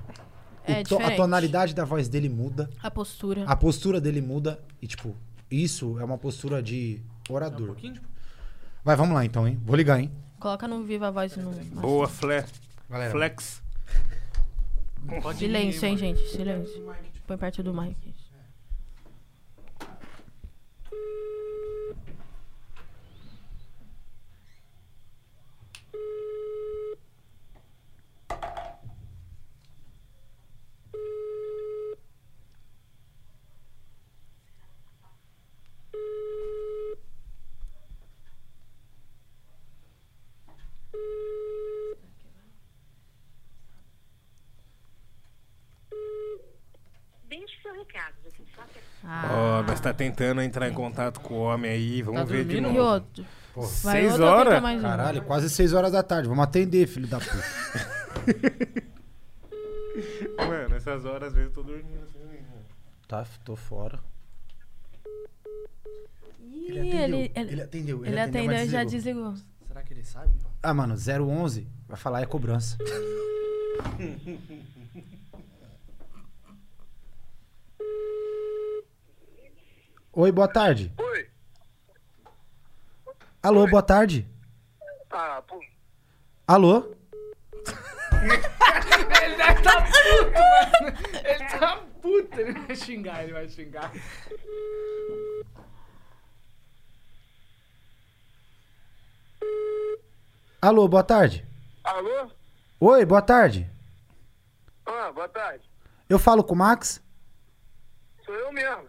Speaker 2: É
Speaker 5: o to- a
Speaker 2: diferente.
Speaker 5: tonalidade da voz dele muda,
Speaker 2: A postura.
Speaker 5: a postura dele muda e, tipo, isso é uma postura de orador. Vai, vamos lá então, hein? Vou ligar, hein?
Speaker 2: Coloca no Viva a Voz no.
Speaker 1: Boa, fle...
Speaker 5: Galera.
Speaker 1: flex.
Speaker 2: Silêncio, hein, gente? Silêncio. Põe perto do mic.
Speaker 8: Deixe seu recado. Você só quer
Speaker 2: Ah.
Speaker 1: Ó, nós tá tentando entrar em contato com o homem aí, vamos
Speaker 4: Tá
Speaker 1: ver de
Speaker 4: dormindo,
Speaker 1: novo.
Speaker 2: E outro. Vai
Speaker 1: Seis
Speaker 2: outro ou tenta
Speaker 1: horas?
Speaker 2: mais um?
Speaker 5: Caralho, quase 6 horas da tarde. Vamos atender, filho da puta.
Speaker 1: Mano, essas horas, às vezes, eu tô dormindo. assim, né?
Speaker 7: Tá, tô fora.
Speaker 2: Ih, ele, ele, ele,
Speaker 5: atendeu.
Speaker 2: atendeu e já desligou.
Speaker 4: Será que ele sabe?
Speaker 5: Ah, mano, 011 vai falar é cobrança. Oi, boa tarde.
Speaker 9: Oi.
Speaker 5: Alô, boa tarde.
Speaker 9: Ah, pô.
Speaker 5: Alô?
Speaker 4: Ele tá puto, ele vai xingar, ele vai xingar.
Speaker 5: Alô, boa tarde.
Speaker 9: Alô?
Speaker 5: Oi, boa tarde.
Speaker 9: Ah, boa tarde.
Speaker 5: Eu falo com o Max?
Speaker 9: Sou eu mesmo.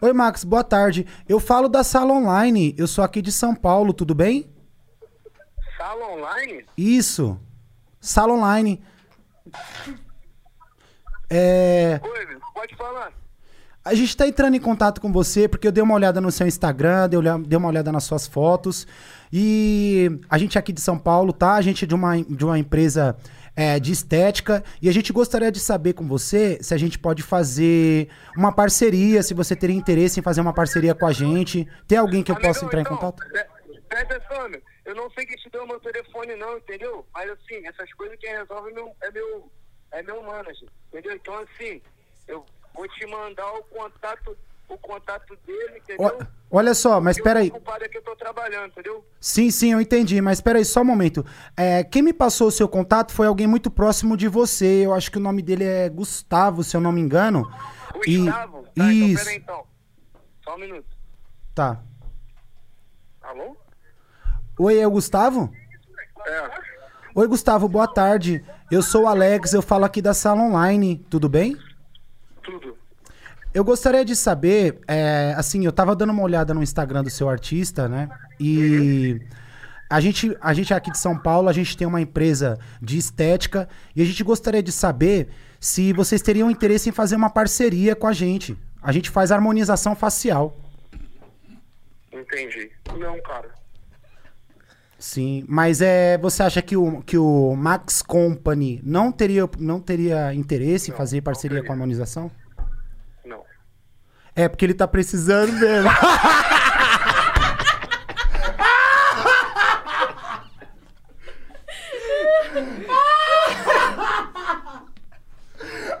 Speaker 5: Oi, Max, boa tarde. Eu falo da sala online. Eu sou aqui de São Paulo, tudo bem?
Speaker 9: Sala online?
Speaker 5: Isso. Sala online. É.
Speaker 9: Oi, meu, pode falar.
Speaker 5: A gente tá entrando em contato com você porque eu dei uma olhada no seu Instagram, dei, olha- dei uma olhada nas suas fotos. E a gente é aqui de São Paulo, tá? A gente é de uma, de uma empresa é, de estética. E a gente gostaria de saber com você se a gente pode fazer uma parceria, se você teria interesse em fazer uma parceria com a gente. Tem alguém que eu possa
Speaker 9: Amigão,
Speaker 5: entrar em
Speaker 9: então,
Speaker 5: contato?
Speaker 9: pre- Presta atenção, meu. Eu não sei quem te deu meu telefone, não, entendeu? Mas assim, essas coisas quem resolve é meu, é meu, é meu manager, entendeu? Então assim, eu vou te mandar o contato, o contato dele, entendeu?
Speaker 5: Ó, olha só, mas
Speaker 9: Eu
Speaker 5: espera
Speaker 9: tô
Speaker 5: aí.
Speaker 9: ocupado aqui, eu tô trabalhando, entendeu?
Speaker 5: Sim, sim, eu entendi, mas peraí, só um momento. É, quem me passou o seu contato foi alguém muito próximo de você. Eu acho que o nome dele é Gustavo, se eu não me engano.
Speaker 9: Gustavo?
Speaker 5: E...
Speaker 9: Tá, então
Speaker 5: Isso.
Speaker 9: peraí então. Só um minuto.
Speaker 5: Tá.
Speaker 9: Alô?
Speaker 5: Oi, é o Gustavo?
Speaker 9: É.
Speaker 5: Oi, Gustavo, boa tarde. Eu sou o Alex, eu falo aqui da sala online, tudo bem?
Speaker 9: Tudo.
Speaker 5: Eu gostaria de saber, é, assim, eu tava dando uma olhada no Instagram do seu artista, né? E a gente, a gente aqui de São Paulo, a gente tem uma empresa de estética e a gente gostaria de saber se vocês teriam interesse em fazer uma parceria com a gente. A gente faz harmonização facial.
Speaker 9: Entendi. Não, cara.
Speaker 5: Sim, mas é, você acha que o, que o Max Company não teria, não teria interesse em fazer parceria com a harmonização?
Speaker 9: Não.
Speaker 5: É, porque ele tá precisando mesmo.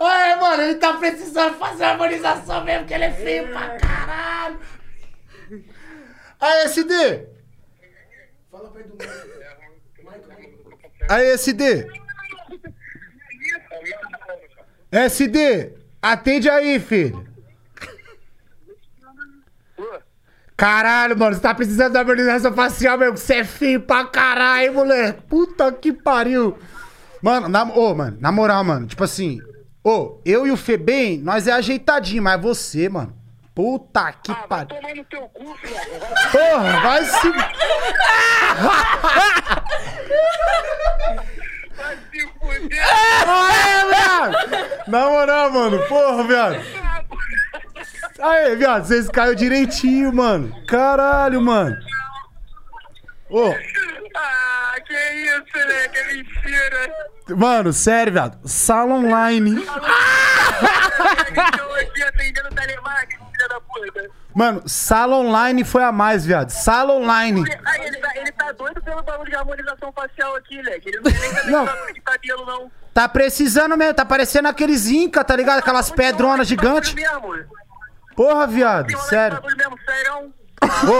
Speaker 5: Ai, mano, ele tá precisando fazer harmonização mesmo, que ele é feio pra caralho. Aí, SD! Aí, SD! SD! Atende aí, filho!
Speaker 9: Ué,
Speaker 5: Caralho, mano, você tá precisando da harmonização facial, meu, que você é feio pra caralho, hein, moleque. Puta que pariu. Mano, na, ô, mano, na moral, mano, tipo assim, ô, eu e o Febem, nós é ajeitadinho, mas você, mano, puta que
Speaker 9: Ah, vai
Speaker 5: pariu.
Speaker 9: tomar no teu cu, filho.
Speaker 5: Porra, vai se...
Speaker 9: Vai se
Speaker 5: Ah!
Speaker 9: fuder.
Speaker 5: Olha, viado! Na moral, mano, porra, viado. Aí, viado, vocês caiu direitinho, mano. Caralho, mano. Ô,
Speaker 9: Ah, que isso, né? Que mentira.
Speaker 5: mano, sério, viado, sala online...
Speaker 9: Estou aqui atendendo o telemarketing, filha da puta.
Speaker 5: Mano, sala online foi a mais, viado. Sala online.
Speaker 9: Aí, ele tá, ele tá doido pelo bagulho de harmonização facial aqui, Leque. Ele não tem nem cabelo
Speaker 5: Não.
Speaker 9: bagulho de cabelo, não.
Speaker 5: Tá precisando mesmo, tá parecendo aqueles Inca, tá ligado? Aquelas pedronas gigantes.
Speaker 9: Tem bagulho mesmo.
Speaker 5: Porra, viado,
Speaker 9: Tem uma
Speaker 5: sério.
Speaker 9: bagulho mesmo, sério.
Speaker 5: Ô,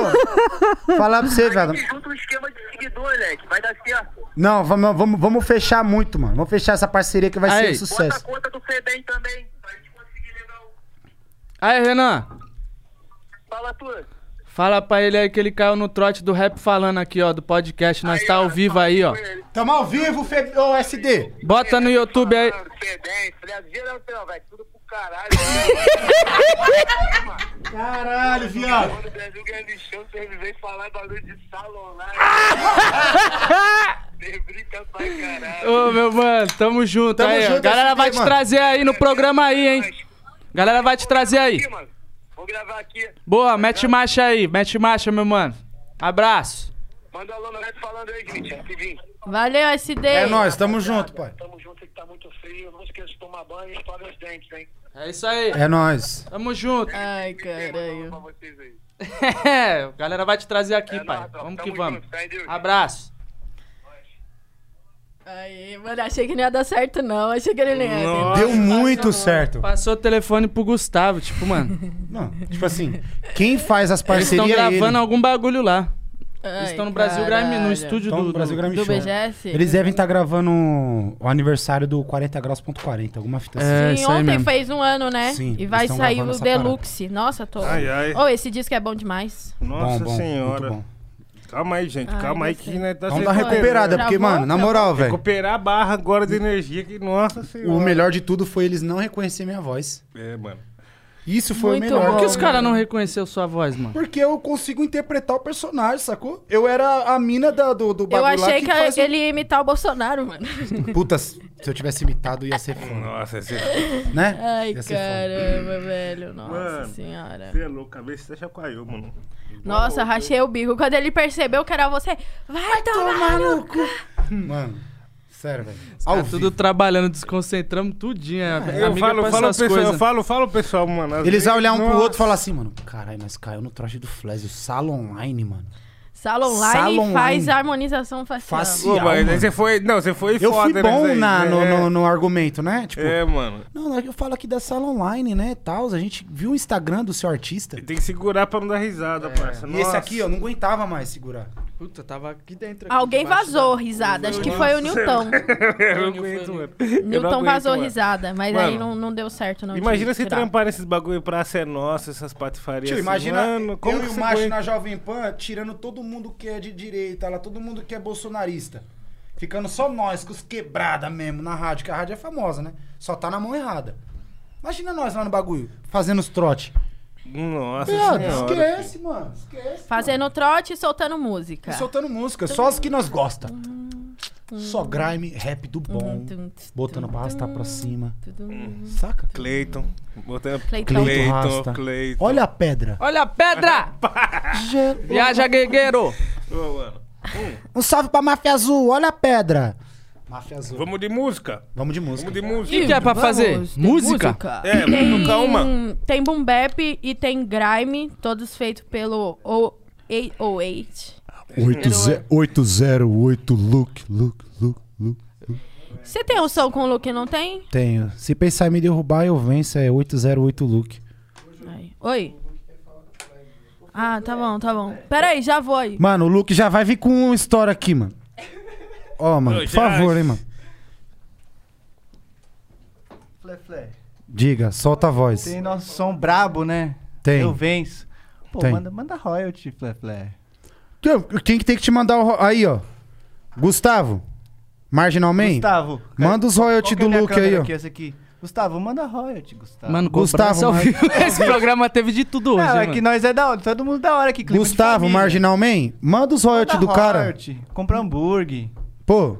Speaker 5: falar pra você, viado.
Speaker 9: Ele junta um esquema de seguidor, Leque. Vai dar certo.
Speaker 5: Não, vamos, vamos, vamos fechar muito, mano. Vamos fechar essa parceria que vai ser
Speaker 4: Aí.
Speaker 5: um
Speaker 9: Bota a
Speaker 5: sucesso.
Speaker 9: conta do Febem também. Pra gente conseguir legal.
Speaker 4: Aí, Renan,
Speaker 9: Fala tu.
Speaker 4: fala pra ele aí que ele caiu no trote do rap falando aqui, ó, do podcast. Nós tá ao vivo aí, ó.
Speaker 5: Tamo ao vivo, Fe... ô, SD.
Speaker 4: Bota no YouTube aí.
Speaker 9: Febem, Fred, geral, vai tudo pro caralho. né?
Speaker 5: Caralho, viado.
Speaker 9: Quando o Brasil ganha lixão, vocês me vêm falar bagulho de salão lá. né?" Você brinca pra caralho.
Speaker 4: Ô, meu mano, tamo junto
Speaker 5: Tamo
Speaker 4: aí, ó.
Speaker 5: junto,
Speaker 4: Galera
Speaker 5: SD,
Speaker 4: vai te
Speaker 5: mano.
Speaker 4: trazer aí no programa aí, hein. Galera vai te trazer aí.
Speaker 9: Aqui, mano. Vou gravar aqui.
Speaker 4: Boa, mete marcha aí, mete marcha, meu mano. Abraço.
Speaker 9: Manda um alô no reto falando aí, Smith. É que vim.
Speaker 2: Valeu, SD.
Speaker 5: É nóis, tamo junto, pai.
Speaker 9: Tamo junto, que tá muito frio. Não esqueça de tomar banho e escovar os dentes, hein.
Speaker 4: É isso aí.
Speaker 5: É nóis.
Speaker 4: Tamo junto.
Speaker 2: Ai,
Speaker 9: Manda alô pra
Speaker 2: caralho.
Speaker 9: vocês aí.
Speaker 4: É, galera vai te trazer aqui,
Speaker 9: É
Speaker 4: pai.
Speaker 9: nóis, ó.
Speaker 4: Vamos que
Speaker 9: Tamo
Speaker 4: vamos.
Speaker 5: tá
Speaker 9: junto, fé em Deus.
Speaker 4: Abraço.
Speaker 2: Aí, mano, achei que não ia dar certo, não. Achei que ele nem ia.
Speaker 1: Nossa.
Speaker 5: Deu muito certo.
Speaker 4: Então, Passou o telefone pro Gustavo, tipo, mano,
Speaker 5: Não, tipo assim, quem faz as
Speaker 4: eles estão
Speaker 5: parcerias é
Speaker 4: gravando
Speaker 5: ele.
Speaker 4: algum bagulho lá.
Speaker 2: Ai,
Speaker 4: Eles estão no Brasil
Speaker 2: caralho.
Speaker 4: Grime, no estúdio
Speaker 5: Então,
Speaker 4: do, do-
Speaker 5: Brasil Grammy
Speaker 2: Do
Speaker 5: Show.
Speaker 2: BGS?
Speaker 5: Eles devem estar gravando o aniversário do 40 graus.40, alguma fita assim.
Speaker 4: É,
Speaker 2: Sim,
Speaker 4: isso aí
Speaker 2: ontem
Speaker 4: mesmo.
Speaker 2: fez um ano, né?
Speaker 5: Sim,
Speaker 2: e vai
Speaker 5: eles tão
Speaker 2: sair
Speaker 5: gravando
Speaker 2: o
Speaker 5: essa
Speaker 2: Deluxe. Nossa, tô.
Speaker 1: Ai, ai.
Speaker 2: Ô, esse disco é bom demais.
Speaker 1: Nossa
Speaker 5: Bom, bom,
Speaker 1: senhora.
Speaker 5: muito bom.
Speaker 1: Calma aí, gente.
Speaker 2: Ai,
Speaker 1: Calma aí
Speaker 2: gostei.
Speaker 1: que né, tá
Speaker 5: Vamos dar
Speaker 1: recuperando.
Speaker 5: recuperada, porque,
Speaker 2: Travou?
Speaker 5: mano, na
Speaker 2: Travou?
Speaker 5: moral, velho.
Speaker 1: Recuperar a barra agora de energia que, nossa senhora.
Speaker 5: O melhor de tudo foi eles não reconhecer minha voz.
Speaker 1: É, mano.
Speaker 5: Isso foi
Speaker 2: Muito
Speaker 5: o melhor.
Speaker 2: bom.
Speaker 4: Por que os
Speaker 2: Bom,
Speaker 4: caras não reconheceu sua voz, mano?
Speaker 5: Porque eu consigo interpretar o personagem, sacou? Eu era a mina da- do, do
Speaker 2: Eu
Speaker 5: bagulho lá
Speaker 2: achei que,
Speaker 5: faz um o-
Speaker 2: ele ia imitar o Bolsonaro, mano.
Speaker 5: Puta, se eu tivesse imitado, ia ser foda,
Speaker 1: Nossa, esse
Speaker 5: né?
Speaker 2: Ai,
Speaker 5: Ia ser foda.
Speaker 2: caramba, velho. Nossa
Speaker 1: Mano.
Speaker 2: senhora.
Speaker 1: você é louco, a cabeça até chacoalhou, mano.
Speaker 2: Nossa, rachei o bico. Quando ele percebeu que era você, vai, tomar no cu.
Speaker 5: Mano, sério, velho.
Speaker 4: Tá tudo trabalhando, desconcentramos tudinho. a- a
Speaker 1: Eu
Speaker 4: amiga
Speaker 1: falo,
Speaker 4: faz
Speaker 1: falo,
Speaker 4: essas
Speaker 1: pessoal, eu
Speaker 4: coisas.
Speaker 1: falo, falo, pessoal, mano. às
Speaker 5: Eles
Speaker 1: vezes-
Speaker 5: vão olhar um pro
Speaker 1: Nossa.
Speaker 5: outro e falar assim, mano, caralho, mas caiu no traje do Flash, o sala online, mano.
Speaker 2: Sala online
Speaker 5: Sala online.
Speaker 2: faz harmonização facial.
Speaker 5: Facial.
Speaker 1: Ô, mas
Speaker 5: mano.
Speaker 1: você foi. Não, você foi
Speaker 5: Eu
Speaker 1: foda,
Speaker 5: fui
Speaker 1: né,
Speaker 5: bom
Speaker 1: daí,
Speaker 5: na, no,
Speaker 1: né?
Speaker 5: no, no argumento, né? Tipo,
Speaker 1: É, mano.
Speaker 5: não, eu falo aqui da sala online, né, tal, a gente viu o Instagram do seu artista.
Speaker 1: Tem que segurar pra não dar risada, parça.
Speaker 5: É. E esse aqui, eu não aguentava mais segurar.
Speaker 4: Puta, tava aqui dentro. aqui
Speaker 2: Alguém
Speaker 4: debaixo
Speaker 2: vazou risada. Acho que foi o Newton.
Speaker 1: Eu não aguento, mano. Eu não
Speaker 2: Newton
Speaker 1: aguento,
Speaker 2: vazou
Speaker 1: mano.
Speaker 2: risada, mas aí
Speaker 1: Mano,
Speaker 2: não, não deu certo. Não
Speaker 1: Imagina
Speaker 2: tive que
Speaker 1: se
Speaker 2: tirar.
Speaker 1: trampar nesses bagulho pra ser nossa, essas patifarias.
Speaker 5: Tio,
Speaker 1: assim,
Speaker 5: imagina
Speaker 1: mano, como
Speaker 5: eu e
Speaker 1: que
Speaker 5: o
Speaker 1: você
Speaker 5: macho
Speaker 1: aguenta?
Speaker 5: na Jovem Pan tirando todo mundo que é de direita, lá, todo mundo que é bolsonarista. Ficando só nós, com os quebrada mesmo na rádio, que a rádio é famosa, né? Só tá na mão errada. Imagina nós lá no bagulho, fazendo os trote.
Speaker 1: Nossa,
Speaker 5: Viado,
Speaker 1: senhora.
Speaker 5: esquece, mano. Esquece.
Speaker 2: Fazendo trote e soltando música.
Speaker 5: E soltando música, só as que nós gosta. Só grime, rap do bom.
Speaker 2: Hum, tum, tss,
Speaker 5: Botando
Speaker 2: tum,
Speaker 5: pra arrastar pra cima.
Speaker 2: tum, tum.
Speaker 5: Saca?
Speaker 1: Cleiton. Botando
Speaker 2: Cleiton.
Speaker 5: Cleiton
Speaker 1: Cleiton,
Speaker 5: Rasta.
Speaker 1: Cleiton.
Speaker 5: Olha a pedra.
Speaker 4: Olha a
Speaker 1: Tá
Speaker 4: pedra! Viaja, guerreiro!
Speaker 1: Ô, mano.
Speaker 5: Um salve pra Máfia Azul, olha a pedra. Máfia Azul.
Speaker 1: Vamos de música.
Speaker 5: Vamos de música.
Speaker 1: Vamos de
Speaker 4: O
Speaker 1: música.
Speaker 4: que, que é pra
Speaker 2: Vamos,
Speaker 4: fazer?
Speaker 2: tem
Speaker 4: Música?
Speaker 1: É, vamos tocar uma.
Speaker 2: Tem, tem boom bap e tem grime, todos feitos pelo O808.
Speaker 5: 808 Look, look, look, look.
Speaker 2: Você tem o som com o look, não tem?
Speaker 5: Tenho. Se pensar em me derrubar, eu venço. É 808 Look.
Speaker 2: Aí. Oi? Ah, tá bom, tá bom. Pera aí, já vou aí.
Speaker 5: Mano, o Luke já vai vir com uma história aqui, mano. Ó, mano,
Speaker 1: Eu
Speaker 5: por
Speaker 1: já-
Speaker 5: favor, hein, mano.
Speaker 7: Flé, flé.
Speaker 5: Diga, solta a voz.
Speaker 7: Tem nosso som brabo, né?
Speaker 5: Tem.
Speaker 7: Eu venço. Pô,
Speaker 5: Tem.
Speaker 7: manda, manda royalty, Flé, flé.
Speaker 5: Então, Quem- Quem que tem que te mandar o. ro- Aí, ó. Gustavo. Marginalmente?
Speaker 7: Gustavo.
Speaker 5: Manda os royalty
Speaker 7: qual que é
Speaker 5: do
Speaker 7: a minha
Speaker 5: Luke aí,
Speaker 7: câmera
Speaker 5: ó.
Speaker 7: aqui, essa aqui? Gustavo, manda royalty,
Speaker 1: Tá.
Speaker 7: Gustavo.
Speaker 4: Mano,
Speaker 5: Gustavo,
Speaker 4: cobrança ao
Speaker 5: mas-
Speaker 4: vivo. Esse programa teve de tudo hoje,
Speaker 7: Não, é
Speaker 4: mano.
Speaker 7: que nós é da hora, todo mundo da hora aqui. clima de
Speaker 5: Gustavo,
Speaker 7: família.
Speaker 5: Marginalmente? Manda os royalty
Speaker 7: Manda
Speaker 5: do cara.
Speaker 7: royalty, Compra hambúrguer.
Speaker 5: Pô,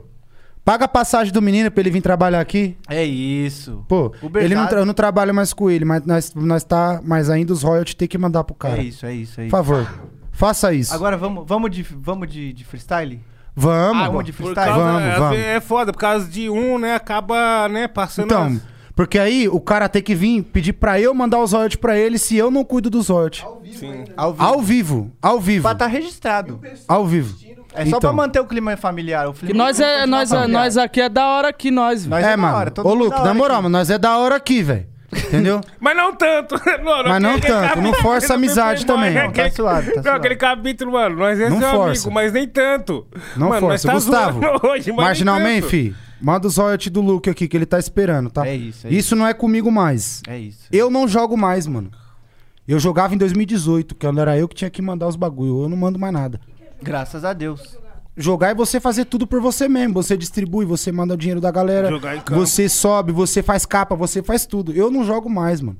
Speaker 5: paga a passagem do menino pra ele vir trabalhar aqui.
Speaker 7: É isso.
Speaker 5: Pô,
Speaker 7: Uberzado.
Speaker 5: ele não tra- eu não trabalho mais com ele, mas nós, nós tá. Mas ainda os royalties tem que mandar pro cara.
Speaker 7: É isso, é isso, é
Speaker 5: Por
Speaker 7: isso.
Speaker 5: favor, faça isso.
Speaker 7: Agora vamos, vamos, de, vamos de, de freestyle?
Speaker 5: vamos.
Speaker 7: vamos de
Speaker 1: Por
Speaker 7: freestyle?
Speaker 1: causa,
Speaker 5: Vamos,
Speaker 1: às
Speaker 5: vamos.
Speaker 1: vezes É foda, por causa de um, né? Acaba, né, passando.
Speaker 5: então,
Speaker 1: as-
Speaker 5: porque aí o cara tem que vir pedir pra eu mandar os royalties pra ele se eu não cuido dos royalties.
Speaker 1: Sim.
Speaker 7: Ao vivo.
Speaker 5: Ao vivo, ao vivo,
Speaker 7: Pra tá registrado.
Speaker 5: ao vivo.
Speaker 7: É só
Speaker 5: Então.
Speaker 7: pra manter o clima familiar. O
Speaker 4: Que
Speaker 7: clima
Speaker 4: nós, é, nós, é, nós aqui é da hora aqui, nós. velho.
Speaker 7: Nós é
Speaker 5: é,
Speaker 7: da
Speaker 5: mano.
Speaker 7: hora, todo
Speaker 5: Ô,
Speaker 7: mundo
Speaker 5: Luke,
Speaker 7: da
Speaker 5: na
Speaker 7: hora
Speaker 5: moral,
Speaker 7: aqui.
Speaker 5: mano, nós é da hora aqui, velho. Entendeu?
Speaker 1: Mas não tanto. Mano,
Speaker 5: Mas não
Speaker 1: aquele
Speaker 5: tanto, não
Speaker 1: capítulo-
Speaker 5: força a amizade também.
Speaker 1: Não,
Speaker 7: Não, tá
Speaker 1: aquele-
Speaker 7: suave, tá
Speaker 1: não,
Speaker 7: suave.
Speaker 1: aquele capítulo, mano, nós é
Speaker 5: Não
Speaker 1: seu
Speaker 5: força.
Speaker 1: amigo, mas nem tanto.
Speaker 5: Não
Speaker 1: mano, nós
Speaker 5: força.
Speaker 1: tá
Speaker 5: Gustavo,
Speaker 1: zoando hoje, mas nem
Speaker 5: marginalmente,
Speaker 1: tanto.
Speaker 5: fi, manda os royalties do Luke aqui que ele tá esperando, tá?
Speaker 7: É isso, é
Speaker 5: isso. não é comigo mais.
Speaker 7: É isso.
Speaker 5: Eu não jogo mais, mano. Eu jogava em 2018, que era eu que tinha que mandar os bagulho. Eu não mando mais nada.
Speaker 7: Graças a Deus.
Speaker 5: Jogar é você fazer tudo por você mesmo. Você distribui, você manda o dinheiro da galera.
Speaker 1: Jogar em campo.
Speaker 5: você sobe, você faz capa, você faz tudo. Eu não jogo mais, mano.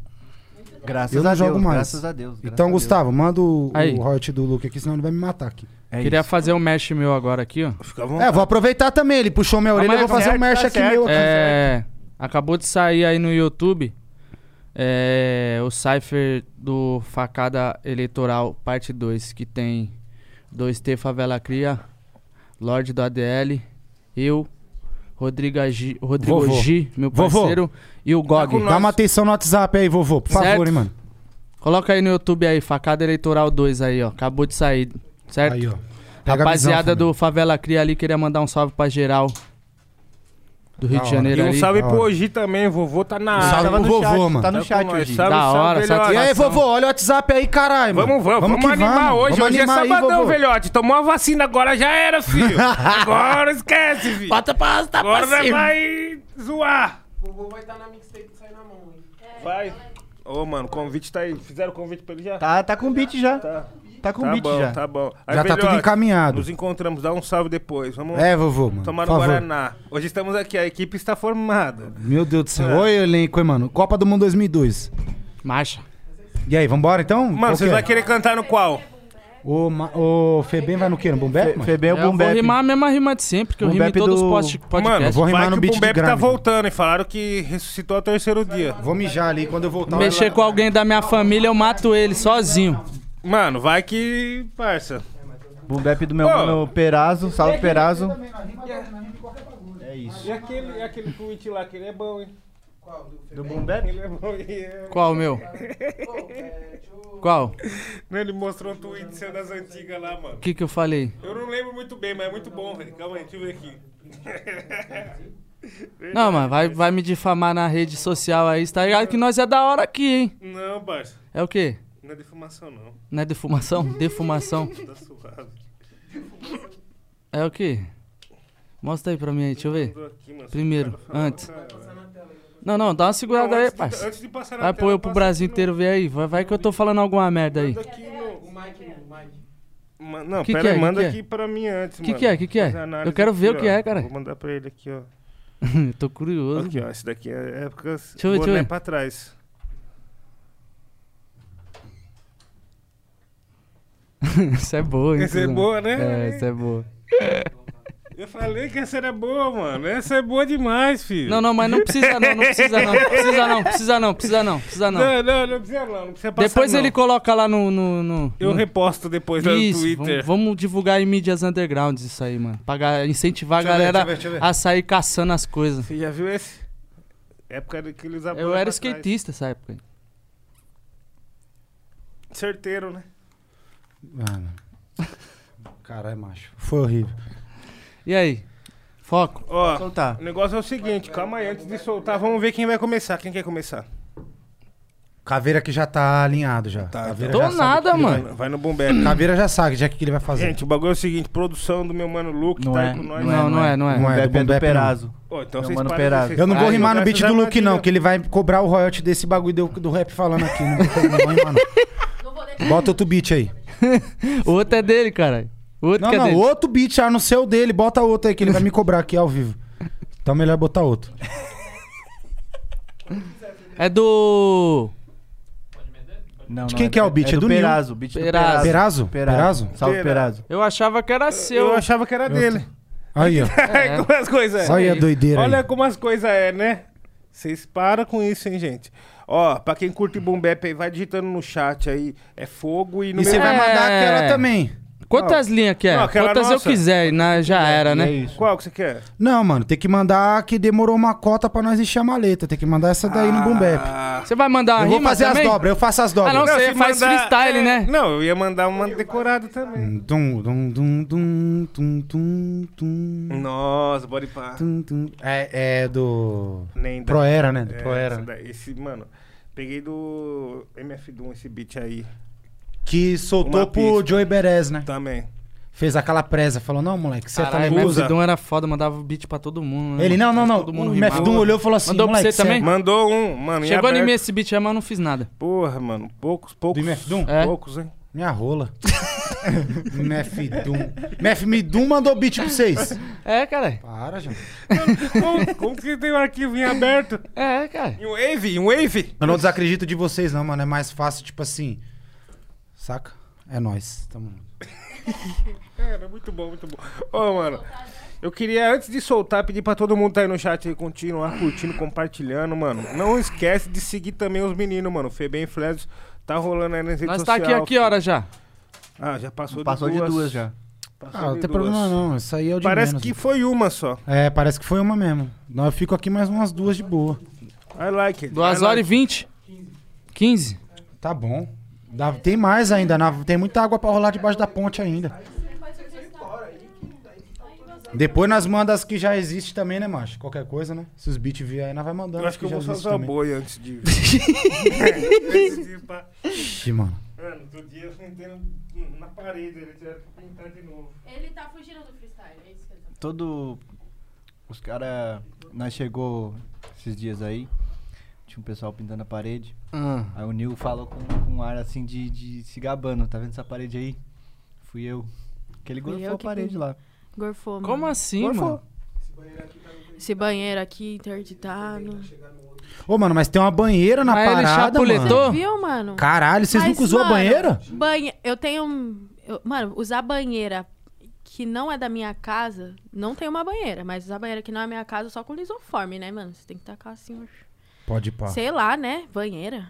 Speaker 7: Graças
Speaker 5: Eu não
Speaker 7: a Deus.
Speaker 5: jogo mais.
Speaker 7: Graças a Deus. graças a
Speaker 5: Então,
Speaker 7: Deus.
Speaker 5: Gustavo, manda o,
Speaker 4: Aí.
Speaker 5: o royalty do Luke aqui, senão ele vai me matar aqui.
Speaker 7: É
Speaker 4: Queria
Speaker 7: isso.
Speaker 4: fazer um mesh meu agora aqui, ó.
Speaker 1: Fica à vontade.
Speaker 5: É, vou aproveitar também. Ele puxou minha orelha,
Speaker 4: mas
Speaker 5: eu vou
Speaker 4: tá
Speaker 5: fazer
Speaker 7: certo,
Speaker 5: um merch
Speaker 7: tá
Speaker 5: aqui
Speaker 7: certo.
Speaker 5: meu. aqui.
Speaker 4: É, acabou de sair aí no YouTube é, o cipher do Facada Eleitoral Parte 2, que tem 2T Favela Cria, Lorde do ADL, eu, Rodrigo G, Rodrigo
Speaker 5: Vovô.
Speaker 4: G meu
Speaker 5: Vovô.
Speaker 4: parceiro, e o Gog.
Speaker 5: Dá uma atenção no WhatsApp aí, vovô, por favor,
Speaker 4: tá Certo.
Speaker 5: hein, mano.
Speaker 4: Coloca aí no YouTube aí, Facada Eleitoral 2 aí, ó. Acabou de sair, certo?
Speaker 5: Aí, ó. Pega a
Speaker 4: É, Rapaziada
Speaker 5: visão,
Speaker 4: do Favela Cria ali, queria mandar um salve pra geral do Rio
Speaker 5: Da hora.
Speaker 4: de
Speaker 1: E
Speaker 4: Janeiro
Speaker 1: um
Speaker 4: ali.
Speaker 1: salve
Speaker 5: da
Speaker 1: pro
Speaker 5: hora.
Speaker 1: Oji também, vovô tá na
Speaker 5: Salve
Speaker 7: Tava
Speaker 5: pro
Speaker 7: no
Speaker 5: vovô,
Speaker 7: chat,
Speaker 5: mano.
Speaker 7: Tá
Speaker 1: Tá
Speaker 7: no
Speaker 1: com
Speaker 7: chat
Speaker 1: nós,
Speaker 7: hoje.
Speaker 1: Salve,
Speaker 4: Da
Speaker 1: salve,
Speaker 4: hora,
Speaker 1: velhote.
Speaker 5: família. E aí, vovô, olha o WhatsApp aí, caralho. mano.
Speaker 1: Vamos, vamos, vamos,
Speaker 5: que
Speaker 1: animar
Speaker 5: vamos.
Speaker 1: hoje.
Speaker 5: Vamos
Speaker 1: hoje
Speaker 5: animar
Speaker 1: é
Speaker 5: aí,
Speaker 1: sabadão,
Speaker 5: vovô.
Speaker 1: velhote. Tomou a vacina, agora já era, filho. agora esquece, filho.
Speaker 4: Bota pra, tá
Speaker 1: agora
Speaker 4: pra
Speaker 1: você
Speaker 4: cima.
Speaker 1: vai zoar. O vovô vai estar na mixtape que sai na mão, hein? Vai. Ô, mano, o convite tá aí. Fizeram o convite pra ele já?
Speaker 7: Tá, tá com beat já. Tá, com
Speaker 1: Tá
Speaker 7: beat
Speaker 1: bom,
Speaker 7: já.
Speaker 1: tá bom. Aí,
Speaker 5: Já tá tudo
Speaker 1: velhote,
Speaker 5: encaminhado.
Speaker 1: Nos encontramos, dá um salve depois. Vamos
Speaker 5: É, vovô, mano.
Speaker 1: tomar
Speaker 5: por
Speaker 1: um
Speaker 5: favor.
Speaker 1: Guaraná. Hoje estamos aqui, a equipe está formada.
Speaker 5: Meu Deus do céu. Olha o elenco, hein, mano. Copa do Mundo 2002.
Speaker 4: Marcha.
Speaker 5: E aí, vambora então?
Speaker 1: Mano,
Speaker 5: Qual
Speaker 1: vocês
Speaker 5: que é?
Speaker 1: vão querer cantar no qual?
Speaker 5: O, ma- o Febem vai no quê? No Bumbé?
Speaker 3: Fe- Febem é o
Speaker 4: eu
Speaker 3: boom
Speaker 4: vou
Speaker 3: bap.
Speaker 4: rimar a mesma rima de sempre, que eu
Speaker 5: Boom
Speaker 4: rimo em
Speaker 5: bap
Speaker 4: todos os
Speaker 5: do-
Speaker 4: pod-
Speaker 1: Mano,
Speaker 4: podcasts.
Speaker 5: vou rimar
Speaker 1: vai
Speaker 5: no
Speaker 1: que
Speaker 5: beat
Speaker 1: o
Speaker 5: de
Speaker 1: Bumbep tá
Speaker 5: grande.
Speaker 1: voltando e falaram que ressuscitou ao terceiro dia.
Speaker 5: Vou mijar ali quando eu voltar.
Speaker 4: Mexer com alguém da minha família, eu mato ele sozinho.
Speaker 1: Mano, vai que. Parça.
Speaker 10: Boom bap do meu
Speaker 1: Ô.
Speaker 10: mano Perazo. Salve, Perazo.
Speaker 5: tá
Speaker 10: É isso.
Speaker 1: E aquele, aquele tweet lá que ele é bom, hein?
Speaker 10: Do boom bap?
Speaker 1: Ele é bom e é.
Speaker 4: Qual, meu? Qual?
Speaker 1: Ele mostrou um tweet seu das antigas lá, mano.
Speaker 4: O que que eu falei?
Speaker 1: Eu não lembro muito bem, mas é muito bom, velho. Calma aí, deixa eu ver aqui.
Speaker 4: Não, mano, vai, vai me difamar na rede social aí, cê tá ligado que nós é da hora aqui, hein?
Speaker 1: Não, parça.
Speaker 4: É o quê?
Speaker 1: Não é defumação, não.
Speaker 4: Não é defumação? Defumação.
Speaker 1: Tá suave.
Speaker 4: É o quê? Mostra aí pra mim aí, deixa eu ver.
Speaker 1: Tô aqui, mano.
Speaker 4: Primeiro, antes. Não, não, dá uma segurada aí,
Speaker 1: antes, de,
Speaker 4: parça.
Speaker 1: antes de passar na
Speaker 4: Vai pôr
Speaker 1: tela,
Speaker 4: eu pro
Speaker 1: passa
Speaker 4: Brasil
Speaker 1: aqui
Speaker 4: inteiro ver aí. Vai, vai que eu tô falando alguma merda aí.
Speaker 1: no- Aqui no... O Mike, o Mike. Não,
Speaker 4: Que
Speaker 1: pera
Speaker 4: que é?
Speaker 1: aí,
Speaker 4: Que
Speaker 1: manda
Speaker 4: que é?
Speaker 1: aqui pra mim antes,
Speaker 4: Que
Speaker 1: mano.
Speaker 4: que é? Que que é?
Speaker 1: Fazer a análise
Speaker 4: Eu quero ver o que
Speaker 1: ó.
Speaker 4: é, cara.
Speaker 1: Vou mandar pra ele aqui, ó.
Speaker 4: tô curioso.
Speaker 1: Aqui, ó. Esse daqui é épocas...
Speaker 4: Deixa eu ver, deixa
Speaker 1: boné
Speaker 4: eu ver.
Speaker 1: pra trás.
Speaker 4: Isso é boa, hein?
Speaker 1: Essa é
Speaker 4: cuzão?
Speaker 1: boa, né?
Speaker 4: É, isso é boa.
Speaker 1: Eu falei que essa era boa, mano. Essa é boa demais, filho.
Speaker 4: Não, não, mas não precisa não, não precisa não. Precisa não, precisa não, precisa não, precisa não.
Speaker 1: Não, não, não precisa não, não precisa passar
Speaker 4: Depois
Speaker 1: não.
Speaker 4: ele coloca lá no... no, no-
Speaker 1: Eu
Speaker 4: no-
Speaker 1: reposto depois lá no
Speaker 4: Isso,
Speaker 1: Twitter.
Speaker 4: vamos, vamos divulgar em mídias undergrounds isso aí, mano. Pra ga- incentivar a galera a sair caçando as coisas.
Speaker 1: Você já viu esse? Época de que eles
Speaker 4: Eu era skatista nessa época.
Speaker 1: Certeiro, né?
Speaker 5: Mano. Caralho, macho. Ah, Foi horrível.
Speaker 4: E aí? Foco.
Speaker 1: Ó,
Speaker 10: Soltar.
Speaker 1: o negócio é o seguinte, calma aí, antes de soltar, vamos ver quem vai começar. Quem quer começar?
Speaker 5: Caveira que já tá alinhado já. Caveira
Speaker 1: então
Speaker 4: Tô
Speaker 5: já sabe.
Speaker 4: nada, mano.
Speaker 1: Vai no Bombeiro.
Speaker 5: Caveira já sabe já o que que ele vai fazer.
Speaker 1: Gente, o bagulho é o seguinte, produção do meu mano Luke
Speaker 10: Não
Speaker 1: tá
Speaker 10: é,
Speaker 1: aí com nós.
Speaker 10: não é,
Speaker 4: Não, não é, não
Speaker 5: Não
Speaker 4: é.
Speaker 5: é.
Speaker 10: Boom
Speaker 5: do Boom Bap,
Speaker 10: bap é do
Speaker 5: não.
Speaker 10: Perazo.
Speaker 1: Ó, então
Speaker 10: Meu
Speaker 1: vocês
Speaker 10: mano
Speaker 1: param,
Speaker 10: Perazzo.
Speaker 1: vocês
Speaker 5: eu não vou
Speaker 1: param,
Speaker 5: rimar no beat
Speaker 1: essas
Speaker 5: do Luke, não,
Speaker 1: armadilhas.
Speaker 5: que ele vai cobrar o royalty desse bagulho do, do rap falando aqui. Não tem como não rimar, não.
Speaker 2: Não vou deixar.
Speaker 5: Bota outro beat aí.
Speaker 4: O outro é dele, caralho. O outro
Speaker 5: Não,
Speaker 4: que é
Speaker 5: não,
Speaker 4: dele.
Speaker 5: outro beat já no seu dele. Bota outro aí que ele vai me cobrar aqui ao vivo. Então melhor botar outro.
Speaker 4: É do.
Speaker 10: Não,
Speaker 5: De
Speaker 10: não,
Speaker 5: quem que é o beat? É
Speaker 10: É
Speaker 5: do
Speaker 10: do
Speaker 5: Nil.
Speaker 10: Perazo. beat do
Speaker 4: Perazo.
Speaker 5: Perazo? Perazo?
Speaker 10: Salve, Perazo.
Speaker 4: Eu achava que era
Speaker 1: Eu
Speaker 4: seu.
Speaker 1: achava que era dele.
Speaker 5: Aí, ó.
Speaker 4: É.
Speaker 1: como as coisas é.
Speaker 5: Olha a doideira
Speaker 1: Olha
Speaker 5: aí.
Speaker 1: como as coisas é, né? Vocês param com isso, hein, gente? Ó, pra quem curte boom bap aí, vai digitando no chat aí. É fogo e no
Speaker 5: E você
Speaker 1: meu-
Speaker 5: vai mandar
Speaker 4: É.
Speaker 5: aquela também.
Speaker 4: Quantas linhas que é?
Speaker 1: Não, aquela
Speaker 4: Quantas
Speaker 1: nossa.
Speaker 4: eu quiser, na, já era,
Speaker 10: É
Speaker 4: né?
Speaker 10: isso.
Speaker 1: Qual que você quer?
Speaker 5: Não, mano, tem que mandar que demorou uma cota pra nós encher a maleta. Tem que mandar essa daí no Bumbep.
Speaker 1: Ah,
Speaker 4: Você vai mandar uma
Speaker 5: Eu vou
Speaker 4: rima
Speaker 5: fazer
Speaker 4: também?
Speaker 5: as dobras, eu faço as
Speaker 4: Ah, não,
Speaker 5: dobras.
Speaker 4: você
Speaker 1: se
Speaker 4: faz freestyle,
Speaker 1: é,
Speaker 4: né?
Speaker 1: Não, eu ia mandar uma decorada também.
Speaker 5: Dum, dum, dum, dum, dum, dum, dum,
Speaker 1: Nossa, body pá.
Speaker 5: dum, dum. É, é do.
Speaker 1: Nem dá.
Speaker 5: Proera, né? Do
Speaker 1: É, esse
Speaker 5: Proera.
Speaker 1: daí, Esse, mano, peguei do MF Doom esse beat aí
Speaker 5: Que soltou
Speaker 1: Uma
Speaker 5: pro
Speaker 1: pista.
Speaker 5: Joey Berez, né?
Speaker 1: também.
Speaker 5: Fez aquela presa, falou: Não, moleque, você tá
Speaker 4: Caralho,
Speaker 5: lembrando.
Speaker 4: o
Speaker 1: usa.
Speaker 4: Mfidon era foda, mandava beat pra todo mundo. né?
Speaker 5: Ele, não, não, não.
Speaker 4: Todo mundo
Speaker 5: O
Speaker 4: rimava.
Speaker 5: Mefdum olhou e falou assim:
Speaker 4: Mandou pra
Speaker 5: moleque,
Speaker 4: você também?
Speaker 1: Mandou um, mano. em
Speaker 4: Chegou em mim
Speaker 1: aberto.
Speaker 4: esse beat aí, mas eu não fiz nada.
Speaker 1: Porra, mano. Poucos, poucos.
Speaker 5: Do MF Doom?
Speaker 4: É.
Speaker 1: Poucos, hein?
Speaker 5: Minha rola. Mefdum. Mefdum mandou beat pra vocês.
Speaker 4: É, cara.
Speaker 5: Para, gente.
Speaker 1: como, como que tem um arquivo em aberto?
Speaker 4: É, cara.
Speaker 1: E um wave? E um wave?
Speaker 5: Eu não desacredito de vocês, não, mano. É mais fácil, tipo assim. Saca? É nóis. Tamo...
Speaker 1: Cara, muito bom, muito bom. Ô, mano, eu queria, antes de soltar, pedir pra todo mundo tá aí no chat aí, continuar curtindo, compartilhando, mano. Não esquece de seguir também os meninos, mano. Febem e Flesos tá rolando aí nas redes
Speaker 4: Nós tá
Speaker 1: sociais.
Speaker 4: aqui a que hora já?
Speaker 1: Ah, já passou,
Speaker 10: Passou
Speaker 1: de duas.
Speaker 10: de duas já.
Speaker 1: Passou
Speaker 5: Ah, não
Speaker 1: de
Speaker 5: tem
Speaker 1: duas.
Speaker 5: problema não. Isso aí é o de
Speaker 1: Parece
Speaker 5: menos.
Speaker 1: que foi uma só.
Speaker 5: É, parece que foi uma mesmo. Não, eu fico aqui mais umas duas de boa.
Speaker 1: I like it.
Speaker 4: Duas
Speaker 1: I
Speaker 4: horas e
Speaker 1: like
Speaker 4: vinte. 15.
Speaker 5: Tá bom. Dá- tem mais ainda. na- tem muita água pra rolar debaixo da ponte ainda. Depois nós mandamos as que já existem também, né, macho? Qualquer coisa, né? Se os beats vier aí, nós vai mandando.
Speaker 1: Eu acho que eu
Speaker 5: já
Speaker 1: vou só
Speaker 5: existe
Speaker 1: usar o
Speaker 5: também.
Speaker 1: boi antes de. antes de ir pra-
Speaker 5: Ixi, mano.
Speaker 1: Mano, outro dia eu sentei no- na parede, ele tiveram que pintar de novo.
Speaker 2: Ele tá fugindo do freestyle, é isso que ele tá
Speaker 10: todo. Os caras. Nós chegou esses dias aí. Tinha um pessoal pintando a parede.
Speaker 4: Ah.
Speaker 10: Aí o Nil falou com, com um ar assim de, de se gabando. Tá vendo essa parede aí? Fui eu. Que ele
Speaker 2: Fui eu
Speaker 10: gorfou a
Speaker 2: que
Speaker 10: parede
Speaker 2: pintei.
Speaker 10: lá.
Speaker 2: Gorfou, mano.
Speaker 4: Como assim,
Speaker 10: Gorfou.
Speaker 4: mano?
Speaker 2: Esse banheiro aqui interditado.
Speaker 5: Ô, mano, mas tem uma banheira na
Speaker 2: Mas ele
Speaker 5: parada,
Speaker 2: chapuletou?
Speaker 5: mano.
Speaker 2: Você viu, mano?
Speaker 5: Caralho, vocês
Speaker 2: Mas,
Speaker 5: nunca usou
Speaker 2: mano,
Speaker 5: a banheira?
Speaker 2: Banhe... Eu tenho. um- eu- Mano, usar banheira que não é da minha casa, não tem uma banheira, mas usar banheira que não é minha casa só com lisoforme, né, mano? Você tem que tacar assim.
Speaker 5: Pode pá.
Speaker 2: Sei lá, né? Banheira.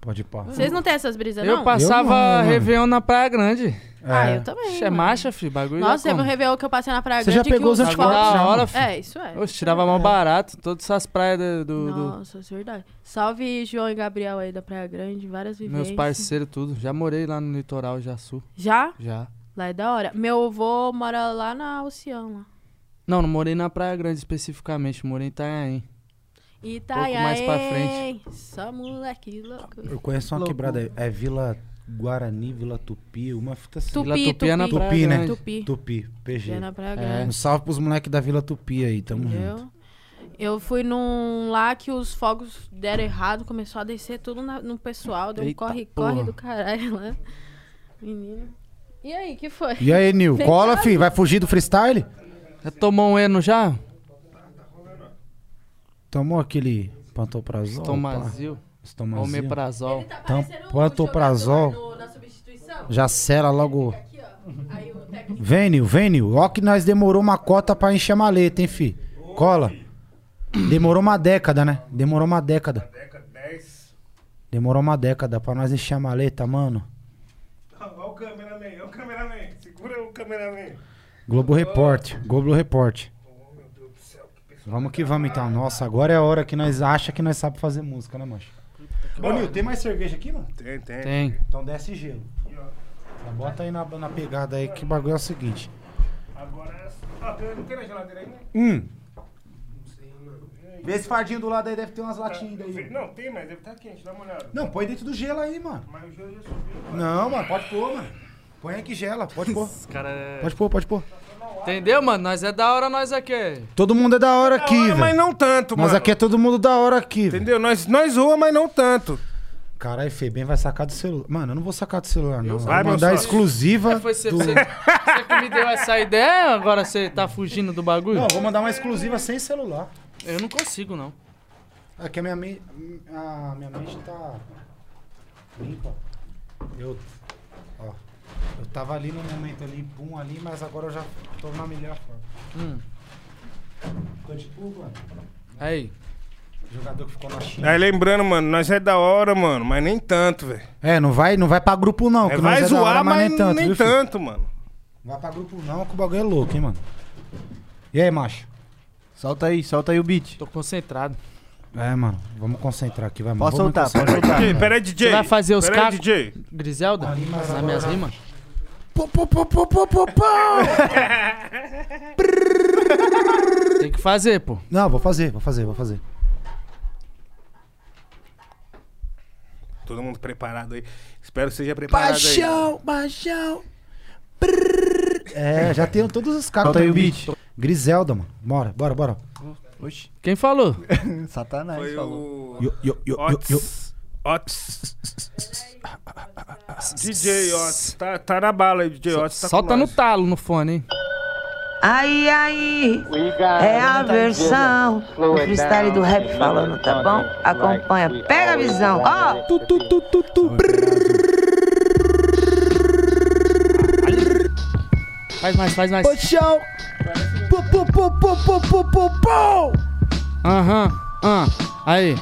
Speaker 5: Pode pá.
Speaker 2: Vocês não têm essas brisas,
Speaker 4: Eu
Speaker 2: não?
Speaker 4: passava
Speaker 5: mano.
Speaker 4: Réveillon na Praia Grande.
Speaker 2: Ah, eu também,
Speaker 4: Ixi, é
Speaker 2: mano.
Speaker 4: macha, filho. Bagulho.
Speaker 2: Nossa, teve um
Speaker 4: como?
Speaker 2: Réveillon que eu passei na Praia
Speaker 4: Você já
Speaker 2: Grande que
Speaker 4: pegou os
Speaker 2: os
Speaker 4: anticorpos
Speaker 2: corpos-
Speaker 4: já, mano.
Speaker 2: É, isso é.
Speaker 4: Oxe, tirava mal barato. Todas essas praias do. do- do-
Speaker 2: Nossa, isso é verdade. Salve João e Gabriel aí da Praia Grande, várias vivências.
Speaker 4: Meus parceiros, tudo. Já morei lá no litoral já sul.
Speaker 2: Já?
Speaker 4: Já.
Speaker 2: Lá é da hora. Meu avô mora lá na Oceana. lá.
Speaker 4: Não, não morei na Praia Grande especificamente, morei em Itanhaém.
Speaker 2: Itaiaém.
Speaker 4: mais pra frente.
Speaker 2: Só moleque louco.
Speaker 5: Eu conheço uma
Speaker 4: Louco.
Speaker 5: quebrada aí. É Vila Guarani, Vila Tupi, uma fita assim.
Speaker 2: Tupi,
Speaker 4: Vila Tupi é na
Speaker 2: Tupi.
Speaker 4: Praia
Speaker 5: Tupi, né?
Speaker 4: Grande.
Speaker 2: Tupi.
Speaker 5: Tupi, PG.
Speaker 2: É na Praia
Speaker 5: Um
Speaker 2: Grande.
Speaker 5: salve pros moleques da Vila Tupi aí, tamo junto.
Speaker 2: Entendeu? Eu fui num lá que os fogos deram errado, começou a descer tudo na- no pessoal, deu um
Speaker 4: Eita
Speaker 2: corre-corre
Speaker 4: porra.
Speaker 2: do caralho lá. Menino. E aí, que foi?
Speaker 5: E aí, Nil,
Speaker 2: Vem
Speaker 5: cola,
Speaker 2: cá.
Speaker 5: fi, vai fugir do freestyle?
Speaker 4: Já tomou um eno já?
Speaker 5: Tomou aquele pantoprazol?
Speaker 4: Tomazil.
Speaker 5: Estoma
Speaker 4: Omeprazol.
Speaker 2: tá
Speaker 5: Então,
Speaker 2: um
Speaker 5: pantoprazol. Já sela logo. Vem, Nil, vem, Nil. Ó que nós demorou uma cota pra encher a maleta, hein, fi. Cola. Demorou uma década, né? Demorou uma década.
Speaker 1: Década 10.
Speaker 5: Demorou uma década pra nós encher a maleta, mano.
Speaker 1: Olha o cameraman, olha o cameraman. Segura o cameraman.
Speaker 5: Globo Report, Globo Report.
Speaker 1: Meu Deus do céu. que pessoa.
Speaker 5: Vamos que vamos então. Nossa, agora é a hora que nós acha que nós sabe fazer música, né, mancha? Ô, Nil, tem mais cerveja aqui, mano?
Speaker 1: Tem, tem.
Speaker 4: Tem.
Speaker 5: Então desce gelo. Tá, Bota aí na, na pegada aí que o bagulho é o seguinte.
Speaker 1: Agora. Ah, tem- não tem na geladeira ainda?
Speaker 5: Hum. Vê esse fardinho do lado aí, deve ter umas latinhas aí.
Speaker 1: Não, tem, mas deve estar quente, dá uma olhada.
Speaker 5: Não, põe dentro do gelo aí, mano.
Speaker 1: Mas o gelo já subiu.
Speaker 5: Não, mano, pode pôr, mano. Põe aí que gela, pode pôr.
Speaker 4: Os cara é-
Speaker 5: Pode pôr, pode pôr.
Speaker 4: Entendeu, mano? Nós é da hora, nós aqui.
Speaker 5: Todo mundo é da hora aqui,
Speaker 1: Da hora, mas
Speaker 5: velho.
Speaker 1: não tanto,
Speaker 5: Nós
Speaker 1: mano.
Speaker 5: aqui é todo mundo da hora aqui, velho.
Speaker 1: Entendeu? Nós, nós zoa, mas não tanto.
Speaker 5: Caralho, Febem vai sacar do celular. Mano, eu não vou sacar do celular, não. Eu
Speaker 1: Vai,
Speaker 5: vou
Speaker 1: meu
Speaker 5: mandar
Speaker 1: sócio.
Speaker 5: exclusiva.
Speaker 4: Foi você,
Speaker 5: do-
Speaker 4: você, você que me deu essa ideia, agora você tá fugindo do bagulho?
Speaker 5: Não, eu vou mandar uma exclusiva sem celular.
Speaker 4: Eu não consigo, não.
Speaker 5: É que a minha, me... a minha mente tá limpa. Eu. Ó. Eu tava ali no momento ali, pum, ali, mas agora eu já tô na melhor forma.
Speaker 4: Hum.
Speaker 5: Tô tipo, mano,
Speaker 4: Aí.
Speaker 5: jogador que ficou na China.
Speaker 1: Aí lembrando, mano, nós é da hora, mano, mas nem tanto, velho.
Speaker 5: É, não vai, não vai pra grupo não, que
Speaker 1: É,
Speaker 5: nós
Speaker 1: vai
Speaker 5: é da
Speaker 1: zoar,
Speaker 5: hora,
Speaker 1: mas,
Speaker 5: nem tanto. viu, filho?
Speaker 1: mano.
Speaker 5: Vai pra grupo não, que o bagulho é louco, hein, mano. E aí, macho?
Speaker 10: Solta aí, solta aí o beat.
Speaker 4: Tô concentrado.
Speaker 5: É, mano, vamos concentrar aqui, vai, mano.
Speaker 10: Pode
Speaker 5: Vamos
Speaker 10: soltar, pode
Speaker 5: concentrar.
Speaker 10: soltar.
Speaker 1: DJ, pera aí, DJ.
Speaker 4: Você vai fazer os
Speaker 1: Pera aí,
Speaker 4: cacos?
Speaker 1: DJ.
Speaker 4: Griselda? Nas minhas rimas?
Speaker 11: Pô, pô, pô, pô, pô, pô, pô.
Speaker 4: Tem que fazer, pô.
Speaker 5: Não, vou fazer, vou fazer, vou fazer.
Speaker 1: Todo mundo preparado aí. Espero que seja preparado aí.
Speaker 11: Paixão, paixão.
Speaker 5: É, já tenho todos os caras.
Speaker 10: Solta aí o beat.
Speaker 5: Griselda, mano. Bora, bora, bora.
Speaker 10: Oxi,
Speaker 4: Quem falou?
Speaker 10: Satanás
Speaker 1: Foi
Speaker 10: falou.
Speaker 1: o...
Speaker 5: Yo, yo, yo, yo, yo.
Speaker 1: Otis. Otis. DJ Otis. Tá, tá na bala aí, DJ Otis. Tá
Speaker 4: Solta
Speaker 1: com
Speaker 4: no
Speaker 1: nós.
Speaker 4: talo no fone, hein?
Speaker 12: Aí, aí, é a versão do freestyle do rap falando, tá bom? Acompanha, pega a visão, ó!
Speaker 4: Tu, tu, tu, tu, tu. Faz mais, faz mais.
Speaker 11: Paixão. Pô, pô, pô, pô, pô, pô, pô, pô.
Speaker 4: Aham, aham. Aí.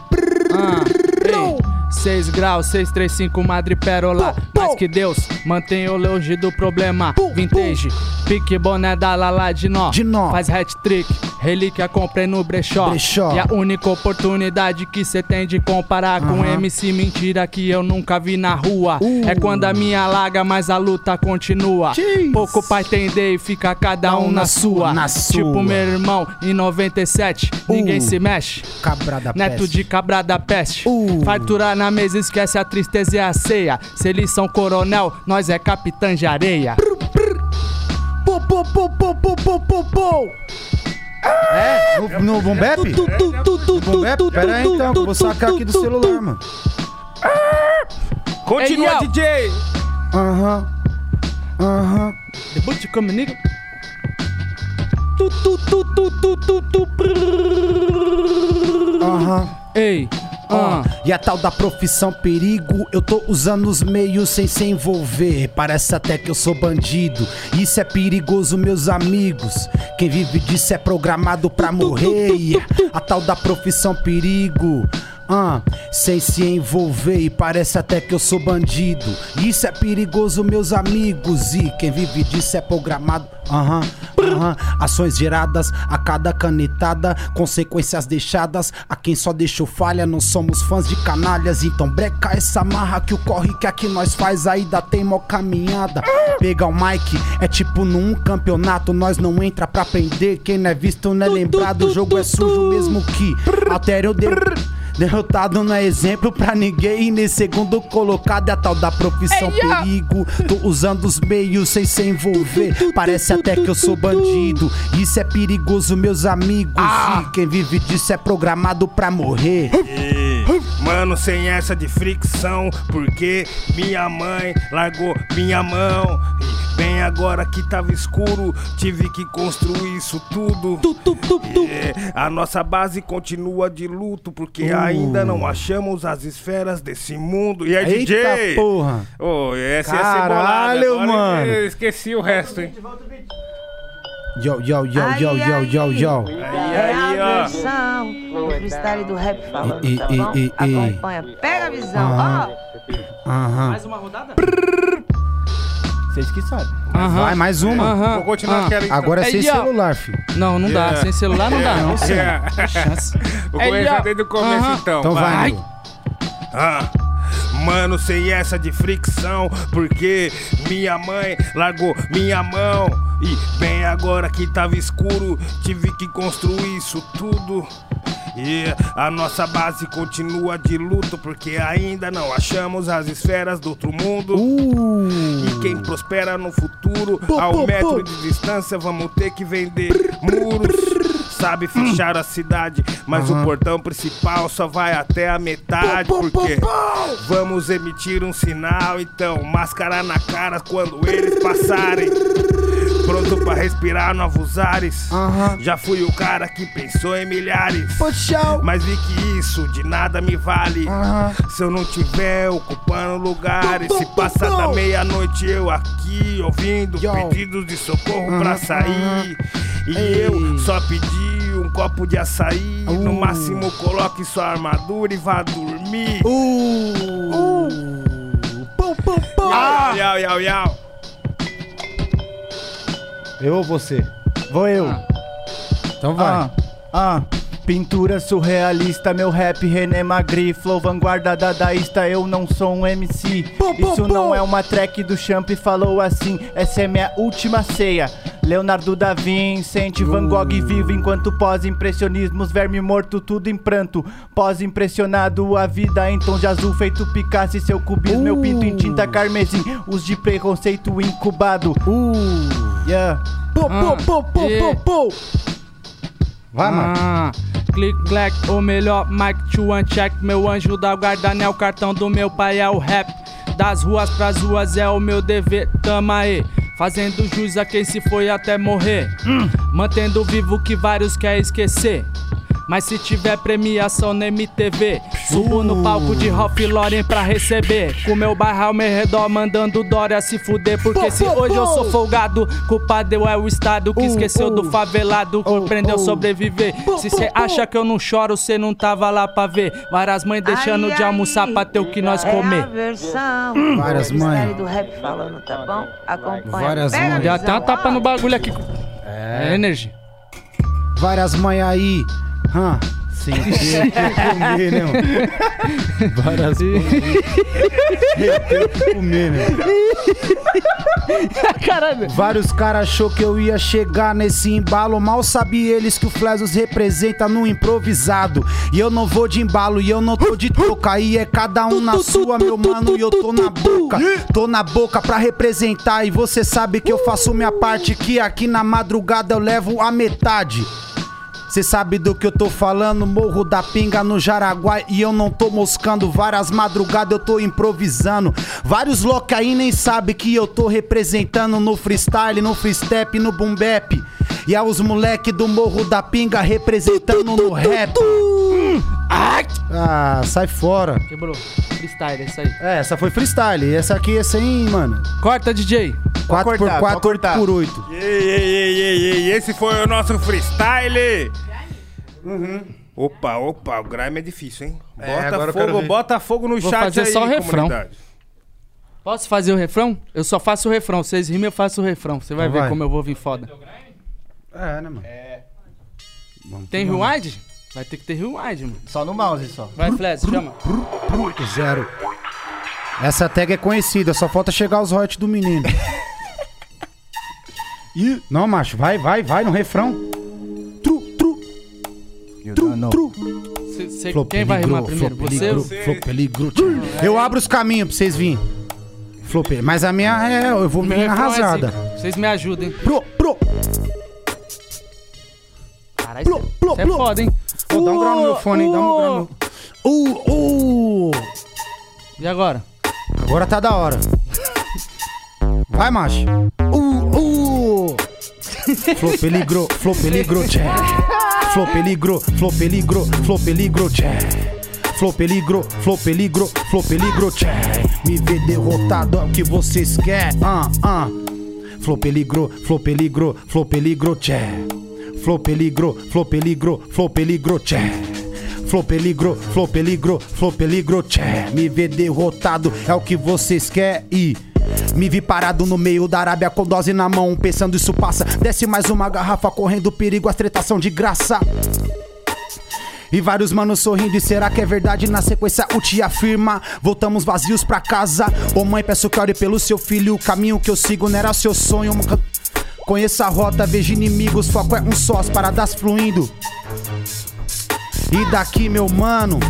Speaker 4: Ah, ei. 6 graus, 635 Madriperola. Mas que Deus mantenha o longe do problema. Vintage, pique boné da Lala de nó.
Speaker 5: De nó.
Speaker 4: Faz hat trick, relíquia comprei no brechó.
Speaker 5: Brechó.
Speaker 4: E a única oportunidade que cê tem de comparar com MC mentira que eu nunca vi na rua.
Speaker 5: Uh.
Speaker 4: É quando a minha larga, mas a luta continua. Pouco pra entender e fica cada um na sua.
Speaker 5: Na
Speaker 4: Tipo
Speaker 5: sua.
Speaker 4: meu irmão, em 97, ninguém
Speaker 5: Uh.
Speaker 4: se mexe.
Speaker 5: Cabra da
Speaker 4: Neto
Speaker 5: peste.
Speaker 4: de cabra da peste.
Speaker 5: Uh.
Speaker 4: Fartura na mesa, esquece a tristeza e a ceia. Se eles são coronel, nós é capitã de areia.
Speaker 11: Pô, pô, pô, pô, pô, pô, pô, pô.
Speaker 5: É? No, no Bombep?
Speaker 11: Tu, tu, tu, tu, tu, tu,
Speaker 5: Pera aí
Speaker 11: tu,
Speaker 5: então, que eu
Speaker 11: tu,
Speaker 5: vou sacar
Speaker 11: tu,
Speaker 5: aqui do
Speaker 11: tu, tu.
Speaker 5: celular, mano. É,
Speaker 1: Continua,
Speaker 4: Ei, yo.
Speaker 1: DJ.
Speaker 5: Aham. Aham.
Speaker 4: Debut de comunico.
Speaker 5: Aham.
Speaker 4: Ei, ah,
Speaker 11: Ah.
Speaker 5: ó. E a tal da profissão perigo, eu tô usando os meios sem se envolver. Parece até que eu sou bandido. Isso é perigoso, meus amigos. Quem vive disso é programado pra morrer. A tal da profissão perigo. Ah, sem se envolver e parece até que eu sou bandido. Isso é perigoso, meus amigos. E quem vive disso é programado. Aham, aham. Ações geradas a cada canetada, consequências deixadas a quem só deixou falha. Não somos fãs de canalhas, então breca essa marra que o corre que aqui nós faz. Ainda tem mó caminhada. Pegar o mic é tipo num campeonato, nós não entra pra aprender. Quem não é visto não é lembrado. O jogo é sujo mesmo que. Até eu deu. Derrotado não é exemplo pra ninguém. E nesse segundo colocado é a tal da profissão perigo. Tô usando os meios sem se envolver. Parece até que eu sou bandido. Isso é perigoso, meus amigos. E quem vive disso é programado pra morrer.
Speaker 1: Ei, Mano, sem essa de fricção, porque minha mãe largou minha mão. E bem agora que tava escuro, tive que construir isso tudo. É, a nossa base continua de luto, porque
Speaker 6: Uh.
Speaker 1: ainda não achamos as esferas desse mundo. E é
Speaker 6: Eita
Speaker 1: DJ!
Speaker 6: porra.
Speaker 1: Ô, essa ia ser
Speaker 6: Caralho,
Speaker 1: bolada. Agora
Speaker 6: mano.
Speaker 1: Eu esqueci o resto, hein?
Speaker 5: Yo, yo, yo, yo, yo, yo, yo.
Speaker 12: É a versão do freestyle do rap falando,
Speaker 5: E,
Speaker 12: tá
Speaker 5: e,
Speaker 12: bom?
Speaker 5: e, e. Ah.
Speaker 12: Acompanha, pega a visão, ó.
Speaker 5: Aham. Aham.
Speaker 10: um
Speaker 5: Mais
Speaker 12: uma rodada?
Speaker 10: Vocês que sabem.
Speaker 5: Vai, mais uma.
Speaker 10: Aham.
Speaker 5: Vou continuar
Speaker 10: Ah.
Speaker 5: aquela então. Agora sem
Speaker 10: Ei, ó.
Speaker 5: celular, filho.
Speaker 4: Não, não dá. Sem celular não dá. Não sei. Tem chance.
Speaker 1: então. Vou
Speaker 4: Aí,
Speaker 1: começar
Speaker 4: ó.
Speaker 1: desde o começo,
Speaker 4: Aham.
Speaker 1: então.
Speaker 4: Então vai, Nil.
Speaker 1: Ah, Mano, sem essa de fricção, porque minha mãe largou minha mão. E bem agora que tava escuro, tive que construir isso tudo. E a nossa base continua de luto, porque ainda não achamos as esferas do outro mundo. E quem prospera no futuro, ao
Speaker 6: Uh. pô,
Speaker 1: metro
Speaker 6: pô.
Speaker 1: de distância, vamos ter que vender muros. Sabe fechar a cidade, mas o
Speaker 6: Aham.
Speaker 1: portão principal só vai até a metade, porque vamos emitir um sinal, então máscara na cara quando eles passarem. Pronto pra respirar novos ares. Já fui o cara que pensou em milhares. Mas vi que isso de nada me vale. Se eu não tiver ocupando lugares. Se passar da meia-noite eu aqui ouvindo pedidos de socorro pra sair. E eu só pedi um copo de açaí. No máximo coloque sua armadura e vá dormir. Uh. Yau, yau, yau, yau.
Speaker 10: Eu ou você? Vou eu.
Speaker 5: Então vai.
Speaker 10: Ah, ah. Pintura surrealista, meu rap René Magri, flow vanguarda dadaísta, eu não sou um MC. Isso não é uma track do Champ falou assim, essa é minha última ceia. Leonardo da Vincent, Van Gogh vivo enquanto pós-impressionismos, verme morto, tudo em pranto. Pós-impressionado, a vida em tons de azul, feito Picasso e seu cubismo, eu pinto em tinta carmesim, os de preconceito incubado. Yeah. Pô, pô, pô, pô, pô, pô.
Speaker 5: Vai, mano.
Speaker 4: Ah, click, clack, ou melhor, Mike Chuan Check. Meu anjo da guarda, né? O cartão do meu pai é o rap. Das ruas pras ruas é o meu dever, tama aí. Fazendo jus a quem se foi até morrer. Hum, Mantendo vivo o que vários quer esquecer. Mas se tiver premiação na MTV, subo no palco de Ralph Lauren pra receber. Com meu bairro ao meu redor, mandando Dória se fuder. Porque se hoje eu sou folgado, culpado eu é o Estado que esqueceu do favelado, que aprendeu a sobreviver. Se cê acha que eu não choro, cê não tava lá pra ver. Várias mães deixando de almoçar pra ter o que nós
Speaker 12: É a
Speaker 4: comer.
Speaker 12: versão
Speaker 4: Hum.
Speaker 12: do
Speaker 4: Várias
Speaker 12: freestyle
Speaker 4: mães.
Speaker 12: do rap falando, tá bom? Acompanha,
Speaker 5: Várias
Speaker 12: pega a
Speaker 5: mães. Já
Speaker 12: visão,
Speaker 5: tá
Speaker 12: ó.
Speaker 4: Tapa no bagulho aqui. É, energia.
Speaker 5: Várias mães aí. Hã? Sem ter o que comer, né, mano? Várias mães. Sem ter o que comer, né?
Speaker 4: Caralho.
Speaker 5: Vários caras achou que eu ia chegar nesse embalo. Mal sabe eles que o Flesos representa no improvisado. E eu não vou de embalo, e eu não tô de troca. E é cada um na sua, meu mano, e eu tô na boca. Tô na boca pra representar. E você sabe que eu faço minha parte. Que aqui na madrugada eu levo a metade. Cê sabe do que eu tô falando, Morro da Pinga no Jaraguá e eu não tô moscando. Várias madrugadas eu tô improvisando. Vários loca aí nem sabe que eu tô representando no freestyle, no freestep, no boom bap. E aos moleque do Morro da Pinga representando no rap. Hum. Ah, sai fora.
Speaker 4: Quebrou. Freestyle, é isso aí.
Speaker 5: É, essa foi freestyle. E essa aqui é sem, mano.
Speaker 4: Corta, DJ.
Speaker 5: 4x4, 8x8.
Speaker 1: E, e, e, e, esse foi o nosso freestyle. Opa, opa, o grime é difícil, hein? Bota
Speaker 4: É, agora eu quero
Speaker 1: fogo,
Speaker 4: ver.
Speaker 1: bota fogo no
Speaker 4: Vou
Speaker 1: chat
Speaker 4: fazer
Speaker 1: aí,
Speaker 4: só o refrão.
Speaker 1: comunidade.
Speaker 4: Posso fazer o refrão? Eu só faço o refrão. Vocês rimam, eu faço o refrão. Você vai
Speaker 5: Então
Speaker 4: ver
Speaker 5: vai.
Speaker 4: como eu vou vir foda.
Speaker 5: É, né, mano? É.
Speaker 4: Tem rewind? Vai ter que ter rewind, mano.
Speaker 10: Só no mouse, só.
Speaker 4: Vai, Flash, chama.
Speaker 5: 8 0 Essa tag é conhecida, só falta chegar os hot do menino. Ih, Não, macho, vai, vai, vai no refrão.
Speaker 10: não.
Speaker 4: Cê- cê-
Speaker 5: Flô
Speaker 4: quem vai rimar
Speaker 5: peligro, flô
Speaker 4: primeiro? Você?
Speaker 5: peligro, flô peligro, tchau. Eu abro os caminhos pra vocês virem. Flô peligro. Mas a minha é, eu vou vir
Speaker 4: Refrão é
Speaker 5: arrasada.
Speaker 4: zica. Vocês me ajudem.
Speaker 5: Pro, pro.
Speaker 4: Caralho, isso é foda, hein?
Speaker 5: Ô, dá um grau no meu fone, hein? Dá um grau no. Uh, uh.
Speaker 4: E agora?
Speaker 5: Agora tá da hora. Vai, macho. Uh, uh. Flô peligro, flô peligro, tchê. Flô peligro, flô peligro, flô peligro, tchê. Flô peligro, flô peligro, flô peligro, tchê. Me ver derrotado é o que vocês querem. Ah, ah. Flô peligro, flô peligro, flô peligro, tchê. Flô peligro, flô peligro, flô peligro, tchê. Flô peligro, flô peligro, flô peligro, tchê. Me ver derrotado é o que vocês querem. Me vi parado no meio da Arábia com dose na mão, pensando isso passa. Desce mais uma garrafa correndo perigo, as tretas são de graça. E vários manos sorrindo, e será que é verdade? Na sequência, o te afirma: Voltamos vazios pra casa. Ô mãe, peço que ore pelo seu filho. O caminho que eu sigo não era seu sonho. Conheça a rota, vejo inimigos. Foco é um só, as paradas fluindo. E daqui, meu mano,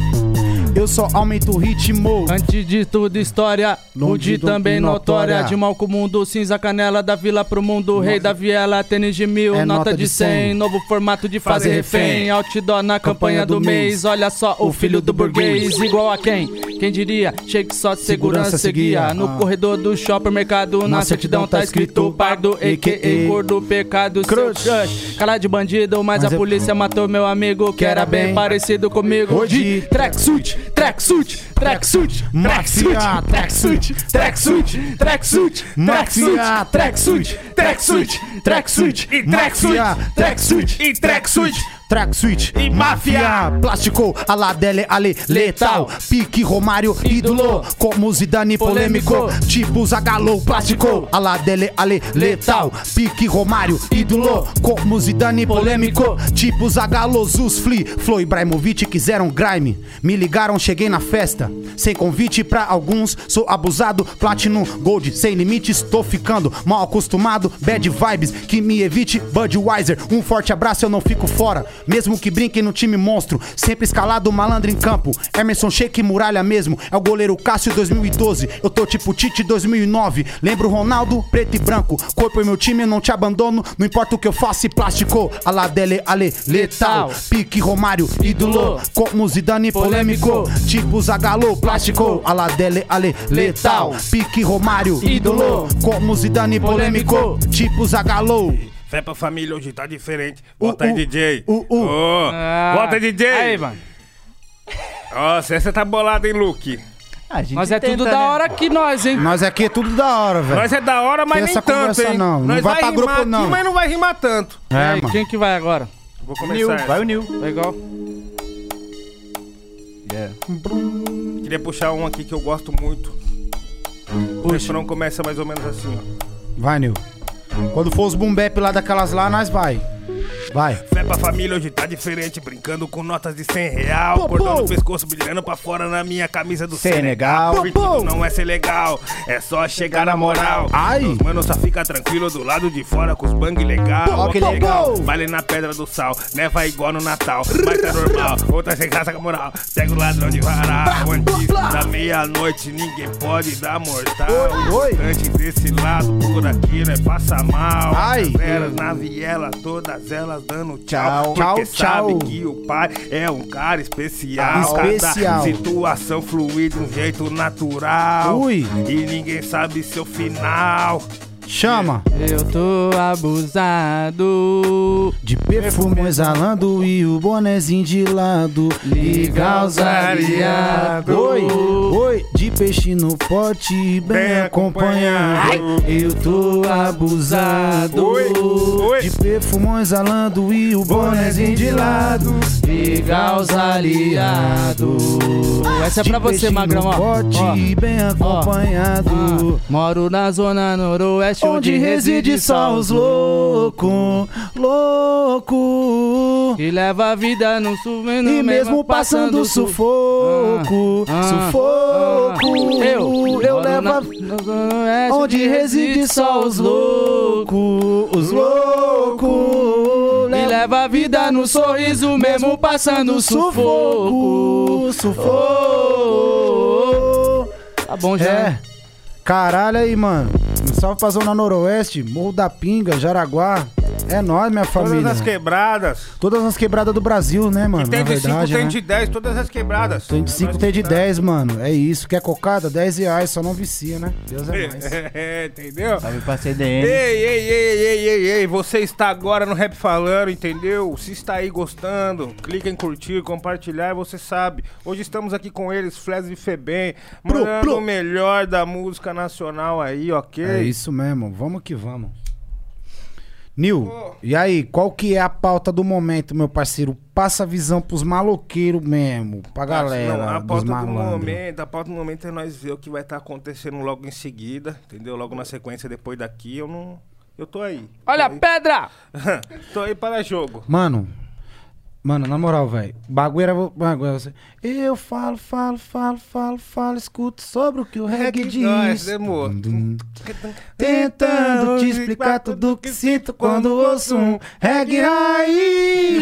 Speaker 5: eu só aumento o ritmo.
Speaker 4: Antes de tudo, história.
Speaker 5: Longe
Speaker 4: Rude
Speaker 5: do-
Speaker 4: também
Speaker 5: notória.
Speaker 4: notória. De mal com o mundo, cinza, canela, da vila pro mundo. Rei da viela, tênis de mil,
Speaker 5: É
Speaker 4: nota de 100. Novo formato de fazer
Speaker 5: Fazer
Speaker 4: refém.
Speaker 5: refém.
Speaker 4: Outdoor na campanha do mês. Olha só o filho do burguês. Igual a quem? Quem diria? Achei que só segurança
Speaker 5: Segurança
Speaker 4: seguia.
Speaker 5: seguia.
Speaker 4: No
Speaker 5: Ah.
Speaker 4: corredor do shopping, mercado. Na certidão tá escrito pardo, e
Speaker 5: EQE.
Speaker 4: gordo, pecado, seu crush. Cara de bandido, mas a
Speaker 5: Mas eu-
Speaker 4: polícia matou meu amigo. Que era bem parecido comigo.
Speaker 5: Hoje,
Speaker 4: tracksuit, tracksuit, tracksuit, tracksuit, tracksuit, tracksuit, tracksuit, tracksuit, tracksuit, tracksuit, tracksuit, e tracksuit, tracksuit, e tracksuit.
Speaker 5: Track switch e máfia Plástico, aladele, ale, letal Pique, Romário, ídolo Como Zidane, polêmico Tipo Zagalou, plástico Aladele, ale, letal Pique, Romário, ídolo Como Zidane, polêmico Tipo Zagalou, Zusfli Flo Ibrahimovic quiseram grime Me ligaram, cheguei na festa Sem convite pra alguns, sou abusado Platinum, gold, sem limites, tô ficando Mal acostumado, bad vibes Que me evite, Budweiser Um forte abraço, eu não fico fora Mesmo que brinquem no time monstro Sempre escalado, malandro em campo Emerson Sheik, muralha mesmo É o goleiro Cássio 2012 Eu tô tipo Tite 2009 Lembro Ronaldo, preto e branco Corpo e meu time, eu não te abandono Não importa o que eu faça, e plástico Aladele, ale, letal Pique, Romário, ídolo Como Zidane, polêmico Tipo Zagallo, plástico Aladele, ale, letal Pique, Romário, ídolo Como Zidane, polêmico Tipo Zagallo
Speaker 1: Fé pra família hoje tá diferente. Bota aí,
Speaker 5: uh,
Speaker 1: DJ.
Speaker 5: uh, uh.
Speaker 1: Ô,
Speaker 4: Ah.
Speaker 1: Bota aí, DJ.
Speaker 4: Aí, mano.
Speaker 1: Nossa, essa tá bolada, hein, Luke?
Speaker 4: Mas é tudo
Speaker 1: tenta,
Speaker 4: da
Speaker 1: né?
Speaker 4: hora que nós, hein?
Speaker 5: Nós aqui é tudo da hora, velho
Speaker 1: Nós é da hora, mas
Speaker 5: Tem
Speaker 1: nem
Speaker 5: essa
Speaker 1: tanto,
Speaker 5: conversa,
Speaker 1: hein?
Speaker 5: não. Não
Speaker 1: Nós
Speaker 5: vai pra
Speaker 1: rimar
Speaker 5: grupo,
Speaker 1: aqui,
Speaker 5: não.
Speaker 1: mas não vai rimar tanto.
Speaker 4: E
Speaker 5: É,
Speaker 4: aí,
Speaker 5: mano.
Speaker 4: quem que vai agora?
Speaker 1: Vou
Speaker 10: Nil,
Speaker 1: começar
Speaker 10: vai o
Speaker 1: essa.
Speaker 10: Nil.
Speaker 4: Legal.
Speaker 1: Queria puxar um aqui que eu gosto muito. O refrão começa mais ou menos assim, ó.
Speaker 5: Vai, Nil. Quando for os boom bap lá daquelas lá, nós vai. Vai.
Speaker 1: Fé pra família hoje tá diferente, brincando com notas de 100 real.
Speaker 5: Pô,
Speaker 1: cordão
Speaker 5: pô.
Speaker 1: no pescoço, brilhando pra fora na minha camisa do
Speaker 10: Senegal.
Speaker 1: Senegal.
Speaker 5: Pô, pô.
Speaker 1: Virtude não é ser legal, é só chegar na moral.
Speaker 5: Ai.
Speaker 1: Os mano só fica tranquilo do lado de fora com os bang legal.
Speaker 5: Pô,
Speaker 1: Ó
Speaker 5: pô,
Speaker 1: legal.
Speaker 5: pô.
Speaker 1: Vale na pedra do sal, neva igual no Natal. Mas tá normal, outra sem graça com a moral. Pega o ladrão de varal. Antes da meia-noite, ninguém pode dar mortal.
Speaker 5: Oi, oi.
Speaker 1: Antes desse lado, por aqui, né? Passa mal.
Speaker 5: Ai.
Speaker 1: As velas na viela, todas elas dando tchau.
Speaker 5: Tchau,
Speaker 1: porque
Speaker 5: tchau.
Speaker 1: sabe que o pai é um cara especial.
Speaker 5: Especial.
Speaker 1: Cada situação fluir de um jeito natural.
Speaker 5: Ui.
Speaker 1: E ninguém sabe seu final.
Speaker 5: Chama.
Speaker 4: Eu tô abusado.
Speaker 5: De perfume exalando e o bonezinho de lado.
Speaker 4: Liga os aliados.
Speaker 5: Oi, oi. De peixe no pote, bem acompanhado. Eu tô abusado.
Speaker 4: Oi, oi.
Speaker 5: De perfume exalando e o bonezinho de lado. Liga os aliados.
Speaker 4: Essa é pra
Speaker 5: De
Speaker 4: você,
Speaker 5: peixe no
Speaker 4: magrão, ó.
Speaker 5: Pote,
Speaker 4: Ó. Ah,
Speaker 5: bem acompanhado.
Speaker 4: Moro na zona noroeste
Speaker 5: Onde reside só os loucos, louco.
Speaker 4: E leva a vida no suvendo
Speaker 5: E mesmo passando sufoco,
Speaker 4: Ah,
Speaker 5: sufoco, eu, eu levo a... Onde reside só os loucos, os loucos.
Speaker 4: E leva a vida no sorriso mesmo passando sufoco, sufoco. Tá bom já.
Speaker 5: É. Caralho aí, mano. Um salve pra Zona Noroeste, Morro da Pinga, Jaraguá. É nóis, minha família.
Speaker 1: Todas as quebradas.
Speaker 5: Todas as quebradas do Brasil, né, mano?
Speaker 1: Tem
Speaker 5: Na
Speaker 1: de 5,
Speaker 5: verdade,
Speaker 1: tem
Speaker 5: né?
Speaker 1: de né? 10, todas as quebradas.
Speaker 5: Tem de 5, tem de 10, mano. É isso. Quer cocada? 10 reais, só não vicia, né? Deus é mais.
Speaker 1: É, entendeu?
Speaker 10: Salve pra
Speaker 1: Ei,
Speaker 10: CDN.
Speaker 1: ei, ei, ei, ei, ei, você está agora no Rap Falando, entendeu? Se está aí gostando, clica em curtir, compartilhar, você sabe. Hoje estamos aqui com eles, Fles e Febem, mandando o melhor da música nacional aí, ok?
Speaker 5: É isso mesmo. Vamos que vamos. Nil, e aí? Qual que é a pauta do momento, meu parceiro? Passa a visão pros maloqueiros mesmo. Pra galera
Speaker 1: Não, a
Speaker 5: dos
Speaker 1: pauta do
Speaker 5: malandros.
Speaker 1: momento, a pauta do momento é nós ver o que vai estar acontecendo logo em seguida, entendeu? Logo na sequência depois daqui, eu não. Eu tô aí.
Speaker 4: Olha a pedra!
Speaker 1: tô aí para jogo.
Speaker 5: Mano, mano, na moral, velho. Bagulho era... vo- bagulho era você. Eu falo, falo, falo, falo, falo. Escuto sobre o que o reggae
Speaker 1: Ah,
Speaker 5: diz.
Speaker 1: esse demorou.
Speaker 5: Tentando te explicar tudo que sinto quando ouço um reggae raiz.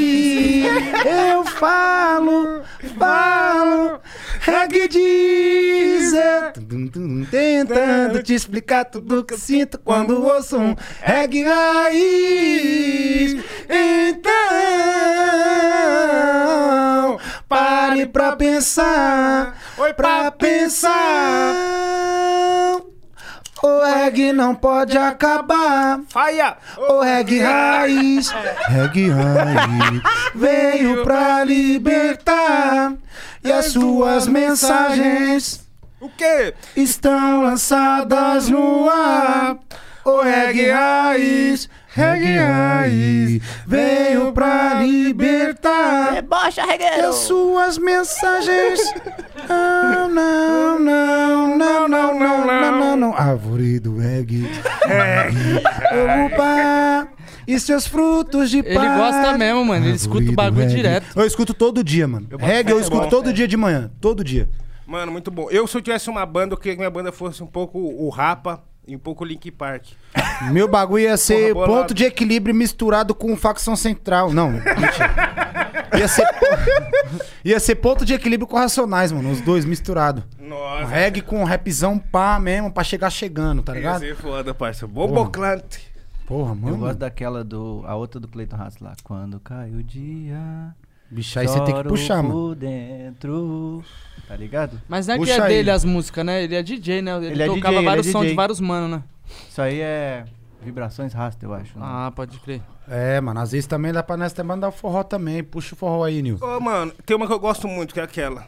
Speaker 5: Eu falo, falo, reggae dizer. Tentando te explicar tudo que sinto quando ouço um reggae raiz. Então, pare pra pensar, pra pensar. O reggae não pode acabar.
Speaker 1: Faia!
Speaker 5: O reggae raiz, reggae raiz, veio pra libertar. E as suas mensagens
Speaker 1: O quê?
Speaker 5: estão lançadas no ar. O reggae raiz, reggae raiz, veio pra libertar.
Speaker 2: Debocha,
Speaker 5: E as suas mensagens. Não, não, não, não, não, não, não, não, não. É. Árvore do reggae. Opa! E seus frutos de paz.
Speaker 4: Ele gosta mesmo, mano. Ele escuta o bagulho
Speaker 5: Reggae.
Speaker 4: direto.
Speaker 5: Eu escuto todo dia, mano. Reggae eu
Speaker 1: É
Speaker 5: escuto
Speaker 1: bom,
Speaker 5: todo dia de manhã. Todo dia.
Speaker 1: Mano, muito bom. Eu, se eu tivesse uma banda, eu queria que minha banda fosse um pouco o Rapa e um pouco o Link Park.
Speaker 5: Meu bagulho ia ser
Speaker 1: bolado.
Speaker 5: ponto de equilíbrio misturado com facção central. Não, mentira. Ia ser, ia ser ponto de equilíbrio com racionais, mano. Os dois misturados. Um
Speaker 1: Nossa,
Speaker 5: reggae com um rapzão pá mesmo, pra chegar chegando, tá
Speaker 1: ia
Speaker 5: ligado?
Speaker 1: ser foda, parceiro. Bomboclante.
Speaker 5: Porra,
Speaker 10: Eu gosto
Speaker 5: mano.
Speaker 10: daquela do. A outra do Cleiton Haas lá. Quando cai o dia.
Speaker 5: Bicho, aí você tem que
Speaker 10: choro
Speaker 5: puxar, mano.
Speaker 10: por dentro. Tá ligado?
Speaker 4: Mas não é que
Speaker 5: Puxa
Speaker 4: é
Speaker 5: aí.
Speaker 4: dele as músicas, né? Ele é DJ, né? Ele,
Speaker 10: Ele é
Speaker 4: tocava
Speaker 10: DJ, ele é
Speaker 4: vários sons
Speaker 10: DJ.
Speaker 4: de vários manos, né?
Speaker 10: Isso aí é. Vibrações rasta, eu acho. né?
Speaker 4: Ah, pode crer.
Speaker 5: É, mano, às vezes também dá pra nós até mandar o forró também. Puxa o forró aí, Nil.
Speaker 1: Ô, mano, tem uma que eu gosto muito, que é aquela.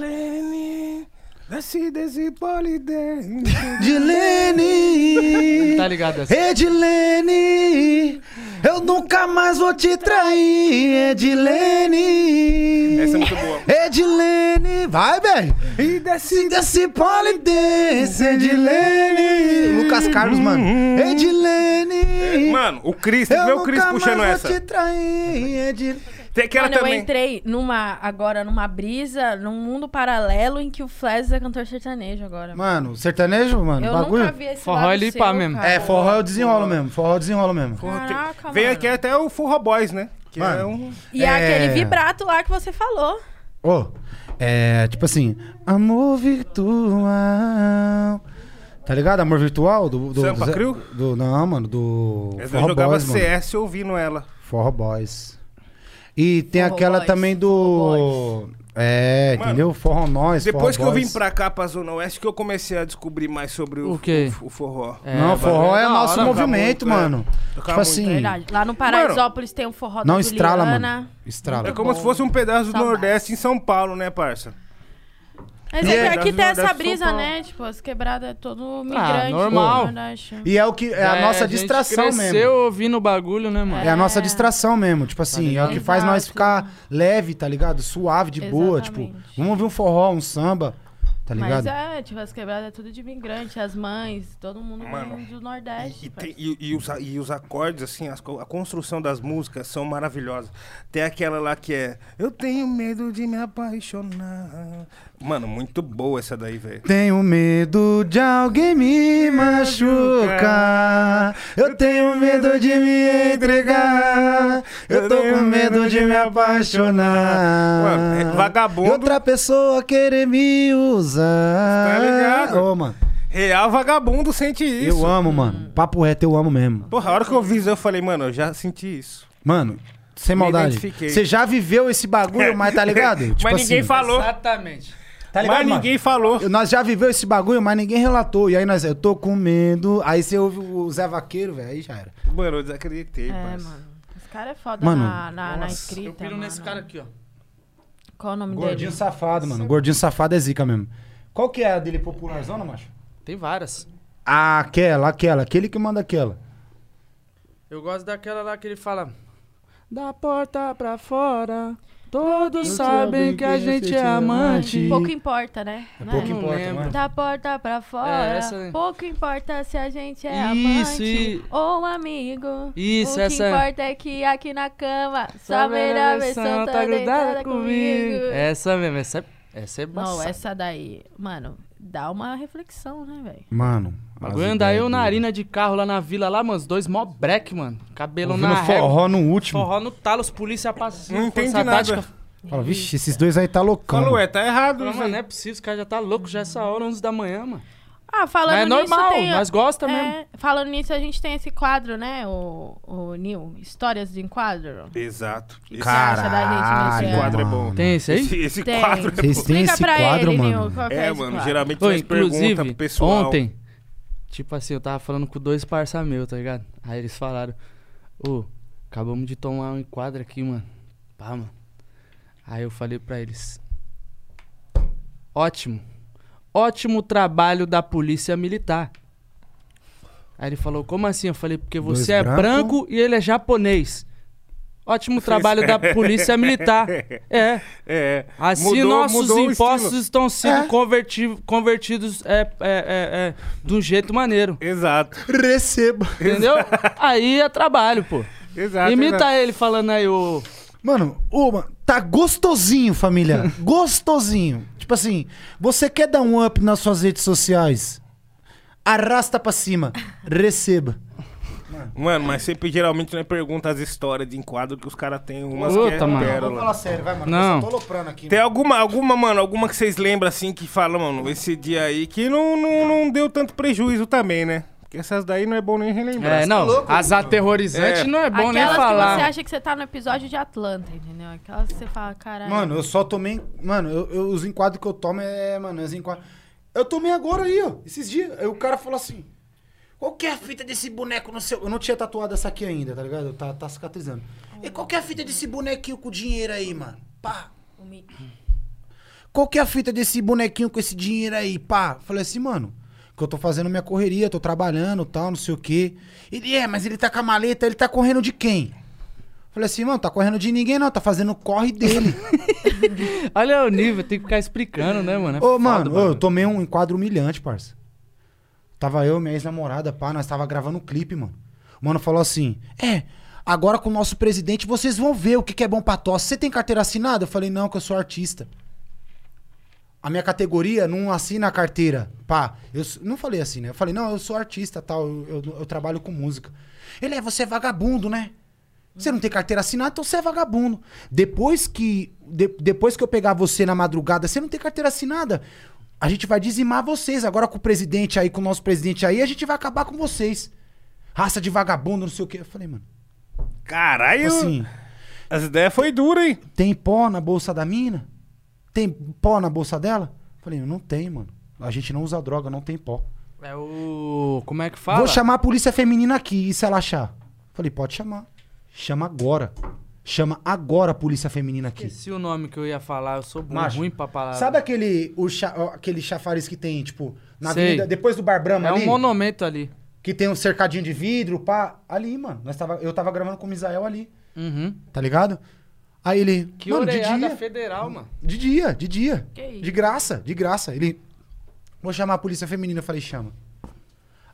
Speaker 1: Edilene, desce desse polidense.
Speaker 5: Edilene!
Speaker 4: Tá ligado essa?
Speaker 5: Edilene! Eu nunca mais vou te trair, Edilene!
Speaker 1: Essa é muito boa.
Speaker 5: Edilene! Vai, velho! E desce desse polidense, Edilene! Lucas Carlos, mano. Edilene!
Speaker 1: É, Mano, o Cris, tem que
Speaker 5: Eu
Speaker 1: ver o Cris
Speaker 5: nunca
Speaker 1: puxando
Speaker 5: mais
Speaker 1: essa.
Speaker 5: vou te trair, Edilene!
Speaker 1: Tem aquela
Speaker 2: Mano, eu
Speaker 1: também.
Speaker 2: entrei numa, agora numa brisa, num mundo paralelo em que o Flash é cantor sertanejo agora.
Speaker 5: Mano, sertanejo, mano,
Speaker 2: eu
Speaker 5: bagulho.
Speaker 2: nunca vi esse
Speaker 4: É um Forró
Speaker 2: lado
Speaker 4: é
Speaker 2: seu,
Speaker 4: limpar mesmo.
Speaker 2: cara. Ah,
Speaker 5: É, forró eu desenrolo mesmo, forró eu desenrolo mesmo.
Speaker 1: Porra, tem-
Speaker 2: Caraca,
Speaker 1: Veio
Speaker 2: Ah, mano.
Speaker 1: aqui até o Forro Boys, né? Que
Speaker 5: Mano.
Speaker 1: é um.
Speaker 2: E
Speaker 5: É.
Speaker 2: aquele vibrato lá que você falou.
Speaker 5: Ô, é tipo assim, amor virtual. Tá ligado? Amor virtual do. do
Speaker 1: Sampa
Speaker 5: do, Zé-
Speaker 1: Crew?
Speaker 5: do- Não, mano, do.
Speaker 1: Eu
Speaker 5: Forró
Speaker 1: jogava
Speaker 5: Boys, mano.
Speaker 1: CS ouvindo ela.
Speaker 5: Forró Boys. E tem aquela também do. É, entendeu? Forró Nós.
Speaker 1: Depois que
Speaker 5: forró
Speaker 1: eu vim
Speaker 5: boys.
Speaker 1: pra cá, pra Zona Oeste, que eu comecei a descobrir mais sobre o,
Speaker 5: O quê?
Speaker 1: o- o forró.
Speaker 5: Não, forró é
Speaker 1: Da
Speaker 5: nosso
Speaker 1: hora, toca muito,
Speaker 5: movimento,
Speaker 1: é.
Speaker 5: mano.
Speaker 1: Toca
Speaker 5: Tipo
Speaker 1: muito.
Speaker 5: assim.
Speaker 2: Verdade. Lá no Paraisópolis tem um forró da
Speaker 5: Não estrala, mano.
Speaker 2: Juliana.
Speaker 5: Estrala.
Speaker 1: É como se fosse um pedaço do Nordeste em São Paulo, né, parça?
Speaker 2: Mas
Speaker 1: E
Speaker 2: é que
Speaker 1: é-
Speaker 2: aqui tem
Speaker 1: Nordeste de
Speaker 2: essa
Speaker 1: São
Speaker 2: brisa,
Speaker 1: Paulo.
Speaker 2: né? Tipo, as quebradas é todo migrante.
Speaker 4: Ah,
Speaker 2: né,
Speaker 4: normal.
Speaker 2: do Nordeste.
Speaker 5: E é o que. É a
Speaker 4: É,
Speaker 5: nossa
Speaker 4: a gente
Speaker 5: distração
Speaker 4: cresceu
Speaker 5: mesmo.
Speaker 4: ouvindo o bagulho, né, mano?
Speaker 5: É a nossa distração mesmo. Tipo assim, é o que faz nós ficar leve, tá ligado? Suave, de boa. Tipo, vamos ouvir um forró, um samba, tá ligado?
Speaker 2: Mas é, tipo, as quebradas é tudo de migrante, as mães, todo mundo vem do Nordeste.
Speaker 1: E, tem- e- e os, a- e os acordes, assim, as co- a construção das músicas são maravilhosas. Tem aquela lá que é Eu tenho medo de me apaixonar. Mano, muito boa essa daí, velho.
Speaker 5: Tenho medo de alguém me machucar. Eu tenho medo de me entregar. Eu tô com medo de me apaixonar.
Speaker 1: Mano, é vagabundo.
Speaker 5: Outra pessoa querer me usar.
Speaker 1: Tá ligado?
Speaker 5: Ô, mano.
Speaker 1: Real vagabundo sente isso.
Speaker 5: Eu amo, mano. Papo reto, eu amo mesmo.
Speaker 1: Porra, a hora que eu vi isso, eu falei, mano, eu já senti isso.
Speaker 5: Mano, sem
Speaker 1: Me
Speaker 5: maldade.
Speaker 1: identifiquei.
Speaker 5: Você já viveu esse bagulho, mas tá ligado?
Speaker 1: Mas
Speaker 4: Tipo
Speaker 1: ninguém
Speaker 4: assim,
Speaker 1: falou.
Speaker 4: Exatamente.
Speaker 5: Tá ligado,
Speaker 1: Mas ninguém
Speaker 5: falou. nós já viveu esse bagulho, mas ninguém relatou. E aí nós, eu tô com medo. Aí você ouve o Zé Vaqueiro, velho, aí já era.
Speaker 1: Mano, eu desacreditei,
Speaker 2: É,
Speaker 1: parça.
Speaker 2: mano. Esse cara é foda
Speaker 5: Mano,
Speaker 2: na, na, na
Speaker 4: Nossa,
Speaker 2: escrita.
Speaker 4: Eu piro nesse cara aqui, ó.
Speaker 2: Qual o nome
Speaker 5: Gordinho
Speaker 2: dele?
Speaker 5: safado, mano. Gordinho safado é zica mesmo. Qual que é a dele popularzona, macho?
Speaker 4: Tem várias.
Speaker 5: Ah, aquela, aquela. Aquele que manda aquela.
Speaker 4: Eu gosto daquela lá que ele fala. Da porta pra fora, todos sabem que a gente é
Speaker 5: um
Speaker 4: amante.
Speaker 2: Pouco importa, né?
Speaker 4: É
Speaker 2: Não
Speaker 4: pouco importa, mano.
Speaker 2: Da porta pra fora.
Speaker 4: É, essa aí.
Speaker 2: Pouco importa se a gente é
Speaker 4: Isso,
Speaker 2: amante
Speaker 4: e-
Speaker 2: ou um amigo.
Speaker 4: Isso,
Speaker 2: o que
Speaker 4: essa é.
Speaker 2: importa é que aqui na cama, sua
Speaker 4: Sua
Speaker 2: melhor
Speaker 4: melhor
Speaker 2: versão
Speaker 4: versão
Speaker 2: tá,
Speaker 4: tá
Speaker 2: grudada
Speaker 4: grudada
Speaker 2: comigo.
Speaker 4: Essa mesmo, essa é, essa é
Speaker 2: Não,
Speaker 4: bastante.
Speaker 2: essa daí, mano, dá uma reflexão, né, velho?
Speaker 5: Mano.
Speaker 4: Bagulho andar eu narina de carro lá na vila, lá, mano, os dois mó break, mano. Cabelo
Speaker 5: Ouvindo
Speaker 4: na
Speaker 5: forró
Speaker 4: régua.
Speaker 5: no último.
Speaker 4: Forró no talo, os polícia passando.
Speaker 1: Não entendi
Speaker 4: força
Speaker 1: nada.
Speaker 4: tática.
Speaker 5: Fala, vixe, esses dois aí tá loucão.
Speaker 1: Falou, é, tá errado.
Speaker 4: Fala, mano, não é possível, os caras já tá louco já essa hora, 11 da manhã, mano.
Speaker 2: Ah, falando
Speaker 4: Mas é
Speaker 2: nisso,
Speaker 4: normal,
Speaker 2: tem...
Speaker 4: nós gosta
Speaker 2: é,
Speaker 4: mesmo.
Speaker 2: Falando nisso, a gente tem esse quadro, né, o, o Nil? Histórias de enquadro.
Speaker 1: Exato.
Speaker 2: que você acha da gente, Caralho,
Speaker 1: Esse quadro é bom.
Speaker 4: mano. Tem esse aí?
Speaker 1: Esse, esse
Speaker 2: Tem.
Speaker 1: quadro é bom.
Speaker 5: Vocês têm
Speaker 2: Explica
Speaker 5: esse
Speaker 2: pra
Speaker 5: quadro,
Speaker 2: ele,
Speaker 5: mano.
Speaker 2: Nil, qual que é
Speaker 1: É,
Speaker 2: esse
Speaker 1: mano,
Speaker 2: quadro?
Speaker 1: geralmente
Speaker 4: Ô,
Speaker 1: faz pergunta
Speaker 4: inclusive,
Speaker 1: pro pessoal.
Speaker 4: ontem, tipo assim, eu tava falando com dois parça meu, tá ligado? Aí eles falaram, ô, acabamos de tomar um enquadro aqui, mano. Pá, mano. Aí eu falei pra eles, ótimo, ótimo trabalho da polícia militar. Aí ele falou, como assim? Eu falei, porque
Speaker 5: Dois
Speaker 4: você é
Speaker 5: branco.
Speaker 4: branco e ele é japonês. Ótimo trabalho da polícia militar. É.
Speaker 1: É.
Speaker 4: Assim
Speaker 1: Mudou-
Speaker 4: nossos
Speaker 1: mudou o
Speaker 4: impostos
Speaker 1: estilo.
Speaker 4: estão sendo
Speaker 5: É.
Speaker 4: converti- convertidos é, é, é, é, de um jeito maneiro.
Speaker 1: Exato.
Speaker 5: Receba.
Speaker 4: Entendeu? aí é trabalho, pô.
Speaker 1: Exato.
Speaker 4: Imita
Speaker 1: exato.
Speaker 4: ele falando aí o.
Speaker 5: Mano, ô, mano, tá gostosinho, família. gostosinho. Tipo assim, você quer dar um up nas suas redes sociais? Arrasta pra cima. Receba.
Speaker 1: Mano, mas sempre geralmente não é pergunta as histórias de enquadro que os caras têm umas que
Speaker 4: Puta,
Speaker 1: é
Speaker 4: mano.
Speaker 1: pérola.
Speaker 5: sério, vai, mano.
Speaker 4: Não.
Speaker 5: tô loprando aqui.
Speaker 1: Tem alguma, alguma, mano, alguma que vocês lembram assim que falam, mano, esse dia aí que não, não, não deu tanto prejuízo também, né? Porque essas daí não é bom nem relembrar.
Speaker 4: É, não. as aterrorizantes
Speaker 1: É.
Speaker 4: não é bom
Speaker 2: Aquelas
Speaker 4: nem
Speaker 2: que você
Speaker 4: falar.
Speaker 2: acha que você tá no episódio de Atlanta, entendeu? Aquelas que você fala, caralho.
Speaker 5: Mano, eu só tomei. Mano, eu, eu- os enquadros que eu tomo é, mano, os enquadros. Eu tomei agora aí, ó. Esses dias. Aí o cara falou assim. Qual que é a fita desse boneco no seu. Eu não tinha tatuado essa aqui ainda, tá ligado? Tá, tá cicatrizando. E qual que é a fita desse bonequinho com dinheiro aí, mano? Pá. Qual que é a fita desse bonequinho com esse dinheiro aí, pá? Falei assim, mano, que eu tô fazendo minha correria, tô trabalhando tal, não sei o quê. Ele é, mas ele tá com a maleta, ele tá correndo de quem? Falei assim, mano, tá correndo de ninguém não, tá fazendo o corre dele.
Speaker 4: Olha o nível, tem que ficar explicando, né, mano? É
Speaker 5: Ô,
Speaker 4: foda,
Speaker 5: mano, ô, eu tomei um enquadro humilhante, parça. Tava eu, minha ex-namorada, pá, nós tava gravando um clipe, mano. O mano falou assim: É, agora com o nosso presidente vocês vão ver o que, que é bom pra tosse. Você tem carteira assinada? Eu falei: Não, que eu sou artista. A minha categoria não assina a carteira. Pá, eu s- não falei assim, né? Eu falei: Não, eu sou artista, tal, eu, eu- eu trabalho com música. Ele é, você é vagabundo, né? Você não tem carteira assinada, então você é vagabundo. Depois que, de- depois que eu pegar você na madrugada, você não tem carteira assinada. A gente vai dizimar vocês. Agora com o presidente aí, com o nosso presidente aí, a gente vai acabar com vocês. Raça de vagabundo, não sei o quê. Eu falei, mano.
Speaker 4: Tipo
Speaker 1: Caralho.
Speaker 5: Assim.
Speaker 1: As ideias foi dura, hein?
Speaker 5: Tem pó na bolsa da mina? Tem pó na bolsa dela? Falei, não tem, mano. A gente não usa droga, não tem pó.
Speaker 4: É o. Como é que fala?
Speaker 5: Vou chamar a polícia feminina aqui, e se ela achar? Falei, pode chamar. Chama agora. Chama agora a polícia feminina aqui.
Speaker 4: Esqueci o nome que eu ia falar, eu sou bom,
Speaker 5: Macho,
Speaker 4: Um ruim pra palavra.
Speaker 5: Sabe aquele, o cha- aquele chafariz que tem, tipo, na
Speaker 4: Sei.
Speaker 5: avenida, depois do Bar Brahma
Speaker 4: É
Speaker 5: ali?
Speaker 4: um monumento ali.
Speaker 5: Que tem um cercadinho de vidro, pá. Ali, mano. Nós tava, eu tava gravando com o Misael ali.
Speaker 4: Uhum.
Speaker 5: Tá ligado? Aí ele.
Speaker 4: Que
Speaker 5: mano, de
Speaker 4: oreada
Speaker 5: dia.
Speaker 4: federal, mano.
Speaker 5: De dia, de dia.
Speaker 4: Que isso?
Speaker 5: De graça, de graça. Ele. Vou chamar a polícia feminina. Eu falei, chama.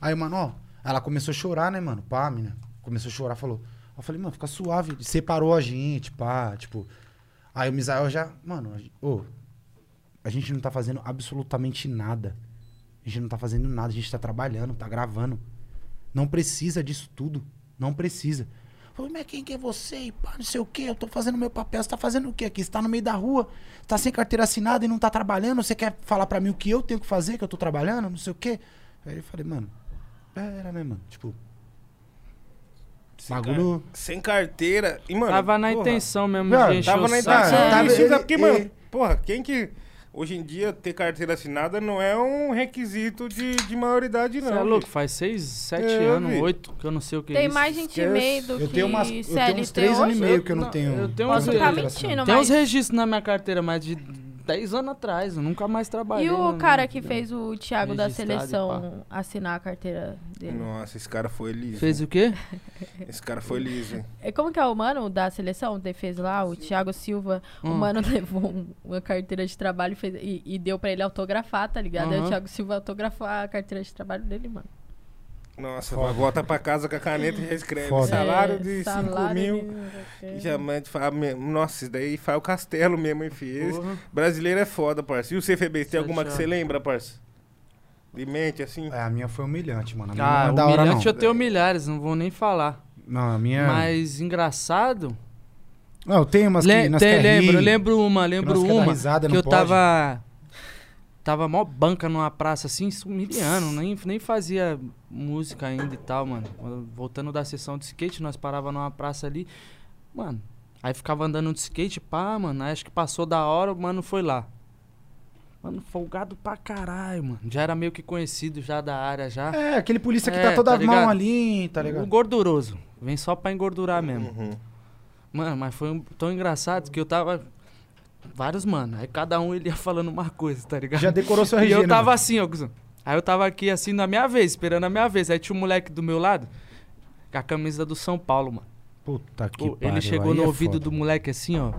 Speaker 5: Aí, mano, ó. Ela começou a chorar, né, mano? Pá, mina. Começou a chorar, falou. Eu falei, mano, fica suave. Separou a gente, pá, tipo. Aí o Misael já. Mano, a gen- ô, a gente não tá fazendo absolutamente nada. A gente não tá fazendo nada, a gente tá trabalhando, tá gravando. Não precisa disso tudo. Não precisa. Falei, mas quem que é você? E pá, não sei o quê, eu tô fazendo meu papel. Você tá fazendo o quê aqui? Você tá no meio da rua, tá sem carteira assinada e não tá trabalhando. Você quer falar pra mim o que eu tenho que fazer, que eu tô trabalhando, não sei o quê? Aí eu falei, mano, pera, né, mano? Tipo. bagulho.
Speaker 1: Sem carteira. E, mano,
Speaker 4: Tava na
Speaker 1: porra,
Speaker 4: intenção mesmo
Speaker 5: Não,
Speaker 4: de É, encher
Speaker 1: Tava
Speaker 4: o
Speaker 1: na
Speaker 4: saco.
Speaker 1: intenção.
Speaker 4: Tava-
Speaker 1: disso,
Speaker 4: ele-
Speaker 1: né? porque, mano,
Speaker 4: ele-
Speaker 1: porra, quem que. Hoje em dia, ter carteira assinada não é um requisito de, de maioridade, não.
Speaker 4: Você é louco,
Speaker 1: filho.
Speaker 4: faz seis, sete
Speaker 1: É,
Speaker 4: anos,
Speaker 1: vi.
Speaker 4: oito, que eu não sei o que é
Speaker 2: Tem
Speaker 4: isso.
Speaker 2: mais gente e meio do
Speaker 4: Eu
Speaker 2: que
Speaker 4: tenho umas- eu tenho
Speaker 2: CLT
Speaker 5: uns três anos e
Speaker 2: hoje.
Speaker 5: meio que eu não tenho-
Speaker 4: Eu tenho
Speaker 2: Posso
Speaker 4: uns,
Speaker 2: tá mentindo,
Speaker 4: tem
Speaker 2: mas...
Speaker 4: uns registros na minha carteira, mas de 10 anos atrás, eu nunca mais trabalhei.
Speaker 2: E o
Speaker 4: mano.
Speaker 2: cara que fez o Thiago da
Speaker 4: Registrado e
Speaker 2: seleção assinar a carteira dele?
Speaker 1: Nossa, esse cara foi liso.
Speaker 4: Fez o quê?
Speaker 1: Esse cara foi liso, hein?
Speaker 2: É, Como que é o mano da seleção? de- Fez lá, o Thiago Silva. O
Speaker 1: Hum.
Speaker 2: mano levou um- uma carteira de trabalho e fez- e, e deu pra ele autografar, tá ligado? Aí o
Speaker 1: Aham.
Speaker 2: Thiago Silva autografou a carteira de trabalho dele, mano.
Speaker 1: Nossa,
Speaker 5: Foda.
Speaker 1: volta pra casa com a caneta e já escreve.
Speaker 5: Foda.
Speaker 1: Salário
Speaker 2: É,
Speaker 1: de 5
Speaker 2: salário
Speaker 1: mil.
Speaker 2: de-
Speaker 1: E já manda fa- me- Nossa, isso daí faz o castelo mesmo, hein, filho? Esse
Speaker 4: Porra.
Speaker 1: Brasileiro é foda, parça. E o CFB, tem alguma que
Speaker 4: anos.
Speaker 1: você lembra, parça? De mente, assim?
Speaker 5: É, a minha foi humilhante, mano. A minha
Speaker 4: Ah,
Speaker 5: não é da hora, não.
Speaker 4: humilhante eu tenho milhares, não vou nem falar.
Speaker 5: Não, a minha-
Speaker 4: Mas engraçado...
Speaker 5: Não, eu tenho umas
Speaker 4: Le-
Speaker 5: que é nós
Speaker 4: tem-
Speaker 5: quer
Speaker 4: lembro,
Speaker 5: rir,
Speaker 4: eu lembro uma,
Speaker 5: que
Speaker 4: lembro
Speaker 5: nós quer dar
Speaker 4: uma.
Speaker 5: risada,
Speaker 4: que
Speaker 5: não
Speaker 4: eu
Speaker 5: pode.
Speaker 4: tava. Tava mó banca numa praça assim, sumiliano, nem, nem fazia música ainda e tal, mano. Voltando da sessão de skate, nós parava numa praça ali, mano. Aí ficava andando de skate, pá, mano. Aí acho que passou da hora, o mano foi lá. Mano, folgado pra caralho, mano. Já era meio que conhecido já da área já.
Speaker 5: É, aquele polícia que
Speaker 4: É,
Speaker 5: tá toda mão
Speaker 4: ligado?
Speaker 5: ali, tá ligado? Uhum.
Speaker 4: O gorduroso. Vem só pra engordurar mesmo. Mano, mas foi um- tão engraçado que eu tava. Vários, mano. Aí cada um ele ia falando uma coisa, tá ligado?
Speaker 5: Já decorou seu
Speaker 4: E
Speaker 5: RG,
Speaker 4: eu
Speaker 5: né,
Speaker 4: tava
Speaker 5: mano?
Speaker 4: assim, ó, cuzão. Aí eu tava aqui assim na minha vez, esperando a minha vez. Aí tinha um moleque do meu lado com a camisa do São Paulo, mano.
Speaker 5: Puta que
Speaker 4: Pô,
Speaker 5: pariu,
Speaker 4: Ele chegou
Speaker 5: aí
Speaker 4: no
Speaker 5: é
Speaker 4: ouvido
Speaker 5: foda.
Speaker 4: do moleque assim, ó.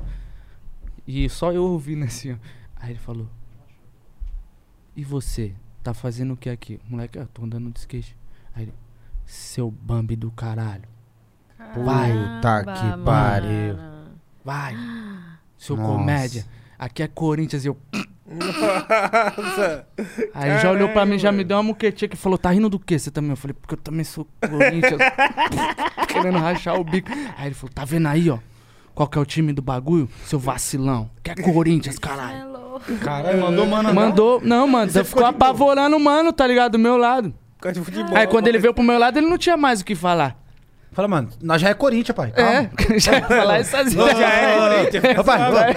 Speaker 4: E só eu ouvindo assim, ó. Aí ele falou: E você? Tá fazendo o que aqui? Moleque, ah, tô andando de skate. Aí ele: Seu Bambi do caralho.
Speaker 2: Ah,
Speaker 5: Puta que Caramba, pariu.
Speaker 4: Vai. Seu
Speaker 5: Nossa.
Speaker 4: comédia. Aqui é Corinthians. e Eu.
Speaker 1: Nossa!
Speaker 4: Aí já olhou pra mim, já
Speaker 1: Caralho,
Speaker 4: me deu uma muquetinha que falou: Tá rindo do que você também? Eu falei: Porque eu também sou Corinthians. querendo rachar o bico. Aí ele falou: Tá vendo aí, ó? Qual que é o time do bagulho? Seu vacilão. Que é Corinthians, caralho. é.
Speaker 5: Caralho, mandou mano andar?
Speaker 4: Mandou, não, mano. Ficou, apavorando o mano, tá ligado? Do meu lado.
Speaker 1: Ficar de futebol.
Speaker 4: Aí É. quando ele veio pro meu lado, ele não tinha mais o que falar.
Speaker 5: Fala, mano, nós já é Corinthians, pai.
Speaker 4: É, já ia falar isso assim.
Speaker 5: Não,
Speaker 1: é
Speaker 5: não, não, não. Rapaz,
Speaker 4: Vai.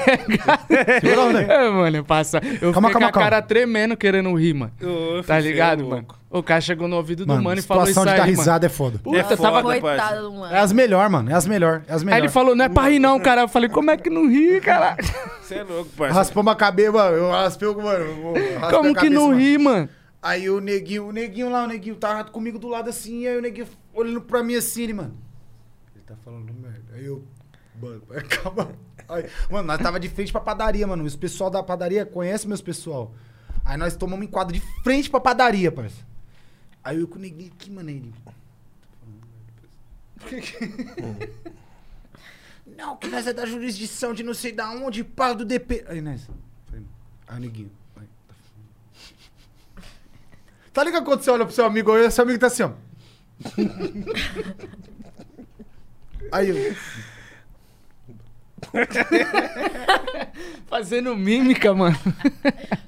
Speaker 5: Segura a onda aí.
Speaker 4: É, mano, passa. Eu
Speaker 5: né? Calma,
Speaker 4: fiquei
Speaker 5: calma,
Speaker 4: com a
Speaker 5: calma.
Speaker 4: cara tremendo querendo rir, mano.
Speaker 1: Ô,
Speaker 4: tá
Speaker 1: filho,
Speaker 4: ligado,
Speaker 1: cê é
Speaker 4: mano? O cara chegou no ouvido
Speaker 5: Mano,
Speaker 4: do mano e falou isso
Speaker 5: situação
Speaker 4: aí,
Speaker 5: de dar
Speaker 4: mano.
Speaker 5: risada é foda.
Speaker 4: Puta, eu tava...
Speaker 2: Coitado do mano.
Speaker 5: É as melhor, mano. É as melhor. É as melhor.
Speaker 4: Aí ele falou, não é pra rir não, cara. Eu falei, como é que não ri, cara?
Speaker 1: Você é louco, parça.
Speaker 5: Raspamos a cabeça, mano. Eu raspei o. Mano, eu raspei a
Speaker 4: Como que
Speaker 5: cabeça,
Speaker 4: não
Speaker 5: mano.
Speaker 4: ri, mano?
Speaker 5: Aí o neguinho, o neguinho lá, o neguinho tava comigo do lado assim, aí o neguinho olhando pra mim assim, ele, mano. Ele tá falando merda. Aí eu. Mano, calma. Aí, mano, nós tava de frente pra padaria, mano. Os pessoal da padaria conhece meus pessoal. Aí nós tomamos um enquadro de frente pra padaria, parça. Aí eu com o neguinho aqui, mano, tá ele. Não, que nós é da jurisdição de não sei da onde, pá, do DP. Aí nós. Aí o neguinho. aí, tá falando. Tá ligado quando você olha pro seu amigo aí, seu amigo tá assim, ó. Aí eu.
Speaker 4: Fazendo mímica, mano.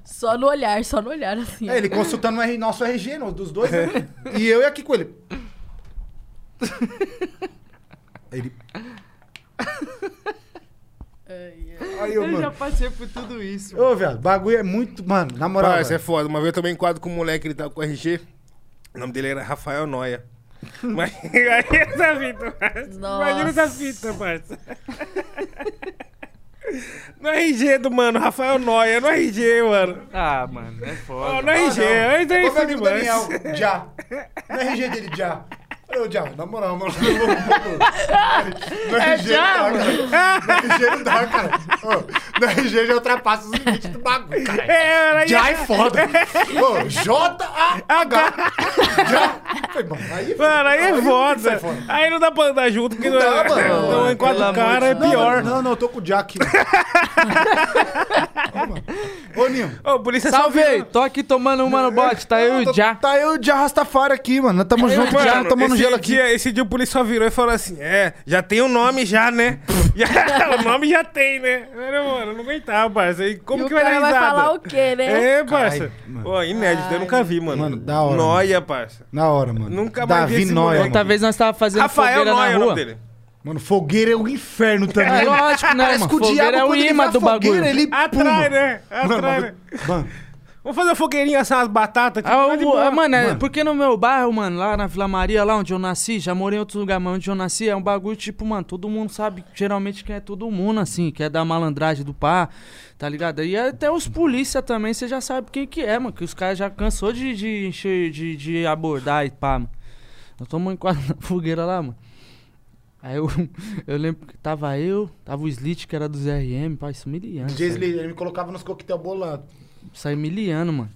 Speaker 2: Só no olhar, só no olhar, assim.
Speaker 5: É, ele consultando o R- nosso RG, no- dos dois, né?
Speaker 1: É.
Speaker 5: E eu e aqui com ele. Aí ele. Aí,
Speaker 4: eu
Speaker 5: mano.
Speaker 4: já passei por tudo isso.
Speaker 5: Ô, viado, bagulho é muito. Mano, na moral.
Speaker 1: Parça, é
Speaker 5: velho.
Speaker 1: foda. Uma vez eu tomei um quadro com um moleque, ele tava com RG. O nome dele era Rafael Noia. Mas aí essa fita, parça.
Speaker 2: Nossa.
Speaker 1: Imagina essa fita, parça. No RG do mano, Rafael Noia, no RG, mano.
Speaker 4: Ah, mano, é foda.
Speaker 1: Ó, no RG, antes aí
Speaker 5: Ô, meu
Speaker 1: foi
Speaker 5: amigo
Speaker 1: demais.
Speaker 5: Daniel, já. No RG dele, já. Ô, já, na moral, mano. No RG
Speaker 2: já,
Speaker 5: não dá, cara. No RG é não dá, cara. é Ô, No RG já ultrapassa os limites do bagulho, cara.
Speaker 1: É,
Speaker 5: Já é foda. Ô, J-A-H. Já. Foi, mano, aí
Speaker 1: Mano, aí é
Speaker 5: Aí
Speaker 1: foda.
Speaker 5: sai fora.
Speaker 1: Aí não dá pra andar junto, porque não,
Speaker 5: Não dá,
Speaker 1: é.
Speaker 5: mano.
Speaker 1: Então, em quatro
Speaker 4: Pelo
Speaker 1: caras é
Speaker 4: amor de
Speaker 1: pior.
Speaker 5: Não, não, eu tô com o Jack. Ô, Ninho.
Speaker 1: Ô, polícia
Speaker 4: Salve aí,
Speaker 1: salveiro.
Speaker 4: tô aqui tomando uma no bote, tá eu e o Já.
Speaker 5: Tá eu de Arrastafari aqui, mano. Nós tamo junto, já
Speaker 1: Mano,
Speaker 5: tomando
Speaker 1: esse,
Speaker 5: gelo aqui.
Speaker 1: Dia, esse dia o polícia só virou e falou assim: É, já tem o nome, já, né? Já- o nome já tem, né? Mano, mano, eu não aguentava, parça. E como
Speaker 2: E o
Speaker 1: que vai dar
Speaker 2: cara vai
Speaker 1: risada?
Speaker 2: falar o quê, né?
Speaker 1: É, parça.
Speaker 5: mano.
Speaker 1: Pô, inédito, eu nunca vi, mano.
Speaker 5: Mano, da hora,
Speaker 1: Noia, parça.
Speaker 5: Na hora, mano.
Speaker 1: Nunca mais vi
Speaker 5: Davi
Speaker 1: esse
Speaker 5: Noia,
Speaker 1: moleque.
Speaker 5: mano.
Speaker 4: Outra vez nós tava fazendo
Speaker 1: Rafael
Speaker 4: fogueira
Speaker 1: Noia é
Speaker 4: na
Speaker 1: o
Speaker 4: rua.
Speaker 1: nome dele.
Speaker 5: mano, fogueira é o inferno também.
Speaker 4: É
Speaker 5: né?
Speaker 4: lógico, né,
Speaker 5: Parece
Speaker 4: mano?
Speaker 5: que o diabo,
Speaker 4: Fogueira é o
Speaker 5: quando ele
Speaker 4: imã
Speaker 5: faz
Speaker 4: do
Speaker 5: fogueira,
Speaker 4: bagulho.
Speaker 5: Ele
Speaker 1: Atrai, né?
Speaker 5: Mano,
Speaker 1: Atrai, né?
Speaker 5: mano,
Speaker 1: Vamos fazer uma fogueirinha assar umas
Speaker 5: tá
Speaker 1: batatas. Tipo,
Speaker 4: Ah,
Speaker 1: mas de
Speaker 4: o-
Speaker 1: boa.
Speaker 4: ah, mano, é, porque no meu bairro, mano, lá na Vila Maria, lá onde eu nasci, já morei em outro lugar, mas onde eu nasci, é um bagulho, tipo, mano, todo mundo sabe geralmente quem é todo mundo, assim, que é da malandragem do pá, tá ligado? E até os polícia também, você já sabe quem que é, mano, que os caras já cansou de, de, encher- de, de abordar e pá, mano. Nós tomamos quase na fogueira lá, mano. Aí eu, eu lembro que tava eu, tava o Slit, que era dos RM, pá, isso miliano.
Speaker 5: DJ Lee, ele me colocava nos coquetel bolado.
Speaker 4: Saiu miliano, mano.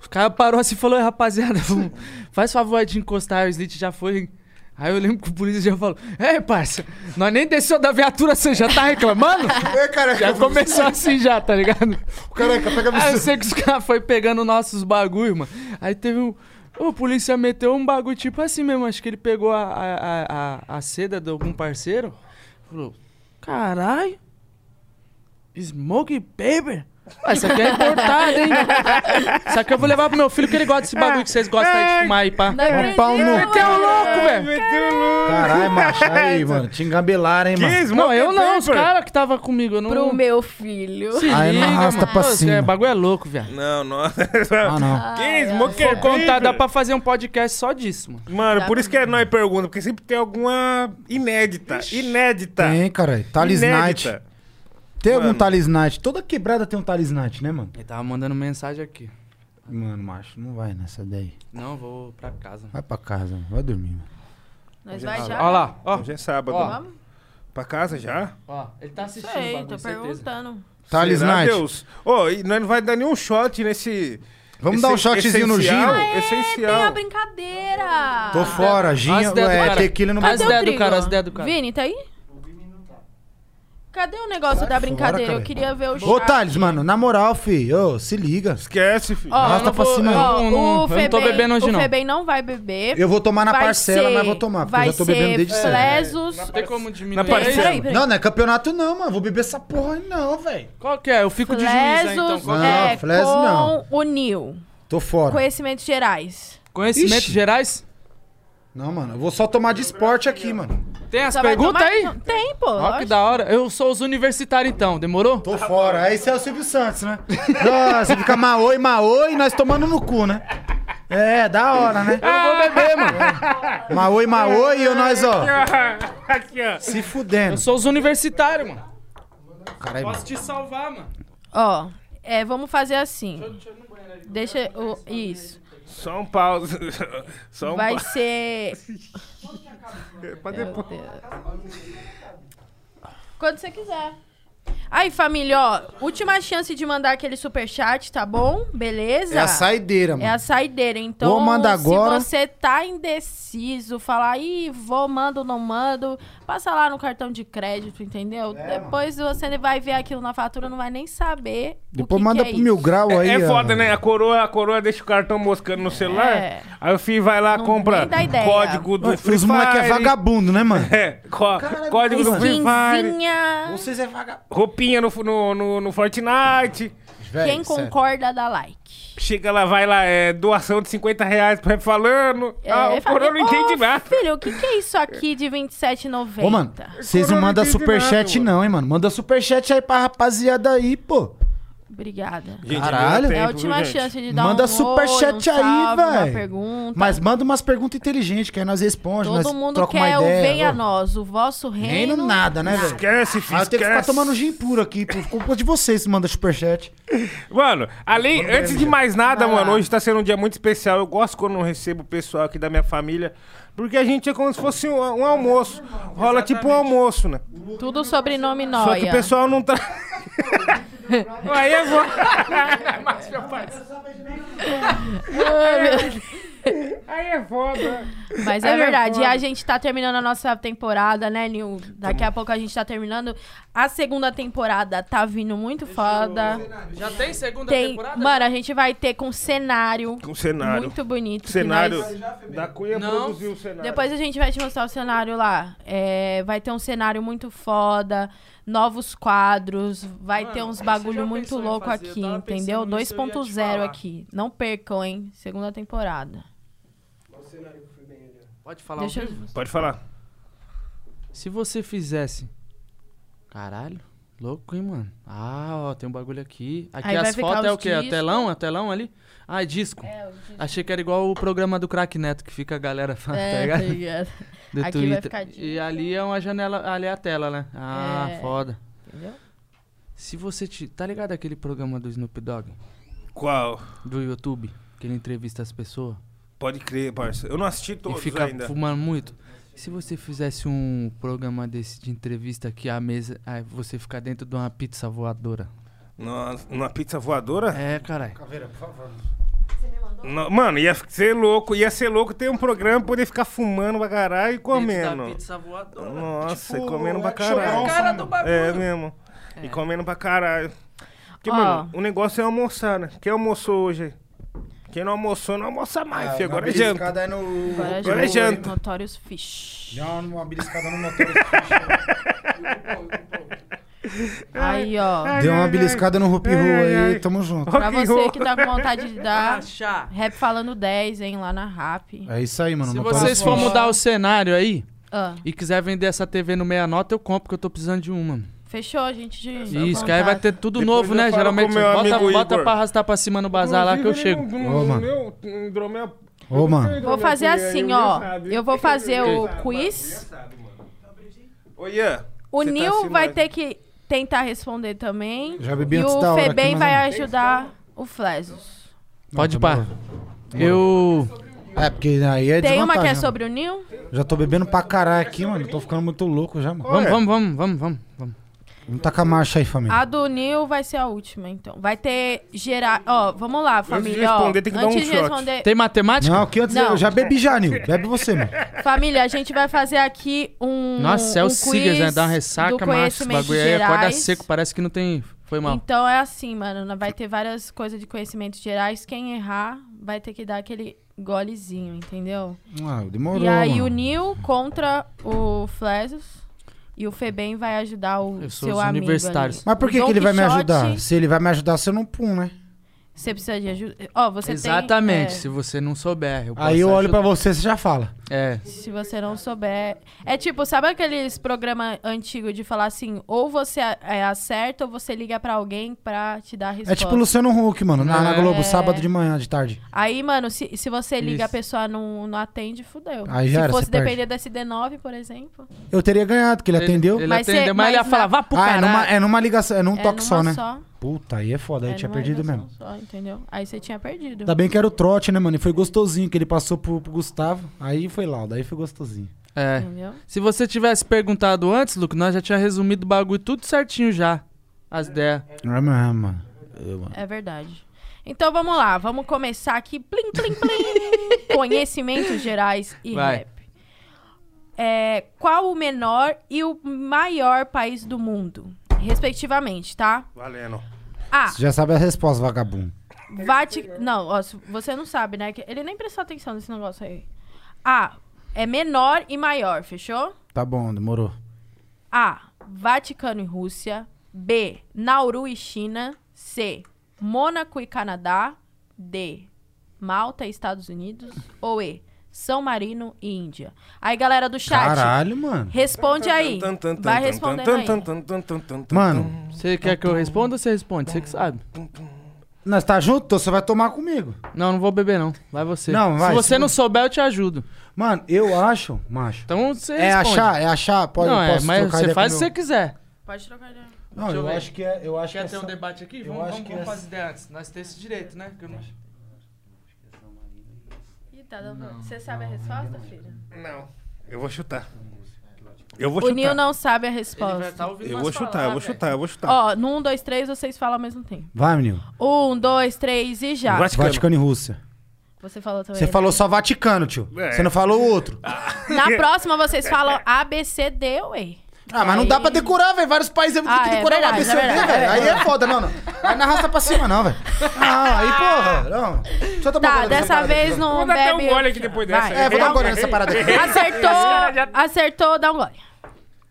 Speaker 4: Os caras parou assim e falou, "Ei, rapaziada, vamos- faz favor aí de encostar. Aí o Slit já foi. Aí eu lembro que o polícia já falou, ei, parça, nós nem desceu da viatura, você já tá reclamando?
Speaker 5: É, careca.
Speaker 4: já Ah, começou assim já, tá ligado?
Speaker 5: Careca, pega a
Speaker 4: Aí eu
Speaker 5: visão.
Speaker 4: sei que os caras foram pegando nossos bagulho, mano. Aí teve um... O polícia meteu um bagulho tipo assim mesmo, acho que ele pegou a, a, a, a- a seda de algum parceiro. Falou, caralho, smoke paper? Ué, isso aqui é importado, hein? isso aqui eu vou levar pro meu filho que ele gosta desse bagulho que vocês gostam aí de fumar aí, pá.
Speaker 2: Não é acredito,
Speaker 5: Um pau no-
Speaker 2: mano.
Speaker 4: Meteu tá louco,
Speaker 1: Ai,
Speaker 4: velho.
Speaker 1: meteu louco.
Speaker 5: Caralho, macho, aí, mano. Te engambelaram, hein, mano.
Speaker 1: Smoke
Speaker 4: Não, eu não, os
Speaker 1: paper.
Speaker 4: caras que tava comigo, eu não...
Speaker 2: Pro meu filho.
Speaker 4: Se
Speaker 5: Aí não
Speaker 4: liga,
Speaker 5: arrasta
Speaker 4: mano.
Speaker 5: pra
Speaker 4: Nossa,
Speaker 5: cima.
Speaker 4: é, bagulho é louco, velho.
Speaker 1: Não, não.
Speaker 5: Ah, não.
Speaker 1: Que smoke
Speaker 4: Vou contar, dá
Speaker 1: paper.
Speaker 4: pra fazer um podcast só disso, mano.
Speaker 5: Tá
Speaker 1: Mano, por isso que é nós pergunta, porque sempre tem alguma inédita.
Speaker 4: Tá.
Speaker 1: Inédita.
Speaker 5: Tem, caralho. Talis Knight.
Speaker 1: inédita.
Speaker 5: Tem algum
Speaker 1: Mano.
Speaker 5: Talis Knight? Toda quebrada tem um Talis Knight, né, mano?
Speaker 4: Ele tava mandando mensagem aqui.
Speaker 5: Mano, macho, não vai nessa daí.
Speaker 4: Não, vou pra casa.
Speaker 5: Vai pra casa, vai dormir, mano.
Speaker 2: Nós vai já.
Speaker 4: Olha lá, ó.
Speaker 1: Hoje é sábado.
Speaker 4: Ó.
Speaker 2: Vamos?
Speaker 1: Pra casa já?
Speaker 4: ó ele tá assistindo o
Speaker 2: Sei,
Speaker 4: bagulho,
Speaker 2: tô
Speaker 4: certeza.
Speaker 2: perguntando.
Speaker 5: Talis
Speaker 1: Será,
Speaker 5: Knight.
Speaker 1: Deus. Ô, e nós não vai dar nenhum shot nesse.
Speaker 5: Vamos dar um shotzinho no
Speaker 1: essencial-
Speaker 5: gin?
Speaker 2: Tem a
Speaker 1: Essencial.
Speaker 2: brincadeira.
Speaker 5: Tô fora, gin,
Speaker 4: As ideias do
Speaker 5: é,
Speaker 4: cara.
Speaker 5: tequila no
Speaker 4: As
Speaker 2: Cadê o
Speaker 4: ideias do
Speaker 2: trigo?
Speaker 4: cara, as ideias do cara.
Speaker 2: Vini, tá aí? Cadê o negócio da brincadeira?
Speaker 5: cara.
Speaker 2: Eu queria ver o chat.
Speaker 5: Ô, tá Thales, mano, na moral, fi, ô, se liga.
Speaker 1: Esquece, filho.
Speaker 4: Ah,
Speaker 2: Ó,
Speaker 5: Arrasta
Speaker 2: eu não
Speaker 5: pra
Speaker 2: vou-
Speaker 5: cima.
Speaker 2: ó,
Speaker 4: tá Não, não,
Speaker 2: o
Speaker 4: eu não tô
Speaker 2: Febem-
Speaker 4: bebendo hoje,
Speaker 2: O
Speaker 4: não.
Speaker 2: Febem não vai beber.
Speaker 5: Eu vou tomar na
Speaker 2: Vai
Speaker 5: parcela,
Speaker 2: ser-
Speaker 5: mas vou tomar, porque eu
Speaker 2: vai
Speaker 5: já tô bebendo
Speaker 2: ser
Speaker 5: desde cedo.
Speaker 2: Flesos...
Speaker 4: Tem como diminuir?
Speaker 1: Na parede.
Speaker 2: Peraí, peraí.
Speaker 5: Não, não é campeonato não, mano. Vou beber essa porra aí não, velho.
Speaker 4: Qual que é? Eu fico de juiz aí, então.
Speaker 2: Flesos
Speaker 4: Qual que é?
Speaker 2: é
Speaker 5: Não, Flesos
Speaker 2: com
Speaker 5: não.
Speaker 2: o Nil.
Speaker 5: Tô fora.
Speaker 2: Conhecimentos gerais.
Speaker 4: Conhecimentos
Speaker 5: Ixi.
Speaker 4: gerais?
Speaker 5: Não, mano, eu vou só tomar de esporte aqui, mano.
Speaker 4: Tem as
Speaker 2: Só vai
Speaker 4: perguntas
Speaker 2: tomar-
Speaker 4: aí?
Speaker 2: Não, Tem, pô.
Speaker 4: Ó, que
Speaker 2: lógico.
Speaker 4: da hora. Eu sou os universitários, então. Demorou?
Speaker 5: Tô fora. Aí você é o Silvio Santos, né? Nossa, fica maoi, maoi e nós tomando no cu, né? É, da hora, né?
Speaker 4: Eu não vou beber, mano.
Speaker 5: Maoi, maoi e eu nós, ó,
Speaker 1: Aqui, ó.
Speaker 5: se fudendo.
Speaker 4: Eu sou os universitários, mano.
Speaker 5: Caralho, mano.
Speaker 4: Posso te salvar, mano.
Speaker 2: Ó, é, vamos fazer assim. Deixa o... Isso.
Speaker 1: Só um pause. Só um
Speaker 2: Vai
Speaker 1: pause.
Speaker 2: ser...
Speaker 1: Pra
Speaker 2: Meu
Speaker 1: depois.
Speaker 2: Deus. Quando você quiser. Aí, família, ó, última chance de mandar aquele superchat, tá bom? Beleza?
Speaker 5: É a saideira,
Speaker 2: É a
Speaker 5: mano.
Speaker 2: saideira, então.
Speaker 5: Ou manda agora.
Speaker 2: Se você tá indeciso, falar, ih, vou, mando, não mando, passa lá no cartão de crédito, entendeu?
Speaker 5: É,
Speaker 2: Depois você vai ver aquilo na fatura, não vai nem saber. o
Speaker 5: Depois
Speaker 2: que
Speaker 5: manda
Speaker 2: que é
Speaker 5: pro mil
Speaker 2: isso.
Speaker 5: grau aí.
Speaker 1: É, é
Speaker 5: ó.
Speaker 1: foda, né? A coroa, a coroa deixa o cartão moscando no celular.
Speaker 2: É.
Speaker 1: Aí o filho vai lá,
Speaker 2: Não
Speaker 1: compra
Speaker 2: nem dá ideia.
Speaker 1: código do Free
Speaker 5: Os moleque é
Speaker 1: Fire.
Speaker 5: vagabundo, né, mano?
Speaker 1: É, có- código do Free Fire.
Speaker 2: Skinzinha.
Speaker 5: Vocês é vagabundo.
Speaker 1: Roupinha no, no, no, no Fortnite.
Speaker 13: Véi, sério.
Speaker 2: Quem concorda, dá like.
Speaker 1: Chega lá, vai lá, é doação de 50 reais pro Rap Falando. ah,
Speaker 2: É, eu
Speaker 1: o Corona não entende nada.
Speaker 2: Filho, o que, que é isso aqui de 27,90?
Speaker 5: Ô, mano, vocês não mandam superchat não, hein, mano. Manda superchat aí pra rapaziada aí, pô.
Speaker 2: Obrigada.
Speaker 5: Gente, Caralho.
Speaker 2: É
Speaker 5: tempo,
Speaker 2: a última
Speaker 5: viu, gente?
Speaker 2: chance de dar
Speaker 5: Manda
Speaker 2: um
Speaker 5: superchat
Speaker 2: oi, um
Speaker 5: aí,
Speaker 2: salve, uma
Speaker 5: véi.
Speaker 2: pergunta.
Speaker 5: Mas manda umas perguntas inteligentes, que aí nós respondemos,
Speaker 2: Todo
Speaker 5: nós
Speaker 2: mundo
Speaker 5: troca uma
Speaker 2: quer o
Speaker 5: ideia.
Speaker 2: venha a
Speaker 5: ô.
Speaker 2: nós, o vosso reino.
Speaker 5: Reino nada, né, velho?
Speaker 1: Esquece, filho,
Speaker 5: Ah, eu tenho que ficar
Speaker 1: esquece.
Speaker 5: tomando gin puro aqui, por culpa de vocês se manda superchat.
Speaker 1: Mano, além, antes de mais nada,
Speaker 5: Vai lá.
Speaker 1: mano, hoje tá sendo um dia muito especial. Eu gosto quando eu recebo o pessoal aqui da minha família, porque a gente é como se fosse um, um almoço. Rola tipo um almoço, né?
Speaker 2: Tudo sobrenome nóia.
Speaker 1: Só que o pessoal não tá. Aí é bom. Aí é foda.
Speaker 2: Mas é
Speaker 1: Aí é
Speaker 2: verdade. E
Speaker 1: foda.
Speaker 2: a gente tá terminando a nossa temporada, né, Nil? Daqui a pouco a gente tá terminando. A segunda temporada tá vindo muito foda.
Speaker 4: Já tem segunda
Speaker 2: Tem-
Speaker 4: temporada?
Speaker 2: Mano, a gente vai ter com cenário.
Speaker 1: Com Um cenário. Um
Speaker 2: Muito bonito. que
Speaker 1: Cenário
Speaker 2: nós-
Speaker 1: da Cunha
Speaker 4: Não.
Speaker 1: produziu o cenário.
Speaker 2: Depois a gente vai te mostrar o cenário lá. É, vai ter um cenário muito foda, novos quadros, vai
Speaker 4: Mano,
Speaker 2: ter uns
Speaker 4: você
Speaker 2: bagulho
Speaker 4: já
Speaker 2: muito
Speaker 4: pensou em
Speaker 2: louco
Speaker 4: fazer? Eu
Speaker 2: aqui,
Speaker 4: tava pensando
Speaker 2: entendeu?
Speaker 4: nisso, eu ia te
Speaker 2: 2.0
Speaker 4: falar.
Speaker 2: aqui. Não percam, hein? Segunda temporada.
Speaker 4: Pode falar
Speaker 2: Deixa
Speaker 4: ao
Speaker 2: eu-
Speaker 4: vivo?
Speaker 1: Pode falar.
Speaker 4: Se você fizesse. Caralho, louco, hein, mano? Ah, ó, tem um bagulho aqui. Aqui
Speaker 2: Aí vai
Speaker 4: as
Speaker 2: ficar
Speaker 4: fotos é
Speaker 2: os
Speaker 4: o quê? É
Speaker 2: discos.
Speaker 4: telão? É telão ali? Ah, é disco.
Speaker 2: É, o disco.
Speaker 4: Achei que era igual o programa do Crack Neto, que fica a galera. tá
Speaker 2: É,
Speaker 4: ligado?
Speaker 2: tá ligado? Aqui
Speaker 4: Do
Speaker 2: vai
Speaker 4: Twitter.
Speaker 2: ficar disco.
Speaker 4: E ali é uma janela, ali é a tela, né? Ah,
Speaker 2: É.
Speaker 4: foda.
Speaker 2: Entendeu?
Speaker 4: Se você te. Tá ligado aquele programa do Snoop Dogg?
Speaker 1: Qual?
Speaker 4: Do YouTube? Que ele entrevista as pessoas?
Speaker 1: Pode crer, parça. Eu não assisti todos
Speaker 4: e fica
Speaker 1: ainda.
Speaker 4: fumando muito. Se você fizesse um programa desse de entrevista aqui à mesa, aí você ficar dentro de uma pizza voadora.
Speaker 1: Nossa, Numa pizza voadora?
Speaker 4: É, caralho.
Speaker 5: Caveira, por favor.
Speaker 1: No- Mano, ia f- ser louco, ia ser louco ter um programa poder ficar fumando pra caralho e comendo.
Speaker 4: pizza voadora.
Speaker 1: Nossa,
Speaker 4: Tipo,
Speaker 1: e comendo pra
Speaker 4: é show,
Speaker 1: caralho.
Speaker 4: é a cara do bagulho.
Speaker 1: É mesmo. E comendo pra caralho. Porque,
Speaker 2: Ó.
Speaker 1: mano, o negócio é almoçar, né? Quem almoçou hoje aí? Quem não almoçou, não almoça mais, filho. Agora é janta.
Speaker 5: é no...
Speaker 2: Agora,
Speaker 1: Agora é janta.
Speaker 2: Notorious Fish.
Speaker 5: Já uma beliscada no motor.
Speaker 1: É,
Speaker 2: Aí, ó.
Speaker 5: Deu uma beliscada no Rupi Ru
Speaker 1: Ai, ai,
Speaker 5: aí,
Speaker 1: ai.
Speaker 5: tamo junto.
Speaker 2: Pra
Speaker 1: Rock and
Speaker 2: você
Speaker 1: roll.
Speaker 2: que tá com vontade de dar,
Speaker 4: Achar.
Speaker 2: rap falando 10, hein, lá na rap.
Speaker 5: É isso aí, mano.
Speaker 4: Se
Speaker 5: não
Speaker 4: vocês
Speaker 5: parece-
Speaker 4: for mudar o cenário aí
Speaker 1: É.
Speaker 2: Ah,
Speaker 4: e quiser vender essa TV no meia nota, eu compro, porque eu tô precisando de uma.
Speaker 2: fechou, gente. De
Speaker 1: é
Speaker 4: Isso, que aí vai ter tudo
Speaker 1: Depois
Speaker 4: novo,
Speaker 1: eu
Speaker 4: né?
Speaker 1: falo
Speaker 4: Geralmente
Speaker 1: com meu
Speaker 4: bota,
Speaker 1: amigo
Speaker 4: bota
Speaker 1: Igor.
Speaker 4: pra arrastar pra cima no bazar lá que eu
Speaker 1: Inclusive,
Speaker 4: chego.
Speaker 1: ele não-
Speaker 5: Ô,
Speaker 1: não-
Speaker 5: mano.
Speaker 1: meu, um hidromel-
Speaker 5: Ô, mano.
Speaker 2: Vou fazer
Speaker 1: Hidromel com ele aí,
Speaker 2: assim,
Speaker 1: o Ian
Speaker 2: ó.
Speaker 1: sabe.
Speaker 2: Eu vou fazer o
Speaker 1: Sabe,
Speaker 2: quiz.
Speaker 1: Ô, Ian.
Speaker 2: O
Speaker 1: você tá
Speaker 2: Nil
Speaker 1: assim,
Speaker 2: vai
Speaker 1: mas-
Speaker 2: ter que tentar responder também.
Speaker 5: Já bebi
Speaker 2: e
Speaker 5: antes
Speaker 2: o
Speaker 5: da hora aqui,
Speaker 2: Febem
Speaker 5: mas
Speaker 2: vai
Speaker 5: não.
Speaker 2: ajudar o Flesos.
Speaker 4: Pode pá. Eu.
Speaker 5: É, porque aí é
Speaker 2: Tem uma que é
Speaker 5: desvantagem,
Speaker 2: sobre o Nil?
Speaker 5: mano. Já tô bebendo pra caralho aqui, mano. Tô ficando muito louco já, mano.
Speaker 4: Vamos, vamos, vamos, vamos, vamos, vamos.
Speaker 5: Vamos tacar marcha aí, família.
Speaker 2: A do Nil vai ser a última, então. Vai ter gerar. Ó, vamos lá,
Speaker 1: de
Speaker 2: família.
Speaker 1: responder,
Speaker 2: ó.
Speaker 1: tem que dar
Speaker 2: Antes
Speaker 1: um
Speaker 2: de
Speaker 1: shot.
Speaker 2: responder.
Speaker 4: Tem matemática?
Speaker 5: Não, aqui antes
Speaker 2: Não.
Speaker 5: eu já bebi já, Nil. Bebe você, mano.
Speaker 2: Família, a gente vai fazer aqui um.
Speaker 4: Nossa, é o
Speaker 2: um
Speaker 4: Sigas, né?
Speaker 2: quiz
Speaker 4: Dá uma
Speaker 2: do
Speaker 4: ressaca, macho. Esse
Speaker 2: conhecimento
Speaker 4: bagulho aí é acorda
Speaker 2: gerais.
Speaker 4: seco, parece que não tem. Foi mal.
Speaker 2: Então é assim, mano. Vai ter várias coisas de conhecimentos gerais. Quem errar vai ter que dar aquele golezinho, entendeu?
Speaker 5: Ah, demorou,
Speaker 2: e aí o
Speaker 5: mano.
Speaker 2: Nil contra o Flesos. E o Febem vai ajudar o
Speaker 4: Eu sou
Speaker 2: seu
Speaker 4: os
Speaker 2: amigo.
Speaker 4: universitários.
Speaker 2: ali.
Speaker 5: Mas por que,
Speaker 2: Don
Speaker 5: que ele vai me
Speaker 2: Quixote,
Speaker 5: ajudar? Se ele vai me ajudar, você não pum, né?
Speaker 2: Você precisa de ajuda. Ó, você
Speaker 4: Exatamente,
Speaker 2: tem. é.
Speaker 4: se você não souber. Eu
Speaker 5: Aí eu olho pra você, você já fala.
Speaker 4: pra É.
Speaker 2: é, se você não souber. É tipo, sabe aqueles programas antigos de falar assim: ou você a- é, acerta ou você liga pra alguém pra te dar a resposta.
Speaker 5: É tipo o Luciano Huck, mano, na, na Globo,
Speaker 2: É.
Speaker 5: sábado de manhã, de tarde.
Speaker 2: Aí, mano, se, se você liga
Speaker 4: Isso.
Speaker 2: a pessoa não, não atende, fudeu.
Speaker 5: Aí já
Speaker 2: se
Speaker 5: era,
Speaker 2: fosse
Speaker 5: você perde.
Speaker 2: depender do SD9, por exemplo.
Speaker 5: Eu teria ganhado, que ele, atendeu.
Speaker 4: Ele
Speaker 2: Mas cê-
Speaker 4: atendeu, mas, ele ia
Speaker 2: mas
Speaker 4: falar,
Speaker 2: na-
Speaker 4: vá pro
Speaker 5: ah, é
Speaker 4: caralho.
Speaker 5: numa, é numa ligação, é num
Speaker 2: é
Speaker 5: toque
Speaker 2: numa
Speaker 5: só, né?
Speaker 2: só.
Speaker 5: Puta, aí é foda, aí
Speaker 2: é
Speaker 5: eu tinha
Speaker 2: numa
Speaker 5: perdido
Speaker 2: ligação
Speaker 5: mesmo.
Speaker 2: Só, entendeu? Aí você tinha perdido.
Speaker 5: Ainda bem que era o trote, né, mano? E foi gostosinho que ele passou pro, pro Gustavo. Aí foi lá, daí foi gostosinho.
Speaker 4: É.
Speaker 2: Entendeu?
Speaker 4: Se você tivesse perguntado antes, Luke, nós já tinha resumido o bagulho tudo certinho já. As ideias.
Speaker 5: É mesmo, mano. Eu, mano.
Speaker 2: É verdade. Então vamos lá, vamos começar aqui. Plim, plim, plim. Conhecimentos gerais e
Speaker 4: Vai.
Speaker 2: rap. É, qual o menor e o maior país do mundo? Respectivamente, tá?
Speaker 1: Valendo.
Speaker 2: A.
Speaker 5: Você já sabe a resposta, vagabundo.
Speaker 2: Vaticano. Não, ó, se- você não sabe, né? Que Ele nem prestou atenção nesse negócio aí. A. É menor e maior, fechou?
Speaker 5: Tá bom, demorou.
Speaker 2: A. Vaticano e Rússia. B. Nauru e China. C. Mônaco e Canadá. D. Malta e Estados Unidos. Ou E. São Marino e Índia. Aí, galera do chat.
Speaker 5: Caralho, mano.
Speaker 2: Responde aí. Vai respondendo aí.
Speaker 5: Mano.
Speaker 4: Você quer que eu responda ou você responde? Você que sabe.
Speaker 5: Nós tá junto? Então Você vai tomar comigo.
Speaker 4: Não, não vou beber, não. Vai você.
Speaker 5: Não, vai.
Speaker 4: Se você não souber, eu te ajudo.
Speaker 5: Mano, eu acho, macho.
Speaker 4: Então você
Speaker 5: É
Speaker 4: responde.
Speaker 5: achar, é achar? Pode-
Speaker 4: não, é,
Speaker 5: posso
Speaker 4: mas
Speaker 5: trocar
Speaker 4: você
Speaker 5: ideia
Speaker 4: faz
Speaker 5: com
Speaker 4: o
Speaker 5: o
Speaker 4: que você
Speaker 5: meu-
Speaker 4: quiser.
Speaker 2: Pode trocar ideia.
Speaker 5: Não, eu acho que é. Eu acho
Speaker 4: Quer
Speaker 5: que é
Speaker 4: ter
Speaker 5: só-
Speaker 4: um debate aqui?
Speaker 5: eu
Speaker 4: Vamos,
Speaker 5: acho
Speaker 4: vamos,
Speaker 5: que
Speaker 4: vamos
Speaker 5: é-
Speaker 4: fazer ideia antes. Nós temos esse direito, né? Que eu não...
Speaker 2: Ih, tá dando- Você sabe a resposta, filho?
Speaker 1: Não. Eu vou chutar. Eu vou
Speaker 2: o
Speaker 1: chutar.
Speaker 2: Nil não sabe a resposta.
Speaker 4: tá
Speaker 1: Eu vou chutar, eu vou chutar, eu vou chutar.
Speaker 2: Ó, no 1, 2, 3, vocês falam ao mesmo tempo.
Speaker 5: Vai, menino.
Speaker 2: 1, 2, 3 e já.
Speaker 5: Vaticano. e Rússia.
Speaker 2: Você falou também.
Speaker 5: Você
Speaker 2: né?
Speaker 5: falou só Vaticano, tio.
Speaker 2: É.
Speaker 5: Você não falou o outro.
Speaker 2: Na próxima vocês falam A, B, C, D, ué.
Speaker 5: Ah, mas não dá pra decorar, velho. Vários países eu vou ter
Speaker 2: Ah,
Speaker 5: que
Speaker 2: é
Speaker 5: decorar o
Speaker 2: verdade,
Speaker 5: ABCD,
Speaker 2: é verdade.
Speaker 5: velho. Aí é foda, não, não. Aí não arrasta pra cima, não, velho. Ah, aí, porra. Não. Deixa eu tomar
Speaker 2: Tá,
Speaker 5: conta dessa
Speaker 2: dessa
Speaker 5: parada aqui,
Speaker 2: vez
Speaker 5: ó.
Speaker 2: não
Speaker 1: Vou dar
Speaker 2: bebe.
Speaker 1: até um gole aqui
Speaker 2: aqui, ó.
Speaker 1: depois
Speaker 2: Vai. é,
Speaker 1: dessa.
Speaker 5: É, vou dar agora nessa parada aqui.
Speaker 2: Acertou, acertou, dá um gole.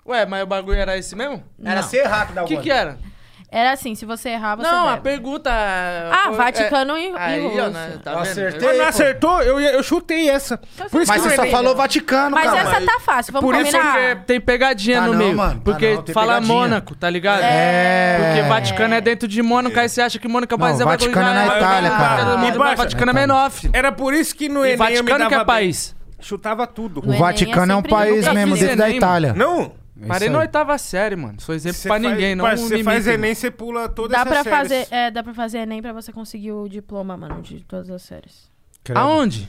Speaker 4: Ué, mas o bagulho era esse mesmo?
Speaker 2: Era Não. ser rápido,
Speaker 5: Tá
Speaker 4: O que,
Speaker 2: Algone.
Speaker 4: que era?
Speaker 2: Era assim, se você errar, você
Speaker 4: não, a
Speaker 2: bebe.
Speaker 4: pergunta. é,
Speaker 2: Ah, Vaticano e- e
Speaker 4: aí, ó,
Speaker 2: Rússia.
Speaker 4: né, tá
Speaker 5: Eu
Speaker 4: vendo?
Speaker 5: acertei,
Speaker 1: Mas não
Speaker 5: pô.
Speaker 1: acertou? Eu, ia- eu chutei essa. Por isso
Speaker 5: Mas
Speaker 1: que
Speaker 5: você
Speaker 1: eu
Speaker 5: só
Speaker 1: errei.
Speaker 5: falou Vaticano,
Speaker 2: Mas
Speaker 5: cara.
Speaker 2: essa tá fácil, vamos
Speaker 4: Por isso
Speaker 2: combinar.
Speaker 4: que tem pegadinha
Speaker 5: Tá
Speaker 4: no
Speaker 5: não,
Speaker 4: meio.
Speaker 5: mano, tá
Speaker 4: porque
Speaker 5: não, tem
Speaker 4: fala
Speaker 5: pegadinha.
Speaker 4: Mônaco, tá ligado?
Speaker 5: É.
Speaker 4: Porque Vaticano é dentro de Mônaco, aí você acha que Mônaco é o
Speaker 5: Não,
Speaker 4: país é bagulho
Speaker 5: Vaticano
Speaker 4: já
Speaker 5: é na
Speaker 4: é.
Speaker 5: Itália, cara.
Speaker 4: Todo
Speaker 5: E
Speaker 4: mundo vai,
Speaker 5: Vaticano
Speaker 4: Vaticano
Speaker 5: é
Speaker 4: é menor, filho.
Speaker 1: Era por isso que no
Speaker 4: E
Speaker 1: Enem eu me
Speaker 4: Vaticano que é
Speaker 1: dava
Speaker 4: país.
Speaker 1: bem. Chutava tudo.
Speaker 5: O Vaticano é um país
Speaker 4: nunca
Speaker 5: mesmo
Speaker 4: fiz
Speaker 5: dentro da
Speaker 4: Enem,
Speaker 5: Itália. É
Speaker 1: Não?
Speaker 4: Parei na oitava série, mano. Sou exemplo é pra ninguém, não. um
Speaker 1: Você
Speaker 4: limite,
Speaker 1: faz
Speaker 4: mano.
Speaker 1: Enem, você pula todas
Speaker 2: Dá
Speaker 1: as
Speaker 2: pra,
Speaker 1: séries.
Speaker 2: fazer, é, dá pra fazer Enem pra você conseguir o diploma, mano, de todas as séries.
Speaker 4: Aonde?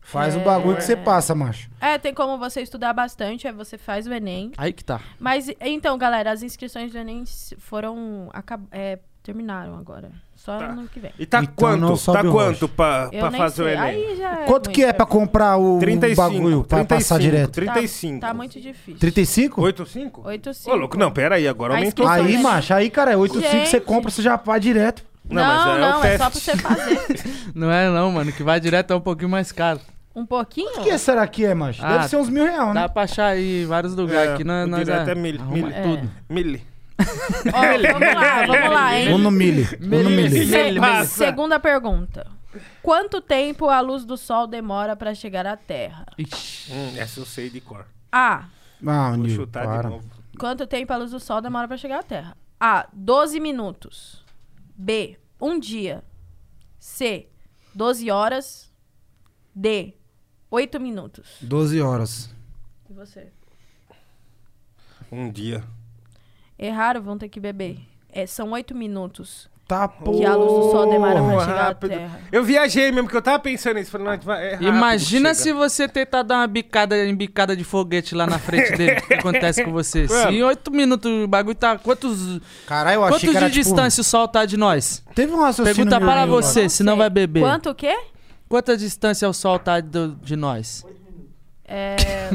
Speaker 5: Faz o bagulho que você
Speaker 2: É.
Speaker 5: passa, macho.
Speaker 2: É, tem como você estudar bastante, aí você faz o Enem.
Speaker 4: Aí que tá.
Speaker 2: Mas, então, galera, as inscrições do Enem s- foram... acab- é, terminaram agora. Só ano que vem.
Speaker 1: E tá
Speaker 5: Então não
Speaker 1: quanto?
Speaker 5: sobe
Speaker 1: Tá
Speaker 5: o
Speaker 1: quanto pra,
Speaker 2: Eu
Speaker 1: pra
Speaker 2: nem
Speaker 1: fazer o
Speaker 2: sei.
Speaker 1: Enem?
Speaker 2: Aí já
Speaker 5: Quanto que é pra comprar o o
Speaker 1: 35,
Speaker 5: bagulho pra passar
Speaker 1: 35,
Speaker 5: direto?
Speaker 1: 35.
Speaker 2: Tá, tá muito difícil.
Speaker 5: 35?
Speaker 1: 85?
Speaker 2: 8, 5.
Speaker 1: Ô, louco, não, pera aí, agora
Speaker 2: A
Speaker 1: aumentou.
Speaker 2: inscrição,
Speaker 5: Aí,
Speaker 2: né?
Speaker 5: macho, aí, cara, é 8,5 você
Speaker 2: Gente.
Speaker 5: compra, você já vai direto.
Speaker 2: Não,
Speaker 1: mas
Speaker 2: não,
Speaker 1: é
Speaker 2: é,
Speaker 1: o
Speaker 2: só pra
Speaker 1: teste.
Speaker 2: você fazer.
Speaker 4: Não é, não, mano. Que vai direto é um pouquinho mais caro.
Speaker 2: Um pouquinho?
Speaker 5: O que é, será que é, macho?
Speaker 4: Ah,
Speaker 5: Deve ser uns mil reais, né?
Speaker 4: Dá pra achar aí em vários lugares.
Speaker 1: É,
Speaker 4: aqui né? nós,
Speaker 1: o
Speaker 4: nós
Speaker 1: direto
Speaker 4: a-
Speaker 1: é mil-
Speaker 4: arruma
Speaker 1: mil.
Speaker 4: tudo.
Speaker 1: Mili.
Speaker 2: Ó, vamos lá, vamos lá, hein?
Speaker 5: Vamos no milho. Vamos no milho.
Speaker 2: Se-
Speaker 1: Ele passa.
Speaker 2: Segunda pergunta. Quanto tempo a luz do sol demora pra chegar à Terra?
Speaker 4: Ixi.
Speaker 1: Hum, essa eu sei de cor.
Speaker 2: A.
Speaker 5: Ah,
Speaker 1: Vou
Speaker 5: Nil,
Speaker 1: chutar de
Speaker 5: para.
Speaker 1: novo.
Speaker 2: Quanto tempo a luz do sol demora pra chegar à Terra? A. 12 minutos. B. Um dia. C. 12 horas. D. 8 minutos.
Speaker 5: 12 horas.
Speaker 2: E você?
Speaker 1: Um dia.
Speaker 2: Erraram, vão ter que beber. É, são 8 minutos.
Speaker 5: Tá,
Speaker 2: Que a luz do sol demora pra
Speaker 1: Porra,
Speaker 2: chegar
Speaker 1: rápido.
Speaker 2: à Terra.
Speaker 1: Eu viajei mesmo, porque eu tava pensando nisso. Falei, não, vai- é rápido que
Speaker 4: Imagina
Speaker 1: chega.
Speaker 4: se você tentar dar uma bicada em bicada de foguete lá na frente dele. O que acontece com você?
Speaker 1: Mano.
Speaker 4: Se em oito minutos o bagulho tá. Quantos,
Speaker 5: Caralho, eu achei
Speaker 4: quantos
Speaker 5: que era,
Speaker 4: de
Speaker 5: tipo,
Speaker 4: distância o sol tá de nós?
Speaker 5: Teve um raciocínio
Speaker 4: Pergunta
Speaker 5: meu
Speaker 4: para
Speaker 5: aí,
Speaker 4: você,
Speaker 5: mano.
Speaker 4: senão vai beber.
Speaker 2: Quanto o quê?
Speaker 4: Quanta distância o sol tá do- de nós?
Speaker 2: É,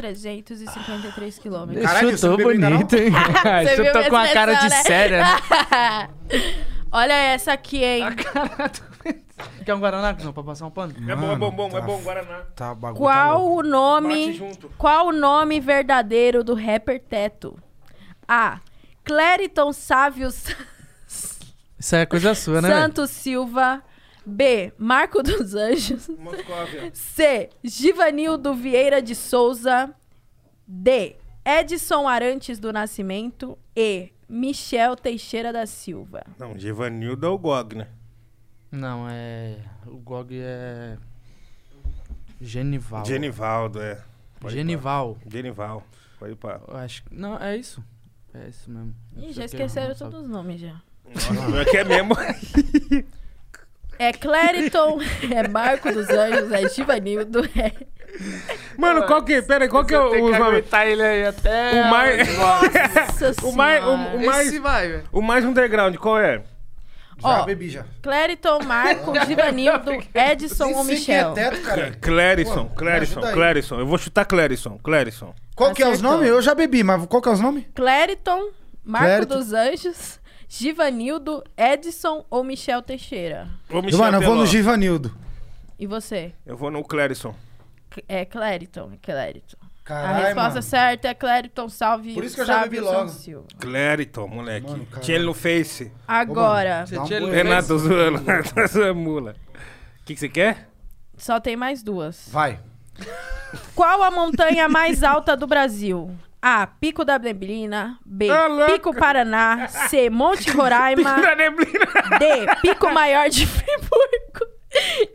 Speaker 2: 12.353 quilômetros.
Speaker 5: Caralho, você
Speaker 4: Chutou
Speaker 5: não bebeu ainda
Speaker 4: bonito, hein?
Speaker 2: Você viu minha
Speaker 4: Chutou tá com a cara de
Speaker 2: expressão, né?
Speaker 4: séria. né?
Speaker 2: Olha essa aqui, hein?
Speaker 4: tá Quer um Guaraná, não, pra passar um pano?
Speaker 1: É bom, é bom, bom, é
Speaker 5: Mano,
Speaker 1: bom, Guaraná.
Speaker 5: Tá, o bagulho tá louco.
Speaker 2: Qual o
Speaker 1: Bate
Speaker 2: nome?
Speaker 1: junto.
Speaker 2: Qual o nome verdadeiro do rapper Teto? A. Clériton Sávio S-
Speaker 4: Isso aí é coisa sua, né? velho?
Speaker 2: Santos Silva. B. Marco dos Anjos.
Speaker 1: Moscóvia.
Speaker 2: C. Givanildo Vieira de Souza. D. Edson Arantes do Nascimento. E. Michel Teixeira da Silva.
Speaker 1: Não, Givanildo é o Gog, né?
Speaker 4: Não, é. O Gog é. Genival.
Speaker 1: Genivaldo, é. Pode ir
Speaker 4: Genival.
Speaker 1: pra- Genival. Pode ir pra...
Speaker 4: Eu acho que. Não, é isso. É isso mesmo.
Speaker 2: Ih,
Speaker 4: Isso
Speaker 2: já
Speaker 4: aqui é
Speaker 2: esqueceram
Speaker 4: uma-
Speaker 2: todos os nomes já.
Speaker 1: Nossa, que é mesmo.
Speaker 2: É Clériton, é Marco dos Anjos, é Givanildo, é
Speaker 1: Mano, qual que... Pera aí, qual que é o... os nomes?
Speaker 4: ele aí até.
Speaker 1: O mais...
Speaker 2: Nossa
Speaker 1: o mais...
Speaker 2: Senhora.
Speaker 1: O, o mais...
Speaker 4: vai, velho.
Speaker 1: O mais underground, qual é?
Speaker 5: Já
Speaker 2: Ó.
Speaker 5: bebi, já.
Speaker 2: Clériton, Marco, Givanildo, Edson ou um
Speaker 5: Nem sei
Speaker 2: Michel.
Speaker 5: quem é teto, cara.
Speaker 1: Clérison,
Speaker 5: Pô,
Speaker 1: Clérison,
Speaker 5: me ajuda aí.
Speaker 1: Clérison. Eu vou chutar Clérison, Clérison.
Speaker 5: Qual que é os
Speaker 2: Acertou.
Speaker 5: nomes? Eu já bebi, mas qual que é os nomes?
Speaker 2: Clériton, Marco
Speaker 5: Clériton.
Speaker 2: dos Anjos, Givanildo, Edson ou Michel Teixeira.
Speaker 1: Ô, Michel
Speaker 5: Mano, eu vou
Speaker 1: Teló.
Speaker 5: no Givanildo.
Speaker 2: E você?
Speaker 1: Eu vou no Clérison.
Speaker 2: C- É Clériton, é Clériton. a
Speaker 1: Caralho,
Speaker 2: resposta
Speaker 1: mano.
Speaker 2: certa é Clériton Salve.
Speaker 6: Por isso que eu já bebi
Speaker 2: Salve,
Speaker 6: logo.
Speaker 2: São Silva.
Speaker 1: Clariton, moleque. Tinha ele no Face.
Speaker 2: Agora. Ô, mano, dá um Tinha ele no
Speaker 1: Renato
Speaker 2: Face.
Speaker 1: zoando. Renato zoando, mula. O que que você quer?
Speaker 2: Só tem mais duas.
Speaker 1: Vai.
Speaker 2: Qual a montanha mais alta do Brasil? A. Pico da Neblina. B.
Speaker 1: Tá
Speaker 2: Pico Paraná. C. Monte Roraima.
Speaker 6: Pico da
Speaker 2: D. Pico Maior de Friburgo.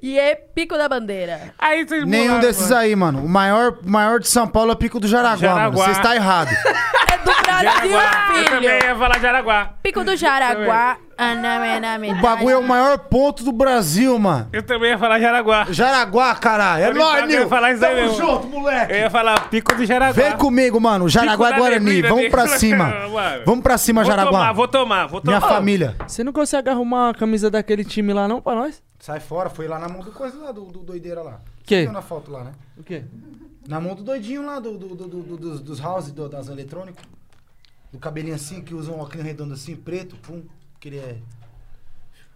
Speaker 2: E E. Pico da Bandeira.
Speaker 1: Aí vocês
Speaker 5: Nenhum desses aí, mano. O maior, o maior de São Paulo é Pico do Jaraguá, mano.
Speaker 1: Jaraguá.
Speaker 5: Você está errado.
Speaker 2: Jaraguá.
Speaker 1: Ah, Eu também ia falar Jaraguá.
Speaker 2: Pico do Jaraguá. Ah, Anamename.
Speaker 5: O bagulho é o maior ponto do Brasil, mano.
Speaker 1: Eu também ia falar Jaraguá.
Speaker 5: Jaraguá, caralho. É
Speaker 1: Eu ia
Speaker 5: nóis, Nil.
Speaker 1: falar isso aí
Speaker 5: Tamo
Speaker 1: mesmo. É, tá.
Speaker 5: junto.
Speaker 1: moleque. Eu ia falar Pico do Jaraguá.
Speaker 5: Vem comigo, mano. Jaraguá
Speaker 1: Pico da
Speaker 5: Guarani.
Speaker 1: neblina,
Speaker 5: Vamos pra
Speaker 1: neblina.
Speaker 5: cima.
Speaker 1: Mano.
Speaker 5: Vamos pra cima,
Speaker 1: Vou
Speaker 5: Jaraguá.
Speaker 1: tomar, vou tomar, vou tomar.
Speaker 5: Minha família.
Speaker 4: Você não consegue arrumar a camisa daquele time lá, não, pra nós?
Speaker 5: Sai fora, foi lá na mão do coisa lá, do, do doideira lá.
Speaker 4: Que?
Speaker 5: Você viu na foto lá, né?
Speaker 4: O quê?
Speaker 5: Na mão do doidinho lá, do, do, do- do- do- dos, dos house, do- das eletrônicas. Do cabelinho assim, que usa um óculos redondo assim, preto, pum. Que ele é...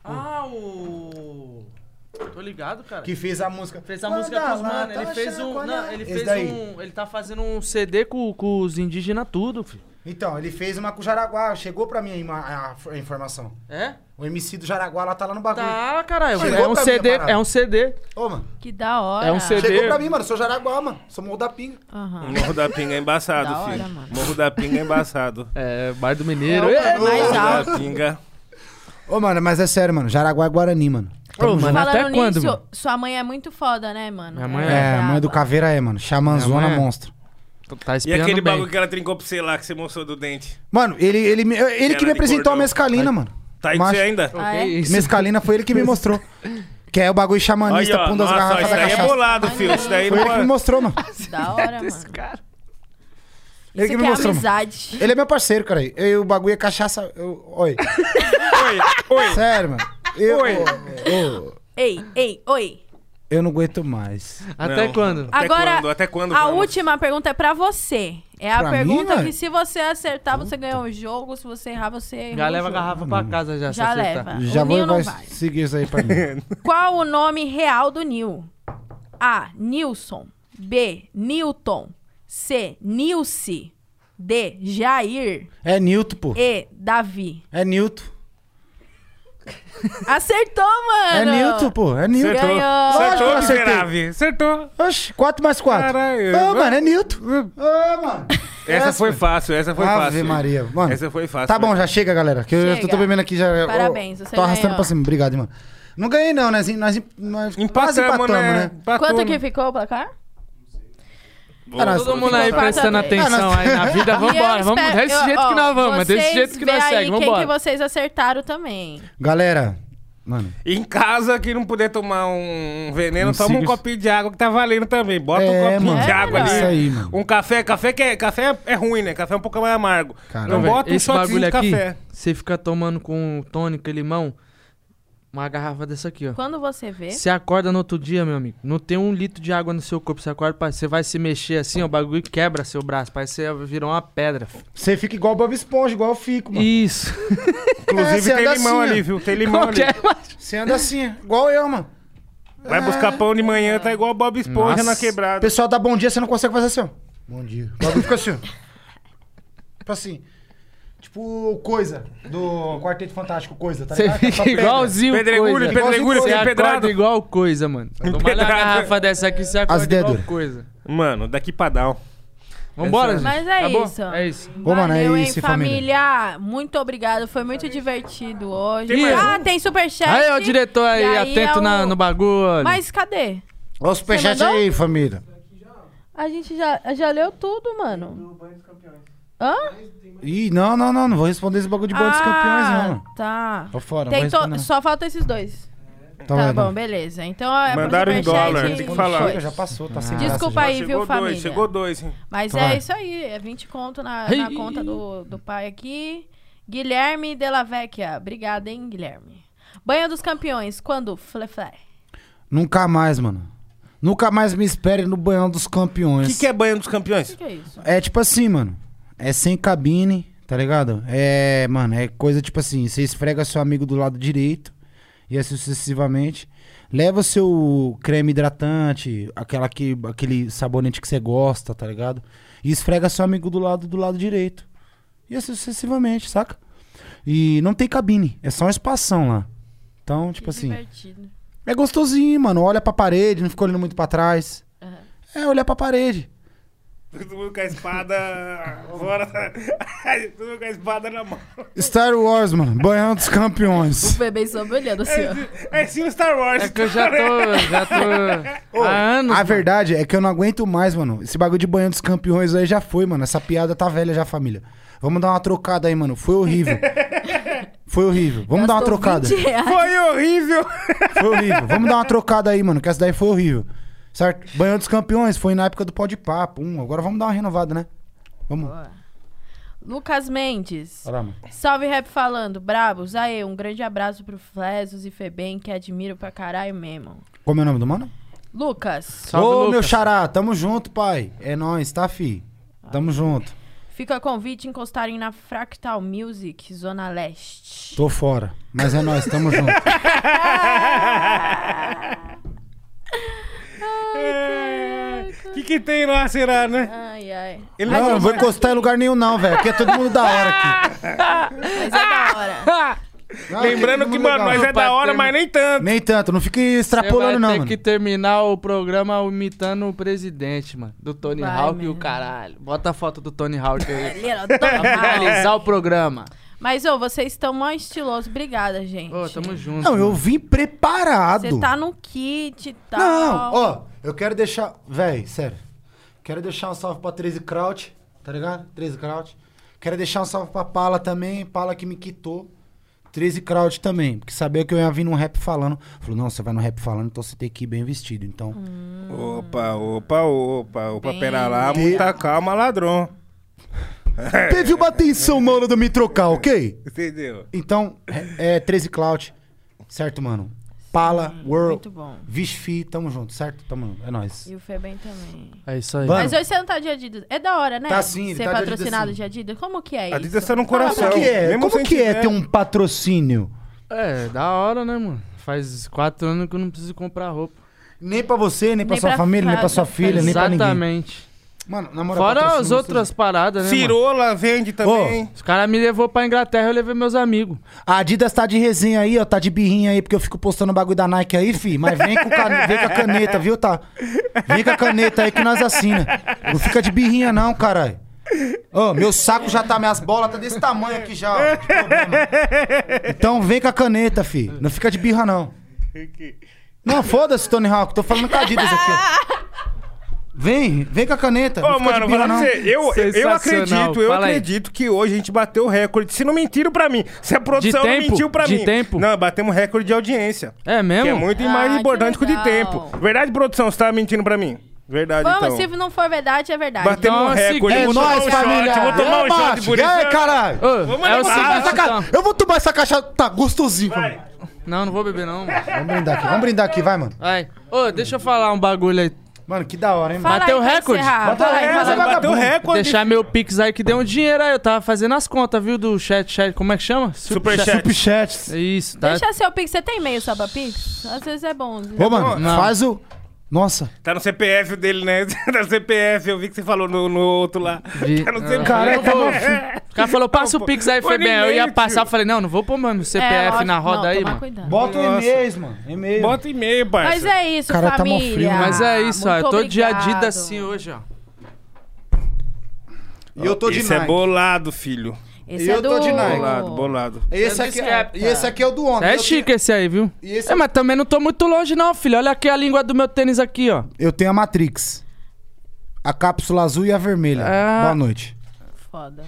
Speaker 4: Ah, o. Tô ligado, cara.
Speaker 5: Que fez a música.
Speaker 4: Fez a
Speaker 5: Manda
Speaker 4: música com os
Speaker 5: lá,
Speaker 4: mano. Ele
Speaker 5: tá
Speaker 4: fez um.
Speaker 5: chacoalhando.
Speaker 4: não, ele
Speaker 5: Esse
Speaker 4: fez
Speaker 5: daí.
Speaker 4: um. Ele tá fazendo um CD com, com os indígenas tudo, filho.
Speaker 5: Então, ele fez uma com o Jaraguá. Chegou pra mim a ima- a, a informação.
Speaker 4: É?
Speaker 5: O MC do Jaraguá lá tá lá no bagulho.
Speaker 4: Tá, caralho.
Speaker 5: Tá Chegou
Speaker 4: É um
Speaker 5: pra mim a
Speaker 4: CD,
Speaker 5: parada.
Speaker 4: é um CD.
Speaker 5: Ô, mano.
Speaker 2: Que da hora.
Speaker 4: É um CD.
Speaker 5: Chegou pra mim, mano. Sou Jaraguá, mano. Sou morro da pinga.
Speaker 1: Morro da Pinga é embaçado,
Speaker 5: Da hora,
Speaker 1: filho.
Speaker 5: mano.
Speaker 1: Morro da Pinga é embaçado.
Speaker 4: É, Bar do
Speaker 1: Mineiro.
Speaker 2: É, o mais
Speaker 1: Morro
Speaker 2: alto.
Speaker 1: da Pinga.
Speaker 5: Ô, mano, mas é sério, mano. Jaraguá é Guarani, mano. Tamo junto.
Speaker 2: Falando nisso, sua mãe é muito foda, né, mano?
Speaker 5: Minha mãe é. a mãe do Caveira é, mano. Xamanzona
Speaker 4: Minha mãe é.
Speaker 5: monstro.
Speaker 4: Tá
Speaker 1: E aquele
Speaker 4: espiando bem.
Speaker 1: bagulho que ela trincou pra você lá, que você mostrou do dente.
Speaker 5: Mano, ele, ele, me- ele que
Speaker 1: Ela
Speaker 5: me apresentou a
Speaker 1: engordou.
Speaker 5: mescalina, mano.
Speaker 1: Tá aí com
Speaker 5: Macho.
Speaker 1: você ainda?
Speaker 2: Ah, é?
Speaker 1: Isso.
Speaker 5: Mescalina foi ele que me mostrou. Que é o bagulho xamanista,
Speaker 1: Olha, ó,
Speaker 5: pum das
Speaker 1: nossa,
Speaker 5: garrafas
Speaker 1: isso
Speaker 5: da
Speaker 1: daí é
Speaker 5: cachaça.
Speaker 1: bolado, filho, isso daí
Speaker 5: foi
Speaker 1: não
Speaker 5: ele que
Speaker 1: é-
Speaker 5: me mostrou, mano.
Speaker 2: Da hora, mano.
Speaker 5: Ele
Speaker 2: Isso que é amizade.
Speaker 5: Ele é meu parceiro, cara. Eu- Eu, o bagulho é cachaça. Eu, oi. oi, oi. Sério, mano. Eu, oi. Eu,
Speaker 2: Ei, ei, oi.
Speaker 5: eu não aguento mais.
Speaker 4: Até
Speaker 1: Não.
Speaker 4: quando?
Speaker 2: Agora,
Speaker 1: Até quando?
Speaker 2: a
Speaker 1: vamos?
Speaker 2: última pergunta é pra você. É a
Speaker 4: Pra mim,
Speaker 2: pergunta
Speaker 4: mano?
Speaker 2: que se você acertar, você ganha o jogo. Se você errar, você erra
Speaker 4: Já
Speaker 2: o
Speaker 4: leva a
Speaker 2: jogo.
Speaker 4: garrafa pra casa já.
Speaker 2: é
Speaker 4: tá.
Speaker 2: Já
Speaker 4: se acertar.
Speaker 2: leva.
Speaker 5: Já
Speaker 2: Ah, O
Speaker 5: vou
Speaker 2: Nil não
Speaker 5: vai
Speaker 2: vai.
Speaker 5: seguir isso aí pra mim.
Speaker 2: Qual o nome real do Nil? A. Nilson. B. Newton. C. Nilce. D. Jair.
Speaker 5: É Nilton, pô.
Speaker 2: E. Davi.
Speaker 5: É Nilton.
Speaker 2: Acertou,
Speaker 5: É
Speaker 2: mano!
Speaker 5: Nilton, pô. É Nilton.
Speaker 2: Ganhou.
Speaker 5: Lógico que eu acertei.
Speaker 1: Acertou.
Speaker 5: Oxi, 4 mais 4.
Speaker 1: Caralho.
Speaker 5: Ô, mano, é Nilton. Ô, mano.
Speaker 1: Essa foi fácil, essa foi
Speaker 5: Ave
Speaker 1: fácil.
Speaker 5: Maria, mano.
Speaker 1: Essa foi fácil.
Speaker 5: Tá bom, já chega, galera. Que eu já tô
Speaker 1: Chega.
Speaker 5: bebendo aqui já.
Speaker 2: Parabéns,
Speaker 5: Ô,
Speaker 2: você
Speaker 5: Tô arrastando
Speaker 2: ganhou.
Speaker 5: pra cima. Obrigado, mano. Não ganhei, não, né? Assim, Nós, em- nós quase empatamos, né?
Speaker 2: Quanto que ficou o placar?
Speaker 5: Ah, nós-
Speaker 4: Todo mundo aí
Speaker 5: Empatamos.
Speaker 4: prestando
Speaker 5: Ah, nós-
Speaker 4: atenção aí na vida. Vambora, vamos desse jeito que nós vamos, é desse jeito que nós segue,
Speaker 2: vamos quem que
Speaker 4: vambora.
Speaker 2: vocês acertaram também.
Speaker 5: Galera, mano.
Speaker 1: Em casa, que não puder tomar um veneno,
Speaker 5: Um
Speaker 1: toma um
Speaker 5: cigarro.
Speaker 1: copinho de água que tá valendo também. Bota um
Speaker 5: É,
Speaker 1: copinho
Speaker 5: mano.
Speaker 1: de água
Speaker 5: É
Speaker 1: ali.
Speaker 5: isso aí, mano.
Speaker 1: Um café, café que é, café é ruim, né? Café é um pouco mais amargo. Não
Speaker 4: velho,
Speaker 1: bota um
Speaker 4: Esse
Speaker 1: shotzinho
Speaker 4: bagulho
Speaker 1: de
Speaker 4: aqui,
Speaker 1: café.
Speaker 4: você fica tomando com tônica e limão, uma garrafa dessa aqui, ó.
Speaker 2: Quando você vê,
Speaker 4: Você acorda no outro dia, meu amigo. Não tem um litro de água no seu corpo. Você acorda, parece- você vai se mexer assim, ó, o bagulho quebra seu braço. Parece que você virou uma pedra. filho.
Speaker 5: Você fica igual o Bob Esponja, igual eu fico, mano.
Speaker 4: Isso.
Speaker 5: É, você
Speaker 1: Inclusive tem
Speaker 5: anda
Speaker 1: limão
Speaker 5: assim,
Speaker 1: ali,
Speaker 5: ó.
Speaker 1: viu? Tem limão
Speaker 5: Qual que
Speaker 1: ali.
Speaker 5: é, Você anda assim, igual eu, mano.
Speaker 2: um.
Speaker 1: Vai buscar pão de manhã, tá igual Bob Esponja na quebrada.
Speaker 5: Pessoal dá bom dia, você não consegue fazer assim, ó. Bom dia. O bagulho fica assim, ó. Tipo assim. Tipo coisa do Quarteto Fantástico, coisa, tá
Speaker 4: Você
Speaker 5: ligado? Essa
Speaker 4: fica
Speaker 5: pedra.
Speaker 4: igualzinho coisa. você acorda
Speaker 1: pedrado.
Speaker 4: igual coisa, mano. Toma uma
Speaker 1: Pedrado.
Speaker 4: garrafa dessa aqui, você acorda igual coisa.
Speaker 1: Mano, daqui pra dar.
Speaker 4: Vambora, gente.
Speaker 2: Mas é
Speaker 4: Tá bom?
Speaker 2: isso.
Speaker 4: É isso.
Speaker 2: Valeu, hein,
Speaker 1: isso, hein,
Speaker 2: família. Muito obrigado. Foi muito divertido hoje.
Speaker 4: Tem mais
Speaker 2: ah,
Speaker 4: um?
Speaker 2: tem superchat.
Speaker 4: Aí, ó, o diretor aí,
Speaker 2: E
Speaker 4: atento
Speaker 2: é o-
Speaker 4: na- no bagulho.
Speaker 2: Mas cadê?
Speaker 5: Olha o superchat aí, família.
Speaker 2: A gente já, já leu tudo, mano. Hã?
Speaker 5: Ih, não, não, não. Não vou responder esse bagulho de banho dos campeões, não. mano.
Speaker 2: Tá.
Speaker 5: Tô fora,
Speaker 2: Tem
Speaker 5: Ah, não vou
Speaker 2: to-
Speaker 5: responder, não.
Speaker 2: Só falta esses dois.
Speaker 5: Tá
Speaker 2: tá
Speaker 5: vendo?
Speaker 2: bom, beleza. Então é pro
Speaker 1: Mandaram em
Speaker 2: superchat
Speaker 1: dólar,
Speaker 2: e-
Speaker 1: tem que
Speaker 2: Foi.
Speaker 1: falar. Ah,
Speaker 5: Já passou, tá
Speaker 1: sem
Speaker 2: Desculpa aí, viu,
Speaker 1: Chegou
Speaker 2: família.
Speaker 1: dois, chegou dois, hein?
Speaker 2: Mas
Speaker 1: Então
Speaker 2: é
Speaker 1: vai.
Speaker 2: isso aí, é 20 conto na,
Speaker 1: Ei.
Speaker 2: na conta do, do pai aqui. Guilherme Della Vecchia. Obrigada, hein, Guilherme. Banha dos Campeões, quando? Fle, fle.
Speaker 5: Nunca mais, mano. Nunca mais me espere no banhão dos
Speaker 1: O
Speaker 5: campeões.
Speaker 1: que, que é banho dos campeões?
Speaker 2: O que é isso?
Speaker 5: É tipo assim, mano. É sem cabine, tá ligado? É, mano, é coisa tipo assim. Você esfrega seu amigo do lado direito e assim sucessivamente. Leva seu creme hidratante, aquela que, aquele sabonete que você gosta, tá ligado? E esfrega seu amigo do lado do lado direito. E assim sucessivamente, saca? E não tem cabine, é só uma espação lá. Então, tipo assim.
Speaker 2: Divertido.
Speaker 5: É gostosinho, mano. Olha pra parede, não fica olhando muito pra trás. É olhar pra parede.
Speaker 1: Todo mundo com a espada fora. Todo mundo com a espada na mão.
Speaker 5: Star Wars, mano. Banhão dos campeões.
Speaker 2: O bebê sob olhando assim, ó.
Speaker 1: É sim o Star Wars.
Speaker 4: É que eu já tô. Já tô.
Speaker 5: Ô,
Speaker 4: há anos.
Speaker 5: a verdade é que eu não aguento mais, mano. Esse bagulho de banho dos campeões aí já foi, mano. Essa piada tá velha já, família. Vamos dar uma trocada aí, mano. Foi horrível. Foi horrível. Vamos dar uma
Speaker 2: Gastou
Speaker 5: trocada.
Speaker 2: 20 reais.
Speaker 1: Foi horrível.
Speaker 5: Foi horrível. Vamos dar uma trocada aí, mano, que essa daí foi horrível. Certo? Banhão dos campeões foi na época do pó de papo. Um, agora vamos dar uma renovada, né? Vamos.
Speaker 2: Lucas Mendes.
Speaker 5: Olha lá, mano.
Speaker 2: Salve rap falando, brabos. Aê, um grande abraço pro Flesos e Febem, que admiro pra caralho mesmo.
Speaker 5: Como é o nome do mano?
Speaker 2: Lucas,
Speaker 5: Ô,
Speaker 4: Lucas.
Speaker 5: meu xará, tamo junto, pai. É nóis, tá, fi? Tamo junto.
Speaker 2: fica a convite encostarem na Fractal Music, Zona Leste.
Speaker 5: Tô fora. Mas é nóis, tamo junto.
Speaker 1: O que, que tem lá, será, né?
Speaker 2: Ai, ai.
Speaker 1: Ele
Speaker 5: Não, não vou encostar em lugar nenhum, não, velho. Aqui é todo mundo da hora aqui.
Speaker 2: Mas é
Speaker 4: Ah!
Speaker 2: da hora.
Speaker 5: Não, tá
Speaker 1: Lembrando que,
Speaker 5: aqui é todo mundo
Speaker 1: mano,
Speaker 5: legal.
Speaker 1: nós é da hora, mas nem tanto.
Speaker 5: Nem tanto, não fique
Speaker 4: Você vai
Speaker 5: extrapolando, não,
Speaker 4: ter
Speaker 5: mano.
Speaker 4: que terminar o programa imitando o presidente, mano. Do Tony
Speaker 2: Vai
Speaker 4: Hawk e o
Speaker 2: mesmo.
Speaker 4: caralho. Bota a foto do Tony Hawk aí.
Speaker 2: Ele era tão
Speaker 4: pra
Speaker 2: mal.
Speaker 4: finalizar o programa.
Speaker 2: Mas, ô, vocês estão mó estilosos. Obrigada, gente.
Speaker 4: Ô, tamo junto.
Speaker 5: Não, eu vim preparado.
Speaker 2: Você tá no kit e tal.
Speaker 5: Não, ó, eu quero deixar. Véi, sério. Quero deixar um salve pra 13 Kraut, tá ligado? 13 Kraut. Quero deixar um salve pra Pala também, Pala que me quitou. 13 Kraut também, porque sabia que eu ia vir num rap falando. Falou, não, você vai no rap falando, então você tem que ir bem vestido. Então,
Speaker 1: Opa, opa, opa, opa,
Speaker 2: Bem.
Speaker 1: pera lá, muita calma, ladrão. É.
Speaker 5: teve uma atenção na hora de me trocar, ok?
Speaker 1: Entendeu?
Speaker 5: Então, é, é 13 Cloud, certo, mano? Pala,
Speaker 2: Muito
Speaker 5: World,
Speaker 2: bom.
Speaker 5: Vishfi, tamo junto, certo? Tamo junto, é nóis.
Speaker 2: E o Febem também.
Speaker 4: É isso aí.
Speaker 5: Mano.
Speaker 2: Mas hoje você não tá de Adidas. É da hora, né?
Speaker 5: Tá sim, ele
Speaker 2: Ser
Speaker 5: tá de Adidas
Speaker 2: patrocinado
Speaker 5: sim.
Speaker 2: de Adidas. Como que é
Speaker 1: A
Speaker 2: isso?
Speaker 1: Adidas tá no coração.
Speaker 5: Como que é?
Speaker 1: Mesmo
Speaker 5: Como
Speaker 1: sem
Speaker 5: que é
Speaker 1: tiver-
Speaker 5: ter um patrocínio?
Speaker 4: É, da hora, né, mano? Faz quatro anos que eu não preciso comprar roupa.
Speaker 5: Nem pra você, nem pra
Speaker 2: Nem
Speaker 5: sua
Speaker 2: pra
Speaker 5: família, nem
Speaker 2: fa-
Speaker 5: pra sua filha, nem pra ninguém.
Speaker 4: Exatamente.
Speaker 5: Mano, na moral,
Speaker 4: Fora
Speaker 5: patrocina
Speaker 4: as
Speaker 5: vocês.
Speaker 4: outras paradas, né, mano?
Speaker 1: Cirola vende também.
Speaker 4: Os caras me levou pra Inglaterra, eu levei meus amigos.
Speaker 5: A Adidas tá de resenha aí, ó, tá de birrinha aí, porque eu fico postando o bagulho da Nike aí, fi. Mas vem com, can- vem com a caneta, viu, tá? Vem com a caneta aí que nós assina. Não fica de birrinha não, caralho. Ô, meu saco já tá, minhas bolas tá desse tamanho aqui já, ó, de problema. Então vem com a caneta, fi. Não fica de birra não. Não, foda-se, Tony Hawk, tô falando com a Adidas aqui. ó. Vem, vem com a caneta.
Speaker 1: Ô,
Speaker 5: não fica
Speaker 1: mano,
Speaker 5: de birra,
Speaker 1: fala pra
Speaker 5: não.
Speaker 1: você, eu, eu
Speaker 4: Sensacional,
Speaker 1: acredito, eu
Speaker 4: fala aí.
Speaker 1: acredito que hoje a gente bateu o recorde. Se não mentiram pra mim, se a produção não
Speaker 4: tempo?
Speaker 1: mentiu pra
Speaker 4: De
Speaker 1: mim.
Speaker 4: tempo?
Speaker 1: Não, batemos recorde de audiência.
Speaker 4: É mesmo?
Speaker 1: Que é muito mais
Speaker 2: Ah, que
Speaker 1: importante que o de
Speaker 2: legal.
Speaker 1: tempo. Verdade, produção, você tá mentindo pra mim. Verdade,
Speaker 2: Vamos,
Speaker 1: então.
Speaker 2: se não for verdade, é verdade.
Speaker 1: Batemos um
Speaker 4: Então,
Speaker 1: recorde.
Speaker 4: é
Speaker 5: É
Speaker 1: Vou tomar
Speaker 5: nóis,
Speaker 1: um
Speaker 5: família.
Speaker 1: shot, vou tomar um
Speaker 5: É,
Speaker 1: shot
Speaker 5: macho.
Speaker 1: por
Speaker 5: E
Speaker 1: isso.
Speaker 5: aí, caralho.
Speaker 4: Ô,
Speaker 1: Vamos
Speaker 4: é o
Speaker 1: levar.
Speaker 4: seguinte,
Speaker 1: Essa
Speaker 4: então.
Speaker 5: Eu vou tomar essa caixa. Tá gostosinho. mano.
Speaker 4: Não, não vou beber, não. mano.
Speaker 5: Vamos brindar aqui. Vamos brindar aqui, vai, mano.
Speaker 4: Vai. Ô, deixa eu falar um bagulho aí.
Speaker 5: Mano, que da hora, hein, mano.
Speaker 2: Então, Fala
Speaker 4: Bateu
Speaker 2: aí pra
Speaker 4: recorde?
Speaker 2: encerrar.
Speaker 5: Bateu
Speaker 2: Fala aí,
Speaker 5: recorde,
Speaker 2: fala aí.
Speaker 5: vai bater
Speaker 1: É, Bateu
Speaker 5: vagabundo.
Speaker 1: recorde.
Speaker 4: Deixar meu Pix aí que deu um dinheiro aí. Eu tava fazendo as contas, viu? Do chat, chat. Como é que chama?
Speaker 1: Superchat.
Speaker 5: Superchat.
Speaker 4: Isso, tá?
Speaker 2: Deixa seu pix. Você tem e-mail só pra pix? Às vezes é bom. às vezes
Speaker 5: Ô,
Speaker 2: é
Speaker 5: mano,
Speaker 4: Não.
Speaker 5: faz o... Nossa.
Speaker 1: Tá no CPF dele, né? Tá no CPF, eu vi que você falou no, no outro lá.
Speaker 4: De-
Speaker 1: Tá no
Speaker 4: Ah.
Speaker 1: CPF.
Speaker 4: Cara,
Speaker 1: Eu
Speaker 4: tá
Speaker 1: vou-
Speaker 4: O cara falou, passa o Pix aí,
Speaker 1: Foi
Speaker 4: foi bem.
Speaker 1: no
Speaker 4: Eu ia
Speaker 1: e-mail,
Speaker 4: passar, eu
Speaker 1: tio.
Speaker 4: falei, não, não vou pôr mano,
Speaker 2: bom. É,
Speaker 4: CPF na
Speaker 2: lógico.
Speaker 4: roda
Speaker 2: Não,
Speaker 4: aí,
Speaker 2: toma
Speaker 4: mano.
Speaker 2: cuidado.
Speaker 5: Bota o
Speaker 1: Nossa.
Speaker 5: e-mail, mano. E-mail.
Speaker 1: Bota e-mail, parça.
Speaker 2: Mas é isso,
Speaker 5: Cara, tá mó
Speaker 2: família.
Speaker 5: frio, mano.
Speaker 4: Mas é isso, ó. Eu
Speaker 2: Muito
Speaker 4: tô de
Speaker 2: obrigado.
Speaker 4: Adidas sim hoje, ó.
Speaker 5: E eu tô de
Speaker 1: Esse é
Speaker 5: Nike.
Speaker 1: bolado, filho.
Speaker 2: Esse
Speaker 5: Eu
Speaker 2: é do...
Speaker 5: tô de Nike.
Speaker 1: Bolado, bolado.
Speaker 5: E esse, aqui, é- e esse aqui é o do
Speaker 4: Cê
Speaker 5: homem.
Speaker 4: É
Speaker 5: Eu
Speaker 4: chique esse aí, viu?
Speaker 5: E esse
Speaker 4: É,
Speaker 5: é-
Speaker 4: mas também não tô muito longe, não, filho. Olha aqui a língua do meu tênis aqui, ó.
Speaker 5: tenho- Eu tenho a Matrix. A cápsula azul e a vermelha.
Speaker 4: Ah.
Speaker 5: Boa noite.
Speaker 2: Foda.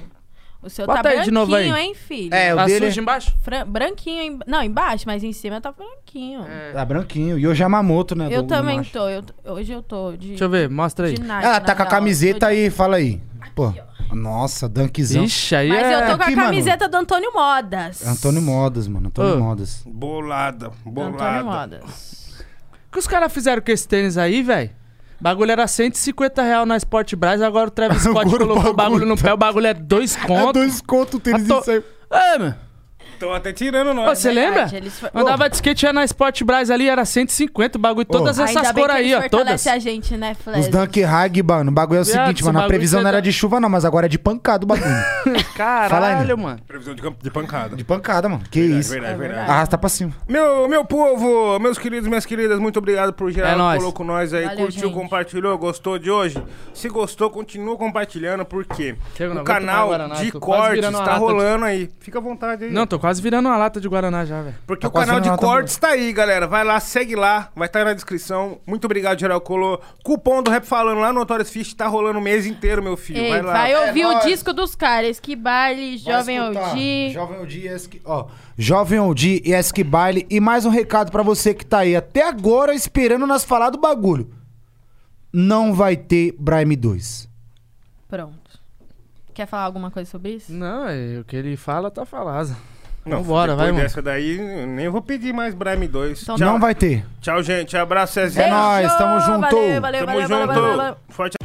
Speaker 2: O seu
Speaker 4: Bota
Speaker 2: tá
Speaker 4: aí
Speaker 2: branquinho,
Speaker 4: de novo aí.
Speaker 2: hein, filho?
Speaker 5: É,
Speaker 4: Tá
Speaker 5: o dele...
Speaker 4: sujo embaixo?
Speaker 2: Fran- Branquinho, em- não, embaixo, mas em cima tá branquinho.
Speaker 5: Tá branquinho. E o Yamamoto, né?
Speaker 2: eu
Speaker 5: do- do
Speaker 2: também
Speaker 5: macho.
Speaker 2: tô. eu- hoje eu tô de,
Speaker 4: Tá Deixa eu ver, mostra aí.
Speaker 2: de Nike.
Speaker 5: Ela tá
Speaker 2: na
Speaker 5: com a
Speaker 2: real.
Speaker 5: camiseta
Speaker 2: Eu-
Speaker 5: aí, fala aí. Pô, nossa, Dunkzão.
Speaker 4: Ixi, aí
Speaker 2: Mas
Speaker 4: é...
Speaker 2: eu tô com
Speaker 5: aqui,
Speaker 2: a
Speaker 5: mano.
Speaker 2: camiseta do Antônio Modas.
Speaker 5: Antônio Modas, mano. Antônio
Speaker 4: Ô.
Speaker 5: Modas.
Speaker 1: Bolada,
Speaker 2: Antônio
Speaker 1: bolada.
Speaker 2: Modas.
Speaker 4: O que os caras fizeram com esse tênis aí, velho? Bagulho era 150 real na Sport Brás, agora o Travis Scott
Speaker 5: Agora o
Speaker 4: colocou o bagulho
Speaker 5: bagulho
Speaker 4: no
Speaker 5: tá-
Speaker 4: pé, o bagulho é dois
Speaker 5: É
Speaker 4: conto.
Speaker 5: dois conto o tênis
Speaker 4: Ah, tô-
Speaker 5: isso aí.
Speaker 4: É, meu.
Speaker 1: Estão até tirando nós.
Speaker 4: Ô, Você lembra? Andava de skate ia na Sport Brás ali, era 150 o bagulho, todas
Speaker 2: Ainda
Speaker 4: essas
Speaker 2: bem
Speaker 4: cores
Speaker 2: que eles
Speaker 4: aí, ó. Todas.
Speaker 2: fortalece a gente, né, Flash?
Speaker 5: Os Dunk Hag, mano, o bagulho é o
Speaker 4: Viado,
Speaker 5: seguinte,
Speaker 4: esse
Speaker 5: mano. A
Speaker 4: bagulho
Speaker 5: previsão
Speaker 4: cê
Speaker 5: não era
Speaker 4: dá-
Speaker 5: de chuva, não, mas agora é de pancada o bagulho.
Speaker 1: Caralho,
Speaker 4: mano.
Speaker 1: Previsão de, campo- de pancada. É
Speaker 5: De pancada, mano. Que
Speaker 1: Verdade,
Speaker 5: isso.
Speaker 4: é
Speaker 1: verdade, verdade.
Speaker 5: Arrasta pra cima.
Speaker 1: Meu, meu povo, meus queridos, minhas queridas, muito obrigado por geral
Speaker 5: É nóis.
Speaker 1: que colocou com nós aí.
Speaker 4: Valeu,
Speaker 1: Curtiu,
Speaker 4: gente.
Speaker 1: compartilhou, gostou de hoje? Se gostou, continua compartilhando, porque
Speaker 4: Chega, não,
Speaker 1: o
Speaker 4: vou
Speaker 1: canal
Speaker 4: tomar Guaraná,
Speaker 1: de
Speaker 4: tô quase
Speaker 1: cortes
Speaker 4: virando uma
Speaker 1: tá
Speaker 4: lata de-
Speaker 1: rolando aí. Fica à vontade aí.
Speaker 4: Não, tô quase virando uma lata de Guaraná já, velho.
Speaker 1: Porque o canal de cortes tá aí, galera. Vai lá, segue lá, vai estar tá aí na descrição. Muito obrigado, Geral Colo. Cupom do Rap Falando lá no Notorious Fish tá rolando o mês inteiro, meu filho.
Speaker 2: Ei,
Speaker 1: vai
Speaker 2: vai,
Speaker 1: lá.
Speaker 2: ouvir
Speaker 1: É
Speaker 2: o
Speaker 1: nóis.
Speaker 2: disco dos caras, que baile, Jovem
Speaker 5: escutar.
Speaker 2: Odi.
Speaker 5: Jovem Odi, ó. Jovem Ondi, Esk Baile. E mais um recado pra você que tá aí até agora esperando nós falar do bagulho. Não vai ter Brime 2.
Speaker 2: Pronto. Quer falar alguma coisa sobre isso?
Speaker 4: Não, é, o que ele fala tá falado.
Speaker 1: Não,
Speaker 4: Vambora,
Speaker 1: depois
Speaker 4: vai, mano.
Speaker 1: dessa daí, eu nem vou pedir mais Brime 2.
Speaker 5: Então não vai ter.
Speaker 1: Tchau, gente. Abraço, Zezinho.
Speaker 5: É nóis, tamo junto.
Speaker 1: tamo junto. Forte